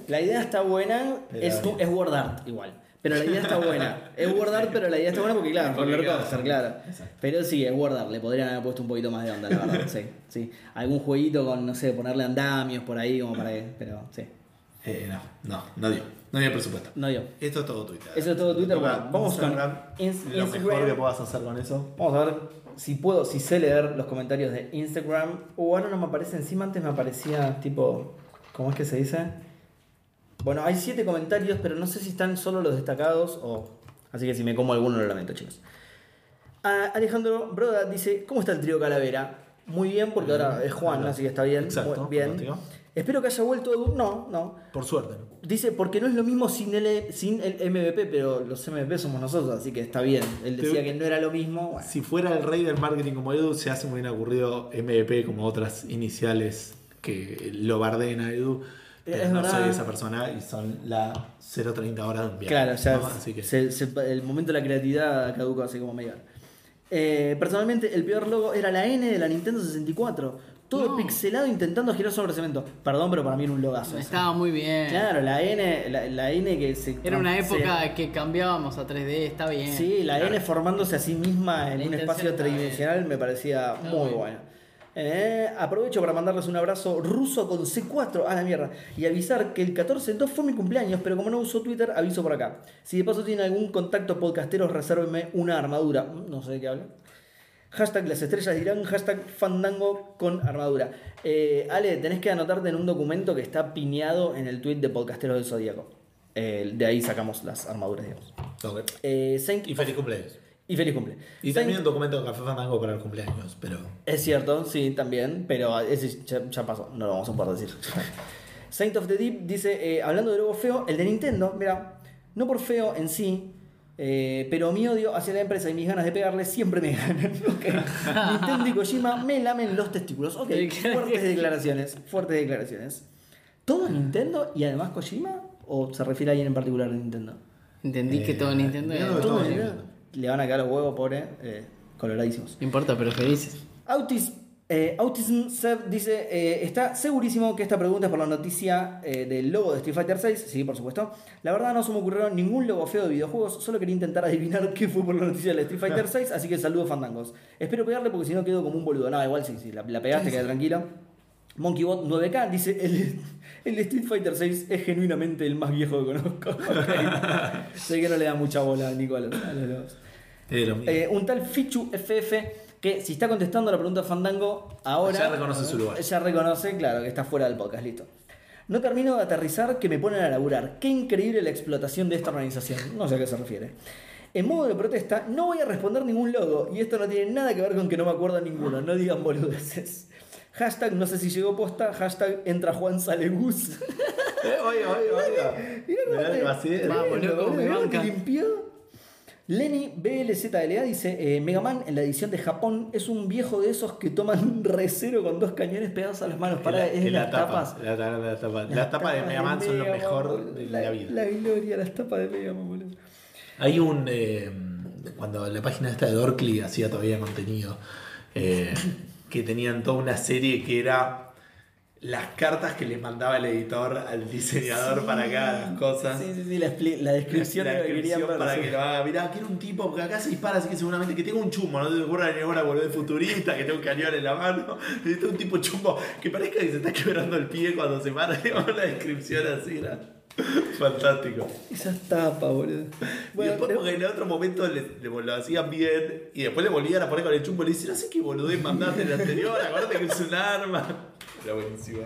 S1: la idea está buena,
S2: Pero-
S1: es, tu- es word art igual. Pero la idea está buena. Es word art, pero la idea está buena porque, claro,
S2: Porque,
S1: roller
S2: claro,
S1: coaster, claro.
S2: exacto.
S1: Pero sí, es word art, le podrían haber puesto un poquito más de onda, la verdad. sí, sí. Algún jueguito con, no sé, ponerle andamios por ahí, como para que. Pero sí,
S2: Eh, no, no, no dio. No dio presupuesto.
S1: no dio.
S2: Esto es todo Twitter.
S1: Eso es todo Twitter,
S2: Toca
S1: bueno, vamos con
S2: Instagram,
S1: Ins-
S2: lo
S1: Instagram.
S2: mejor que puedas hacer con eso.
S1: Vamos a ver si puedo, si sé leer los comentarios de Instagram. O ahora no me aparece encima, antes me aparecía tipo. ¿Cómo es que se dice? Bueno, hay siete comentarios, pero no sé si están solo los destacados o. Así que si me como alguno lo lamento, chicos. Ah, Alejandro Broda dice: ¿Cómo está el trío Calavera? Muy bien, porque ahora es Juan,
S2: Hola.
S1: así que está bien.
S2: Exacto,
S1: Muy bien.
S2: fantástico.
S1: Espero que haya vuelto Edu. No, no.
S2: Por suerte. ¿no?
S1: Dice, porque no es lo mismo sin el, sin el MVP, pero los MVP somos nosotros, así que está bien. Él
S2: Te-
S1: decía que no era lo mismo. bueno.
S2: Si fuera el rey del marketing como Edu, se hace muy bien ocurrido MVP como otras iniciales que lo barden a Edu. Pero
S1: Es
S2: no
S1: verdad.
S2: soy esa persona y son las 0.30 horas de un viaje.
S1: Claro, o sea,
S2: ¿no? Así que
S1: se- se- el momento de la creatividad caducó así como media hora. Eh, personalmente, el peor logo era la N de la Nintendo 64. Todo
S3: No.
S1: pixelado intentando girar sobre cemento. Perdón, pero para mí era un logazo. ese.
S3: Estaba muy bien.
S1: Claro, la N, la, la N que se.
S3: Era una
S1: se-
S3: época que cambiábamos a 3D, está bien.
S1: Sí, la N formándose a sí misma en
S3: La
S1: un
S3: intención
S1: espacio
S3: está
S1: tridimensional me parecía
S3: Está
S1: muy
S3: bueno.
S1: bueno. Eh, aprovecho para mandarles un abrazo ruso con C4 a la mierda y avisar que el 14 2 fue mi cumpleaños, pero como no uso Twitter, aviso por acá. Si de paso tienen algún contacto podcastero, resérvenme una armadura. Mm, No sé de qué habla. Hashtag las estrellas dirán, hashtag fandango con armadura. Eh, Ale, tenés que anotarte en un documento que está piñado en el tweet de Podcastero del Zodíaco. Eh, de ahí sacamos las armaduras, digamos.
S2: ok.
S1: Eh, Saint
S2: Y feliz cumpleaños.
S1: y feliz cumple.
S2: Y
S1: Saint-
S2: también un documento de Café Fandango para el cumpleaños, pero
S1: Es cierto, sí, también, pero ese ya, ya pasó, no lo vamos a poder decir. Saint of the Deep dice, eh, hablando de logo feo, el de Nintendo, mira, no por feo en sí, eh, pero mi odio hacia la empresa y mis ganas de pegarle siempre me ganan. Ok. Nintendo y Kojima me lamen los testículos. Ok, fuertes declaraciones, fuertes declaraciones. ¿Todo Nintendo y además Kojima? ¿O se refiere a alguien en particular de Nintendo?
S3: Entendí que
S2: Eh,
S3: todo Nintendo era.
S2: no,
S3: todo
S2: no,
S3: Nintendo.
S2: Nintendo.
S1: Le van a quedar los huevos, pobre, eh, coloradísimos.
S3: No importa, pero felices.
S1: Autis, eh, Autism Seb dice, eh, está segurísimo que esta pregunta es por la noticia eh, del logo de Street Fighter 6, sí, por supuesto. La verdad no se me ocurrieron ningún logo feo de videojuegos, solo quería intentar adivinar qué fue por la noticia del Street Fighter 6, así que saludos fandangos. Espero pegarle porque si no quedo como un boludo. No, igual sí, sí, la, la pegaste, queda tranquilo. MonkeyBot 9K dice, el, el Street Fighter 6 es genuinamente el más viejo que conozco. Ok. sé que no le da mucha bola, Nicolás. A los logos.
S2: es lo mismo.
S1: Eh, un tal Fichu FF que si está contestando la pregunta de Fandango ahora...
S2: Ya reconoce su lugar.
S1: Ya reconoce, claro, que está fuera del podcast, listo. No termino de aterrizar que me ponen a laburar. Qué increíble la explotación de esta organización. No sé a qué se refiere. En modo de protesta, no voy a responder ningún logo. Y esto no tiene nada que ver con que no me acuerdo ninguno. No digan boludeces. Hashtag no sé si llegó posta. Hashtag entra Juan Salegus.
S2: Eh, oye, oye, oye.
S1: Mirá cómo
S2: Mirá,
S1: te-
S2: así es.
S3: Vamos,
S1: Tremendo,
S3: loco, me
S1: mirá cómo
S3: banca.
S1: te limpió. Lenny BLZLA dice: eh, Mega Man en la edición de Japón es un viejo de esos que toman recero con dos cañones pegados a las manos. Para,
S2: la,
S1: es
S2: en
S1: las tapas.
S2: La, la- la tapa. Las tapas de Mega Man son lo
S1: Mega Man,
S2: mejor
S1: boludo.
S2: de la vida.
S1: La gloria, las tapas de Mega Man, boludo.
S2: Hay un. eh, cuando la página esta de Dorkly hacía todavía contenido, eh, que tenían toda una serie que era las cartas que le mandaba el editor al diseñador para cada cosa.
S1: Sí, sí, sí, la, expli- la descripción
S2: La
S1: de lo que
S2: descripción
S1: querían ver,
S2: para
S1: sí.
S2: que lo haga. Mirá, quiero un tipo, porque acá se dispara, así que seguramente que tenga un chumbo. No te ocurra ni ahora volver futurista, que tenga un cañón en la mano. Necesito un tipo chumbo que parezca que se está quebrando el pie cuando se para. Le hago la descripción así, era. Fantástico.
S1: Esa tapa, boludo.
S2: y después,
S1: pero-
S2: porque en otro momento le, le- lo hacían bien y después le volvían a poner con el chumbo y le dicen, no sé qué boludez mandaste en el anterior, acordate que es un arma. Era buenísimo.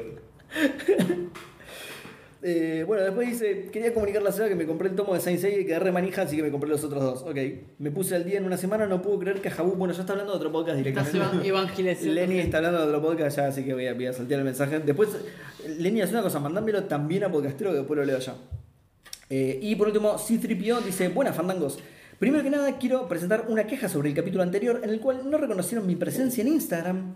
S1: Eh, bueno, después dice, quería comunicar la ciudad que me compré el tomo de Saint Seiya y quedé re manija, así que me compré los otros dos. Ok, me puse al día en una semana, no puedo creer que Jabú, bueno, ya está hablando de otro podcast
S3: Estás
S1: directamente.
S3: evan- evangelizando.
S1: Lenny está hablando de otro podcast ya, así que voy a, voy a saltear el mensaje. Después, Lenny hace una cosa, mandámelo también a Podcastero que después lo leo yo. Eh, y por último, C3PO dice, buenas fandangos. Primero que nada, quiero presentar una queja sobre el capítulo anterior en el cual no reconocieron mi presencia en Instagram.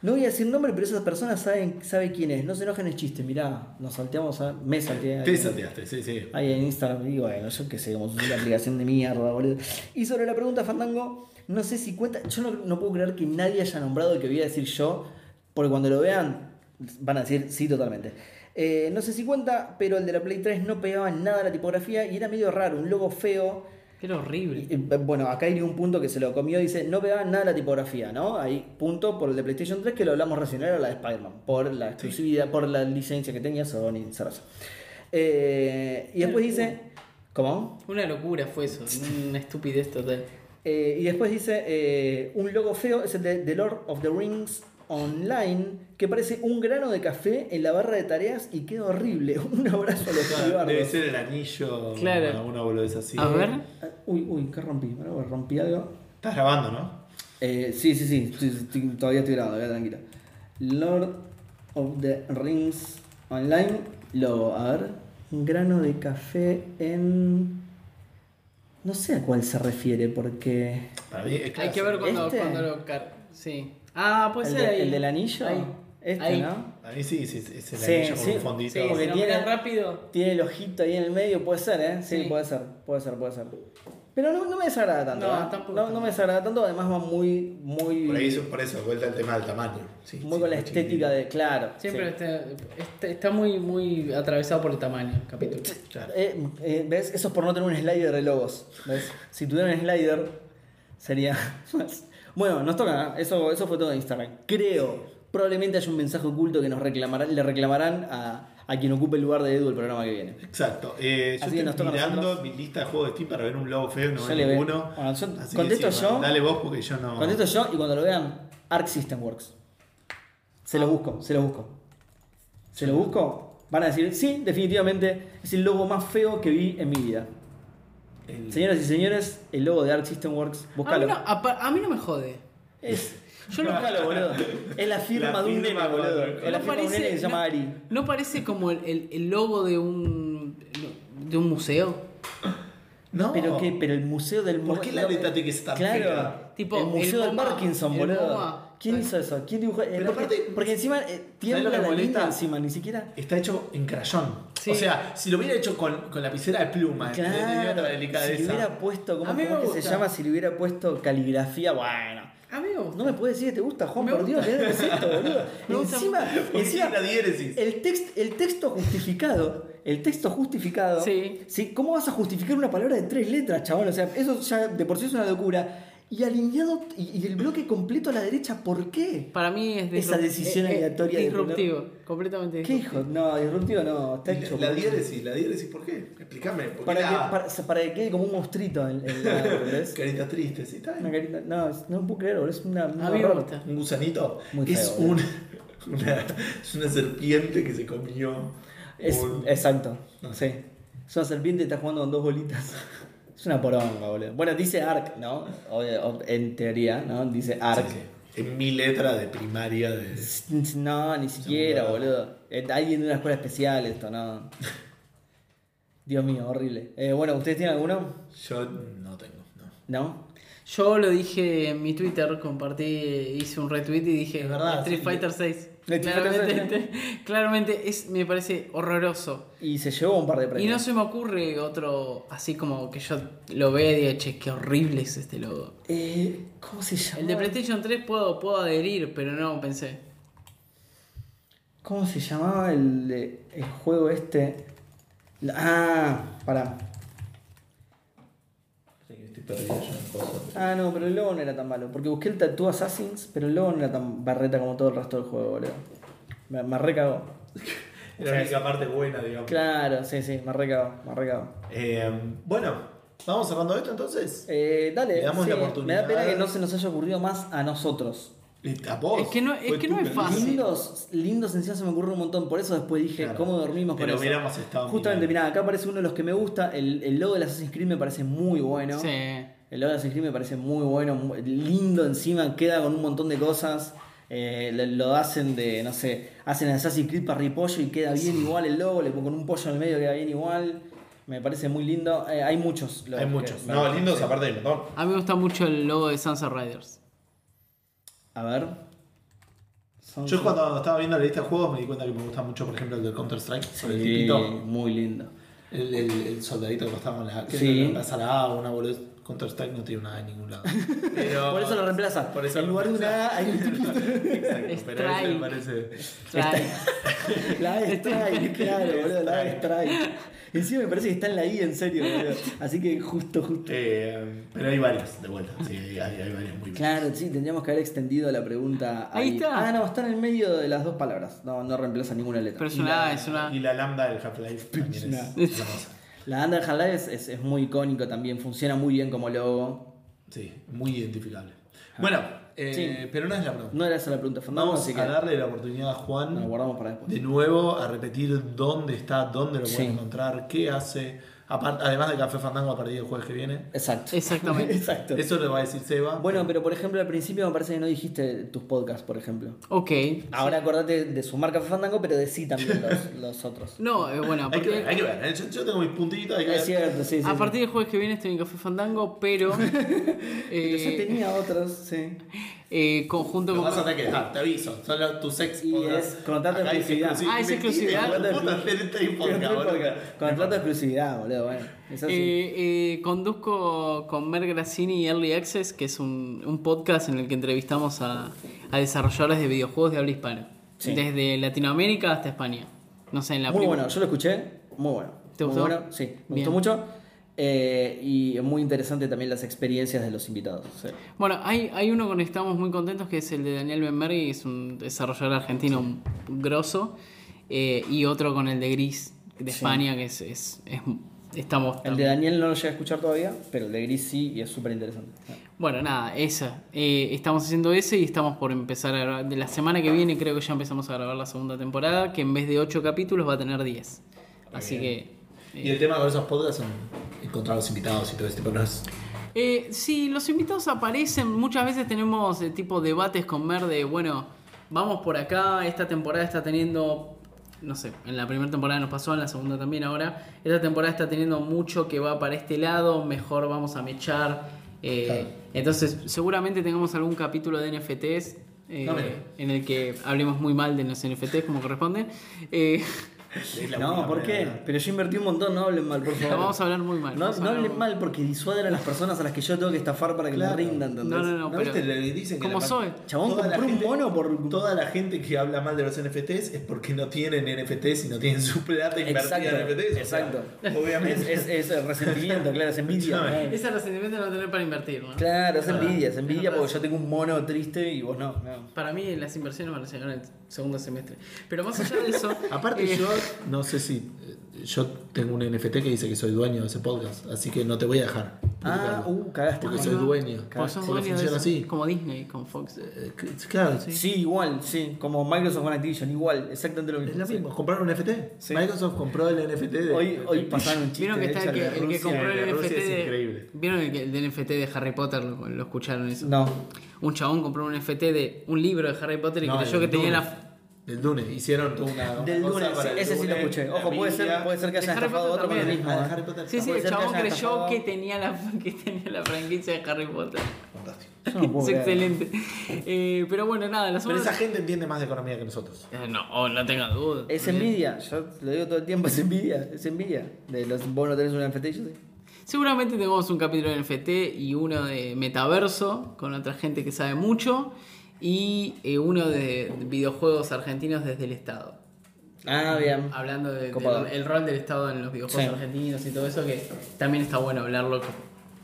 S1: No voy a decir nombre, pero esas personas saben sabe quién es. No se enojen el chiste, mirá, nos salteamos a... Me salteé. a-
S2: Te salteaste, sí, sí.
S1: Ahí en Instagram, digo, bueno, yo qué sé, como es una aplicación de mierda, boludo. Y sobre la pregunta, Fandango, no sé si cuenta. Yo no, no puedo creer que nadie haya nombrado el que voy a decir yo, porque cuando lo vean, van a decir sí totalmente. Eh, no sé si cuenta, pero el de la Play 3 no pegaba en nada la tipografía y era medio raro, un logo feo.
S3: Era horrible.
S1: Y, eh, Bueno, acá hay un punto que se lo comió, dice, no pegaba nada la tipografía, ¿no? Hay punto por el de PlayStation 3 que lo hablamos recién, era la de Spider-Man, por la exclusividad, por la licencia que tenía Sony, Sarasa. Eh, y después dice, ¿cómo?
S3: Una locura fue eso, una estupidez total.
S1: Eh, y después dice, eh, un logo feo es el de The Lord of the Rings Online, que parece un grano de café en la barra de tareas y queda horrible. Un abrazo a los
S2: Debe
S1: cibardos.
S2: ser el anillo,
S3: Claro.
S2: una- una boludez así.
S3: A ver.
S1: Ah, Uy, uy, ¿qué rompí? Pará, Rompí algo.
S2: Estás grabando, ¿no?
S1: Eh, sí, sí, sí, estoy- estoy- todavía estoy grabando, ya tranquila. Lord of the Rings Online, logo, a ver. Un grano de café en. No sé a cuál se refiere, porque.
S2: Para mí, es
S3: Hay
S2: claro,
S3: que ver cuando,
S1: ¿Este?
S3: cuando lo car- Sí. Ah, puede
S1: el,
S3: ser
S1: de-
S3: ahí.
S1: el del anillo.
S3: Ahí.
S1: Este,
S3: Ahí.
S1: ¿no?
S2: A mí sí, sí, es el
S1: Sí,
S2: anillo con
S1: sí.
S2: un fondito.
S3: Sí,
S1: porque
S3: porque
S1: tiene-
S3: tiene rápido.
S1: Tiene el ojito ahí en el medio, puede ser, ¿eh? Sí,
S3: Sí.
S1: puede ser, puede ser, puede ser. Pero no, no me desagrada tanto.
S3: No,
S1: ¿eh?
S3: tampoco
S1: no, no me desagrada tanto, además va muy. muy
S2: Por, ahí, eso- por eso, vuelta al tema del tamaño. Sí,
S1: muy
S2: sí,
S1: con la
S2: muy chiquitito.
S1: estética de. Claro.
S3: Siempre
S1: sí.
S3: está, está, está muy, muy atravesado por el tamaño el capítulo.
S2: Claro.
S1: Eh, eh, ¿Ves? Eso es por no tener un slider de logos. ¿Ves? Si tuviera un slider, sería más. Bueno, nos toca, ¿no? eso, eso fue todo de Instagram. Creo, probablemente haya un mensaje oculto que nos reclamarán, le reclamarán a, a quien ocupe el lugar de Edu el programa que viene.
S2: Exacto. Eh, yo
S1: Así que nos
S2: estoy
S1: toca a
S2: mirando
S1: nosotros.
S2: mi lista de juegos de Steam para ver un logo feo, no
S1: Yo
S2: veo
S1: le veo.
S2: ninguno.
S1: Bueno, yo-
S2: Así que
S1: contesto
S2: sí,
S1: yo.
S2: Dale vos porque yo no.
S1: Contesto yo y cuando lo vean, Arc System Works. Se lo busco, se lo busco. Se lo busco. Van a decir, sí, definitivamente es el logo más feo que vi en mi vida.
S2: El-
S1: Señoras y señores, el logo de Arc System Works,
S3: A mí,
S1: búscalo.
S3: no, apa- a mí no me jode.
S1: Es,
S3: Yo lo-
S1: Búscalo, boludo. Es la firma
S2: La
S1: de un
S2: firma,
S1: nene, boludo.
S2: boludo.
S1: Es la
S3: No
S1: firma de un
S3: parece-
S1: nene que se llama
S3: no-
S1: Ari.
S3: ¿No parece como el, el- el logo de un, de un museo?
S2: No.
S1: Pero qué, pero el museo del
S2: ¿Por
S1: Mo-
S2: qué la
S1: no,
S2: neta
S1: eh,
S2: tiene que ser tan
S1: Claro.
S2: fea?
S3: Tipo,
S1: el museo
S3: el
S1: del
S3: MoMA,
S1: Parkinson,
S3: el
S1: boludo.
S3: MoMA.
S1: ¿Quién
S3: Ay.
S1: hizo eso? ¿Quién dibujó? eh,
S2: Pero
S1: porque,
S2: aparte-
S1: porque encima eh, tiembla
S2: lo que
S1: la
S2: molesta?
S1: línea encima, ni siquiera.
S2: Está hecho en crayón.
S3: Sí.
S2: O sea, si lo hubiera hecho con, con lapicera de pluma, tendría
S1: Claro.
S2: Ah, otra
S1: Si le
S2: delicadeza.
S1: hubiera puesto, ¿cómo,
S3: A mí
S1: cómo
S3: me
S1: es que se
S3: gusta.
S1: llama? Si le hubiera puesto caligrafía, bueno.
S3: Amigo,
S1: No me puedes decir que te gusta, Juan,
S3: Me
S1: por Dios, ¿eh?
S3: gusta.
S1: ¿qué es esto, boludo?
S3: Me gusta.
S1: Encima,
S2: ¿Por qué
S1: encima eh,
S2: tiene la diéresis?
S1: el, text- el texto justificado, el texto justificado,
S3: Sí.
S1: ¿cómo vas a justificar una palabra de tres letras, chabón? O sea, eso ya de por sí es una locura. Y alineado, y, y el bloque completo a la derecha, ¿por qué?
S3: para mí es
S1: Esa
S3: disrup-
S1: decisión
S3: es- es
S1: aleatoria de
S3: Disruptivo, completamente
S1: ¿Qué
S3: disruptivo.
S1: hijo? No, disruptivo no, está hecho.
S2: La, la
S1: por-
S2: diéresis, la diéresis, ¿por qué? Explícame. ¿por qué
S1: para,
S2: la-
S1: que, para, para que quede como un mostrito en, en la. ¿entendés?
S2: Carita triste, sí, está bien.
S1: Una carita- No, es- no puedo creerlo, es una. un
S3: A mí me
S1: horror.
S3: gusta.
S2: Un gusanito.
S1: Muy
S2: es
S1: feo,
S2: un- una, es una serpiente que se comió.
S1: Es,
S2: un-
S1: Exacto,
S2: Ah.
S1: sí. Es una serpiente que está jugando con dos bolitas. Es una poronga, boludo. Bueno, dice Ark, ¿no? Obvio, ob- en teoría, ¿no? Dice Ark.
S2: Sí, sí. En mi letra de primaria de.
S1: S- No, ni siquiera,
S2: Seguro.
S1: boludo. Eh, Alguien de una escuela especial esto, no. Dios mío, horrible. Eh, bueno, ¿ustedes tienen alguno?
S2: Yo no tengo, no.
S1: ¿No?
S3: Yo lo dije en mi Twitter, compartí, hice un retweet y dije
S2: Es verdad,
S3: Street
S2: sí.
S3: Fighter 6.
S1: Street Fighter
S3: Claramente, claramente es, me parece horroroso.
S1: Y se llevó un par de
S3: Y no
S1: premios.
S3: se me ocurre otro así como que yo lo vea y diga, che, qué horrible es este logo.
S1: Eh, ¿Cómo se llama?
S3: El de PlayStation 3 puedo, puedo adherir, pero no pensé.
S1: ¿Cómo se llamaba el, de- el juego este? La- ah, pará.
S2: Estoy perdido yo en cosas.
S1: Ah, no, pero el logo no era tan malo. Porque busqué el Tattoo Assassins, pero el logo no era tan barreta como todo el resto del juego, boludo. Me, me recagó.
S2: Era la única parte buena, digamos.
S1: Claro, sí, sí, más recado, más recado.
S2: Eh, bueno, vamos cerrando esto entonces.
S1: Eh, dale,
S2: Le damos
S1: sí,
S2: la oportunidad.
S1: me da pena que no se nos haya ocurrido más a nosotros.
S2: Y a vos.
S3: Es que no- es
S2: Fue
S3: que
S2: tu
S3: no es
S2: perdición.
S3: fácil.
S1: Lindos, lindos encima se me ocurrió un montón, por eso después dije
S2: Claro.
S1: cómo dormimos con
S2: Pero
S1: eso.
S2: hubiéramos estado
S1: Justamente,
S2: mirando.
S1: mirá, acá aparece uno de los que me gusta, el, el logo de Assassin's Creed me parece muy bueno.
S3: Sí.
S1: El logo de Assassin's Creed me parece muy bueno, muy- lindo encima, queda con un montón de cosas. Eh, lo, lo hacen de, no sé, hacen Assassin's Creed parripollo y queda bien igual el logo, le pongo un pollo en el medio, queda bien igual. Me parece muy lindo. Eh, hay muchos. logos
S2: Hay
S1: que-
S2: muchos. No, lindos
S1: sí.
S2: aparte de un montón.
S3: A mí me gusta mucho el logo de Sunset Riders.
S1: A ver. Son-
S2: Yo cuando estaba viendo la lista de juegos me di cuenta que me gusta mucho, por ejemplo, el del Counter-Strike.
S1: Sí,
S2: por el tipito.
S1: muy lindo.
S2: El, el- el soldadito que estaba en la, que
S1: Sí.
S2: le reemplaza la A, una boludez. Counter-Strike no tiene nada en ningún lado. Pero-
S1: Por eso lo reemplaza.
S2: Por eso
S1: en
S2: lo
S1: lugar de una
S2: reemplaza.
S1: A hay un tipito.
S2: Exacto, pero ese me
S3: Strike.
S2: parece. Este.
S1: La A strike, claro, boludo. La A strike. Encima me parece que está en la I, en serio, boludo. Así que justo, justo.
S2: Eh, pero hay varios, de vuelta. Sí, hay, hay varios muy bien.
S1: Claro, sí, tendríamos que haber extendido la pregunta.
S3: Ahí está.
S1: Ah, no, está en el medio de las dos palabras. No, no reemplaza ninguna letra.
S3: Pero es una A, Ah, es una A.
S2: Y la lambda del Half-Life también es
S3: Es-
S2: hermosa.
S1: La Under Half-Life es, es- es muy icónico también, funciona muy bien como logo.
S2: Sí, muy identificable.
S3: Ah.
S2: Bueno, eh,
S1: Sí.
S2: pero no es la pregunta.
S1: No era esa la pregunta, Fernando,
S2: Vamos
S1: así que
S2: a
S1: nos
S2: darle la oportunidad a Juan
S1: lo guardamos para después.
S2: de nuevo a repetir dónde está, dónde lo puede
S1: Sí.
S2: encontrar, qué hace. Apar- además de Café Fandango a partir del jueves que viene.
S1: Exacto.
S3: Exactamente.
S1: Exacto.
S2: Eso lo va a decir Seba.
S1: Bueno, pero por ejemplo, al principio me parece que no dijiste tus podcasts, por ejemplo.
S3: Ok.
S1: Ahora acordate de su marca Fandango, pero de sí también los, los otros. Ah,
S3: No, eh, bueno,
S2: hay que
S3: porque-
S2: ver, hay que ver. eh, Yo, yo tengo mis puntitos. Hay que
S1: Es
S2: ver.
S1: cierto, sí, sí.
S3: a
S1: sí.
S3: partir del jueves que viene estoy en Café Fandango, pero.
S1: Pero
S3: eh,
S1: ya tenía otros, sí.
S3: eh, conjunto
S2: Lo
S3: con.
S2: vas a tener que dejar, te aviso. Son los- tus ex
S1: Y es contrato de exclusividad.
S3: Ah, es exclusividad.
S1: Contrato de exclusividad, boludo, bueno. Es así.
S3: Eh, eh, conduzco con Mer Grassini y Early Access, que es un, un podcast en el que entrevistamos a, a desarrolladores de videojuegos de habla hispana.
S1: Sí.
S3: Desde Latinoamérica hasta España. No sé, en la
S1: muy
S3: prim-
S1: bueno, yo lo escuché, muy bueno.
S3: ¿Te
S1: Muy
S3: gustó?
S1: bueno, sí, me
S3: Bien.
S1: gustó mucho. Eh, y muy interesante también las experiencias de los invitados. sí.
S3: Bueno, hay, hay uno con el que estamos muy contentos que es el de Daniel Benberg, es un desarrollador argentino grosso, eh, y otro con el de Gris de
S1: Sí.
S3: España, que es, es- es- estamos...
S1: El de Daniel no lo llegué a escuchar todavía, pero el de Gris sí y es súper interesante.
S3: Bueno, nada, esa. Eh, estamos haciendo ese y estamos por empezar a grabar. De la semana que viene creo que ya empezamos a grabar la segunda temporada, que en vez de 8 capítulos va a tener 10. Así
S2: bien.
S3: que...
S2: Y el tema con esos podcasts son encontrar los invitados y todo ese tipo de cosas.
S3: Eh, sí, los invitados aparecen. Muchas veces tenemos eh, tipo debates con Mer de, bueno, vamos por acá, esta temporada está teniendo, no sé, en la primera temporada nos pasó, en la segunda también ahora, esta temporada está teniendo mucho que va para este lado, mejor vamos a mechar. Eh,
S2: Claro.
S3: Entonces, seguramente tengamos algún capítulo de NFTs. eh,
S2: Ah, mira.
S3: en el que hablemos muy mal de los NFTs como corresponde. Eh,
S2: Es la
S1: No,
S2: única
S1: ¿por
S2: manera.
S1: qué? Pero yo invertí un montón, no hablen mal, por favor.
S3: vamos a hablar muy mal.
S1: No,
S3: vamos a
S1: no
S3: hablar
S1: hablen mal porque disuaden a las personas a las que yo tengo que estafar para que
S2: Claro.
S1: me rindan. ¿entendés?
S3: No, no, no.
S2: ¿No
S3: pero-
S2: viste? Le dicen que
S3: como
S2: la-
S3: soy.
S1: Chabón,
S2: Toda la
S1: compré un
S2: gente-
S1: mono por-
S2: Toda la gente que habla mal de los NFTs es porque no tienen NFTs y no tienen su plata invertida
S1: Exacto,
S2: en NFTs. o sea,
S1: exacto. Es,
S2: obviamente.
S1: es, es resentimiento, claro, es envidia.
S2: Escúchame. Ah,
S3: Ese resentimiento lo tener para invertir, ¿no?
S1: Claro, es
S2: Claro.
S1: envidia, es envidia porque yo tengo un mono triste y vos no. no.
S3: Para mí las inversiones van a llegar en el segundo semestre. Pero más allá de eso...
S2: Aparte
S3: eh,
S2: yo, no sé si... eh, Yo tengo un NFT que dice que soy dueño de ese podcast, así que no te voy a dejar.
S1: Ah,
S2: publicarlo.
S1: uh, cagaste.
S2: Porque soy dueño.
S3: Pues son
S2: Porque
S3: dueños de
S2: funciona
S3: eso,
S2: así.
S3: Como Disney, como Fox.
S2: Eh, c- Claro, sí.
S1: Sí, igual, sí. Como Microsoft con Activision, igual, exactamente lo mismo.
S2: Es lo
S1: sí.
S2: mismo. ¿Compraron un NFT?
S1: Sí.
S2: Microsoft compró el NFT de...
S1: Hoy, hoy pasaron un chiste.
S3: Vieron que
S1: de
S3: está el
S1: hecho,
S3: que,
S1: de
S3: el que
S1: Rusia.
S3: compró
S2: el
S3: el,
S2: de
S3: NFT
S2: Rusia es
S3: de,
S2: increíble.
S3: ¿Vieron el, que- el del NFT de Harry Potter? Lo, lo escucharon eso.
S1: No.
S3: Un chabón compró un NFT de un libro de Harry Potter y
S2: No,
S3: creyó que
S2: del
S3: tenía
S2: Dune.
S3: la...
S2: Del Dune. Hicieron toda una... una
S1: Del
S2: cosa
S1: lunes,
S2: para el
S1: ese sí lo
S2: Dune,
S1: escuché.
S2: la
S1: Ojo, puede ser,
S2: Biblia.
S1: puede ser que
S3: De
S1: hayan
S3: Harry
S1: estafado a
S3: Potter
S1: otro con lo
S3: también.
S1: mismo.
S2: Ah,
S1: ¿eh?
S2: Harry Potter.
S3: Sí, sí,
S1: Puede ser
S3: el
S1: que
S3: chabón
S1: hayan
S3: creyó
S1: estafado.
S3: que tenía la, que tenía la franquicia de Harry Potter.
S2: Fantástico.
S1: Yo no puedo
S3: es
S1: creer.
S3: excelente. Eh, pero bueno, nada, la
S2: Pero
S3: semana...
S2: esa gente entiende más de economía que nosotros.
S3: Eh, No, oh, no tenga duda.
S1: Es envidia, yo lo digo todo el tiempo, es envidia, es envidia. De los, vos no tenés un NFT, yo sí.
S3: Seguramente tenemos un capítulo de NFT y uno de metaverso con otra gente que sabe mucho y eh, uno de videojuegos argentinos desde el Estado.
S1: Ah, bien.
S3: Hablando del
S1: Copado.
S3: el rol del Estado en los videojuegos
S1: Sí.
S3: argentinos y todo eso que también está bueno hablarlo.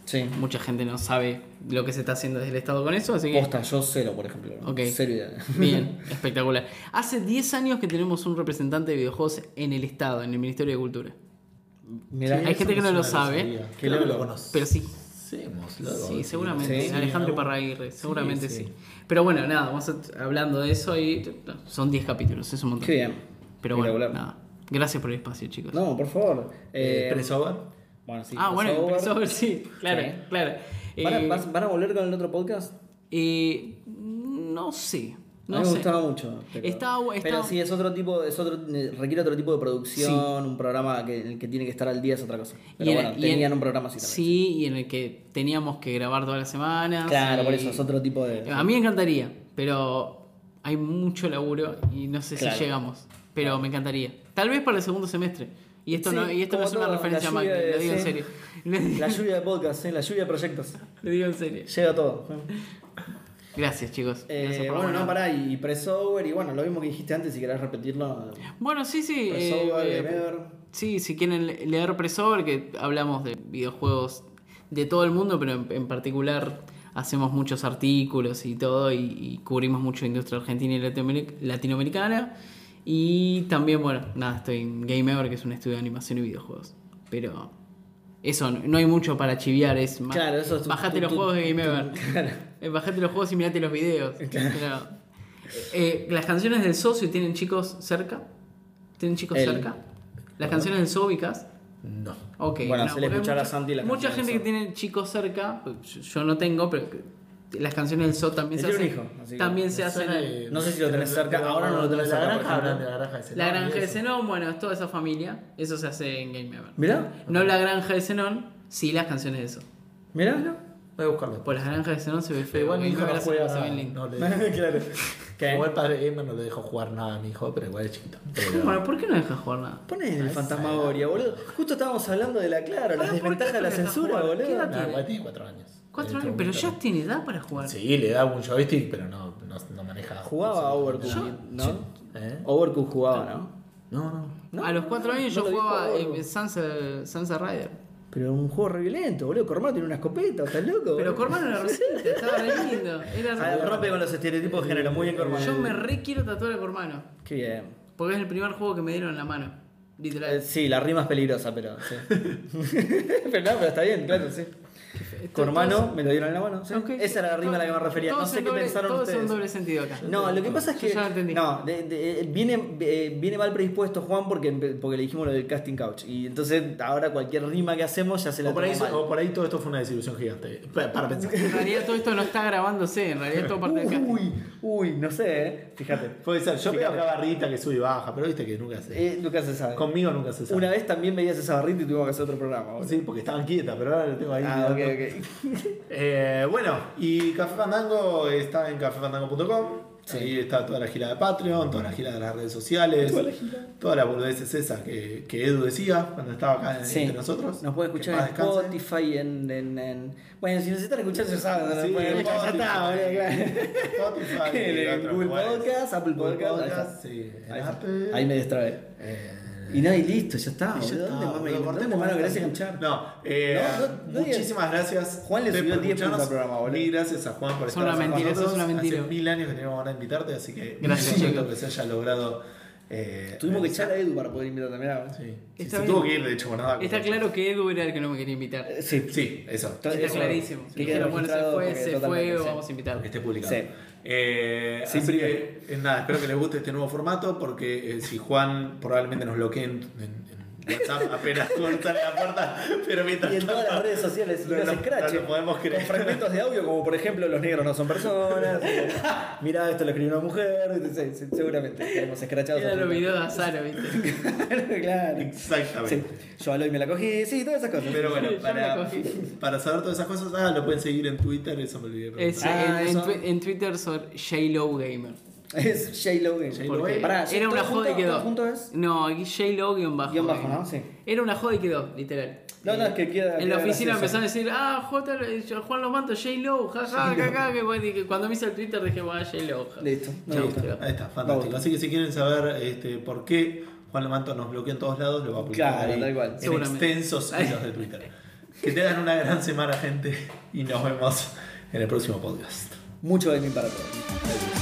S1: Sí.
S3: Mucha gente no sabe lo que se está haciendo desde el Estado con eso, así que...
S1: Posta, yo cero, por ejemplo.
S3: Ok.
S1: Cero idea.
S3: Bien, espectacular. Hace 10 años que tenemos un representante de videojuegos en el Estado, en el Ministerio de Cultura.
S1: Mirá,
S3: Hay gente que no lo sabe.
S2: Que no lo conoce.
S3: Pero sí,
S2: Conocemos, lo-
S3: sí, seguramente.
S1: sí,
S3: Alejandro
S2: algún-
S3: Parraguirre, seguramente sí,
S2: sí.
S3: Pero bueno, nada, vamos a- hablando de eso y son 10 capítulos, es un montón.
S1: Qué bien.
S3: Pero bueno,
S1: Espectacular.
S3: nada. Gracias por el espacio, chicos.
S1: No, por favor.
S2: Eh,
S1: Eh,
S2: Press Over.
S1: bueno, sí.
S3: ah, bueno,
S1: crossover.
S3: empezó a ver, sí, claro,
S1: Sí.
S3: claro.
S1: ¿Van a,
S3: Eh,
S1: vas- van a volver con el otro podcast?
S3: eh, no sé,
S1: a
S3: no
S1: mí me
S3: sé.
S1: gustaba mucho. pero-
S3: Está- está-
S1: Pero sí, es otro tipo, es otro, eh, requiere otro tipo de producción, un programa que, el que tiene que estar al día es otra cosa. Pero
S3: Y en-
S1: bueno,
S3: y en-
S1: tenían un programa así también.
S3: Sí, y en el que teníamos que grabar todas las semanas.
S1: Claro,
S3: y-
S1: por eso es otro tipo de...
S3: A mí me encantaría, pero hay mucho laburo y no sé
S1: Claro.
S3: si llegamos. Pero me encantaría. Tal vez para el segundo semestre. Y esto
S1: Sí,
S3: no, y esto no
S1: como
S3: es una
S1: todo, la
S3: referencia a
S1: lluvia
S3: Macri,
S1: de-
S3: lo digo en
S1: sí.
S3: serio. Lo digo-
S1: La lluvia de podcasts, ¿eh? la lluvia de proyectos.
S3: lo digo en serio.
S1: Llega todo.
S3: Gracias, chicos.
S1: Eh,
S3: Gracias por
S1: bueno, no, pará,
S3: abandonar.
S1: y Pressover, y bueno, lo mismo que dijiste antes, si querés repetirlo.
S3: Bueno, sí, sí. eh,
S1: Pressover,
S3: eh,
S1: Beber.
S3: sí, si quieren le- leer Presover, que hablamos de videojuegos de todo el mundo, pero en, en particular hacemos muchos artículos y todo, y, y cubrimos mucho industria argentina y latinoameric- latinoamericana. Y también, bueno, nada, estoy en Game Ever, que es un estudio de animación y videojuegos. Pero eso, no, no hay mucho para chiviar, es más.
S1: Claro, eso es tu-
S3: Bajate
S1: tu-
S3: los
S1: tu-
S3: juegos de Game Ever. Eh, Bajate los juegos y mirate los videos. Claro. Eh, las canciones del socio tienen chicos cerca. ¿Tienen chicos
S1: El-
S3: cerca? Las canciones del Sobicas.
S2: No.
S3: Ok.
S1: Bueno, hacele
S3: porque
S1: escuchar
S3: hay
S1: a Santi las
S3: Mucha
S1: canciones
S3: gente
S1: del
S3: que tiene chicos cerca, pues, yo- yo no tengo, pero que- las canciones del So también
S1: Él
S3: se
S1: tiene
S3: hacen.
S1: un hijo, así que-
S3: también se hacen. al-
S1: No sé si lo tenés cerca, ahora no lo tenés
S2: La
S1: cerca, por
S2: granja,
S1: ejemplo.
S2: hablan de la granja de Zenón
S3: La granja
S2: y
S3: de
S2: eso.
S3: Zenón, bueno, es toda esa familia. Eso se hace en Game Over.
S1: Mirá,
S3: No la granja de Zenón, sí las canciones de eso.
S1: mirá, mirá.
S2: Voy a buscarlo.
S3: Por las granjas de Zenón se ve
S2: Pero
S3: feo.
S2: igual mi
S3: Game
S2: hijo
S3: Over
S2: no
S3: hace-
S2: juega.
S3: se ven lindo.
S2: No, le-
S1: claro. ¿Qué?
S2: Igual padre Gamer no le dejó jugar nada a mi hijo, pero igual es chiquito. Pero-
S3: Bueno, ¿por qué no dejas jugar nada?
S1: Poné el fantasmagoria, boludo. Justo estábamos hablando de la Clara,
S3: Pará,
S1: las
S3: ¿por qué
S1: desventajas de la
S3: no dejas
S1: censura,
S3: jugar? ¿Qué
S1: boludo.
S3: edad?
S2: Nah, igual tiene cuatro años.
S3: Cuatro
S2: En este
S3: años, pero
S2: momento
S3: ya tiene edad para
S2: no.
S3: jugar.
S2: Sí, le da un joystick, pero no, no, no maneja.
S1: Jugaba a Overcooked,
S3: Yo-
S1: ¿no?
S2: ¿Eh?
S1: Overcooked jugaba, ¿no?
S2: No, no.
S1: No,
S3: a los cuatro
S1: no
S3: años yo
S1: lo dijo
S3: jugaba
S1: Overcooked.
S3: eh, Sansa, Sansa Rider.
S1: Pero un juego re violento, boludo. Cormano tiene una escopeta, ¿estás loco?
S3: Pero
S1: boludo?
S3: Cormano era rosita, estaba re lindo. Era
S1: Ah,
S3: re-
S1: rompe con los estereotipos de género, muy bien Cormano.
S3: Yo me re quiero tatuar a Cormano.
S1: Qué bien.
S3: Porque es el primer juego que me dieron en la mano.
S1: Eh,
S3: Literal.
S1: Sí, la rima es peligrosa, pero sí. pero no, pero está bien, claro, sí.
S3: Esto-
S1: Cormano
S3: todos-
S1: me lo dieron en la mano. sí.
S3: ok.
S1: Esa era la rima a la que me refería. No
S3: Todos
S1: sé
S3: en
S1: qué
S3: doble-
S1: pensaron
S3: Todos en
S1: ustedes.
S3: doble sentido acá.
S1: No, lo que pasa es
S3: Yo
S1: que.
S3: ya lo entendí.
S1: No, de- de- eh, viene, eh, viene mal predispuesto Juan porque, empe- porque le dijimos lo del casting couch. Y entonces ahora cualquier rima que hacemos ya se la
S2: O por, ahí,
S1: toma mal.
S2: o por ahí todo esto fue una desilusión gigante. Pa- Para pensar.
S3: En realidad todo esto no está grabándose, en realidad es todo parte del casting.
S1: Uy, uy, no sé, eh. Fíjate.
S2: Puede ser, yo veo
S1: Fíjate.
S2: la barrita que sube y baja, pero viste que nunca se.
S1: Eh, nunca se sabe.
S2: Conmigo nunca se sabe.
S1: Una vez también veías esa barrita y tuvimos que hacer otro programa. boludo.
S2: Sí, porque estaban quietas, pero ahora lo tengo ahí.
S1: Ah, ok,
S2: mirando.
S1: ok.
S2: Eh, bueno, y Café Fandango está en cafefandango.com. Ahí está toda la gira de Patreon, toda la gira de las redes sociales. Toda la gira. Todas las boludeces esas que, que Edu decía cuando estaba acá
S1: Sí.
S2: entre nosotros.
S1: Nos pueden
S2: Que
S1: escuchar
S2: en paz
S1: en
S2: descanse.
S1: Spotify, en, en, en- Bueno, si necesitan escuchar, se saben. ¿no?
S2: Sí,
S1: Pueden
S2: en
S1: escuchar, ya está, boludo, claro.
S2: Spotify,
S1: En
S2: y
S1: el
S2: otros
S1: Google
S2: lugares.
S1: Podcast, Apple
S2: Google
S1: Podcast, ahí
S2: Podcast,
S1: está.
S2: sí, en
S1: Ahí está.
S2: Apple.
S1: Ahí me distrabé.
S2: Eh,
S1: Y nada, y listo, ya está.
S2: Y ya
S1: Ah, boludo. ¿Dónde
S2: está,
S1: más me-
S2: boludo,
S1: ¿Dónde
S2: cortemos
S1: más lo querés
S2: esta.
S1: escuchar?
S2: No, eh,
S1: No, no, no
S2: muchísimas gracias.
S1: Juan le
S2: Pep,
S1: subió
S2: por
S1: 10 puntos
S2: escucharnos.
S1: al programa, boludo.
S2: Mil gracias a Juan por
S3: Es
S2: estar
S3: una
S2: acá con
S3: mentira, eso es
S2: nosotros.
S3: una mentira.
S2: Hace mil años que teníamos ganas de invitarte, así que
S3: Gracias,
S2: me siento
S3: chicos.
S2: que se haya logrado. eh,
S1: Tuvimos que
S2: realizar.
S1: echar a Edu para poder invitar también. ¿no?
S2: Sí. Sí,
S3: Está
S2: se
S3: bien.
S2: tuvo que ir, de hecho, por nada.
S3: Está claro que Edu era el que no me quería invitar.
S1: Eh, Sí.
S2: Sí, eso.
S1: Todo
S3: Está
S1: eso,
S3: clarísimo.
S1: que quede
S3: Dijeron, bueno, se
S1: registrado
S3: fue,
S1: porque
S3: se fue,
S1: totalmente, sí.
S3: vamos a invitarlo.
S2: Que esté publicado.
S1: Sí.
S2: Eh,
S1: Sí,
S2: así
S1: sí.
S2: que, eh, nada, espero que les guste este nuevo formato porque eh, si Juan probablemente nos bloquee en, en- en WhatsApp apenas corta la puerta, pero mientras
S1: Y en todas
S2: tanto-
S1: las redes sociales,
S2: No,
S1: no,
S2: no,
S1: se escrache.
S2: no lo podemos creer.
S1: Con fragmentos de audio, como por ejemplo, los negros no son personas. eh, Mirá, esto lo escribió una mujer. sí, sí, seguramente estaremos escrachados.
S3: Era los
S1: absolutamente.
S3: videos de Azaro, ¿viste?
S1: claro. Sí,
S2: Exactamente.
S1: yo a Eloy me la cogí, sí, todas esas cosas.
S2: Pero bueno,
S3: Sí, yo me
S2: para,
S3: cogí.
S2: para saber todas esas cosas, ah, lo pueden seguir en Twitter, eso me olvidé. de
S3: Es-
S2: preguntar.
S1: Ah,
S3: en, en
S1: eso.
S3: twi- en Twitter soy JLo Gamer.
S1: Es J-Lo Game.
S2: J-Lo eh. Game.
S1: Pará, ¿sí,
S3: Era
S1: todo
S3: una
S1: junto?
S3: joda y
S1: ¿Todo
S3: quedó.
S1: junto es?
S3: No, aquí JLo guión bajo.
S1: Guión bajo,
S3: gamer.
S1: ¿no? Sí.
S3: Era una joda y quedó, literal.
S1: No, no,
S3: Eh,
S1: es que queda-
S3: En
S1: queda
S3: la oficina
S1: gracioso.
S3: empezaron a decir, ah, J, eh, Juan Los Mantos, JLo, jaja, jaja. que bueno, dije, Cuando me hice el Twitter dije, bueno, JLo. ja.
S1: Listo, me
S3: Chau,
S1: gusta.
S3: chau.
S2: Ahí está,
S1: Me
S2: fantástico.
S1: gusta.
S2: Así que si quieren saber este, por qué Juan Lamanto nos bloqueó en todos lados, lo va a publicar
S1: Claro,
S2: ahí
S1: tal cual.
S2: en
S3: Seguramente.
S2: extensos hilos de Twitter. Que tengan una gran semana, gente. Y nos vemos en el próximo podcast.
S1: Mucho gaming para todos.
S2: Adiós.